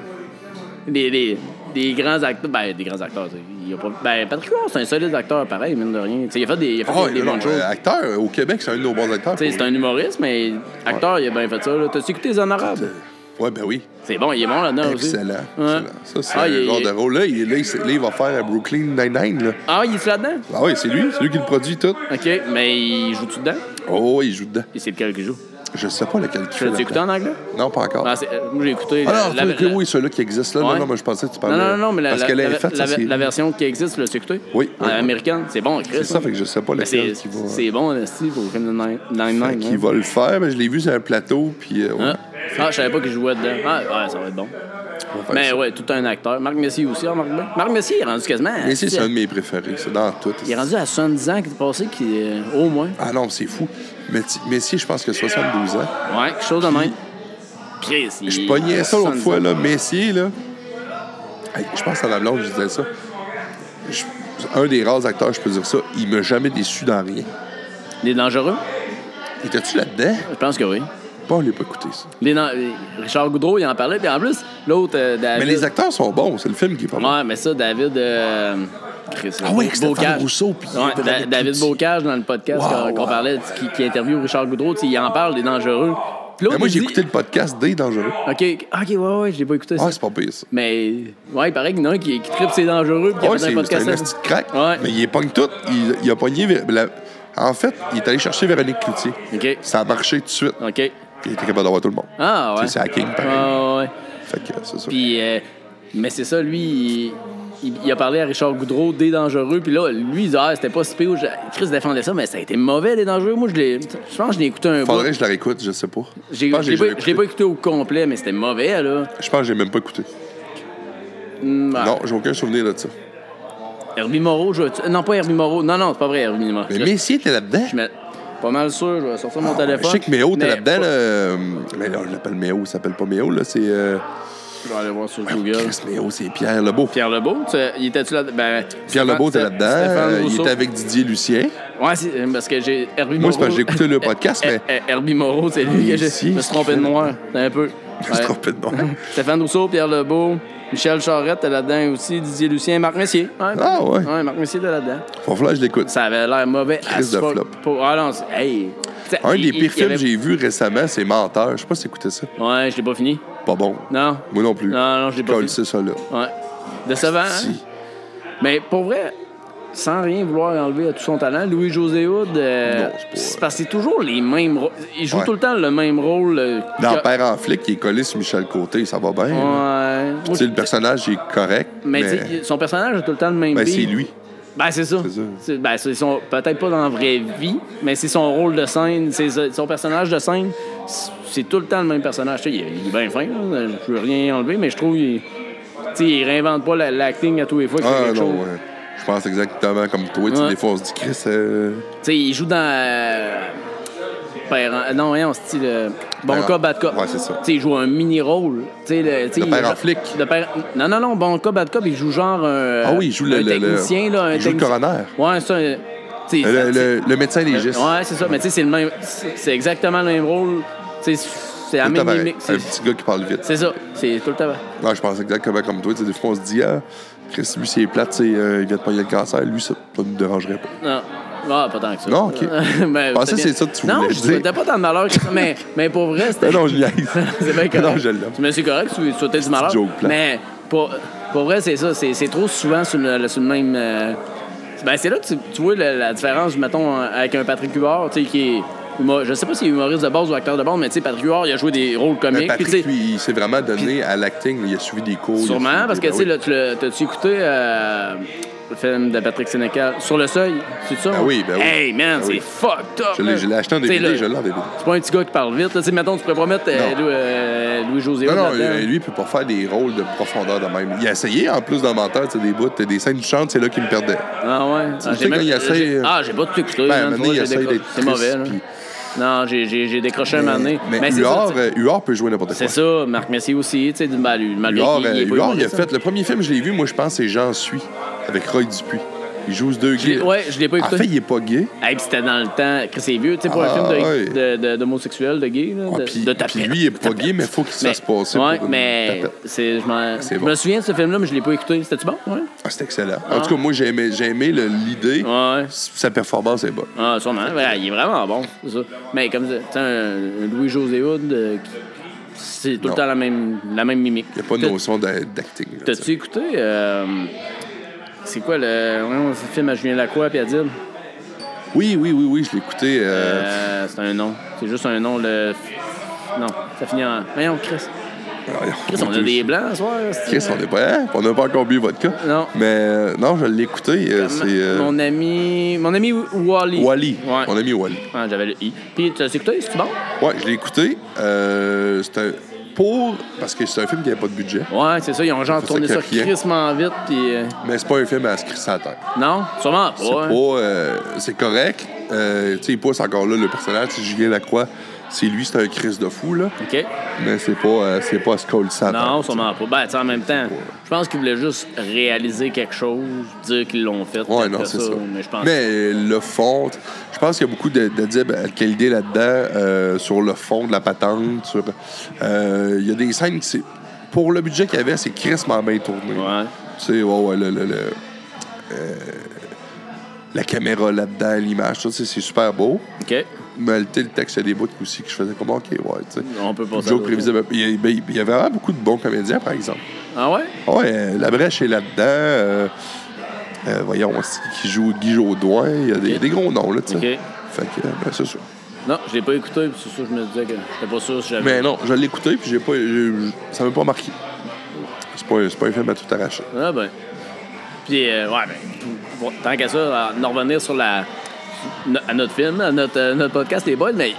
Speaker 2: des, des, des grands acteurs. Ben, des grands acteurs, tu sais, il y a pas- Ben, Patrick Huard, c'est un solide acteur, pareil, mine de rien. Tu sais, il a fait des, il a fait
Speaker 1: Ah,
Speaker 2: des
Speaker 1: non,
Speaker 2: bonnes
Speaker 1: non,
Speaker 2: choses.
Speaker 1: acteur, au Québec, c'est un de nos bons acteurs.
Speaker 2: Tu sais, c'est un humoriste, mais acteur, il a bien fait ça. là. T'as-tu écouté Les Honorables?
Speaker 1: Ouais, ben oui.
Speaker 2: C'est bon, il est bon là-dedans aussi.
Speaker 1: Excellent.
Speaker 2: Ouais.
Speaker 1: excellent. Ça, c'est
Speaker 2: Ah,
Speaker 1: un
Speaker 2: il-
Speaker 1: genre
Speaker 2: il-
Speaker 1: de rôle. Là, il, est- là, il, s'est- là, il va faire à Brooklyn Nine-Nine. là.
Speaker 2: Ah, il est là-dedans?
Speaker 1: Ah oui, c'est lui. C'est lui qui le produit tout.
Speaker 2: OK, mais il joue-tu dedans?
Speaker 1: Oh, il joue dedans.
Speaker 2: Et c'est lequel qui joue?
Speaker 1: Je sais pas lequel qui
Speaker 2: Tu
Speaker 1: fait.
Speaker 2: l'as
Speaker 1: la
Speaker 2: écouté en anglais?
Speaker 1: place. Non, pas encore.
Speaker 2: Ah, c'est- euh, Moi, j'ai écouté.
Speaker 1: Ah
Speaker 2: la-
Speaker 1: non,
Speaker 2: la-
Speaker 1: tu-
Speaker 2: la-
Speaker 1: oui, celui qui existe là.
Speaker 2: Ouais.
Speaker 1: Non, non, mais je pensais que tu
Speaker 2: non,
Speaker 1: parlais.
Speaker 2: non, non, mais la,
Speaker 1: Parce
Speaker 2: la-
Speaker 1: qu'elle est
Speaker 2: la-
Speaker 1: faite,
Speaker 2: la-
Speaker 1: ça, c'est-
Speaker 2: la version qui existe, tu l'as écouté?
Speaker 1: Oui,
Speaker 2: En
Speaker 1: oui.
Speaker 2: américaine, c'est bon, Chris.
Speaker 1: C'est ça,
Speaker 2: hein.
Speaker 1: fait que je sais pas
Speaker 2: Mais c'est
Speaker 1: lequel qui va.
Speaker 2: c'est bon, Nasty, pour le film de Nine-
Speaker 1: Fait
Speaker 2: Nine
Speaker 1: qu'il
Speaker 2: Nine.
Speaker 1: va le faire, mais je l'ai vu sur un plateau, puis. euh, ouais.
Speaker 2: hein. Ah, je savais pas qu'il jouait dedans. Ah, ouais, ça va être bon.
Speaker 1: On va faire
Speaker 2: Mais
Speaker 1: ça.
Speaker 2: ouais, tout un acteur. Marc Messier aussi, hein, Marc Messier. Marc Messier est rendu quasiment. à-
Speaker 1: Mais si, c'est un de mes préférés, c'est dans tout.
Speaker 2: Il est rendu à 70 ans qu'il est passé, qu'il est- euh, au moins.
Speaker 1: Ah non, c'est fou. Mais, si- mais si, je pense que 72 ans.
Speaker 2: Ouais, quelque chose de même. Chris, il
Speaker 1: Je pognais ça l'autre
Speaker 2: 70
Speaker 1: fois,
Speaker 2: ans.
Speaker 1: là, Messier, là. Hey, je pense à la blonde, je disais ça. Je- un des rares acteurs, je peux dire ça, il m'a jamais déçu dans rien.
Speaker 2: Il est dangereux?
Speaker 1: Étais-tu là-dedans?
Speaker 2: Je pense que oui.
Speaker 1: Pas, on l'a pas écouté, ça.
Speaker 2: Il est dans- Richard Goudreau, il en parlait. Puis en plus, l'autre, euh,
Speaker 1: Mais
Speaker 2: David.
Speaker 1: les acteurs sont bons, c'est le film qui est pas bon.
Speaker 2: Ouais, mais ça, David. euh, Chris,
Speaker 1: Ah oui,
Speaker 2: Beau-
Speaker 1: avec Stéphane
Speaker 2: Bocage.
Speaker 1: Rousseau, puis-
Speaker 2: Ouais, Da-
Speaker 1: David
Speaker 2: David
Speaker 1: Petit.
Speaker 2: Bocage, dans le podcast
Speaker 1: Wow,
Speaker 2: qu'on qu'on
Speaker 1: wow.
Speaker 2: parlait, tu- qui, qui interviewe Richard Goudreau, tu sais, il en parle, des dangereux. Puis l'autre,
Speaker 1: Mais Ben, moi,
Speaker 2: il
Speaker 1: j'ai
Speaker 2: dit-
Speaker 1: écouté le podcast des dangereux.
Speaker 2: Ok, ok, ouais, ouais, je l'ai pas écouté. ça.
Speaker 1: Ah, c'est pas pire, ça.
Speaker 2: Mais, ouais, il paraît qu'il y en a un qui, qui tripe, c'est dangereux, puis il
Speaker 1: Ouais,
Speaker 2: fait
Speaker 1: c'est
Speaker 2: un
Speaker 1: c'est
Speaker 2: podcast.
Speaker 1: un petit crack.
Speaker 2: Ouais.
Speaker 1: Mais il pogne tout. Il, il a pogné. Vé- la- En fait, il est allé chercher Véronique Cloutier.
Speaker 2: Ok.
Speaker 1: Ça a marché tout de suite.
Speaker 2: Ok.
Speaker 1: Il était capable d'avoir tout le monde.
Speaker 2: Ah, ouais.
Speaker 1: C'est hacking, pareil.
Speaker 2: Ah, ouais.
Speaker 1: Fait que c'est ça.
Speaker 2: Puis, euh, mais c'est ça, lui, il, il- il a parlé à Richard Goudreau des dangereux. Puis là, lui, il dit, ah, c'était pas si pire. Je- Chris défendait ça, mais ça a été mauvais, les dangereux. Moi, je l'ai- je pense que je l'ai écouté un
Speaker 1: Faudrait
Speaker 2: bout.
Speaker 1: que je la réécoute, je sais pas.
Speaker 2: J'ai-
Speaker 1: je pense que
Speaker 2: Je l'ai
Speaker 1: j'ai
Speaker 2: pas- je l'ai
Speaker 1: jamais
Speaker 2: pas
Speaker 1: écouté.
Speaker 2: écouté au complet, mais c'était mauvais, là.
Speaker 1: Je pense que j'ai même pas écouté.
Speaker 2: Hum, ah.
Speaker 1: Non, j'ai aucun souvenir de ça.
Speaker 2: Herbie Moreau, je vais- Non, pas Herbie Moreau. Non, non, c'est pas vrai, Herbie Moreau.
Speaker 1: Mais
Speaker 2: Je-
Speaker 1: Messier était là-dedans.
Speaker 2: je me- Pas mal sûr, je vais sortir mon
Speaker 1: Ah,
Speaker 2: téléphone.
Speaker 1: Je sais que Méo était
Speaker 2: mais
Speaker 1: là-dedans.
Speaker 2: pas-
Speaker 1: là, euh, Mais là, je l'appelle Méo, il s'appelle pas Méo, là. C'est. euh,
Speaker 2: Je vais aller voir sur
Speaker 1: Ben
Speaker 2: Google.
Speaker 1: Chris Méo, c'est Pierre Lebeau.
Speaker 2: Pierre Lebeau, tu- il était-tu là ben,
Speaker 1: Pierre
Speaker 2: Stéphane-
Speaker 1: Lebeau était là-dedans.
Speaker 2: Stéphane
Speaker 1: euh, Il
Speaker 2: Rousseau.
Speaker 1: était avec Didier Lucien.
Speaker 2: Ouais, c'est euh, parce que j'ai Herbie
Speaker 1: Moi, c'est
Speaker 2: Moreau.
Speaker 1: parce que j'ai écouté le podcast, mais-
Speaker 2: Eh, eh, Herbie Moreau, c'est lui que j'ai.
Speaker 1: Ici,
Speaker 2: Je me suis trompé de noir, un peu.
Speaker 1: Je me suis
Speaker 2: Ouais.
Speaker 1: trompé de nom.
Speaker 2: Stéphane Rousseau, Pierre Lebeau, Michel Charette était là-dedans aussi, Didier Lucien, Marc Messier. Ouais,
Speaker 1: Ah, ouais.
Speaker 2: Marc Messier était là-dedans.
Speaker 1: Faut falloir que je l'écoute.
Speaker 2: Ça avait l'air mauvais à
Speaker 1: Crise de
Speaker 2: fuck.
Speaker 1: flop.
Speaker 2: Pour- Ah non, c'est- hey. T'sais,
Speaker 1: Un
Speaker 2: il-
Speaker 1: des
Speaker 2: il-
Speaker 1: pires
Speaker 2: il y
Speaker 1: films que
Speaker 2: avait-
Speaker 1: j'ai vu récemment, c'est Menteur. Je sais pas si t'écoutais ça.
Speaker 2: Ouais, je l'ai pas fini.
Speaker 1: Pas bon.
Speaker 2: Non.
Speaker 1: Moi non plus.
Speaker 2: Non, non, je l'ai pas
Speaker 1: Colle,
Speaker 2: fini.
Speaker 1: c'est ça, là.
Speaker 2: Ouais. Décevant, hein?
Speaker 1: Si.
Speaker 2: Mais pour vrai, sans rien vouloir enlever à tout son talent, Louis-José Hood, euh,
Speaker 1: Non, c'est pas-
Speaker 2: c'est parce que c'est toujours les mêmes rôles. Il joue
Speaker 1: Ouais.
Speaker 2: tout le temps le même rôle. euh,
Speaker 1: Dans
Speaker 2: que-
Speaker 1: Père en flic, il est collé sur Michel Côté, ça va bien.
Speaker 2: Ouais.
Speaker 1: là.
Speaker 2: Moi,
Speaker 1: Tu sais, le personnage il est correct,
Speaker 2: mais
Speaker 1: mais,
Speaker 2: tu sais, son personnage a tout le temps le même
Speaker 1: ben, c'est
Speaker 2: beat.
Speaker 1: lui.
Speaker 2: Ben, c'est ça.
Speaker 1: C'est ça.
Speaker 2: C'est- Ben, c'est son... Peut-être pas dans la vraie vie, mais c'est son rôle de scène, c'est ça, son personnage de scène. C'est c'est tout le temps le même personnage. Tu sais, Il, il est bien fin, là. je veux rien enlever, mais je trouve qu'il tu sais, il réinvente pas la- l'acting à tous les fois. qu'il fait
Speaker 1: Ah
Speaker 2: quelque
Speaker 1: non,
Speaker 2: chose.
Speaker 1: ouais. je pense exactement comme toi. tu sais,
Speaker 2: Ouais.
Speaker 1: Des fois, on se dit, Chris, euh,
Speaker 2: Tu sais, il joue dans. euh, Père en- Non, voyons, style. euh, Bon
Speaker 1: Père en-
Speaker 2: cas, bad cop.
Speaker 1: Ouais, c'est ça.
Speaker 2: Tu sais, il joue un mini-rôle. Tu sais, le. tu sais,
Speaker 1: Le
Speaker 2: il-
Speaker 1: père en flic.
Speaker 2: Le père... Non, non, non, bon cas, bad cop, il joue genre un.
Speaker 1: Ah oui, il joue le-
Speaker 2: un
Speaker 1: le- le-
Speaker 2: technicien, là. Un
Speaker 1: il joue le
Speaker 2: technici-
Speaker 1: coroner.
Speaker 2: Ouais, ça. euh, tu sais,
Speaker 1: le,
Speaker 2: ça-
Speaker 1: le- le médecin légiste.
Speaker 2: Ouais, c'est ça. Mais tu sais, c'est le même. C'est c'est exactement le même rôle. Tu sais, c'est la
Speaker 1: Tout à
Speaker 2: même
Speaker 1: fait.
Speaker 2: mimique.
Speaker 1: un
Speaker 2: C'est-
Speaker 1: petit gars qui parle vite.
Speaker 2: C'est ça. C'est tout le temps.
Speaker 1: Non, je pense exactement comme toi. tu sais, des fois, on se dit, ah, Chris, lui, c'est plate, tu sais, euh, il vient de pogner le cancer. Lui, ça ne nous dérangerait pas.
Speaker 2: Non. Ah, pas tant que ça.
Speaker 1: Non, ok.
Speaker 2: ben,
Speaker 1: Pensais que
Speaker 2: bien.
Speaker 1: c'est ça que tu
Speaker 2: Non,
Speaker 1: voulais
Speaker 2: je
Speaker 1: dire.
Speaker 2: souhaitais pas tant de malheur que ça, mais, mais pour vrai, c'était.
Speaker 1: Ben non, je niaise.
Speaker 2: c'est bien correct.
Speaker 1: Non, je l'aime.
Speaker 2: Mais c'est correct, tu souhaitais du malheur.
Speaker 1: joke plate.
Speaker 2: Mais pour, pour vrai, c'est ça. C'est c'est trop souvent sur le, le- sur le même. euh, ben, c'est là que tu, tu vois la, la différence, mettons, avec un Patrick Huard, tu sais, qui est. humo- Je sais pas s'il est humoriste de base ou acteur de base, mais tu sais, Patrick Huard, il a joué des rôles comiques.
Speaker 1: Mais
Speaker 2: puis tu sais,
Speaker 1: Ben, Patrick, lui, il s'est vraiment donné à l'acting. là, Il a suivi des cours. il a suivi
Speaker 2: Sûrement,
Speaker 1: des-
Speaker 2: parce que,
Speaker 1: ben
Speaker 2: tu sais,
Speaker 1: oui.
Speaker 2: là, tu l'as- t'as-tu écouté euh, le film de Patrick Sénécal, Sur le seuil, c'est ça?
Speaker 1: Ben
Speaker 2: hein?
Speaker 1: oui, ben oui.
Speaker 2: Hey,
Speaker 1: Ben
Speaker 2: man, c'est
Speaker 1: oui.
Speaker 2: fucked up!
Speaker 1: Je l'ai-
Speaker 2: man.
Speaker 1: je l'ai acheté en
Speaker 2: Tu sais,
Speaker 1: DVD,
Speaker 2: là,
Speaker 1: je l'ai en DVD.
Speaker 2: C'est pas un petit gars qui parle vite, là. Tu sais, mettons, tu pourrais pas mettre euh,
Speaker 1: Non.
Speaker 2: Louis- euh, Louis-José
Speaker 1: Non, non,
Speaker 2: Hood là-dedans.
Speaker 1: euh, lui, il peut pas faire des rôles de profondeur de même. Il a essayé, en plus, dans Menteur, tu sais, des bouts, t'as des scènes de chante, c'est là qu'il me perdait.
Speaker 2: Ah ouais? Ah,
Speaker 1: sais, quand il essaie,
Speaker 2: j'ai-
Speaker 1: euh,
Speaker 2: Ah, j'ai pas tout écouté,
Speaker 1: Ben,
Speaker 2: man,
Speaker 1: à un moment
Speaker 2: tu
Speaker 1: donné,
Speaker 2: vois,
Speaker 1: il
Speaker 2: j'ai
Speaker 1: essaie
Speaker 2: décro-
Speaker 1: d'être
Speaker 2: C'est mauvais,
Speaker 1: triste,
Speaker 2: là.
Speaker 1: puis-
Speaker 2: Non, j'ai- j'ai j'ai décroché un moment donné.
Speaker 1: Mais
Speaker 2: Ben, c'est ça,
Speaker 1: Huard,
Speaker 2: tu sais.
Speaker 1: euh, Huard peut jouer n'importe quoi.
Speaker 2: C'est ça, Marc Messier aussi, tu sais, ben, lui, malgré
Speaker 1: Huard,
Speaker 2: qu'il-
Speaker 1: euh,
Speaker 2: il est pas
Speaker 1: Huard, il a
Speaker 2: humoriste,
Speaker 1: fait. Le premier film, je l'ai vu, moi, je pense, c'est J'en suis, avec Roy Dupuis. Il joue ce deux
Speaker 2: Je l'ai-
Speaker 1: gays.
Speaker 2: ouais, je l'ai pas écouté.
Speaker 1: En Ah, fait, il est pas gay.
Speaker 2: Hey, puis c'était dans le temps, Chris c'est vieux, tu sais, pour
Speaker 1: Ah,
Speaker 2: un film de,
Speaker 1: ouais.
Speaker 2: de, de- d'homosexuel, de gay, là,
Speaker 1: Ah,
Speaker 2: de,
Speaker 1: puis,
Speaker 2: de
Speaker 1: puis
Speaker 2: tapette.
Speaker 1: lui, il est pas gay, mais il faut qu'il se
Speaker 2: Mais-
Speaker 1: fasse passer.
Speaker 2: ouais,
Speaker 1: pour une
Speaker 2: mais
Speaker 1: tapette.
Speaker 2: c'est, je, m'en-
Speaker 1: C'est
Speaker 2: je
Speaker 1: bon.
Speaker 2: me souviens de ce film-là, mais je l'ai pas écouté. C'était-tu bon? Ouais.
Speaker 1: Ah, c'est excellent. En tout cas, moi, j'ai aimé, j'ai aimé le- l'idée.
Speaker 2: Ouais.
Speaker 1: Sa performance est bonne.
Speaker 2: Ah, sûrement. Ouais, il est vraiment bon, c'est ça. Mais comme ça, tu sais, un- un Louis-José Hood, euh, qui- c'est tout
Speaker 1: Non.
Speaker 2: le temps la même, la même mimique.
Speaker 1: Il n'y a pas de
Speaker 2: T'as-
Speaker 1: notion d'a- d'acting. là, tu sais.
Speaker 2: T'as-tu écouté,
Speaker 1: Euh.
Speaker 2: euh, c'est quoi le, voyons, le film à Julien Lacroix et Adil?
Speaker 1: Oui, oui, oui, oui, je l'ai écouté. euh,
Speaker 2: Euh, c'est un nom. C'est juste un nom. Le... f- Non, ça finit en. Voyons, Chris. Chris, on a des blancs ce soir. c'est- euh,
Speaker 1: Chris, on est pas. hein? On n'a pas encore bu votre cas.
Speaker 2: Non.
Speaker 1: Mais euh, non, je l'ai écouté. euh, C'est. euh,
Speaker 2: Mon ami. Mon ami Wally.
Speaker 1: Wally.
Speaker 2: Ouais.
Speaker 1: On a mis Wally.
Speaker 2: Ah, J'avais le I. Puis, tu as écouté? C'est bon?
Speaker 1: Ouais, je l'ai écouté. Euh, c'est un. Pour. Parce que c'est un film qui n'avait pas de budget.
Speaker 2: Ouais, c'est ça. Ils ont genre
Speaker 1: Ça
Speaker 2: tourné ça
Speaker 1: criait.
Speaker 2: crissement vite. Puis. euh,
Speaker 1: Mais c'est pas un film à se crisser à terre.
Speaker 2: Non, sûrement pas.
Speaker 1: C'est
Speaker 2: hein.
Speaker 1: pas. euh, c'est correct. Euh, tu sais, il pousse encore là le personnage. Tu sais, Julien Lacroix, c'est lui, c'est un Chris de fou, là.
Speaker 2: OK.
Speaker 1: Mais c'est pas, euh, c'est pas à se coller ça à terre,
Speaker 2: Non,
Speaker 1: tu sais.
Speaker 2: sûrement pas. Ben, tu sais, en même temps, je pense qu'ils voulaient juste réaliser quelque chose, dire qu'ils l'ont fait.
Speaker 1: Ouais,
Speaker 2: peut-être
Speaker 1: non,
Speaker 2: que
Speaker 1: c'est ça.
Speaker 2: Mais je pense.
Speaker 1: Mais le fond, t- je pense qu'il y a beaucoup de, de dib- de qualité là-dedans, euh, sur le fond de la patente. sur- euh, Il y a des scènes qui, c'est- pour le budget qu'il y avait, c'est crissement bien tourné.
Speaker 2: Ouais.
Speaker 1: Tu sais, ouais, ouais, le- le- le- euh, la caméra là-dedans, l'image, tout ça, c'est super beau.
Speaker 2: OK.
Speaker 1: Mais le, tu sais, le texte, il y a des bouts aussi que je faisais comme, OK, ouais, tu sais.
Speaker 2: On peut pas
Speaker 1: Joe prévisible. Il y, a- ben, il y a vraiment beaucoup de bons comédiens, par exemple.
Speaker 2: Ah ouais?
Speaker 1: Ouais, euh, la brèche est là-dedans. euh, euh, voyons, c'est qui joue Guy Jodoin. Il y a des,
Speaker 2: Ok.
Speaker 1: des gros noms, là, tu sais.
Speaker 2: Ok.
Speaker 1: Fait que, euh, ben, c'est ça.
Speaker 2: Non, je l'ai pas écouté, puis c'est ça, je me disais que j'étais pas sûr si j'avais.
Speaker 1: Mais non, je l'ai écouté, puis j'ai pas, j'ai- ça m'a pas marqué. C'est pas, c'est pas un film à tout arracher.
Speaker 2: Ah ben. Puis, euh, ouais, ben, bon, tant qu'à ça, à en revenir sur la, no- à notre film, à notre, euh, notre podcast Les Boys, mais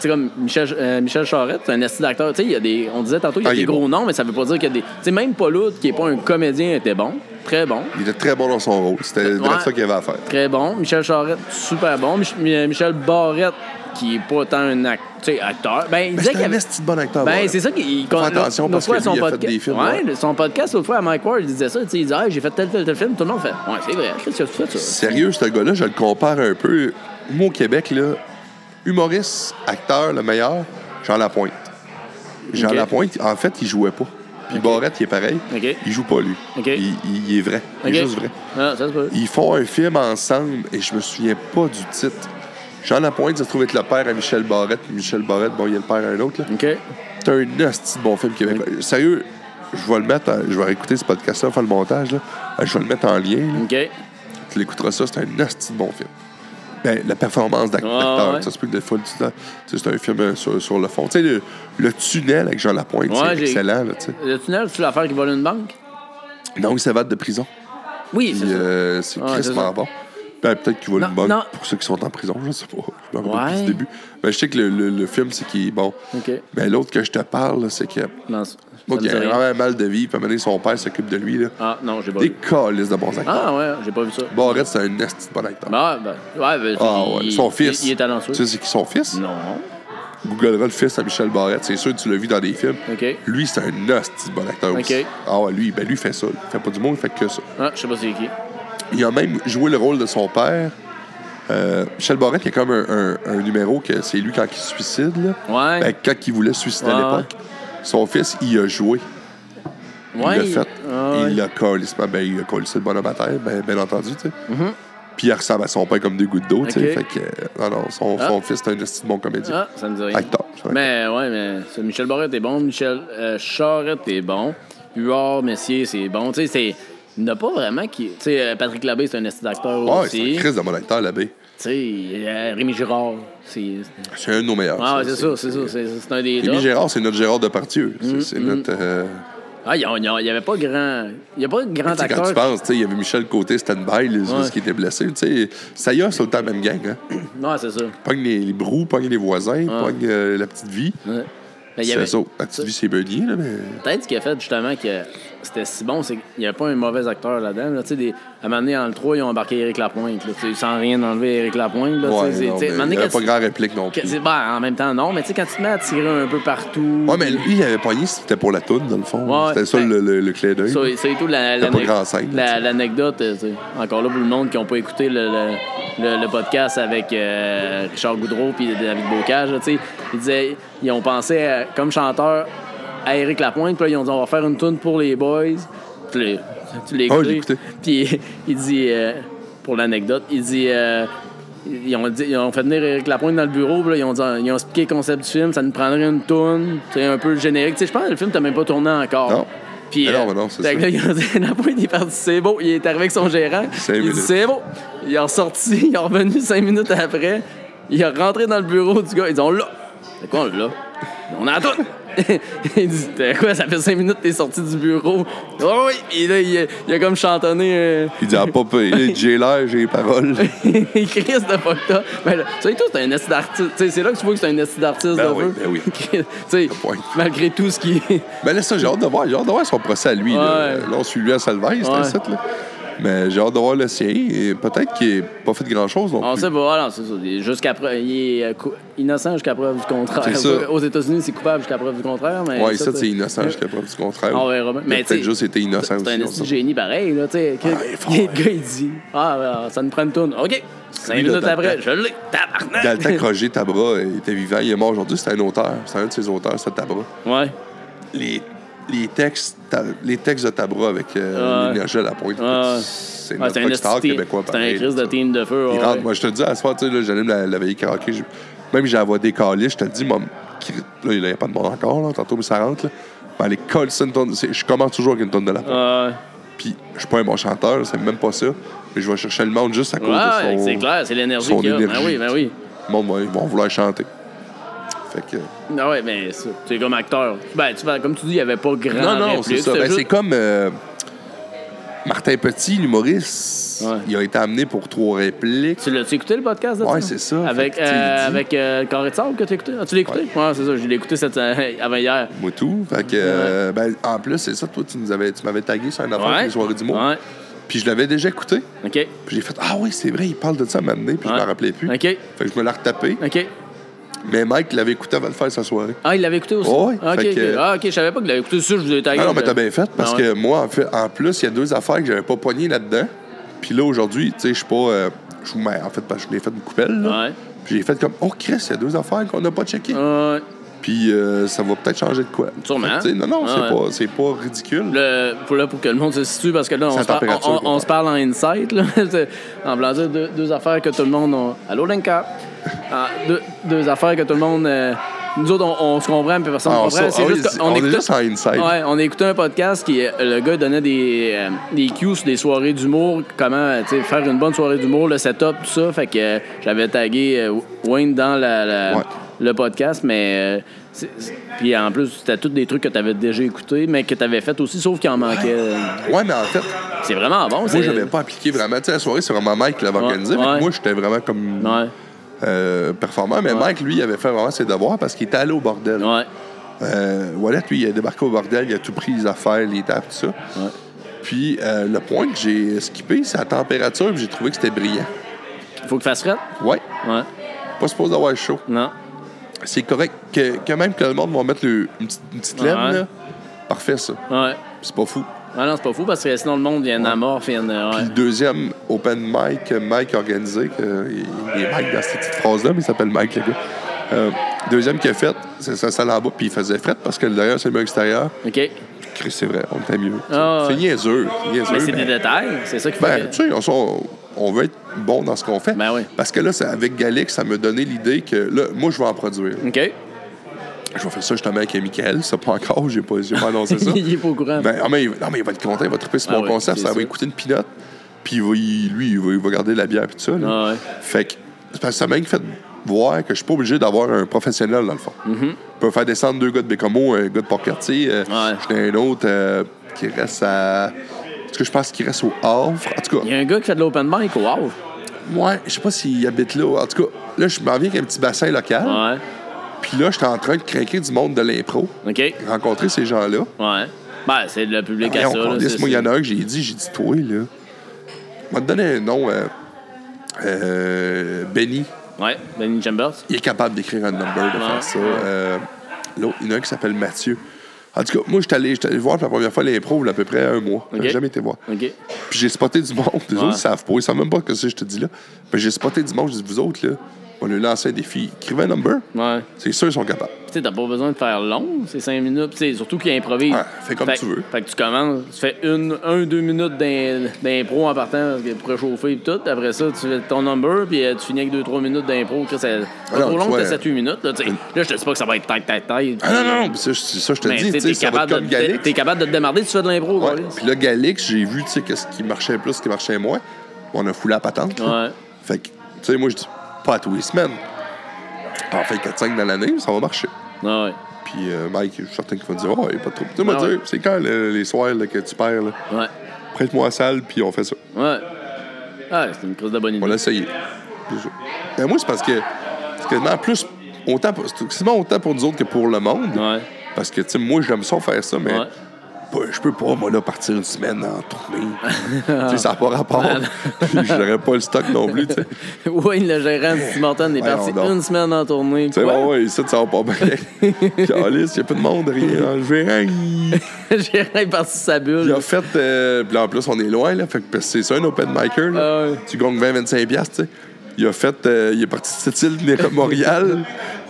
Speaker 2: c'est comme Michel, euh, Michel Charette, c'est un esti d'acteur. Tu sais, il y a des, on disait tantôt, il y a
Speaker 1: Ah, il
Speaker 2: des
Speaker 1: est
Speaker 2: gros
Speaker 1: bon.
Speaker 2: noms, mais ça veut pas dire qu'il y a des. Tu sais, même Pauloud, qui est pas un comédien, était bon, très bon.
Speaker 1: Il était très bon dans son rôle. C'était
Speaker 2: Ouais.
Speaker 1: vraiment ça qu'il avait à faire.
Speaker 2: Très bon. Michel Charette, super bon. Mich- Mi- Michel Barrette, qui est pas tant un ac- tu sais, acteur. Ben,
Speaker 1: Mais
Speaker 2: il disait
Speaker 1: c'est
Speaker 2: qu'il
Speaker 1: un
Speaker 2: avait.
Speaker 1: esti de bon acteur.
Speaker 2: Ben,
Speaker 1: Ah, voilà.
Speaker 2: c'est ça qu'il.
Speaker 1: Faut faire attention
Speaker 2: l'autre
Speaker 1: parce
Speaker 2: fois,
Speaker 1: que lui, il a fait des films, hein.
Speaker 2: Ouais,
Speaker 1: ouais.
Speaker 2: le- son podcast, l'autre fois, à Mike Ward, il disait ça. tu sais, Il disait, ah, j'ai fait tel, tel, tel film. Tout le monde fait, ouais, c'est vrai. Qu'est-ce que tu fais, ça?
Speaker 1: Sérieux, ce gars-là, je le compare un peu. Moi, au Québec, là, humoriste, acteur, le meilleur, Jean Lapointe. Jean
Speaker 2: Ok.
Speaker 1: Lapointe, en fait, il jouait pas. Puis Barrette, il est pareil.
Speaker 2: Ok.
Speaker 1: Il joue pas, lui.
Speaker 2: Ok.
Speaker 1: Il, il- il est vrai. Il est
Speaker 2: Ok.
Speaker 1: juste vrai.
Speaker 2: Ah, ça, c'est pas.
Speaker 1: Ils font un film ensemble et je me souviens pas du titre. Jean Lapointe, ça se trouve être le père à Michel Barrette. Puis Michel Barrette, bon, il est le père à un autre. là.
Speaker 2: OK.
Speaker 1: C'est un hostie de bon film québécois. Sérieux, je vais le mettre, en- je vais écouter ce podcast-là, faire le montage. là. Je vais le mettre en lien. là.
Speaker 2: OK.
Speaker 1: Tu l'écouteras ça, c'est un hostie de bon film. Ben, la performance d'ac-
Speaker 2: Ouais,
Speaker 1: d'acteur,
Speaker 2: Ah, ouais.
Speaker 1: ça se peut que des fois, tu dis, tu sais, c'est un film euh, sur, sur le fond. Tu sais, le, le tunnel avec Jean Lapointe,
Speaker 2: Ouais,
Speaker 1: c'est
Speaker 2: j'ai-
Speaker 1: excellent. Là, tu sais.
Speaker 2: Le tunnel, c'est l'affaire qui vole une banque?
Speaker 1: non, il s'évade de prison.
Speaker 2: Oui,
Speaker 1: Puis
Speaker 2: c'est ça.
Speaker 1: euh, c'est
Speaker 2: Ouais, c'est ça.
Speaker 1: crissement bon. Ben, peut-être qu'il va
Speaker 2: Non,
Speaker 1: le bug
Speaker 2: non.
Speaker 1: pour ceux qui sont en prison, je sais pas. Je me rappelle
Speaker 2: Ouais.
Speaker 1: plus du début. Ben, je sais que le, le- le film, c'est qu'il. Bon.
Speaker 2: OK.
Speaker 1: Ben, l'autre que je te parle, là, c'est que.
Speaker 2: Non, ça- ça
Speaker 1: Moi,
Speaker 2: me
Speaker 1: il
Speaker 2: dit
Speaker 1: a
Speaker 2: rien.
Speaker 1: vraiment mal de vie, puis à un moment donné, son père s'occupe de lui. Là.
Speaker 2: Ah, non, j'ai pas
Speaker 1: Des
Speaker 2: vu.
Speaker 1: calices de bons acteurs.
Speaker 2: Ah, ouais, j'ai pas vu ça.
Speaker 1: Barrette, c'est un esti de bon acteur.
Speaker 2: Ah, ben. Ouais, ben.
Speaker 1: Ah
Speaker 2: il-
Speaker 1: ouais, son
Speaker 2: il-
Speaker 1: fils.
Speaker 2: Il est talentueux.
Speaker 1: Tu sais, c'est qui son fils?
Speaker 2: Non.
Speaker 1: Googlera le fils à Michel Barrette, c'est sûr que tu l'as vu dans des films.
Speaker 2: OK.
Speaker 1: Lui, c'est un hostie de bon acteur
Speaker 2: OK.
Speaker 1: aussi. Ah ouais, lui, ben lui fait ça. Il fait pas du monde, il fait que ça.
Speaker 2: Ah, je sais pas c'est qui.
Speaker 1: Il a même joué le rôle de son père. Euh, Michel Barrette, il y a comme un, un- un numéro que c'est lui quand il se suicide. Là.
Speaker 2: Ouais. Ah
Speaker 1: Ben, quand il voulait se suicider
Speaker 2: Ouais.
Speaker 1: à l'époque. Son fils, il a joué.
Speaker 2: Ouais.
Speaker 1: il l'a fait.
Speaker 2: Ah, ouais.
Speaker 1: Il l'a collé. Ben, il a collé le bonhomme à terre, ben, bien entendu. tu sais. Puis il ressemble à son père comme deux gouttes d'eau. tu sais.
Speaker 2: Mm-hmm. OK.
Speaker 1: Fait que, euh, non, non, son,
Speaker 2: Ah.
Speaker 1: son fils, c'est un esti de bon comédien.
Speaker 2: Ah, Ben, ça me dit rien.
Speaker 1: Acteur. c'est vrai.
Speaker 2: Mais ouais, mais ça, Michel Barrette est bon, Michel euh, Charette est bon, Huard Messier c'est bon, tu sais, c'est il n'y en a pas vraiment qui. Tu sais, euh, Patrick Labbé, c'est un esti d'acteur
Speaker 1: Ah Ouais, c'est
Speaker 2: aussi.
Speaker 1: un
Speaker 2: Tu
Speaker 1: crise de bon acteur, l'abbé.
Speaker 2: sais, euh, Rémi Girard, c'est.
Speaker 1: C'est un de nos meilleurs.
Speaker 2: Ah, ouais,
Speaker 1: ça,
Speaker 2: c'est ça, Mm, c'est ça, c'est c'est un des.
Speaker 1: Rémi
Speaker 2: tops.
Speaker 1: Gérard, c'est notre Gérard Departieu. C'est- C'est notre. euh,
Speaker 2: Ah, il n'y avait pas grand. Il n'y a pas de grand
Speaker 1: Tu sais, quand tu
Speaker 2: acteur.
Speaker 1: penses, tu sais, il y avait Michel Côté, stand-by, les
Speaker 2: Ouais.
Speaker 1: qui étaient blessés. Tu sais, ça y est, c'est le temps même gang. Hein.
Speaker 2: Non, c'est ça.
Speaker 1: Pogne les, les brous, pogne les voisins, pogne euh, la petite vie.
Speaker 2: Ouais. Mais il y
Speaker 1: C'est
Speaker 2: avait-
Speaker 1: ça. La petite vie, c'est Bunny, là, mais.
Speaker 2: Peut-être ce qui a fait justement que c'était si bon, c'est qu'il n'y avait pas un mauvais acteur là-dedans. Là, Tu sais, des... À un moment donné, dans le 3, ils ont embarqué Eric Lapointe. Là, tu sais, sans rien enlever à Eric Lapointe. Là, tu sais,
Speaker 1: Ouais,
Speaker 2: c'est-
Speaker 1: non,
Speaker 2: tu sais, à
Speaker 1: mais
Speaker 2: un moment
Speaker 1: il
Speaker 2: donné,
Speaker 1: n'y avait
Speaker 2: quand
Speaker 1: pas
Speaker 2: tu-
Speaker 1: grand réplique non
Speaker 2: Que-
Speaker 1: plus.
Speaker 2: c'est- ben, en même temps, non, mais tu sais, quand tu te mets à tirer un peu partout.
Speaker 1: Ouais, mais lui, il avait pogné, c'était pour la toune, dans le fond.
Speaker 2: Ouais,
Speaker 1: c'était ça
Speaker 2: ben-
Speaker 1: le, le, le clé d'œil.
Speaker 2: Ça, C'est tout la-
Speaker 1: T'as
Speaker 2: la-
Speaker 1: pas grand scène, là,
Speaker 2: la-
Speaker 1: tu sais.
Speaker 2: l'anecdote. euh, tu sais. Encore là, pour le monde qui n'a pas écouté le, le- le- le podcast avec euh, Richard Goudreau et David Bocage, là, tu sais, ils disaient, ils ont pensé à- comme chanteur à Eric Lapointe, puis là, ils ont dit on va faire une tune pour les boys. Tu l'as- tu l'as
Speaker 1: Ah,
Speaker 2: écouté.
Speaker 1: je l'ai écouté.
Speaker 2: Puis il dit, euh, pour l'anecdote, il dit. euh, ils ont, dit- ils ont fait venir Eric Lapointe dans le bureau, puis là, ils, ont dit- ils ont expliqué le concept du film, ça nous prendrait une toune, c'est un peu le générique. Tu sais, je pense que le film t'as même pas tourné encore.
Speaker 1: Non.
Speaker 2: Puis,
Speaker 1: Mais Ah non,
Speaker 2: euh,
Speaker 1: mais non, c'est
Speaker 2: fait que
Speaker 1: ça.
Speaker 2: là, ils ont dit, Lapointe, il est parti, c'est beau. Il est arrivé avec son gérant.
Speaker 1: Cinq
Speaker 2: Il a dit,
Speaker 1: minutes.
Speaker 2: c'est beau. Il est ressorti, il est revenu cinq minutes après. Il est rentré dans le bureau du gars. Ils ont on l'a. C'est quoi, on l'a? On a tout. il dit, T'as quoi, ça fait cinq minutes que t'es sorti du bureau. Oh oui, puis là, il, a- il a comme chantonné. euh,
Speaker 1: Il dit, ah, pas payé, j'ai l'air, j'ai les paroles.
Speaker 2: Chris de fucked up. Ben, là, tu sais, toi, c'est un esti d'artiste. Tu sais, c'est là que tu vois que c'est un esti d'artiste.
Speaker 1: Ben
Speaker 2: de
Speaker 1: oui,
Speaker 2: feu.
Speaker 1: ben oui.
Speaker 2: tu sais,
Speaker 1: point.
Speaker 2: malgré tout ce qui.
Speaker 1: Ben là, ça, j'ai hâte de voir. J'ai hâte de voir son procès à lui. Là,
Speaker 2: Ouais.
Speaker 1: Là, on suit lui à Salvaille, c'est
Speaker 2: Ouais.
Speaker 1: un site, là. Mais j'ai hâte de voir le sien. Et Peut-être qu'il n'a pas fait grand-chose non
Speaker 2: On
Speaker 1: plus.
Speaker 2: sait pas, voilà, c'est ça. Il est Jusqu'à preuve- il est euh, cou- innocent jusqu'à preuve du contraire.
Speaker 1: C'est ça.
Speaker 2: Aux États-Unis, c'est coupable jusqu'à preuve du contraire. Mais
Speaker 1: Ouais, ça, c'est innocent jusqu'à preuve du contraire.
Speaker 2: On verra bien.
Speaker 1: Il a
Speaker 2: Mais
Speaker 1: peut-être
Speaker 2: t'sais,
Speaker 1: juste été innocent
Speaker 2: C'est
Speaker 1: aussi.
Speaker 2: un
Speaker 1: on
Speaker 2: esti de
Speaker 1: sait
Speaker 2: génie pareil, là, tu sais. que-
Speaker 1: Ah, il est fort,
Speaker 2: le
Speaker 1: hein.
Speaker 2: gars, il dit Ah, ben, ça nous prend une tourne. OK, cinq
Speaker 1: Lui, là,
Speaker 2: minutes
Speaker 1: dans-
Speaker 2: après,
Speaker 1: dans-
Speaker 2: je l'ai.
Speaker 1: pas. Dans le temps
Speaker 2: Tabarnak.
Speaker 1: que Roger Tabra il était vivant, il est mort aujourd'hui, c'était un auteur. C'était un de ses auteurs, c'était Tabra.
Speaker 2: Ouais.
Speaker 1: Les, les, textes, ta- les textes de Tabra avec euh,
Speaker 2: Ouais.
Speaker 1: l'énergie à la pointe,
Speaker 2: Ouais.
Speaker 1: c'est
Speaker 2: Ouais,
Speaker 1: notre
Speaker 2: C'est un
Speaker 1: rockstar
Speaker 2: esti-
Speaker 1: québécois.
Speaker 2: C'est un
Speaker 1: pareil,
Speaker 2: crise de
Speaker 1: ça.
Speaker 2: team de feu.
Speaker 1: Il
Speaker 2: ouais.
Speaker 1: rentre. Moi, je te le dis, à ce soir, tu sais, là, j'allume la, la veille karaoké. je- Même j'ai la voix décalée, je te le dis, moi, qui- là, il n'y a pas de monde encore, là, tantôt, mais ça rentre. Là. Ben, allez, colle ça une tonne. c'est- Je commence toujours avec une tonne de la
Speaker 2: Ouais.
Speaker 1: Puis, je suis pas un bon chanteur, c'est même pas ça. Mais je vais chercher le monde juste à cause
Speaker 2: Ouais,
Speaker 1: de son.
Speaker 2: c'est clair, c'est l'énergie
Speaker 1: son
Speaker 2: qu'il y a. Ben
Speaker 1: énergie.
Speaker 2: oui, ben oui.
Speaker 1: Le monde, va- ils vont vouloir chanter. Fait que.
Speaker 2: Ah ouais, mais ça, tu es comme acteur. Ben, tu vois, comme tu dis, il n'y avait pas grand.
Speaker 1: Non, non,
Speaker 2: réplique,
Speaker 1: c'est ça.
Speaker 2: c'était
Speaker 1: Ben,
Speaker 2: juste-
Speaker 1: c'est comme euh, Martin Petit, l'humoriste.
Speaker 2: Ouais.
Speaker 1: Il a été amené pour trois répliques.
Speaker 2: Tu l'as-tu écouté le podcast? là,
Speaker 1: Ouais,
Speaker 2: tu-
Speaker 1: c'est ça.
Speaker 2: Avec,
Speaker 1: Fait que, tu sais, il
Speaker 2: euh,
Speaker 1: dit-
Speaker 2: avec euh, Carré de Sable que tu as écouté? Ah, tu l'as écouté? Ouais, c'est ça. Je l'ai écouté cette, euh, avant hier.
Speaker 1: Moi tout. Fait que, euh, ben, en plus, c'est ça, toi, tu nous avais, tu m'avais tagué sur un affaire
Speaker 2: Ouais.
Speaker 1: les soirées du mot.
Speaker 2: Ouais.
Speaker 1: Puis je l'avais déjà écouté.
Speaker 2: OK.
Speaker 1: Puis j'ai fait Ah oui, c'est vrai, il parle de ça maintenant, puis
Speaker 2: Ouais.
Speaker 1: je m'en rappelais plus.
Speaker 2: OK.
Speaker 1: Fait que je me l'ai retapé.
Speaker 2: OK.
Speaker 1: Mais Mike l'avait écouté avant de faire sa soirée.
Speaker 2: Ah, il l'avait écouté aussi?
Speaker 1: Ouais,
Speaker 2: Ah, OK.
Speaker 1: fait que-
Speaker 2: ok. Ah, OK. Je savais pas qu'il l'avait écouté. Ça, je vous ai tagué.
Speaker 1: Ah non, mais t'as bien fait, parce
Speaker 2: Ah ouais.
Speaker 1: que moi, en, fait, en plus, il y a deux affaires que j'avais pas poignées là-dedans. Puis là, aujourd'hui, tu sais, je suis pas. euh, je suis mais en fait, parce que je l'ai fait une coupelle, là.
Speaker 2: Ouais.
Speaker 1: Puis j'ai fait comme Oh, Chris, il y a deux affaires qu'on n'a pas checkées.
Speaker 2: Ouais.
Speaker 1: Puis euh, ça va peut-être changer de quoi.
Speaker 2: Sûrement.
Speaker 1: Tu sais, non, non,
Speaker 2: Ah
Speaker 1: c'est
Speaker 2: ouais.
Speaker 1: pas- c'est pas, ridicule.
Speaker 2: Le- pour, là, pour que le monde se situe, parce que là, on
Speaker 1: C'est
Speaker 2: se parle,
Speaker 1: la température
Speaker 2: on-
Speaker 1: qu'on
Speaker 2: on- on
Speaker 1: parle.
Speaker 2: se parle en insight, là, C'est- en voulant dire deux, deux affaires que tout le monde... a- Allô, Lenka? Ah, deux, deux affaires que tout le monde... euh, nous autres, on, on se comprend, puis personne ne
Speaker 1: Ah, on
Speaker 2: comprend.
Speaker 1: se-
Speaker 2: C'est
Speaker 1: ah oui,
Speaker 2: juste
Speaker 1: c'est-
Speaker 2: qu'on
Speaker 1: on est
Speaker 2: écoutait-
Speaker 1: juste en inside.
Speaker 2: Ouais, on écoutait un podcast qui euh, le gars donnait des, euh, des cues sur des soirées d'humour, comment euh, tu sais, faire une bonne soirée d'humour, le setup, tout ça. Fait que euh, j'avais tagué euh, Wayne dans la- la-
Speaker 1: Ouais.
Speaker 2: le podcast, mais. euh, c'est- c'est- puis en plus, c'était tous des trucs que t'avais déjà écoutés, mais que t'avais fait aussi, sauf qu'il en manquait. euh,
Speaker 1: Ouais, mais en fait,
Speaker 2: C'est vraiment bon.
Speaker 1: Moi,
Speaker 2: c'est-
Speaker 1: j'avais pas appliqué vraiment. Tu sais, la soirée, c'est vraiment Mike qui l'avait
Speaker 2: Ouais,
Speaker 1: organisée. mais
Speaker 2: ouais.
Speaker 1: Moi, j'étais vraiment comme
Speaker 2: Ouais,
Speaker 1: euh, performant. Mais Mike, lui, il avait fait vraiment ses devoirs parce qu'il était allé au bordel.
Speaker 2: ouais.
Speaker 1: Euh, Wallet, lui, il a débarqué au bordel, il a tout pris les affaires, les tables, tout ça. Puis euh, le point que j'ai skippé, c'est la température, puis j'ai trouvé que c'était brillant.
Speaker 2: Faut qu'il fasse fret?
Speaker 1: Ouais,
Speaker 2: Ouais.
Speaker 1: pas supposé avoir chaud.
Speaker 2: Non.
Speaker 1: C'est correct que, que même que le monde va mettre le- une, petite- une petite laine,
Speaker 2: Ouais.
Speaker 1: là, parfait ça.
Speaker 2: Ouais.
Speaker 1: C'est pas fou.
Speaker 2: Ah non, c'est pas fou parce que sinon le monde vient amorphe, vient. euh,
Speaker 1: Puis
Speaker 2: ouais.
Speaker 1: le deuxième open mic que Mike a organisé, que, il est Mike dans cette petite phrase-là, mais il s'appelle Mike, le gars. Euh, deuxième qu'il a fait, c'est sa salle en bas, puis il faisait fret parce que le derrière, c'est le mur extérieur.
Speaker 2: OK.
Speaker 1: Chris, c'est vrai, on était mieux.
Speaker 2: Ah,
Speaker 1: c'est
Speaker 2: ouais.
Speaker 1: niaiseux, niaiseux.
Speaker 2: Mais c'est
Speaker 1: mais-
Speaker 2: des détails, c'est ça qui fait.
Speaker 1: ben, tu sais, on, s'en- on veut être bon dans ce qu'on fait.
Speaker 2: Ben oui.
Speaker 1: Parce que là, c'est- avec Galix, ça me donnait l'idée que, là, moi, je vais en produire.
Speaker 2: OK.
Speaker 1: Je vais faire ça justement avec Michael, ça pas encore, j'ai pas, j'ai pas annoncé ça.
Speaker 2: il est pas au courant.
Speaker 1: Ben, ah, mais, il- non, mais il va être content, il va triper sur
Speaker 2: Ah
Speaker 1: mon
Speaker 2: oui,
Speaker 1: concept,
Speaker 2: c'est
Speaker 1: ça va
Speaker 2: sûr.
Speaker 1: écouter une pinote, puis il va- il- lui, il va, il va garder la bière, puis tout ça. là.
Speaker 2: Ah ouais.
Speaker 1: Fait que c'est parce que ça m'a fait voir que je suis pas obligé d'avoir un professionnel, dans le fond.
Speaker 2: Mhm.
Speaker 1: Je peux faire descendre deux gars de Bécamo, un gars de Port-Cartier, euh,
Speaker 2: Ouais.
Speaker 1: j'en ai un autre euh, qui reste à. En tout cas, je pense qu'il reste au Havre. En tout cas,
Speaker 2: Il y a un gars qui fait de l'open mic, wow!
Speaker 1: ouais, je sais pas s'il habite là. En tout cas, là, je m'en viens avec un petit bassin local.
Speaker 2: Ouais,
Speaker 1: Puis là, j'étais en train de craquer du monde de l'impro,
Speaker 2: ok,
Speaker 1: rencontrer ces gens-là.
Speaker 2: ouais. Ben, c'est le public
Speaker 1: Voyons,
Speaker 2: à ça. là,
Speaker 1: câlisse,
Speaker 2: c'est-
Speaker 1: moi, il y en a un que j'ai dit, j'ai dit, toi, là. On va te donner un nom. euh, euh, Benny.
Speaker 2: Ouais, Benny Chambers.
Speaker 1: Il est capable d'écrire un number, de
Speaker 2: Ouais.
Speaker 1: faire ça. Euh, L'autre, il y en a un qui s'appelle Mathieu. En tout cas, moi, j'étais allé, j'étais allé voir pour la première fois l'impro, il y a à peu près un mois. J'avais
Speaker 2: Ok.
Speaker 1: jamais été voir.
Speaker 2: Ok.
Speaker 1: Puis j'ai spoté du monde. Les
Speaker 2: Ouais.
Speaker 1: autres, ils savent pas. Ils savent même pas que c'est, je te dis là. Puis j'ai spoté du monde. Je dis, vous autres, là, On lui lançait des filles. Écrivez un number.
Speaker 2: Ouais.
Speaker 1: C'est sûr qu'ils sont capables.
Speaker 2: Tu sais, t'as pas besoin de faire long, c'est cinq minutes. Tu sais, surtout qu'il improvise.
Speaker 1: Ouais, fais comme
Speaker 2: Fait-
Speaker 1: tu veux.
Speaker 2: Fait que tu commences, tu fais une, un, deux minutes d'im- d'impro en partant parce que pour réchauffer et tout. Après ça, tu fais ton number, puis euh, tu finis avec deux, trois minutes d'impro. Chris, C'est
Speaker 1: Ah
Speaker 2: pas
Speaker 1: non,
Speaker 2: trop long,
Speaker 1: tu
Speaker 2: t'as
Speaker 1: vois,
Speaker 2: 7, 8 minutes. Là, tu sais. Là, je te dis pas que ça va être tête, tête, tête.
Speaker 1: Ah non, non, non, ça, je- ça, je te
Speaker 2: Mais
Speaker 1: dis,
Speaker 2: tu
Speaker 1: tu sais,
Speaker 2: sais, t'es
Speaker 1: ça va être
Speaker 2: capable,
Speaker 1: comme
Speaker 2: de- t'es-
Speaker 1: Galix.
Speaker 2: t'es capable de te démarrer si tu fais de l'impro,
Speaker 1: Ouais.
Speaker 2: Carlis.
Speaker 1: Puis là, Galix, j'ai vu, tu sais, qu'est-ce qui marchait plus, ce qui marchait moins. On a foulé la patente. là.
Speaker 2: Ouais.
Speaker 1: Fait que, tu sais, moi, je dis, pas à tous les semaines. En fait, 4-5 dans l'année, ça va marcher.
Speaker 2: Ouais, ouais.
Speaker 1: Puis euh, Mike, je suis certain qu'il va dire, oh, il a pas de trouble. Tu sais, moi,
Speaker 2: Ah ouais.
Speaker 1: dire, c'est quand le- les soirs là, que tu perds, là?
Speaker 2: Ouais.
Speaker 1: Prête-moi la salle, puis on fait ça.
Speaker 2: Ouais. Ah, c'est une crise de bonne idée.
Speaker 1: On l'a essayé. Mais moi, c'est parce que c'est quasiment plus. Autant pour, c'est quasiment autant pour nous autres que pour le monde.
Speaker 2: Ouais.
Speaker 1: Parce que, tu sais, moi, j'aime ça faire ça, mais
Speaker 2: Ouais.
Speaker 1: pas- je peux pas, moi, là, partir une semaine en tournée. tu sais, ça n'a pas rapport. Puis j'aurais pas le stock non plus, tu sais.
Speaker 2: Wayne, le gérant de Simorton, est
Speaker 1: Voyons
Speaker 2: parti
Speaker 1: donc.
Speaker 2: une semaine en tournée.
Speaker 1: Tu sais,
Speaker 2: Quoi?
Speaker 1: bon, ouais, ça, ça va pas bien. Calice, il a plus de monde, rien. Le gérant, il,
Speaker 2: le gérant est parti de sa bulle.
Speaker 1: il a fait. euh, puis là, en plus, on est loin, là. Fait que parce que c'est ça, un open micer, là.
Speaker 2: Ah ouais.
Speaker 1: Tu gagnes 20-25$, piastres, tu sais. Il a fait. euh, il est parti de cette île venir à Montréal.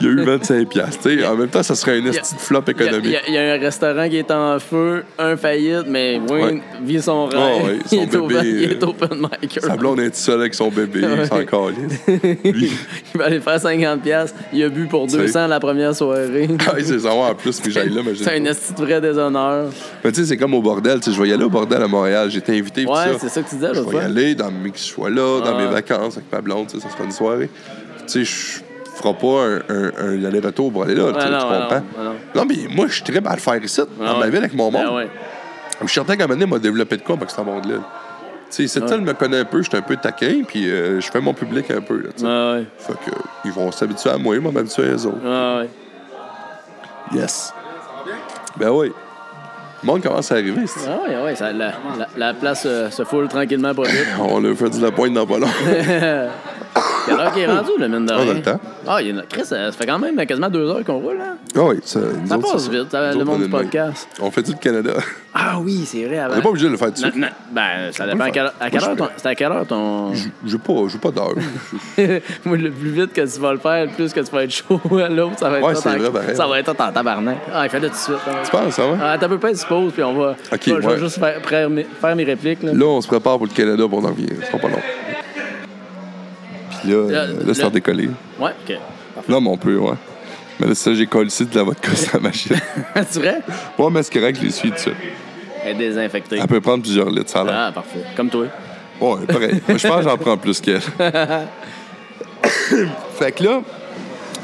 Speaker 1: il a eu 25$. piastres, tu sais. En même temps, ça serait une esti de flop
Speaker 2: Il y, a- il
Speaker 1: économique.
Speaker 2: y a- il y a un restaurant qui est en feu, un faillite, mais Wayne
Speaker 1: Ouais. Ah,
Speaker 2: vit son rêve.
Speaker 1: ouais, son
Speaker 2: il, est open,
Speaker 1: bébé,
Speaker 2: il est
Speaker 1: euh,
Speaker 2: open micer.
Speaker 1: Sa blonde est seule avec son bébé, il s'en
Speaker 2: Ouais.
Speaker 1: calisse. Lui,
Speaker 2: il va aller faire 50$. piastres. Il a bu pour
Speaker 1: sais.
Speaker 2: 200 la première soirée.
Speaker 1: ah, il sait savoir en plus que j'aille là, mais je-
Speaker 2: C'est un esti de vrai déshonneur.
Speaker 1: Mais tu sais, c'est comme au bordel. Tu sais, je vais y aller au bordel à Montréal. J'étais invité. pis
Speaker 2: Ouais, c'est ça que tu disais
Speaker 1: Je
Speaker 2: l'autre
Speaker 1: vais y
Speaker 2: fois.
Speaker 1: aller dans mes, que je sois là, dans
Speaker 2: Ah.
Speaker 1: mes vacances avec ma blonde. tu sais, Ça sera une soirée. Tu sais, je ferai pas un, un- un aller-retour pour aller là. tu sais,
Speaker 2: Ah non,
Speaker 1: tu
Speaker 2: ah
Speaker 1: comprends?
Speaker 2: non, ah
Speaker 1: non. mais moi, je tripe à le faire ici,
Speaker 2: Ah
Speaker 1: dans ma
Speaker 2: ouais.
Speaker 1: ville avec mon monde.
Speaker 2: Ben ouais.
Speaker 1: Je suis certain qu'à un moment donné, il m'a développé de quoi avec ce monde-là. Tu sais, cette île me connaît un peu, je suis un peu taquin, puis euh, je fais mon public un peu. Là, tu sais.
Speaker 2: Ah ouais.
Speaker 1: Fait que, ils vont s'habituer à moi, ils vont m'habituer aux autres.
Speaker 2: Ah ouais.
Speaker 1: Yes. Ben oui. Le monde commence à arriver. c'est-
Speaker 2: Ah ouais, ouais, ça- la, la- la place euh, se foule tranquillement pas vite.
Speaker 1: On a fait du la pointe dans pas long.
Speaker 2: Quelle heure qu'il est rendu, le mine de
Speaker 1: Ah,
Speaker 2: rien?
Speaker 1: dans le temps.
Speaker 2: Ah, il y en a... Chris, ça, ça fait quand même quasiment deux heures qu'on roule, hein?
Speaker 1: Ah oui, ça, nous
Speaker 2: Ça
Speaker 1: autres,
Speaker 2: passe
Speaker 1: c'est
Speaker 2: vite, ça,
Speaker 1: Nous
Speaker 2: le
Speaker 1: autres,
Speaker 2: monde
Speaker 1: on est
Speaker 2: du
Speaker 1: de même.
Speaker 2: podcast.
Speaker 1: On fait tout le Canada.
Speaker 2: Ah oui, c'est vrai.
Speaker 1: On
Speaker 2: Avant...
Speaker 1: n'est pas obligé de le faire tout de
Speaker 2: Non,
Speaker 1: suite.
Speaker 2: non, ben, ça dépend
Speaker 1: peut
Speaker 2: à
Speaker 1: le
Speaker 2: quelle,
Speaker 1: faire.
Speaker 2: à quelle
Speaker 1: Moi,
Speaker 2: heure
Speaker 1: je
Speaker 2: ton... C'est à quelle heure ton...
Speaker 1: J'ai pas, j'ai pas d'heure.
Speaker 2: Moi, le plus vite que tu vas le faire, le plus que tu vas être chaud à l'autre, ça va être
Speaker 1: Ouais,
Speaker 2: hot
Speaker 1: c'est
Speaker 2: en-
Speaker 1: vrai, pareil.
Speaker 2: Ça va être hot en tabarnak. Ah, fais-le tout de suite.
Speaker 1: tu penses, ça va?
Speaker 2: Ah, t'as peu pas se pause, puis on va...
Speaker 1: Ok,
Speaker 2: je vais- je vais
Speaker 1: ouais.
Speaker 2: juste faire, faire mes, faire mes répliques, là.
Speaker 1: Là, on se prépare pour le Canada, puis on en revient. C'est pas long. Puis là, euh,
Speaker 2: Là,
Speaker 1: là, c'est en
Speaker 2: là-
Speaker 1: décollé.
Speaker 2: Ouais, OK.
Speaker 1: Là, mais on peut, ouais. Mais là, ça, j'ai collé ici de la vodka sur la machine.
Speaker 2: tu vrai?
Speaker 1: ouais, mais c'est correct, je les suis dessus.
Speaker 2: Elle est désinfectée.
Speaker 1: Elle peut prendre plusieurs litres, ça a l'air.
Speaker 2: Ah, parfait. Comme toi.
Speaker 1: Ouais, pareil. Moi, je pense que j'en prends plus qu'elle. fait que là,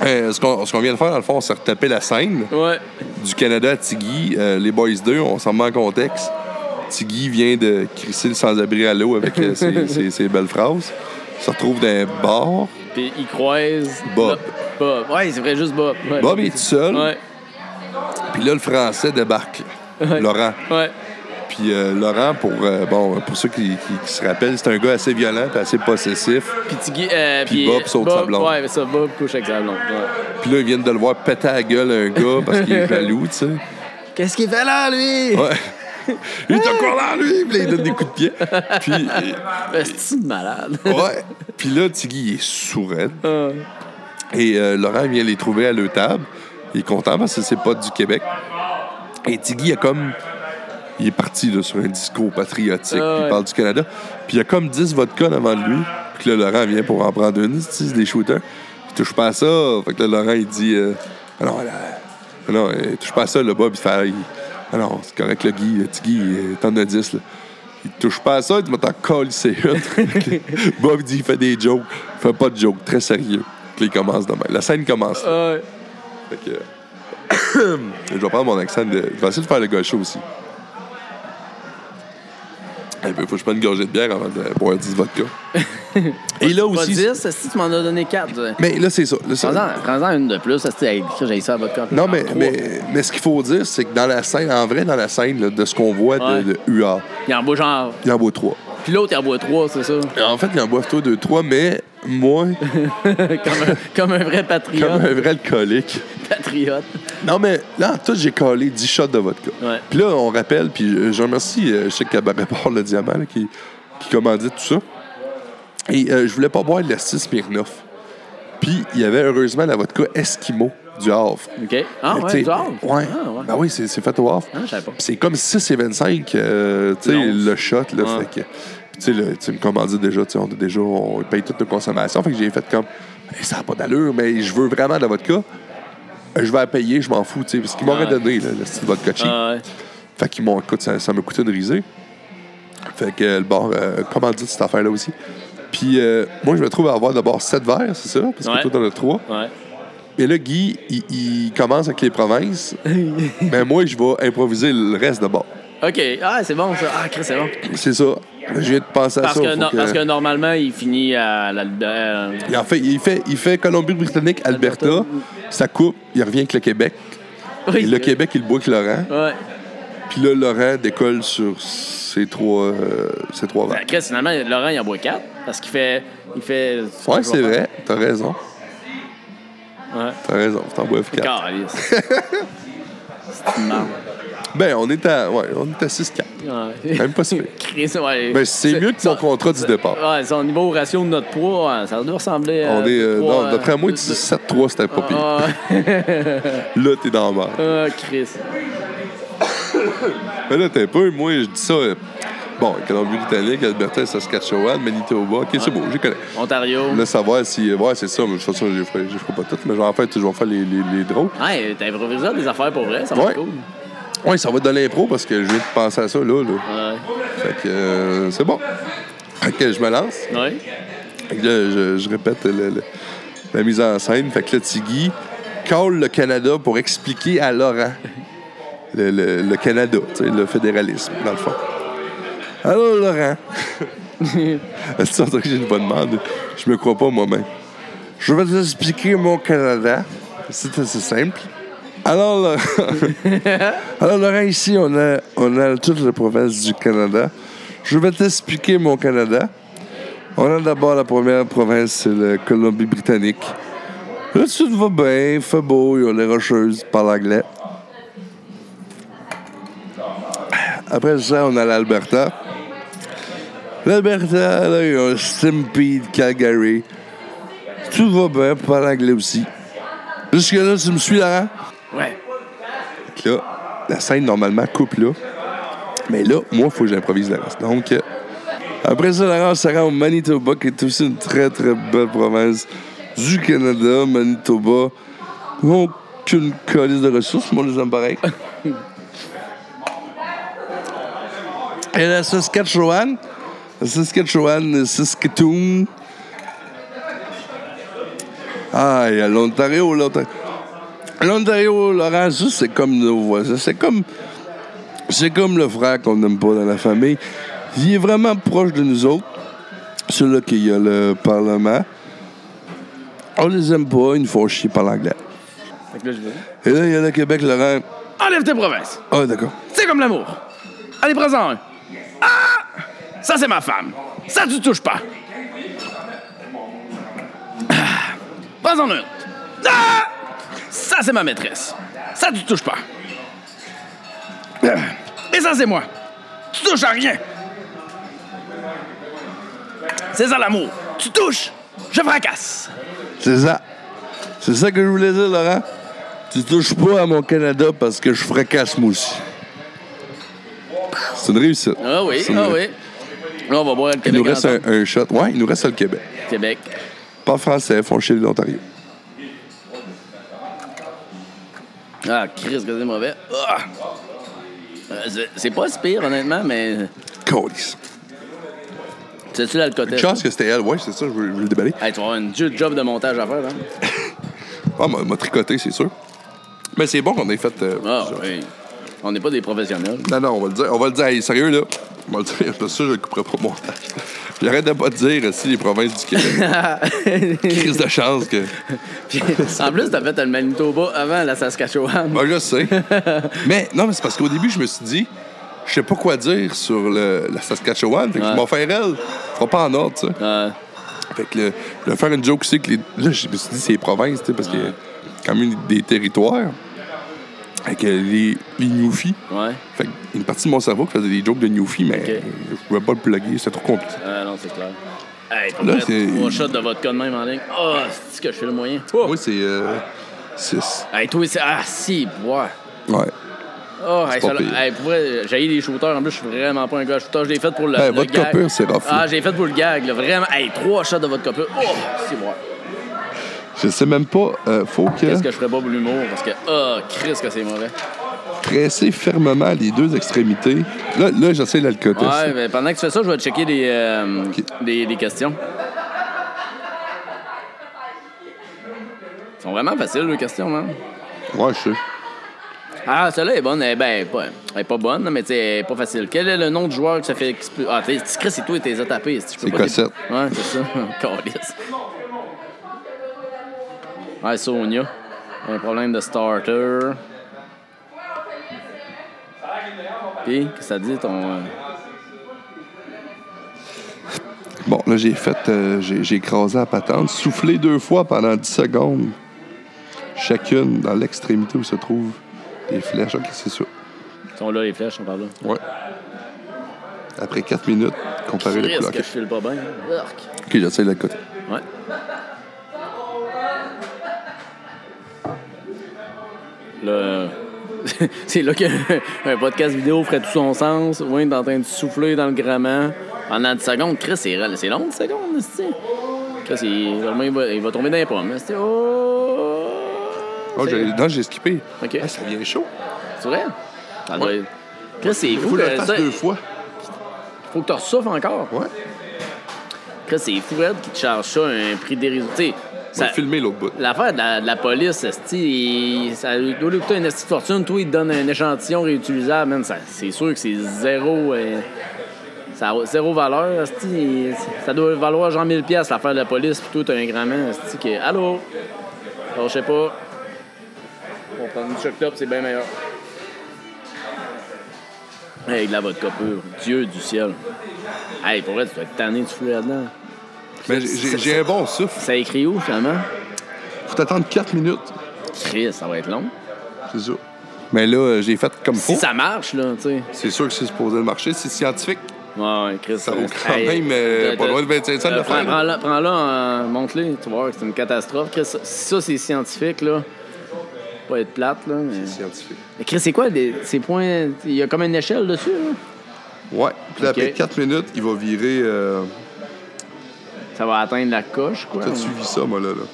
Speaker 1: euh, ce qu'on ce qu'on vient de faire, dans le fond, on s'est retapé la scène.
Speaker 2: Ouais.
Speaker 1: du Canada à Tiggy. euh, les Boys 2, on s'en met en contexte. Tiggy vient de crisser le sans-abri à l'eau avec euh, ses, ses- ses belles phrases. Il se retrouve dans un bar.
Speaker 2: Puis il croise...
Speaker 1: Bob.
Speaker 2: Bob. Ouais, c'est vrai, juste Bob. Ouais,
Speaker 1: Bob est tout seul.
Speaker 2: Ouais,
Speaker 1: Puis là, le Français débarque.
Speaker 2: Ouais.
Speaker 1: Laurent.
Speaker 2: ouais.
Speaker 1: Puis euh, Laurent, pour, euh, bon, pour ceux qui, qui- qui se rappellent, c'est un gars assez violent puis assez possessif.
Speaker 2: Puis Tiggy, euh,
Speaker 1: Puis Bob saute sa blonde.
Speaker 2: Ouais, mais ça, Bob couche avec sa blonde. ouais.
Speaker 1: Puis là, ils viennent de le voir péter à la gueule à un gars parce qu'il est jaloux, tu sais.
Speaker 2: Qu'est-ce qu'il fait là, lui?
Speaker 1: Ouais. Il est encore là, lui! Puis là, il donne des coups de pied. Puis,
Speaker 2: Ben, C'est-tu de malade?
Speaker 1: ouais. Puis là, Tiggy, il est sourd.
Speaker 2: Ah.
Speaker 1: Et euh, Laurent vient les trouver à leur table. Il est content parce que c'est pas du Québec. Et Tiggy a comme. Il est parti là, sur un discours patriotique,
Speaker 2: Ah
Speaker 1: puis
Speaker 2: ouais.
Speaker 1: il parle du Canada. Puis il y a comme 10 vodka devant lui. Puis là, Laurent vient pour en prendre une, c'est des shooters. Il touche pas à ça. Fait que là, Laurent, il dit euh, Ah Non, là, ah non, euh, touche pas à ça, le Bob. Il fait Ah, il- Ah non, c'est correct, le Guy. Le Tiggy, euh, t'en as 10. Là. Il touche pas à ça, il dit, Mais t'en colle, c'est une. Bob dit Il fait des jokes. Il fait pas de jokes, très sérieux. Puis là, il commence demain. La scène commence. là.
Speaker 2: Ouais.
Speaker 1: Fait que. je vais prendre mon accent de. Je vais essayer de faire le gaucho aussi. Il faut que je prenne une gorgée de bière avant de boire 10 vodka. Et là
Speaker 2: Pas
Speaker 1: aussi.
Speaker 2: 10, si tu m'en as donné 4.
Speaker 1: Mais là, c'est ça. là, ça-
Speaker 2: Prends-en prends-en une de plus, esti, hey, Chris, j'ai ça à votre camp.
Speaker 1: Non, mais, mais, mais ce qu'il faut dire, c'est que dans la scène, en vrai, dans la scène, là, de ce qu'on voit
Speaker 2: Ouais.
Speaker 1: de, de UA,
Speaker 2: Il en boit genre.
Speaker 1: il en boit trois.
Speaker 2: Puis l'autre, il en boit 3, c'est ça.
Speaker 1: En fait, il en boit toi deux, trois, mais moi,
Speaker 2: comme, un, comme un vrai patriote.
Speaker 1: comme un vrai alcoolique.
Speaker 2: Patriote.
Speaker 1: Non, mais là, en tout, j'ai collé 10 shots de vodka.
Speaker 2: Ouais.
Speaker 1: Puis là, on rappelle, puis euh, je remercie, euh, je sais que Bar le diamant, là, qui, qui commandait tout ça. Et euh, je voulais pas boire de la 6 Smirnoff. Puis il y avait heureusement la vodka Eskimo du Havre.
Speaker 2: OK. Ah,
Speaker 1: Mais, tu
Speaker 2: ouais,
Speaker 1: sais,
Speaker 2: du Havre?
Speaker 1: Ouais.
Speaker 2: Ah, ouais.
Speaker 1: Ben oui, c'est c'est fait au Havre.
Speaker 2: Ah, je savais pas.
Speaker 1: Puis c'est comme 6 et 25, euh, tu sais,
Speaker 2: L'once.
Speaker 1: le shot, là.
Speaker 2: Ouais.
Speaker 1: Fait que, puis tu sais, le- tu me commandes déjà, tu sais, on, a déjà, on paye toute nos consommations. Fait que j'ai fait comme, Hey, ça n'a pas d'allure, mais je veux vraiment de la vodka. Euh, Je vais la payer, je m'en fous, tu sais, parce qu'ils m'auraient
Speaker 2: Ouais.
Speaker 1: donné, là, le style vodka cheap.
Speaker 2: Ah, ouais.
Speaker 1: Fait qu'ils m'ont, écoute, ça, ça m'a coûté une risée. Fait que euh, le bar, euh, comment dire cette affaire-là aussi. Puis euh, moi, je me trouve à avoir d'abord 7 verres, c'est ça? Parce que
Speaker 2: Ouais.
Speaker 1: toi, t'en as 3.
Speaker 2: Ouais.
Speaker 1: Et là, Guy, il, il commence avec les provinces. Mais moi, je vais improviser le reste d'abord.
Speaker 2: OK. Ah, c'est bon, ça. Ah, Chris, c'est bon.
Speaker 1: C'est ça. Je viens de penser à
Speaker 2: Parce
Speaker 1: ça.
Speaker 2: que,
Speaker 1: faut
Speaker 2: no-
Speaker 1: que-
Speaker 2: parce que normalement, il finit à la. euh,
Speaker 1: Il en fait, il fait, il fait Colombie-Britannique, Alberta. Ça coupe. Il revient avec le Québec.
Speaker 2: oui.
Speaker 1: Et le Québec, il boit avec Laurent.
Speaker 2: Ouais.
Speaker 1: Puis là, Laurent décolle sur ces trois, euh, ces trois verres.
Speaker 2: Ben, Chris, finalement, Laurent, il en boit 4 parce qu'il fait. Il fait
Speaker 1: Ouais, c'est vrai. T'as raison.
Speaker 2: Ouais.
Speaker 1: T'as raison. T'en bois quatre.
Speaker 2: Calice. C'est une merde.
Speaker 1: Ben, on est à, ouais, on est à 6-4.
Speaker 2: Ouais.
Speaker 1: Même pas si pire.
Speaker 2: Chris, ouais.
Speaker 1: Ben, c'est mieux que mon
Speaker 2: son-
Speaker 1: contrat du départ.
Speaker 2: Ouais, son niveau ratio de notre poids, ouais, ça doit ressembler à.
Speaker 1: On est, euh,
Speaker 2: trois,
Speaker 1: non, d'après moi,
Speaker 2: deux-
Speaker 1: tu dis 7-3, c'était pas pire.
Speaker 2: Ah,
Speaker 1: Là, t'es dans la merde.
Speaker 2: ah, Chris.
Speaker 1: Mais là, t'es un peu, moi, je dis ça. euh, Bon, Colombie-Britannique, Alberta, Saskatchewan, Manitoba, ok, c'est beau, je connais.
Speaker 2: Ontario.
Speaker 1: Là, savoir si. Ouais, c'est ça, mais de toute façon, je les ferai, je les ferai pas toutes, mais genre, en fait, je vais faire les, les, les drôles.
Speaker 2: Ouais, t'as improvisé des affaires pour vrai, ça va
Speaker 1: Ouais.
Speaker 2: être cool.
Speaker 1: Ouais, ça va être de l'impro parce que je viens de penser à ça, là. là.
Speaker 2: Ouais.
Speaker 1: Fait que euh, c'est bon. Fait que je me lance.
Speaker 2: Ouais.
Speaker 1: Fait que là, je, je répète le- le- la mise en scène. Fait que là, Tiggy colle le Canada pour expliquer à Laurent le, le- le Canada, tu sais, le fédéralisme, dans le fond. Alors, Laurent, est-ce que j'ai une bonne demande? Je me crois pas moi-même. Je vais t'expliquer mon Canada. C'est assez simple. Alors, Laurent, alors, Laurent, ici, on a, on a toutes les provinces du Canada. Je vais t'expliquer mon Canada. On a d'abord la première province, c'est la Colombie-Britannique. Là, tout va bien, il fait beau, il y a les rocheuses, par l'anglais. Après ça, on a l'Alberta. L'Alberta, là, il y a un Stampede, Calgary. Tout va bien, par l'anglais aussi. Jusque-là, tu me suis, Laurent?
Speaker 2: Ouais.
Speaker 1: Fait que là, la scène normalement coupe là. Mais là, moi, il faut que j'improvise le reste. Donc, euh, après ça, Laurent, on se rend au Manitoba, qui est aussi une très, très belle province du Canada. Manitoba, ont aucune colise de ressources, mais on les aime pareil. Et la Saskatchewan, la Saskatchewan, le Saskatoon. Ah, il y a l'Ontario, l'Ontario. L'Ontario, Laurent, ça, c'est comme nos voisins. C'est comme. C'est comme le frère qu'on n'aime pas dans la famille. Il est vraiment proche de nous autres. C'est là qu'il y a le Parlement. On les aime pas, ils nous font chier par l'anglais.
Speaker 2: Fait que là, je vais.
Speaker 1: Et là, il y a le Québec, Laurent.
Speaker 2: Enlève tes provinces.
Speaker 1: Ah, d'accord.
Speaker 2: C'est comme l'amour. Allez, présent un. Ah! Ça, c'est ma femme. Ça, tu touches pas. Ah! Prends-en une. Ah! Ça, c'est ma maîtresse. Ça, tu touches pas. Ah! Et ça, c'est moi. Tu touches à rien. C'est ça, l'amour. Tu touches, je fracasse.
Speaker 1: C'est ça. C'est ça que je voulais dire, Laurent. Tu touches pas à mon Canada parce que je fracasse moi aussi. C'est une réussite.
Speaker 2: Ah
Speaker 1: C'est une-
Speaker 2: Là, on va boire le
Speaker 1: Il nous reste un, un shot. Ouais, il nous reste le Québec.
Speaker 2: Québec.
Speaker 1: Pas français, font chier l'Ontario.
Speaker 2: Ah, Chris, que c'est mauvais. Ah! Euh, c'est- C'est pas si pire, honnêtement, mais.
Speaker 1: Calice.
Speaker 2: C'est-tu l'alcotest?
Speaker 1: Chance que c'était elle, ouais, c'est ça, je veux, je veux le déballer.
Speaker 2: Hey, tu vas avoir une dure job de montage à faire, hein?
Speaker 1: Ah, m'a m'a tricoté, c'est sûr. Mais c'est bon qu'on ait fait. euh,
Speaker 2: Ah,
Speaker 1: ça.
Speaker 2: oui. On n'est pas des professionnels.
Speaker 1: Non, non, on va le dire. On va le dire, hey, sérieux, là. On va le dire, parce que ça, je le couperai pas au montage. J'arrête de pas te dire si les provinces du Québec. Crise de chance que.
Speaker 2: en plus, t'as fait le Manitoba avant la Saskatchewan.
Speaker 1: Ben, je sais. mais non, mais c'est parce qu'au début, je me suis dit, je sais pas quoi dire sur le- la Saskatchewan. Fait que je
Speaker 2: Ouais.
Speaker 1: m'en faire elle. Fera pas en ordre, tu sais.
Speaker 2: Euh,
Speaker 1: Fait que le, le faire une joke, c'est que les, là, je me suis dit, c'est les provinces, tu sais, parce qu'il y a quand même des territoires. Fait que les, les Newfies.
Speaker 2: ouais.
Speaker 1: Fait que une partie de mon cerveau qui faisait des jokes de Newfie, mais
Speaker 2: Ok.
Speaker 1: je pouvais pas le plugger, c'était trop compliqué.
Speaker 2: Euh, non, c'est clair. Hey, pour
Speaker 1: Là,
Speaker 2: vrai,
Speaker 1: c'est-
Speaker 2: trois shots de vodka de même en ligne. Oh, c'est que je fais le moyen. Oh.
Speaker 1: Moi, c'est euh, 6.
Speaker 2: Hey, toi, c'est. Ah, si, bois.
Speaker 1: ouais.
Speaker 2: Oh, hey,
Speaker 1: pas
Speaker 2: ça-
Speaker 1: pire.
Speaker 2: hey, pour vrai, j'ai les shooters. En plus, je suis vraiment pas un gars shooter. Je l'ai fait pour le.
Speaker 1: Ben,
Speaker 2: le
Speaker 1: vodka
Speaker 2: gag.
Speaker 1: pur, c'est rough, là.
Speaker 2: Ah, j'ai fait pour le gag, là. Vraiment. Hey, trois shots de vodka pur. Oh, si, bois.
Speaker 1: Je sais même pas. euh, faut que,
Speaker 2: Qu'est-ce que je ferais pas pour l'humour? Parce que, oh, Chris, que c'est mauvais.
Speaker 1: presser fermement les deux extrémités. Là, là j'essaie l'alcool test.
Speaker 2: Ouais, mais pendant que tu fais ça, je vais checker les, euh,
Speaker 1: Ok.
Speaker 2: les, les questions. Ils sont vraiment faciles, les questions, man.
Speaker 1: Ouais, je sais.
Speaker 2: Ah, celle-là est bonne. Eh ben, pas, elle est pas bonne, mais tu sais, elle est pas facile. Quel est le nom du joueur que ça fait expl- Ah, t'es Chris et toi, t'es tapé.
Speaker 1: C'est Cossette.
Speaker 2: Ouais, c'est ça. Calice. Ouais, Sonia. Un problème de starter. Puis, qu'est-ce que ça dit, ton. euh,
Speaker 1: Bon, là, j'ai fait. euh, j'ai j'ai écrasé la patente. Soufflé deux fois pendant 10 secondes. Chacune dans l'extrémité où se trouvent les flèches. Ok, c'est ça.
Speaker 2: Ils sont là, les flèches, on parle là.
Speaker 1: Ouais. Après 4 minutes, comparer les
Speaker 2: Chris,
Speaker 1: couleurs.
Speaker 2: que je
Speaker 1: Ok,
Speaker 2: file pas bien. Arc.
Speaker 1: j'essaie l'alcool test.
Speaker 2: Ouais. Là, euh, c'est là qu'un podcast vidéo ferait tout son sens. Wayne est en train de souffler dans le grammaire pendant 10 secondes. Chris, c'est rel- c'est long, 10 secondes, tu Chris, il, vraiment, il, va, il va tomber dans les pommes. esti. Oh!
Speaker 1: Oh,
Speaker 2: C'est-
Speaker 1: j'ai- non, j'ai skippé.
Speaker 2: Ok.
Speaker 1: Ah, ça vient chaud.
Speaker 2: C'est vrai? Ça doit être- Chris, c'est
Speaker 1: Il
Speaker 2: fou.
Speaker 1: faut que je
Speaker 2: que
Speaker 1: le fasse
Speaker 2: ça-
Speaker 1: deux fois.
Speaker 2: faut que tu ressouffles encore.
Speaker 1: Ouais.
Speaker 2: Chris, c'est fou, Red, qui te charge ça à un prix dérisoire. Tu sais,
Speaker 1: On va
Speaker 2: ça-
Speaker 1: filmer l'autre bout.
Speaker 2: L'affaire de la, de la police, esti, il- ça doit lui coûter une esti de fortune. Toi, il te donne un échantillon réutilisable. Man, ça- c'est sûr que c'est zéro, euh, ça a zéro valeur. esti. Ça doit valoir genre 1000 pièces l'affaire de la police. Puis toi, t'as un grand man esti, qui est Allô? Alors, je sais pas. On prend une choc top, c'est bien meilleur. Hey, de la vodka pure. Dieu du ciel. Hey, pour vrai, tu dois être tanné du fou là-dedans.
Speaker 1: Mais j'ai- j'ai j'ai un bon souffle.
Speaker 2: Ça écrit où, finalement?
Speaker 1: Faut attendre 4 minutes.
Speaker 2: Chris, ça va être long.
Speaker 1: C'est ça. Mais là, euh, j'ai fait comme
Speaker 2: Si
Speaker 1: faut.
Speaker 2: ça marche, là, tu sais.
Speaker 1: C'est sûr que c'est supposé le marché. C'est scientifique.
Speaker 2: Ouais, ouais, Chris.
Speaker 1: Ça vaut quand même, euh, pas loin de 25 cents de
Speaker 2: le
Speaker 1: faire, là.
Speaker 2: Prends-la, prends-la, euh, montre-le. Tu vas voir que c'est une catastrophe. Chris, ça- si ça, c'est scientifique, là. faut Pas être plate, là. Mais,
Speaker 1: Scientifique.
Speaker 2: Mais Chris, c'est quoi les- ces points Il y a comme une échelle dessus, là.
Speaker 1: Ouais. Puis là,
Speaker 2: Ok.
Speaker 1: après 4 minutes, il va virer. euh,
Speaker 2: Ça va atteindre la coche, quoi.
Speaker 1: T'as suivi ça, moi, là. là.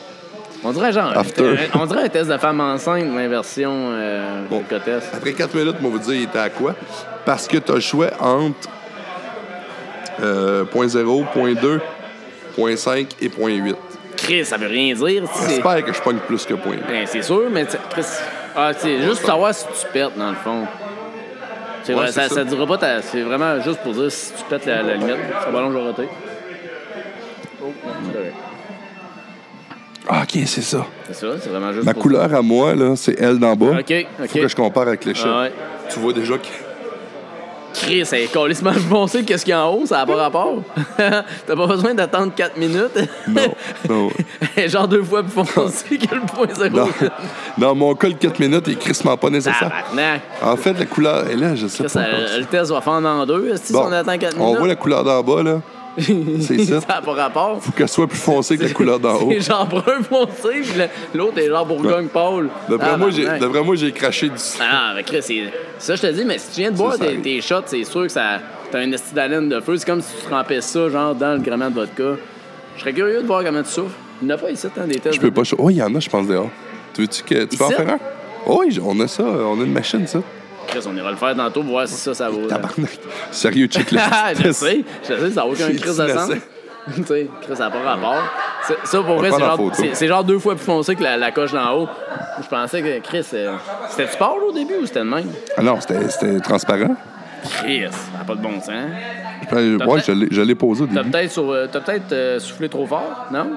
Speaker 2: On dirait genre.
Speaker 1: After.
Speaker 2: un- On dirait un test de femme enceinte, mais version euh,
Speaker 1: Bon.
Speaker 2: cocotesse.
Speaker 1: Après 4 minutes, on va vous dire il était à quoi. Parce que t'as le choix entre euh, 0.0, 0.2, 0.5 et 0.8.
Speaker 2: Chris, ça veut rien dire. tu sais.
Speaker 1: J'espère que je pogne plus que 0.8.
Speaker 2: Ben, c'est sûr, mais tu- Chris. Ah, tu sais, juste pour savoir si tu pètes, dans le fond. C'est vrai,
Speaker 1: Ouais, c'est
Speaker 2: ça,
Speaker 1: ça.
Speaker 2: ça dira pas. ta- C'est vraiment juste pour dire si tu pètes la, la limite. Ça va long, je vais rater. Oh, non, c'est correct.
Speaker 1: Ah, OK, c'est ça.
Speaker 2: C'est ça, c'est vraiment juste.
Speaker 1: Ma
Speaker 2: pour
Speaker 1: couleur à moi, là, c'est elle d'en bas.
Speaker 2: OK, OK.
Speaker 1: Faut que je compare avec l'échelle.
Speaker 2: Ah ouais.
Speaker 1: Tu vois déjà que.
Speaker 2: Chris, elle est calissement foncée. Qu'est-ce qu'il y a en haut? Ça n'a pas rapport. T'as pas besoin d'attendre 4 minutes.
Speaker 1: Non, non.
Speaker 2: Elle est genre deux fois plus foncée que le point zéro.
Speaker 1: Dans, dans mon cas, le 4 minutes est crissement pas nécessaire.
Speaker 2: Tabarnak.
Speaker 1: En fait, la couleur. Et là, je sais
Speaker 2: Chris,
Speaker 1: pas.
Speaker 2: elle-
Speaker 1: encore.
Speaker 2: le test va faire en deux. euh, Si
Speaker 1: Bon,
Speaker 2: on attend 4 minutes.
Speaker 1: on voit la couleur d'en bas, là. C'est ça.
Speaker 2: ça n'a pas rapport.
Speaker 1: Faut qu'elle soit plus foncée que la couleur d'en haut.
Speaker 2: C'est genre brun foncé, puis le- l'autre est genre Bourgogne-Paul.
Speaker 1: D'après
Speaker 2: Ah,
Speaker 1: moi,
Speaker 2: ben,
Speaker 1: j'ai-
Speaker 2: ouais.
Speaker 1: d'après moi, j'ai craché du sang.
Speaker 2: Ah, mais Chris, c'est- ça, je te dis, mais si tu viens de boire
Speaker 1: ça
Speaker 2: tes,
Speaker 1: arrive.
Speaker 2: tes shots, c'est sûr que ça. T'as une estidaline de feu. C'est comme si tu trempais ça, genre, dans le gréement de vodka. Je serais curieux de voir comment tu souffres. Il n'y en a pas ici, tant des tests.
Speaker 1: Je peux pas. cho- Oh, il y en a, je pense, dehors. Tu veux-tu que. Tu peux en
Speaker 2: Ici?
Speaker 1: faire un? Oh, oui, j- on a ça. On a une machine, ça.
Speaker 2: Chris, on ira le faire tantôt pour voir si ça, ça vaut.
Speaker 1: Tabarnak. Sérieux, check le
Speaker 2: Ah, je sais, je sais, ça n'a aucun
Speaker 1: C'est
Speaker 2: Chris de sens.
Speaker 1: innocent.
Speaker 2: tu sais, Chris, ça n'a pas rapport. C'est- Ça, pour vrai,
Speaker 1: prend
Speaker 2: c'est
Speaker 1: la
Speaker 2: genre,
Speaker 1: photo.
Speaker 2: c'est- c'est genre deux fois plus foncé que la, la coche d'en haut. Je pensais que Chris, euh, c'était-tu pâle au début ou c'était le même?
Speaker 1: Ah non, c'était c'était transparent.
Speaker 2: Chris, ça n'a pas de bon sens.
Speaker 1: Euh,
Speaker 2: T'as
Speaker 1: Ouais,
Speaker 2: peut-être-
Speaker 1: je l'ai- je l'ai posé au
Speaker 2: T'as
Speaker 1: début.
Speaker 2: peut-être sur- euh, t'as peut-être euh, soufflé trop fort, non?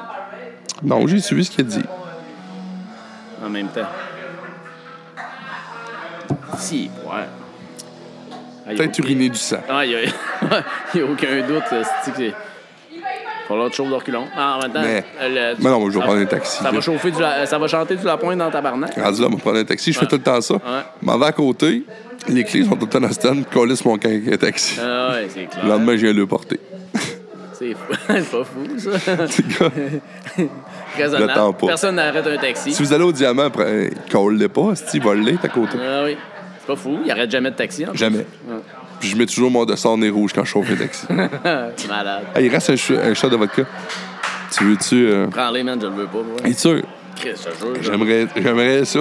Speaker 1: Non, j'ai suivi ce qu'il a dit.
Speaker 2: En même temps. Si, ouais. Ah, y a
Speaker 1: Peut-être
Speaker 2: aucun-
Speaker 1: uriner du sang.
Speaker 2: Ah, y a... y a aucun doute, euh, c'est que c'est... Falloir de chauffe de reculons. Ah, en même temps...
Speaker 1: Mais-
Speaker 2: euh, le-
Speaker 1: mais non, je vais
Speaker 2: ça-
Speaker 1: prendre un taxi,
Speaker 2: Ça
Speaker 1: là.
Speaker 2: va, chauffer du la- euh, ça va chanter du lapin dans ta barnaque.
Speaker 1: Rendu là, on va prendre un taxi. Je fais tout le temps ça. Je m'en vais à côté. Les clés sont tout le temps dans le stand. Je calisse mon camp avec un taxi.
Speaker 2: Ah ouais, c'est
Speaker 1: Le
Speaker 2: clair.
Speaker 1: lendemain, je viens le porter.
Speaker 2: C'est- C'est fou. C'est pas fou, ça.
Speaker 1: N'attends
Speaker 2: Raisonnable.
Speaker 1: pas.
Speaker 2: Personne n'arrête un taxi.
Speaker 1: si vous allez au diamant, pre- colle-le pas, si vole-le, t'es à côté.
Speaker 2: Ah oui. C'est pas fou. Il arrête jamais de taxi. en
Speaker 1: Jamais. Puis je mets toujours mon dessert nez rouge quand je chauffe les taxis.
Speaker 2: plus. Malade.
Speaker 1: Hey, il reste un, ch- un shot de vodka. Tu veux-tu. euh,
Speaker 2: Prends-les, man. Je le veux pas, moi.
Speaker 1: Es-tu sûr?
Speaker 2: Chris, je te jure, je-
Speaker 1: J'aimerais, j'aimerais ça.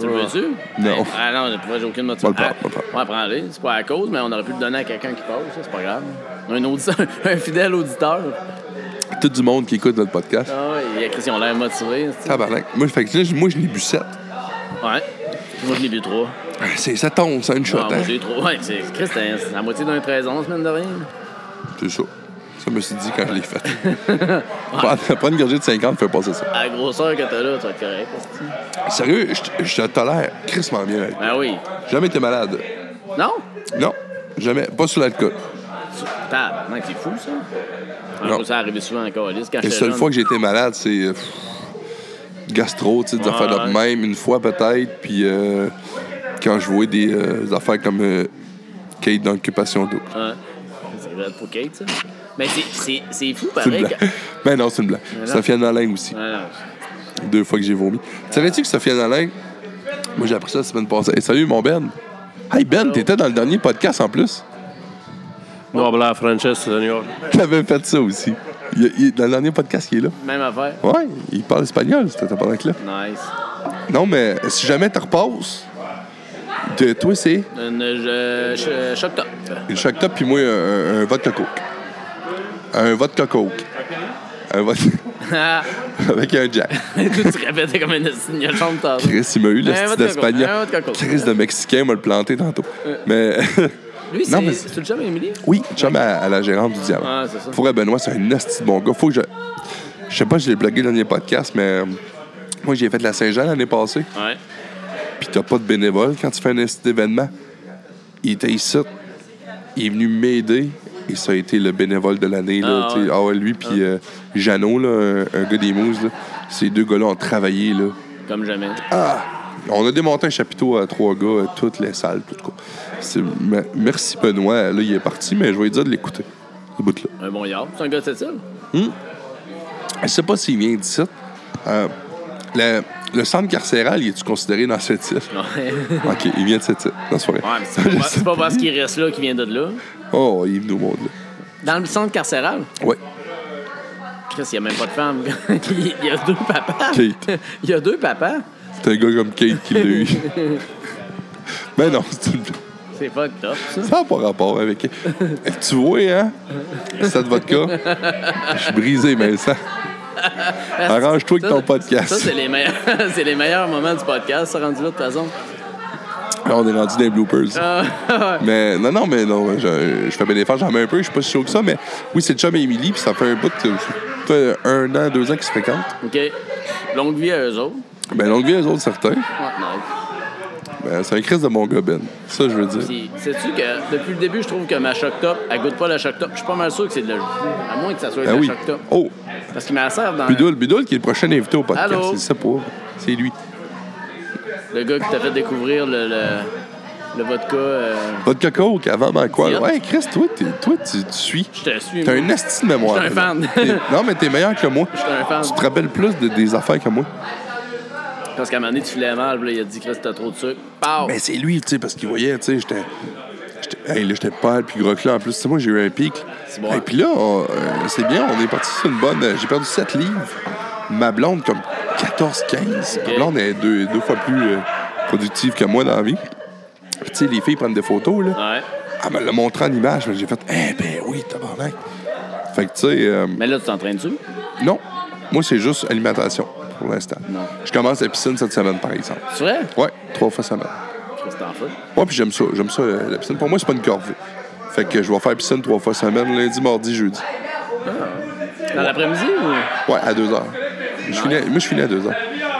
Speaker 2: Tu le veux-tu?
Speaker 1: Non.
Speaker 2: Ah non, j'ai- j'ai aucune
Speaker 1: On
Speaker 2: motivation.
Speaker 1: le prend, on le prend.
Speaker 2: Ouais, prends-les. C'est pas à cause, mais on aurait pu le donner à quelqu'un qui passe. ça, C'est pas grave. Un, auditeur, un fidèle auditeur.
Speaker 1: Tout du monde qui écoute notre podcast.
Speaker 2: Ah ouais, il y a Christian, on l'a motivé. c'est-
Speaker 1: Tabarnak. Moi, fait que là, moi, je l'ai bu sept.
Speaker 2: Ouais. Moi, je l'ai bu trois.
Speaker 1: C'est, ça tombe, ça, une shot.
Speaker 2: Ah,
Speaker 1: hein.
Speaker 2: moi, j'ai trois. Ouais, c'est Chris, c'est c'est la moitié d'un 13 11 semaine de rien.
Speaker 1: C'est ça. Ça je me suis dit quand je l'ai fait. Prends prends une gorgée de 50, fais passer ça.
Speaker 2: À la grosseur que t'as là, tu vas être correct. hostie.
Speaker 1: Sérieux, je te- je te tolère crissement bien. l'alcool.
Speaker 2: Ben oui.
Speaker 1: Jamais été malade.
Speaker 2: Non?
Speaker 1: Non, jamais. Pas sous l'alcool.
Speaker 2: Tabarnak, c'est fou, ça.
Speaker 1: Non.
Speaker 2: Non. Ça arrive souvent encore. Lise, Quand
Speaker 1: La
Speaker 2: j'étais
Speaker 1: seule
Speaker 2: jeune.
Speaker 1: fois que j'ai été malade, c'est euh, pff, gastro, tu sais, des
Speaker 2: Ouais,
Speaker 1: affaires de
Speaker 2: ouais.
Speaker 1: même, une fois peut-être, puis euh, quand je voyais des, euh, des affaires comme euh, Kate dans l'occupation d'eau.
Speaker 2: Ouais. C'est vrai pour Kate, ça. Mais c'est- c'est c'est fou,
Speaker 1: C'est une
Speaker 2: pareil.
Speaker 1: blague. Ben non, c'est une blague.
Speaker 2: Mais non.
Speaker 1: Sophia Nolin aussi,
Speaker 2: que- Ouais, non.
Speaker 1: deux fois que j'ai vomi. Savais-tu que Sophia Nolin, moi j'ai appris ça la semaine passée. Hey, salut mon Ben. Hey Ben, t'étais dans le dernier podcast en plus.
Speaker 4: Noir blanc, Frances, Senior.
Speaker 1: T'avais fait ça aussi. Il- il- dans le dernier podcast, il est là.
Speaker 2: Même affaire.
Speaker 1: Ouais, il parle espagnol, c'était pendant que là.
Speaker 2: Nice.
Speaker 1: Non, mais si jamais tu repasses, de toi, c'est
Speaker 2: Une je, je, choc top.
Speaker 1: une choc top, puis moi, un, un vodka coke. Un vodka coke. Un vodka...
Speaker 2: Ah,
Speaker 1: Avec un jack.
Speaker 2: Tout se répétait comme une signal chambre tard.
Speaker 1: Chris, il m'a eu le
Speaker 2: Un
Speaker 1: style
Speaker 2: vodka
Speaker 1: d'espagnol.
Speaker 2: coke, un vodka coke.
Speaker 1: Chris de Mexicain m'a le planté tantôt. Mais
Speaker 2: Lui,
Speaker 1: Non, mais
Speaker 2: c'est
Speaker 1: c'est-
Speaker 2: c'est le chum Emily?
Speaker 1: oui, chum à, à la gérante du diamant.
Speaker 2: Ah, c'est ça.
Speaker 1: Pour Benoît, c'est un asti de bon gars. Faut que je. Je sais pas si je l'ai blogué le dernier podcast, mais euh, moi, j'ai fait la Saint-Jean l'année passée.
Speaker 2: Ouais.
Speaker 1: puis t'as pas de bénévole quand tu fais un esti d'événement. Il était ici, il est venu m'aider, et ça a été le bénévole de l'année. là,
Speaker 2: Ah,
Speaker 1: tu sais.
Speaker 2: ouais.
Speaker 1: Ah ouais, lui, puis euh, Jeannot, là, un, un gars des Mousses, là, ces deux gars-là ont travaillé. Là.
Speaker 2: Comme jamais.
Speaker 1: Ah! On a démonté un chapiteau à trois gars, à toutes les salles, tout quoi. C'est- me- Merci Benoît. Là, il est parti, mais je vais lui dire de l'écouter, ce bout-là.
Speaker 2: Un bon yard. C'est un gars de cette île?
Speaker 1: Je sais pas s'il vient d'ici. Euh, le, le centre carcéral, il est-tu considéré dans cette île?
Speaker 2: Ouais.
Speaker 1: OK, il vient de cette île. Non, c'est pas vrai.
Speaker 2: Ouais, mais c'est pas,
Speaker 1: Je
Speaker 2: parce-
Speaker 1: sais
Speaker 2: c'est pas parce qu'il reste là qu'il vient de là.
Speaker 1: Oh, il est venu au monde,
Speaker 2: Dans le centre carcéral,
Speaker 1: là. Ouais.
Speaker 2: Chris, il n'y a même pas de femme. il y a deux papas.
Speaker 1: Kate.
Speaker 2: Il y a deux papas.
Speaker 1: C'est un gars comme Kate qui l'a eu. Mais non, c'est une...
Speaker 2: C'est pas top, ça.
Speaker 1: ça n'a pas rapport avec. tu vois, hein? Cette vodka, je suis brisé, mais ça. Arrange-toi avec ton
Speaker 2: Ça,
Speaker 1: podcast.
Speaker 2: c'est les, meilleurs- c'est les meilleurs moments du podcast, ça rendu là, de toute façon.
Speaker 1: Là, on est rendu dans les bloopers.
Speaker 2: Ah,
Speaker 1: Mais non, non, mais non, je, je fais bien efforts, j'en mets un peu, je suis pas si chaud que ça, mais oui, c'est le chum et Emily, puis ça fait un bout, de- ça fait un an, deux ans qu'ils se fréquentent.
Speaker 2: OK. Longue vie à eux autres.
Speaker 1: Ben, longue vie à eux autres, certains.
Speaker 2: Ouais, nice.
Speaker 1: Ben, c'est un Chris de mon gars, Ben. Ça, je veux dire.
Speaker 2: Puis, sais-tu que depuis le début, je trouve que ma Shock Top, elle goûte pas la Shock Top. Je suis pas mal sûr que c'est de la joujou, à moins que ça soit de
Speaker 1: Ben
Speaker 2: la
Speaker 1: oui.
Speaker 2: Shock Top.
Speaker 1: Oh,
Speaker 2: Parce qu'il m'en sert dans
Speaker 1: Bidoule, Bidoule qui est le prochain invité au podcast.
Speaker 2: Allô?
Speaker 1: C'est ça pour. C'est lui.
Speaker 2: le gars qui t'a fait découvrir le, le, le vodka. euh,
Speaker 1: Vodka Coke avant ben quoi?
Speaker 2: Yep.
Speaker 1: Ouais, Chris, toi, t'es- toi tu, tu suis.
Speaker 2: je te suis.
Speaker 1: T'as
Speaker 2: moi.
Speaker 1: un esti de mémoire.
Speaker 2: J'suis un fan.
Speaker 1: T'es- Non, mais t'es meilleur que moi.
Speaker 2: J'suis un fan.
Speaker 1: Tu te rappelles plus de- des affaires que moi.
Speaker 2: Parce qu'à un moment donné, tu filais mal, puis là, il a dit que t'as trop de sucre. Pow!
Speaker 1: Ben, c'est lui, tu sais, parce qu'il voyait, tu sais, j'étais. j'étais- Hey, là, j'étais pâle puis gros là. En plus, tu sais, moi, j'ai eu un pic.
Speaker 2: C'est bon.
Speaker 1: Et puis là, on- euh, c'est bien, on est parti sur une bonne. euh, J'ai perdu 7 livres. Ma blonde, comme 14, 15. Ma
Speaker 2: Ok.
Speaker 1: blonde est deux, deux fois plus euh, productive que moi dans la vie. Puis, tu sais, les filles prennent des photos, là.
Speaker 2: Ouais.
Speaker 1: Elle me l'a montré en image. mais J'ai fait, eh ben oui, tabarnak. Fait que, tu sais, euh,
Speaker 2: Mais là, tu t'entraînes-tu?
Speaker 1: non. Moi, c'est juste alimentation pour l'instant.
Speaker 2: Non.
Speaker 1: Je commence la piscine cette semaine, par exemple.
Speaker 2: C'est vrai?
Speaker 1: Ouais, trois fois semaine.
Speaker 2: Chris, t'en fais.
Speaker 1: Ouais, puis j'aime ça. J'aime ça, euh, la piscine. Pour moi, c'est pas une corvée. Fait que je vais faire piscine trois fois semaine, lundi, mardi, jeudi.
Speaker 2: Dans l'après-midi ou?
Speaker 1: Ouais, à deux heures. Je finis à- moi, je finis à deux heures.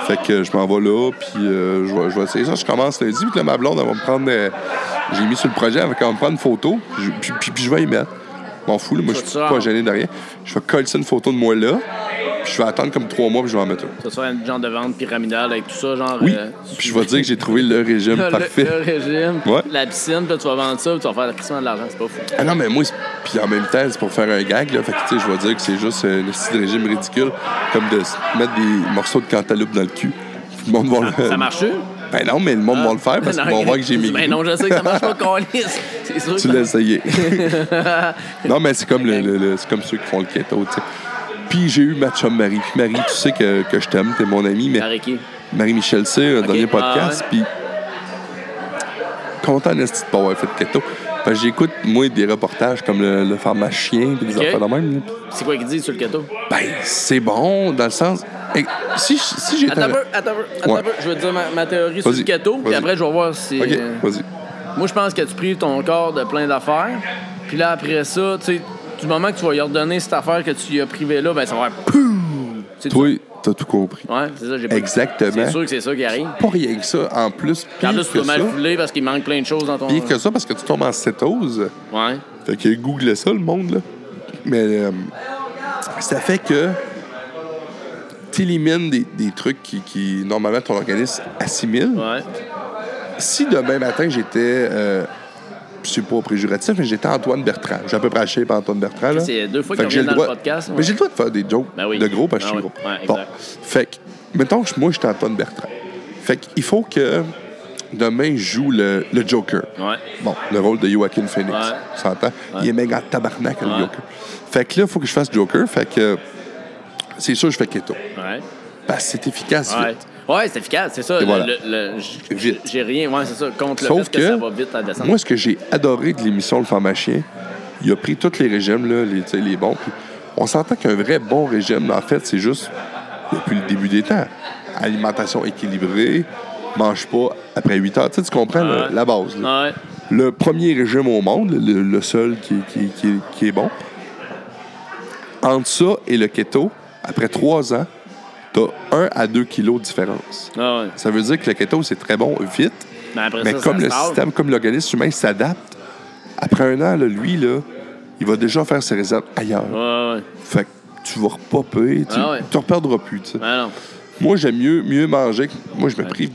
Speaker 1: Fait que euh, je m'en vais là, puis euh, je, vais, je vais essayer ça. Je commence lundi, puis là, ma blonde, elle va me prendre. euh, J'ai mis sur le projet, elle va quand même prendre une photo, je- puis, puis- puis je vais y mettre. M'en fous, là, moi, je
Speaker 2: Tout
Speaker 1: suis
Speaker 2: ça.
Speaker 1: pas gêné de rien. Je vais coller ça une photo de moi là, Puis je vais attendre comme trois mois, puis je vais en mettre un.
Speaker 2: Ça serait un genre de vente pyramidale avec tout ça, genre.
Speaker 1: Oui.
Speaker 2: euh,
Speaker 1: Puis je vais dire que j'ai trouvé le régime
Speaker 2: le,
Speaker 1: parfait.
Speaker 2: le régime,
Speaker 1: Ouais.
Speaker 2: la piscine, puis là, tu vas vendre ça, puis tu vas faire la piscine de l'argent, c'est pas fou.
Speaker 1: Ah non, mais moi, c'est- puis en même temps, c'est pour faire un gag, là. Fait que, tu sais, je vais dire que c'est juste un style de régime ridicule, comme de se mettre des morceaux de cantaloupe dans le cul. Le monde va le...
Speaker 2: Ça marche tu
Speaker 1: Ben non, mais le monde va le faire parce qu'ils vont voir que j'ai mis.
Speaker 2: Ah. Ben non, je sais que ça marche pas, qu'on lisse. C'est sûr.
Speaker 1: Tu
Speaker 2: que-
Speaker 1: l'as essayé. non, mais c'est comme, le, le- le- c'est comme ceux qui font le keto, tu sais. Puis j'ai eu ma chum Marie. Puis Marie, tu sais que, que je t'aime, t'es mon amie, mais
Speaker 2: Arrêtez.
Speaker 1: Marie-Michel Cyr, un dernier podcast,
Speaker 2: Ah
Speaker 1: puis content de de pas avoir fait de keto. Fait que j'écoute, moi, des reportages comme le, le pharmacien, puis des
Speaker 2: Ok.
Speaker 1: affaires de même. là.
Speaker 2: C'est quoi qu'il dit sur le keto?
Speaker 1: Ben, c'est bon, dans le sens... Hey, Si, si j'étais...
Speaker 2: Attends un peu, attends un peu, attends
Speaker 1: Ouais.
Speaker 2: un peu. Je vais te dire ma, ma théorie sur
Speaker 1: Vas-y,
Speaker 2: le keto, puis
Speaker 1: vas-y.
Speaker 2: après, je vais voir si.
Speaker 1: OK,
Speaker 2: euh,
Speaker 1: vas-y.
Speaker 2: Moi, je pense que tu prives ton corps de plein d'affaires. Puis là, après ça, tu sais, du moment que tu vas lui redonner cette affaire que tu lui as privée là, ben ça va faire poum! C'est
Speaker 1: Toi, t'as tout compris.
Speaker 2: ça. Ouais, c'est ça, j'ai pas
Speaker 1: Exactement.
Speaker 2: C'est sûr que c'est ça qui arrive.
Speaker 1: Pas rien que ça, en plus,
Speaker 2: Puis en
Speaker 1: pire
Speaker 2: plus, tu
Speaker 1: que
Speaker 2: vas mal
Speaker 1: ça.
Speaker 2: foulé parce qu'il manque plein de choses dans ton.
Speaker 1: Pire que ça, parce que tu tombes en cétose.
Speaker 2: Ouais.
Speaker 1: Fait que googlez ça, le monde, là. Mais euh, ça fait que t'élimines des, des trucs qui, qui, normalement, ton organisme assimile.
Speaker 2: Ouais.
Speaker 1: Si demain matin, j'étais... Euh, c'est pas péjoratif, mais j'étais Antoine Bertrand. J'ai à peu près la shape Antoine Bertrand. là.
Speaker 2: C'est deux fois
Speaker 1: Fait
Speaker 2: qu'il
Speaker 1: que j'ai
Speaker 2: revient
Speaker 1: le
Speaker 2: dans
Speaker 1: droit.
Speaker 2: le podcast.
Speaker 1: Mais j'ai le droit de faire des jokes
Speaker 2: Ben oui.
Speaker 1: de gros parce que
Speaker 2: Ah
Speaker 1: je suis
Speaker 2: oui.
Speaker 1: gros.
Speaker 2: Ouais, exact.
Speaker 1: Fait que, mettons que moi, je suis Antoine Bertrand. Fait qu'il faut que demain, je joue le, le Joker.
Speaker 2: Ouais.
Speaker 1: Bon, le rôle de Joaquin Phoenix.
Speaker 2: Ouais.
Speaker 1: Tu s'entend? Il est méga tabarnak, le
Speaker 2: Ouais.
Speaker 1: Joker. Fait que là, il faut que je fasse Joker. Fait que, euh, c'est sûr, je fais keto.
Speaker 2: Ouais.
Speaker 1: Parce que c'est efficace.
Speaker 2: Ouais.
Speaker 1: vite.
Speaker 2: Ouais, c'est efficace, c'est ça.
Speaker 1: Et
Speaker 2: Le-
Speaker 1: voilà.
Speaker 2: le- le- j-
Speaker 1: Vite.
Speaker 2: J'ai rien, ouais, c'est ça. Contre le
Speaker 1: Sauf
Speaker 2: fait que, ça va vite à
Speaker 1: que,
Speaker 2: descendre.
Speaker 1: moi, ce que j'ai adoré de l'émission Le Pharmacien, il a pris tous les régimes, là, les, tu sais, les bons. puis on s'entend qu'un vrai bon régime, en fait, c'est juste depuis le début des temps. Alimentation équilibrée, mange pas après 8 heures. Tu, sais, tu comprends le-
Speaker 2: Ouais.
Speaker 1: la base. là.
Speaker 2: Ouais.
Speaker 1: Le premier régime au monde, le, le seul qui, qui- qui- qui est bon. Entre ça et le keto, après 3 ans, tu as 1 à 2 kilos de différence.
Speaker 2: Ah ouais.
Speaker 1: Ça veut dire que le keto, c'est très bon vite,
Speaker 2: Mais après
Speaker 1: mais
Speaker 2: ça,
Speaker 1: comme le
Speaker 2: ça se tasse.
Speaker 1: système, comme l'organisme humain s'adapte, après un an, là, lui, là, il va déjà faire ses réserves ailleurs.
Speaker 2: Ouais, ouais.
Speaker 1: Fait que tu vas repopper, tu ne
Speaker 2: Ah ouais.
Speaker 1: reperdras plus. tu sais.
Speaker 2: Ben non.
Speaker 1: Moi, j'aime mieux, mieux manger. que- Moi, je me prive,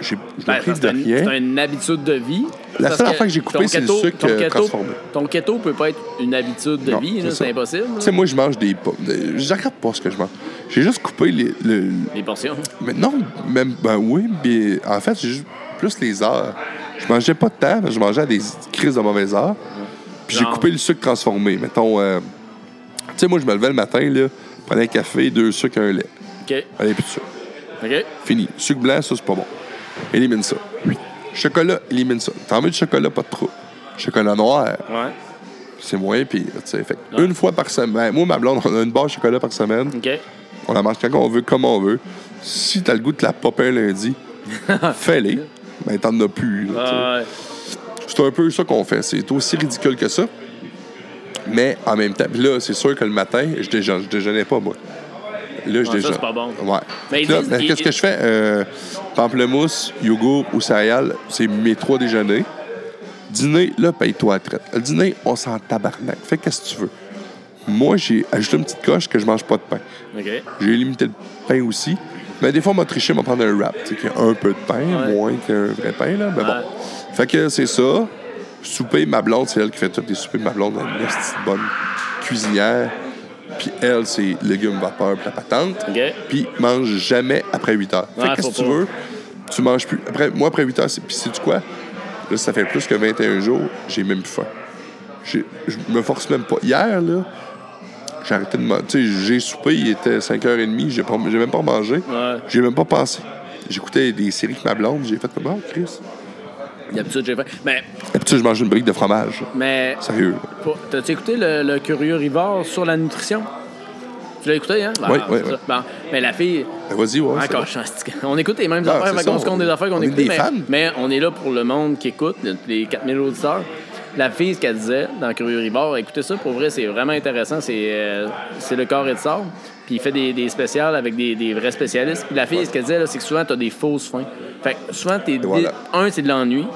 Speaker 1: j'ai- je me
Speaker 2: Ben,
Speaker 1: prive
Speaker 2: c'est
Speaker 1: de
Speaker 2: un- C'est
Speaker 1: rien.
Speaker 2: une habitude de vie.
Speaker 1: La
Speaker 2: Parce
Speaker 1: seule affaire que j'ai coupée,
Speaker 2: ton
Speaker 1: c'est le
Speaker 2: keto-
Speaker 1: sucre,
Speaker 2: ton
Speaker 1: euh,
Speaker 2: keto-
Speaker 1: transformé.
Speaker 2: Ton keto peut pas être une habitude de
Speaker 1: Non,
Speaker 2: vie, là,
Speaker 1: c'est
Speaker 2: c'est
Speaker 1: ça.
Speaker 2: impossible.
Speaker 1: Tu
Speaker 2: là.
Speaker 1: sais, moi, je mange des pommes. Euh, Je regarde pas ce que je mange. J'ai juste coupé les, le-
Speaker 2: Les portions.
Speaker 1: Mais non, même, ben oui, mais en fait, j'ai juste plus les heures. Je mangeais pas de temps, je mangeais à des crises de mauvaise heure. Puis j'ai
Speaker 2: Genre.
Speaker 1: coupé le sucre transformé. Mettons, euh, tu sais, moi, je me levais le matin, là, prenais un café, deux sucres, un lait.
Speaker 2: OK.
Speaker 1: Allez, plus de sucre.
Speaker 2: OK.
Speaker 1: Fini. Sucre blanc, ça, c'est pas bon. Élimine ça. Chocolat, élimine ça. T'en veux du chocolat, pas de trop. Chocolat noir,
Speaker 2: Ouais.
Speaker 1: c'est moins pire. tu sais. Fait que une fois par semaine, moi, ma blonde, on a une barre de chocolat par semaine.
Speaker 2: OK.
Speaker 1: On la mange quand on veut, comme on veut. Si t'as le goût de la popper un lundi, fais-les. Mais t'en as plus. là, tu sais.
Speaker 2: Ah, ouais.
Speaker 1: C'est un peu ça qu'on fait. C'est aussi ridicule que ça. Mais en même temps, puis là, c'est sûr que le matin, je déjeune. Je déjeunais pas, moi. Là, je
Speaker 2: Ah, ça,
Speaker 1: déjeune.
Speaker 2: c'est pas bon.
Speaker 1: Ouais.
Speaker 2: Mais ils
Speaker 1: Là,
Speaker 2: disent-
Speaker 1: ben,
Speaker 2: ils-
Speaker 1: qu'est-ce que je fais? Euh, pamplemousse, yogourt ou céréales, c'est mes trois déjeuners. Dîner, là, paye-toi la traite. Le dîner, on s'en tabarnak. Fais qu'est-ce que tu veux. Moi, j'ai ajouté une petite coche que je mange pas de pain.
Speaker 2: OK.
Speaker 1: J'ai limité le pain aussi. Mais des fois, on m'a triché, on m'a prendre un wrap, tu sais, qui a un peu de pain, moins qu'un vrai pain, là. Mais bon.
Speaker 2: Ouais.
Speaker 1: Fait que c'est ça. Souper, ma blonde, c'est elle qui fait toutes les soupers. Ma blonde, elle est une petite bonne cuisinière. Puis elle, c'est légumes vapeur, puis la patente.
Speaker 2: OK.
Speaker 1: Puis mange jamais après 8 heures. Fait
Speaker 2: Ouais,
Speaker 1: que qu'est-ce que
Speaker 2: faut
Speaker 1: tu
Speaker 2: pas.
Speaker 1: veux, tu manges plus. Après, moi, après 8 heures, c'est... puis sais-tu quoi? Là, ça fait plus que 21 jours, j'ai même plus faim. J'ai- Je me force même pas. Hier, là, j'ai arrêté de manger. Tu sais, j'ai soupé, il était 5h30, j'ai, pas- j'ai même pas mangé.
Speaker 2: Ouais.
Speaker 1: J'ai même pas pensé. J'écoutais des séries avec ma blonde, j'ai fait comme, oh, Chris.
Speaker 2: D'habitude, j'ai fait. Mais,
Speaker 1: Et puis, tu sais, je mange une brique de fromage.
Speaker 2: mais
Speaker 1: Sérieux.
Speaker 2: Pour- T'as-tu écouté le, le Curieux Rivard sur la nutrition? Tu l'as écouté, hein? Ben,
Speaker 1: Oui, oui,
Speaker 2: c'est
Speaker 1: oui.
Speaker 2: ça. Bon, mais la fille,
Speaker 1: Ben, vas-y, ouais. c'est
Speaker 2: encore,
Speaker 1: bon.
Speaker 2: je suis en stick. on écoute les mêmes
Speaker 1: Non,
Speaker 2: affaires,
Speaker 1: c'est
Speaker 2: fait qu'on
Speaker 1: ça,
Speaker 2: se compte des
Speaker 1: on-
Speaker 2: affaires
Speaker 1: on
Speaker 2: qu'on
Speaker 1: est
Speaker 2: écoute.
Speaker 1: des
Speaker 2: mais,
Speaker 1: fans.
Speaker 2: mais on est là pour le monde qui écoute, le- les 4000 auditeurs. La fille, ce qu'elle disait dans Curieux Rivard, écoutez ça, pour vrai, c'est vraiment intéressant. C'est euh, c'est le corps et le sort. Puis il fait des, des spéciales avec des, des vrais spécialistes. Puis la fille, ce qu'elle disait, là, c'est que souvent, t'as des fausses fins. Fait que souvent, t'es dé-
Speaker 1: voilà.
Speaker 2: un, c'est de l'ennui.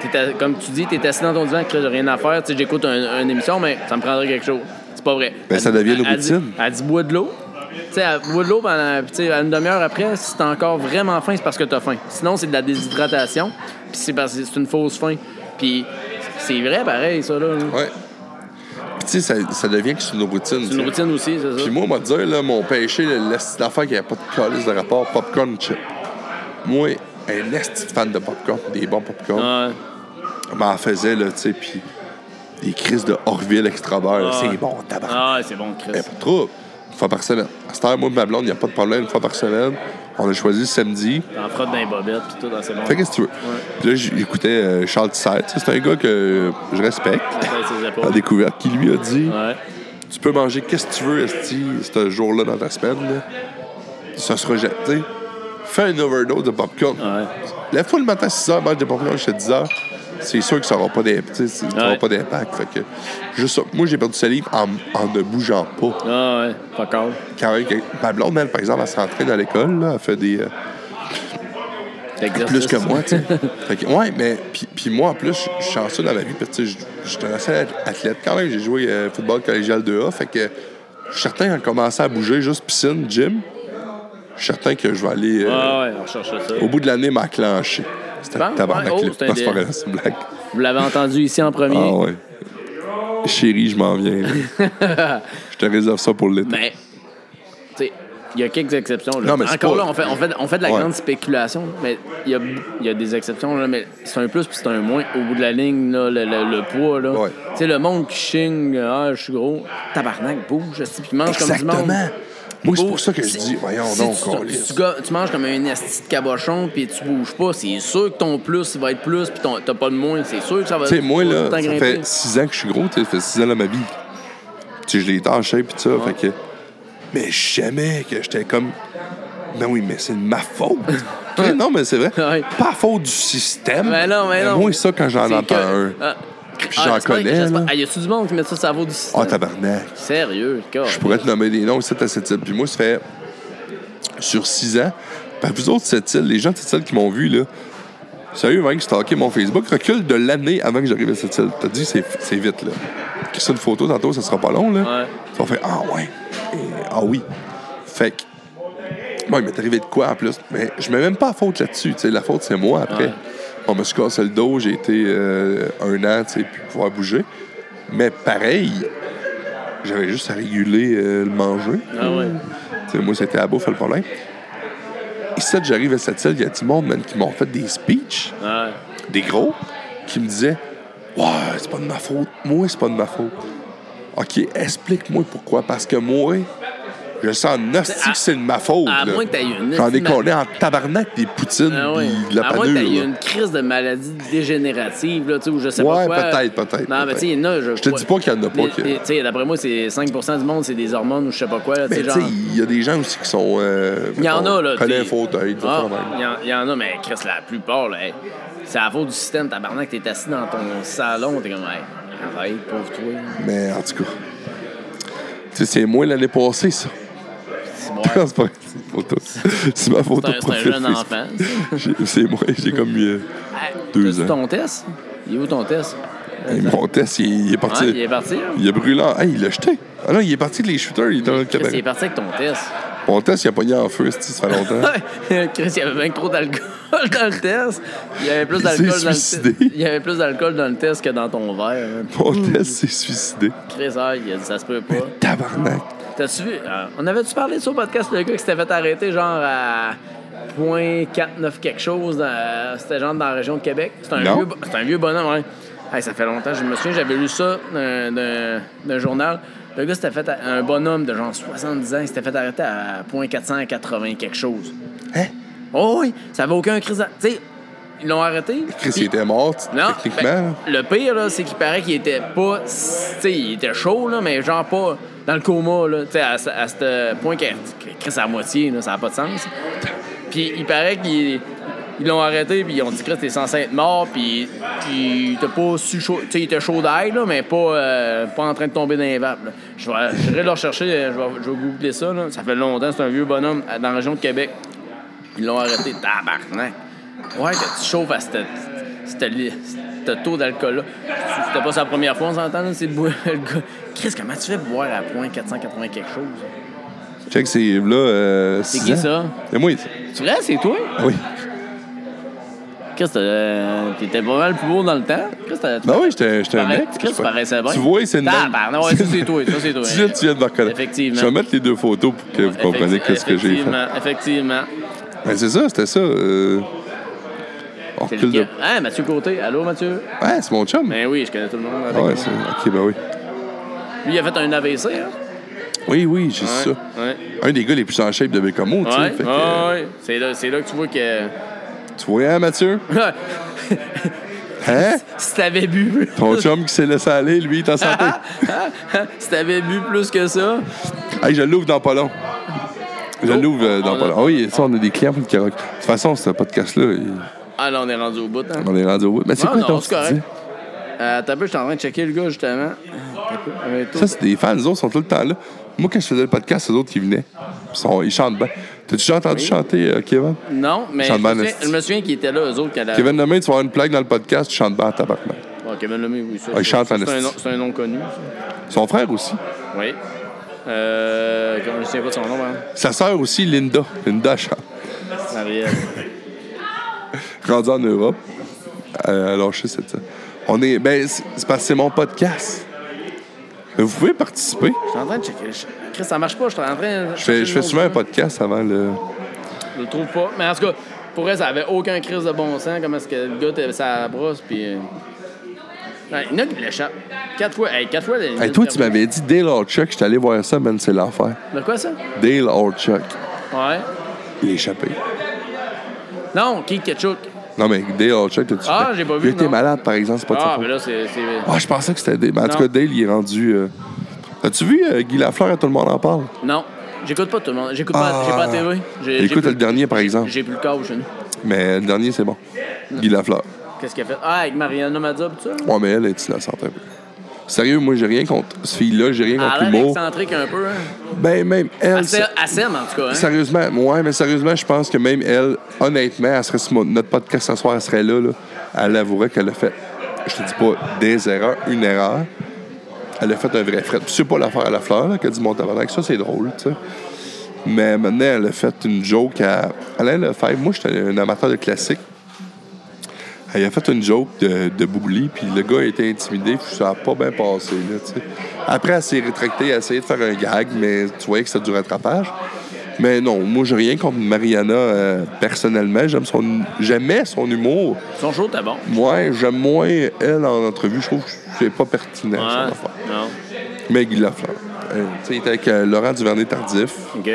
Speaker 2: T'es à- Comme tu dis, t'es assis dans ton divan, que j'ai rien à faire. Tu sais, j'écoute un- une émission, mais ça me prendrait quelque chose. C'est pas vrai.
Speaker 1: Ben, ça devient une
Speaker 2: elle dit-
Speaker 1: routine.
Speaker 2: Elle dit bois de l'eau. Tu sais, à bout de l'eau, pendant- puis tu sais, à une demi-heure après, si t'as encore vraiment faim, c'est parce que t'as faim. Sinon, c'est de la déshydratation, puis c'est parce que c'est une fausse faim. Puis c'est vrai, pareil, ça, là.
Speaker 1: Ouais. Puis tu sais, ça, ça devient que c'est une routine.
Speaker 2: C'est une
Speaker 1: tu sais.
Speaker 2: routine aussi, c'est ça.
Speaker 1: Puis moi, on va te dire, là, mon péché, le- la petite affaire qui a pas de calice de rapport, popcorn chip. Moi, un esti de fan de popcorn, des bons popcorn.
Speaker 2: Ouais.
Speaker 1: m'en faisait, là, tu sais, puis des crises de Orville extravert.
Speaker 2: Ah.
Speaker 1: C'est bon, tabac.
Speaker 2: Ah, c'est bon, Chris.
Speaker 1: Eh, pas trop. Une fois par semaine. À cette heure, moi et ma blonde, il n'y a pas de problème. Une fois par semaine, on a choisi le samedi.
Speaker 2: T'en frottes dans les bobettes, puis tout, dans c'est bon.
Speaker 1: Fais qu'est-ce que tu veux. Puis là, j'écoutais euh, Charles Tissette. Tu sais, C'est un gars que je respecte,
Speaker 2: Dans ses épaules.
Speaker 1: à découverte, qui lui a dit
Speaker 2: Ouais.
Speaker 1: Tu peux manger qu'est-ce que tu veux, Esti, ce jour-là dans ta semaine. Là. Ça sera jamais. tu sais, Fais une overdose de popcorn.
Speaker 2: Ouais.
Speaker 1: La fois le matin à 6 h, mange des popcorn jusqu'à 10 h, ah, c'est sûr que ça n'aura pas d'impact. tu sais, ça aura
Speaker 2: Ouais.
Speaker 1: pas d'impact. Fait que, juste ça. Moi, j'ai perdu salive en, en ne bougeant pas.
Speaker 2: Ah, ouais. Fuck all.
Speaker 1: Quand même, que- ma blonde, elle, par exemple, elle s'entraîne à l'école, là, elle fait des. euh,
Speaker 2: Ah,
Speaker 1: plus
Speaker 2: L'exercice.
Speaker 1: que moi, tu sais. Fait que, ouais, mais. Puis, puis moi, en plus, je suis chanceux dans ma vie. Puis, tu sais, je- j'étais un assez athlète quand même. J'ai joué euh, football collégial 2A. Fait que, je suis certain, quand commençait à bouger, juste piscine, gym, je suis certain que je vais aller. euh,
Speaker 2: Ah, ouais, on recherche ça.
Speaker 1: Au bout de l'année, m'a clenché. C'était
Speaker 2: Bon,
Speaker 1: tabarnak.
Speaker 2: ouais, oh,
Speaker 1: là.
Speaker 2: c'est un
Speaker 1: Non, c'est pas
Speaker 2: dé-
Speaker 1: vrai, c'est une blague.
Speaker 2: Vous l'avez entendu ici en premier.
Speaker 1: Ah ouais. Chérie, je m'en viens. là. je te réserve ça pour l'été.
Speaker 2: Mais, tu sais, il y a quelques exceptions. Là.
Speaker 1: Non, mais c'est
Speaker 2: Encore
Speaker 1: pas-
Speaker 2: là, on fait, on, fait, on fait de la
Speaker 1: Ouais.
Speaker 2: grande spéculation, là, mais il y a, il y a des exceptions, là, mais c'est un plus puis c'est un moins. Au bout de la ligne, là, le, le- le poids, là.
Speaker 1: Ouais.
Speaker 2: Tu sais, le monde qui chigne, ah, je suis gros, tabarnak, bouge, esti, puis mange comme du monde.
Speaker 1: Exactement. Moi, c'est
Speaker 2: Bouge.
Speaker 1: pour ça que je
Speaker 2: Si-
Speaker 1: dis, voyons
Speaker 2: si
Speaker 1: donc,
Speaker 2: tu-
Speaker 1: qu'on
Speaker 2: si tu, ga- tu manges comme un esti de cabochon puis tu bouges pas, c'est sûr que ton plus il va être plus puis ton- t'as pas de moins, c'est sûr que ça va
Speaker 1: Tu sais, moi,
Speaker 2: tout le
Speaker 1: là,
Speaker 2: temps
Speaker 1: ça
Speaker 2: grimper.
Speaker 1: fait 6 ans que je suis gros, tu sais, ça fait 6 ans de ma vie. Tu sais, je l'ai tâché, puis ça, fait que... Mais jamais que j'étais comme... Non, oui, mais c'est de ma faute. Tu sais, non, mais c'est vrai.
Speaker 2: Ouais.
Speaker 1: Pas faute du système.
Speaker 2: Mais Ben non, mais non.
Speaker 1: Ben, Moi, ça, quand j'en
Speaker 2: C'est
Speaker 1: entends
Speaker 2: que-
Speaker 1: un.
Speaker 2: Ah.
Speaker 1: Puis j'en
Speaker 2: j'espère-
Speaker 1: connais,
Speaker 2: j'espère-
Speaker 1: là.
Speaker 2: Ah, y a-tu du monde qui met ça sur la vaut du système?
Speaker 1: Ah, tabarnak.
Speaker 2: Sérieux, quoi.
Speaker 1: Je pourrais te nommer des noms, c'est à cette île. Puis moi, ça fait sur six ans. Par vous autres, cette île, les gens de cette île qui m'ont vu, là, sérieux, même qui stalkaient mon Facebook, recule de l'année avant que j'arrive à cette île. T'as dit, c'est c'est vite, là. Que ça, une photo, tantôt, ça sera pas long, là.
Speaker 2: Ouais.
Speaker 1: Ils ont fait, ah ouais, Et, ah oui. Fait que, moi, il m'est arrivé de quoi en plus? Mais je mets même pas la faute là-dessus. tu sais, La faute, c'est moi après.
Speaker 2: Ouais.
Speaker 1: On me suis cassé le dos, j'ai été euh, un an, tu sais, puis pouvoir bouger. Mais pareil, j'avais juste à réguler euh, le manger.
Speaker 2: Ah ouais.
Speaker 1: Tu sais, moi, c'était à bouffe le problème. Et ça, j'arrive à cette île, il y a du monde man, qui m'ont fait des speeches,
Speaker 2: Ouais.
Speaker 1: des gros, qui me disaient Ouais, c'est pas de ma faute. Moi, c'est pas de ma faute. OK, explique-moi pourquoi. Parce que moi, je sens
Speaker 2: À-
Speaker 1: nostalgique que c'est de ma faute.
Speaker 2: à
Speaker 1: là.
Speaker 2: moins que t'aies eu une
Speaker 1: J'en ai
Speaker 2: estimate-
Speaker 1: collé en tabarnak des poutines
Speaker 2: Ah ouais.
Speaker 1: pis de la
Speaker 2: à moins que
Speaker 1: panure.
Speaker 2: t'aies eu
Speaker 1: là.
Speaker 2: une crise de maladie dégénérative, là, tu sais, ou je sais
Speaker 1: Ouais,
Speaker 2: pas quoi.
Speaker 1: peut-être, peut-être,
Speaker 2: Non, mais
Speaker 1: peut-être.
Speaker 2: tu sais, il y en a, je.
Speaker 1: Je te
Speaker 2: crois-
Speaker 1: dis pas qu'il y en a pas
Speaker 2: Les-
Speaker 1: que-
Speaker 2: les- Tu sais, d'après moi, c'est 5 du monde, c'est des hormones ou je sais pas quoi, là, tu
Speaker 1: Mais
Speaker 2: sais,
Speaker 1: tu
Speaker 2: genre.
Speaker 1: sais, il y a des gens aussi qui sont. Euh,
Speaker 2: Il y en
Speaker 1: mettons,
Speaker 2: a, là.
Speaker 1: collés à
Speaker 2: t'sais.
Speaker 1: un fauteuil, tout ça,
Speaker 2: Ah,
Speaker 1: même.
Speaker 2: Il y en- il y, en a, mais Chris, la plupart, là, hey, c'est à la faute du système, tabarnak, t'es assis dans ton salon, t'es comme, hey, arrête, pauvre toi.
Speaker 1: Mais en tout cas. Tu sais, c'est moi l'année passée, ça.
Speaker 2: C'est moi.
Speaker 1: Non, c'est pas vrai, c'est une photo. C'est ma photo
Speaker 2: C'est un-
Speaker 1: de
Speaker 2: c'est un
Speaker 1: profil
Speaker 2: jeune
Speaker 1: Facebook.
Speaker 2: enfant,
Speaker 1: J'ai- C'est moi, j'ai comme eu. euh,
Speaker 2: Hey,
Speaker 1: Deux
Speaker 2: t'as-tu
Speaker 1: ans.
Speaker 2: ton test? Il est où ton test?
Speaker 1: hey, mon test, il, il est parti.
Speaker 2: Ouais, il est parti, là.
Speaker 1: Il a brûlé. en- Hey, il l'a jeté. Ah non, il est parti de les shooters, il est dans le
Speaker 2: Chris, il est
Speaker 1: cabaret.
Speaker 2: parti avec ton test.
Speaker 1: Mon test, il a pogné en feu, c'ti, ça fait longtemps.
Speaker 2: Chris, il y avait bien trop d'alcool dans le test. Il y avait plus
Speaker 1: Il s'est
Speaker 2: d'alcool dans le
Speaker 1: suicidé.
Speaker 2: test. Il y avait plus d'alcool dans le test que dans ton verre. hein.
Speaker 1: Mon test s'est suicidé.
Speaker 2: Chris, ah, il a dit, ça se peut pas.
Speaker 1: Tabarnak.
Speaker 2: T'as-tu vu? euh, on avait-tu parlé sur le podcast, le gars qui s'était fait arrêter genre à .49 quelque chose, dans- c'était genre dans la région de Québec? C'est un,
Speaker 1: Non.
Speaker 2: vieux, bo- c'est un vieux bonhomme, ouais. Hey, ça fait longtemps, je me souviens, j'avais lu ça d'un- d'un d'un journal. Le gars s'était fait, a- un bonhomme de genre 70 ans, il s'était fait arrêter à .480 quelque chose.
Speaker 1: Hein?
Speaker 2: Oh oui, ça avait aucun crise. Tu sais, ils l'ont arrêté.
Speaker 1: Chris,
Speaker 2: puis-
Speaker 1: il était mort,
Speaker 2: non,
Speaker 1: techniquement.
Speaker 2: ben,
Speaker 1: là.
Speaker 2: le pire, là, c'est qu'il paraît qu'il était pas. Tu sais, il était chaud, là, mais genre pas dans le coma, là. Tu sais, à, ce- à ce point qu'il crisse à moitié, là, ça n'a pas de sens. Puis il paraît qu'ils ils l'ont arrêté, puis ils ont dit, Chris, t'es censé être mort, puis il était pas su chaud. Tu sais, il était chaud d'ail, là, mais pas, euh, pas en train de tomber dans les vapes, là. Je vais je vais le rechercher, euh, je vais, je vais googler ça, là. Ça fait longtemps, c'est un vieux bonhomme euh, dans la région de Québec. Ils l'ont arrêté, tabarnak. Ouais, que tu chauffes à cette- cette li- ce taux d'alcool-là. C'était pas sa première fois, on s'entend, là, c'est de boire. le gars. Chris, comment tu fais pour boire à point 480 quelque chose?
Speaker 1: Check, c'est là. euh,
Speaker 2: C'est qui ça?
Speaker 1: C'est moi.
Speaker 2: Tu vrai, c'est toi?
Speaker 1: Ah Oui.
Speaker 2: Chris, t'as- euh, t'étais pas mal plus beau dans le temps. Chris, t'as-
Speaker 1: Ben oui, j'étais j'étais un
Speaker 2: Pareil,
Speaker 1: mec. je
Speaker 2: Chris,
Speaker 1: sais pas.
Speaker 2: paraissait bien.
Speaker 1: Tu vois, c'est une
Speaker 2: Ah,
Speaker 1: bonne-
Speaker 2: pardon, ouais, ça, c'est toi, ça, c'est toi.
Speaker 1: Tu viens, tu viens de me reconnaître.
Speaker 2: Effectivement.
Speaker 1: Je vais mettre les deux photos pour que vous compreniez
Speaker 2: Effecti-
Speaker 1: ce que j'ai fait.
Speaker 2: Effectivement, effectivement.
Speaker 1: Ben, c'est ça, c'était ça. euh, On
Speaker 2: C'est
Speaker 1: recule de...
Speaker 2: lequel? Hein, Mathieu Côté. Allô, Mathieu?
Speaker 1: Ouais, c'est mon chum.
Speaker 2: Ben oui, je connais tout le monde. avec
Speaker 1: Ouais,
Speaker 2: moi.
Speaker 1: c'est... OK, ben oui.
Speaker 2: Lui, il a fait un AVC, hein?
Speaker 1: Oui, oui, j'ai
Speaker 2: Ouais,
Speaker 1: ça.
Speaker 2: Ouais.
Speaker 1: Un des gars les plus en shape de Bécamo, tu sais.
Speaker 2: Ouais,
Speaker 1: fait que, euh,
Speaker 2: ouais, ouais. C'est là, c'est là que tu vois que.
Speaker 1: Tu vois, hein, Mathieu? Hein?
Speaker 2: si t'avais bu.
Speaker 1: Ton chum qui s'est laissé aller, lui, il est en santé.
Speaker 2: si t'avais bu plus que ça.
Speaker 1: hey, je l'ouvre dans pas long. Je
Speaker 2: Oh,
Speaker 1: l'ouvre euh, dans
Speaker 2: on
Speaker 1: pas
Speaker 2: a-
Speaker 1: long. Ah oui, ça, on a des clients pour le Karoq. De toute façon, ce podcast-là, il-
Speaker 2: Ah, là, on est rendu au bout, hein?
Speaker 1: on est rendu au bout. Mais c'est
Speaker 2: Non,
Speaker 1: quoi
Speaker 2: non,
Speaker 1: ton
Speaker 2: c'est correct.
Speaker 1: style?
Speaker 2: Euh, T'as peu, j'étais en train de checker le gars, justement. Euh, T'as peu, avec toi.
Speaker 1: Ça, c'est des fans. Les autres sont tout le temps là. Moi, quand je faisais le podcast, c'est d'autres qui venaient. Ils, sont- ils chantent bien. T'as-tu déjà entendu chanter, euh, Kevin?
Speaker 2: Non, mais je
Speaker 1: Sean
Speaker 2: me,
Speaker 1: Mann,
Speaker 2: souviens, je me souviens qu'ils étaient là, eux autres, quand la...
Speaker 1: Kevin, demain, tu vas avoir une plaque dans le podcast, tu chantes bien à tabarnak.
Speaker 2: Ouais, Kevin Lemay, oui, ça.
Speaker 1: Ah, il
Speaker 2: c'est-
Speaker 1: chante en
Speaker 2: c'est un,
Speaker 1: esti.
Speaker 2: nom- c'est un nom connu, ça.
Speaker 1: Son frère aussi.
Speaker 2: Oui. Euh, comment je sais pas de son nom, hein?
Speaker 1: Sa sœur aussi, Linda. Linda chante.
Speaker 2: Ariel.
Speaker 1: Rendue en Europe. Euh, alors, je sais, c'est ça. On est. Ben, c'est c'est parce que c'est mon podcast. Mais Vous pouvez participer.
Speaker 2: Je suis en train de checker. Je- Chris, ça marche pas, je suis en train de.
Speaker 1: Je fais, je fais souvent un
Speaker 2: pas.
Speaker 1: podcast avant le.
Speaker 2: Je le trouve pas. Mais en tout cas, pour elle, ça avait aucun crise de bon sens. Comment est-ce que le gars t'avait sa brosse, puis. euh, ouais, Il y en a qui l'échappent. Quatre fois. Hey, quatre fois. les-
Speaker 1: Hey, toi, tu m'avais dit Dale Orchuk, je suis allé voir ça, man, c'est l'enfer.
Speaker 2: De quoi ça?
Speaker 1: Dale Orchuk.
Speaker 2: Ouais.
Speaker 1: Il est échappé.
Speaker 2: Non, qui Ketchuk.
Speaker 1: Non, mais Dale Orchuk, t'as-tu
Speaker 2: Ah, j'ai pas vu,
Speaker 1: Il était
Speaker 2: non.
Speaker 1: malade, par exemple, c'est pas de sa
Speaker 2: Ah,
Speaker 1: faute.
Speaker 2: mais là, c'est. c'est-
Speaker 1: Ah, je pensais que c'était Dale. Mais en tout
Speaker 2: Non.
Speaker 1: cas, Dale, il est rendu. euh, As-tu vu euh, Guy Lafleur à Tout le monde en parle?
Speaker 2: Non. J'écoute pas tout le monde. J'écoute pas, j'ai pas la TV. J'ai- j'ai
Speaker 1: Écoute
Speaker 2: plus-
Speaker 1: le dernier, par exemple.
Speaker 2: J'ai plus le câble chez nous.
Speaker 1: Mais le dernier, c'est bon. Guy Lafleur.
Speaker 2: Qu'est-ce qu'elle a fait? Ah, avec Mariana Madza, pis tout ça?
Speaker 1: Ouais, mais elle est innocente un peu. Sérieux, moi, j'ai rien contre ce fille-là, j'ai rien
Speaker 2: Ah, Elle a
Speaker 1: contre
Speaker 2: l'air
Speaker 1: l'humour.
Speaker 2: excentrique un peu. Hein.
Speaker 1: Ben, même elle.
Speaker 2: Elle sème-
Speaker 1: sa-
Speaker 2: elle sème, en tout cas. Hein.
Speaker 1: Sérieusement, ouais, mais sérieusement, je pense que même elle, honnêtement, elle serait sur mon- notre podcast ce soir, elle serait là, là. Elle avouerait qu'elle a fait, je te dis pas des erreurs, une erreur. Elle a fait un vrai fret. Puis C'est pas l'affaire à la fleur, là, qu'elle dit mon tabarnak, ça c'est drôle, tu sais. Mais maintenant, elle a fait une joke à Alain Lefebvre. Moi, j'étais un amateur de classique. Elle a fait une joke de, de Boubli, puis le gars a été intimidé, puis ça a pas bien passé. Là, tu sais. Après, elle s'est rétractée, elle a essayé de faire un gag, mais tu voyais que c'était du rattrapage. Mais non, moi, j'ai rien contre Mariana euh, personnellement. J'aime son, j'aimais son humour.
Speaker 2: Son show, t'es bon.
Speaker 1: Moi, j'aime moins elle en entrevue. Je trouve que c'est pas pertinent, son
Speaker 2: Ouais.
Speaker 1: affaire.
Speaker 2: Non.
Speaker 1: Mais Guy Lafleur. euh, tu sais, il était avec euh, Laurent Duvernay-Tardif.
Speaker 2: OK.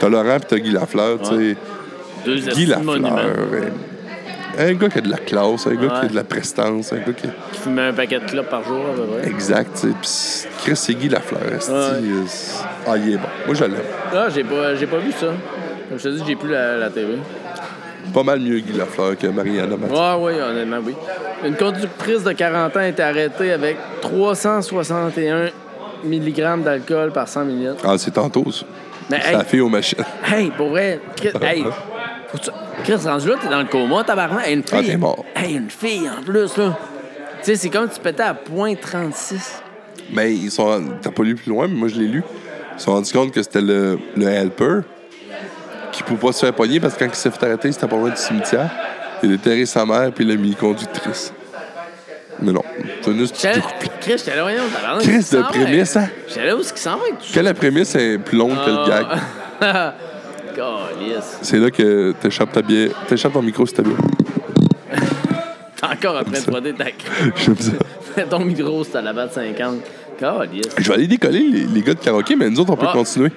Speaker 1: T'as Laurent puis t'as Guy Lafleur, tu sais.
Speaker 2: Deux
Speaker 1: Guy
Speaker 2: petits
Speaker 1: Lafleur.
Speaker 2: monuments
Speaker 1: euh, Un gars qui a de la classe, un gars qui a
Speaker 2: Ouais.
Speaker 1: de la prestance, un gars qui.
Speaker 2: qui fumaient un paquet de clopes par jour, à peu près.
Speaker 1: Exact, tu sais. Puis Chris, c'est Guy Lafleur. esti,
Speaker 2: Ouais.
Speaker 1: euh, c'est- Ah, il est bon. Moi, je l'aime.
Speaker 2: Ah, j'ai pas, j'ai pas vu ça. Comme je te dis, j'ai plus la, la TV.
Speaker 1: Pas mal mieux Guy Lafleur que Mariana Mathieu.
Speaker 2: Ouais, oui, honnêtement, oui. Une conductrice de 40 ans est arrêtée avec 361 mg d'alcool par 100 ml.
Speaker 1: Ah, c'est tantôt, ça.
Speaker 2: Mais
Speaker 1: C'est
Speaker 2: hey,
Speaker 1: la fille aux machines.
Speaker 2: hey, pour vrai, Chris, hey, faut que tu- Chris, rendu là, t'es dans le coma, tabarnak. Hey, une fille.
Speaker 1: Ah, t'es mort.
Speaker 2: Hey, une fille en plus, là. Tu sais, c'est comme si tu pétais à point 36.
Speaker 1: Mais ils sont. T'as pas lu plus loin, mais moi je l'ai lu. Ils se sont rendus compte que c'était le, le helper qui pouvait pas se faire pogner parce que quand il s'est fait arrêter, c'était pas loin du cimetière. Il a déterré sa mère puis il l'a mis conductrice. Mais non, c'est juste
Speaker 2: J'étais
Speaker 1: du
Speaker 2: là-
Speaker 1: coup.
Speaker 2: Chris, j'étais là, voyons, tabarnak.
Speaker 1: Chris
Speaker 2: où est-ce qu'il
Speaker 1: de
Speaker 2: s'en va avec-
Speaker 1: prémisse, hein?
Speaker 2: J'étais là, où est-ce qu'il s'en va avec tout
Speaker 1: Quelle prémisse est plus longue que
Speaker 2: Ah.
Speaker 1: le gag?
Speaker 2: gag. Calice.
Speaker 1: C'est là que t'échappes ta bière. T'échappes ton micro si t'as bien.
Speaker 2: T'es encore en train de frotter ta
Speaker 1: J'aime ça.
Speaker 2: Ton micro, c'est à la batte 50. Calice.
Speaker 1: Je vais aller décoller les, les gars de karaoké, mais nous autres, on peut
Speaker 2: Ah.
Speaker 1: continuer.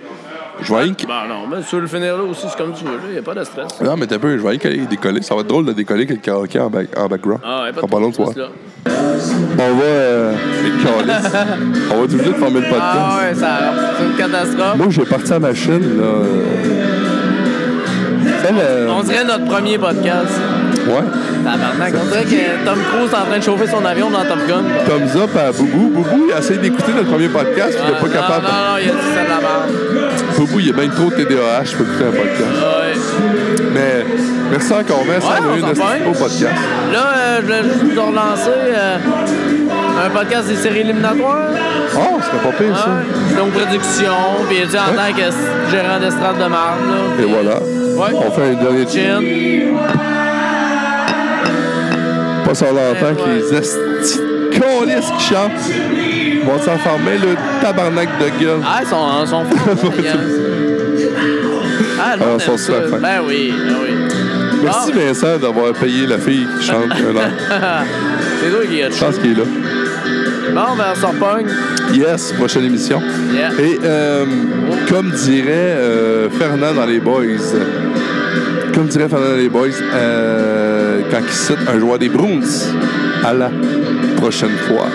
Speaker 1: Je vais aller.
Speaker 2: Bon, non, mais sur le finir là aussi, c'est comme tu veux, là, y a pas de stress.
Speaker 1: Non, mais t'as peu, je vais aller coller- décoller. Ça va être drôle de décoller avec le karaoké en, back- en background.
Speaker 2: Ah, ouais, pas
Speaker 1: en parlant de toi.
Speaker 2: stress, là.
Speaker 1: On va. Euh, les câlisses. on va être obligé de former le podcast.
Speaker 2: Ah, ouais, ça, c'est une catastrophe.
Speaker 1: Moi, j'ai parti à la machine, là. euh, tu sais, le-
Speaker 2: On dirait notre premier podcast.
Speaker 1: Ouais.
Speaker 2: Tabarnak, on dirait que Tom Cruise est en train de chauffer son avion dans Top Gun. quoi.
Speaker 1: Thumbs up à Boubou. Boubou, il essaie d'écouter notre premier podcast, puis il
Speaker 2: Ah,
Speaker 1: est pas capable.
Speaker 2: Non, non, non, il a dit ça de la merde. Ah,
Speaker 1: Boubou, il a bien trop de TDAH pour écouter un podcast.
Speaker 2: Ouais.
Speaker 1: Mais merci encore, merci
Speaker 2: Ouais,
Speaker 1: à
Speaker 2: on
Speaker 1: eu
Speaker 2: s'en
Speaker 1: de
Speaker 2: fait.
Speaker 1: ce beau podcast.
Speaker 2: Là, euh, je voulais juste vous relancer. euh, un podcast des séries éliminatoires.
Speaker 1: Ah, c'était pas pire, ça.
Speaker 2: Ouais. Donc, production, puis tu sais, en tant que gérant d'estrade de marde. là,
Speaker 1: Et
Speaker 2: puis-
Speaker 1: voilà.
Speaker 2: Ouais.
Speaker 1: On fait un dernier tune.
Speaker 2: Gin.
Speaker 1: Pas sans longtemps
Speaker 2: Ouais.
Speaker 1: que les estis de câlisses qui chantent vont s'enfermer le tabarnak de gueule.
Speaker 2: Ah, ils sont, ils sont forts, hein, les gars. Ah, non,
Speaker 1: Ah,
Speaker 2: on
Speaker 1: ils sont
Speaker 2: aime
Speaker 1: super
Speaker 2: ça.
Speaker 1: fins.
Speaker 2: Ben oui, ben oui.
Speaker 1: Merci
Speaker 2: Ah.
Speaker 1: Vincent d'avoir payé la fille qui chante. un an.
Speaker 2: C'est toi qui as
Speaker 1: Je pense qu'il est là.
Speaker 2: Bon, ben, on s'en repogne.
Speaker 1: Yes, prochaine émission.
Speaker 2: Yeah.
Speaker 1: Et euh, comme dirait euh, Fernand dans les Boys, comme dirait Fernand dans les Boys, euh, quand il cite un joueur des Bruins, à la prochaine fois.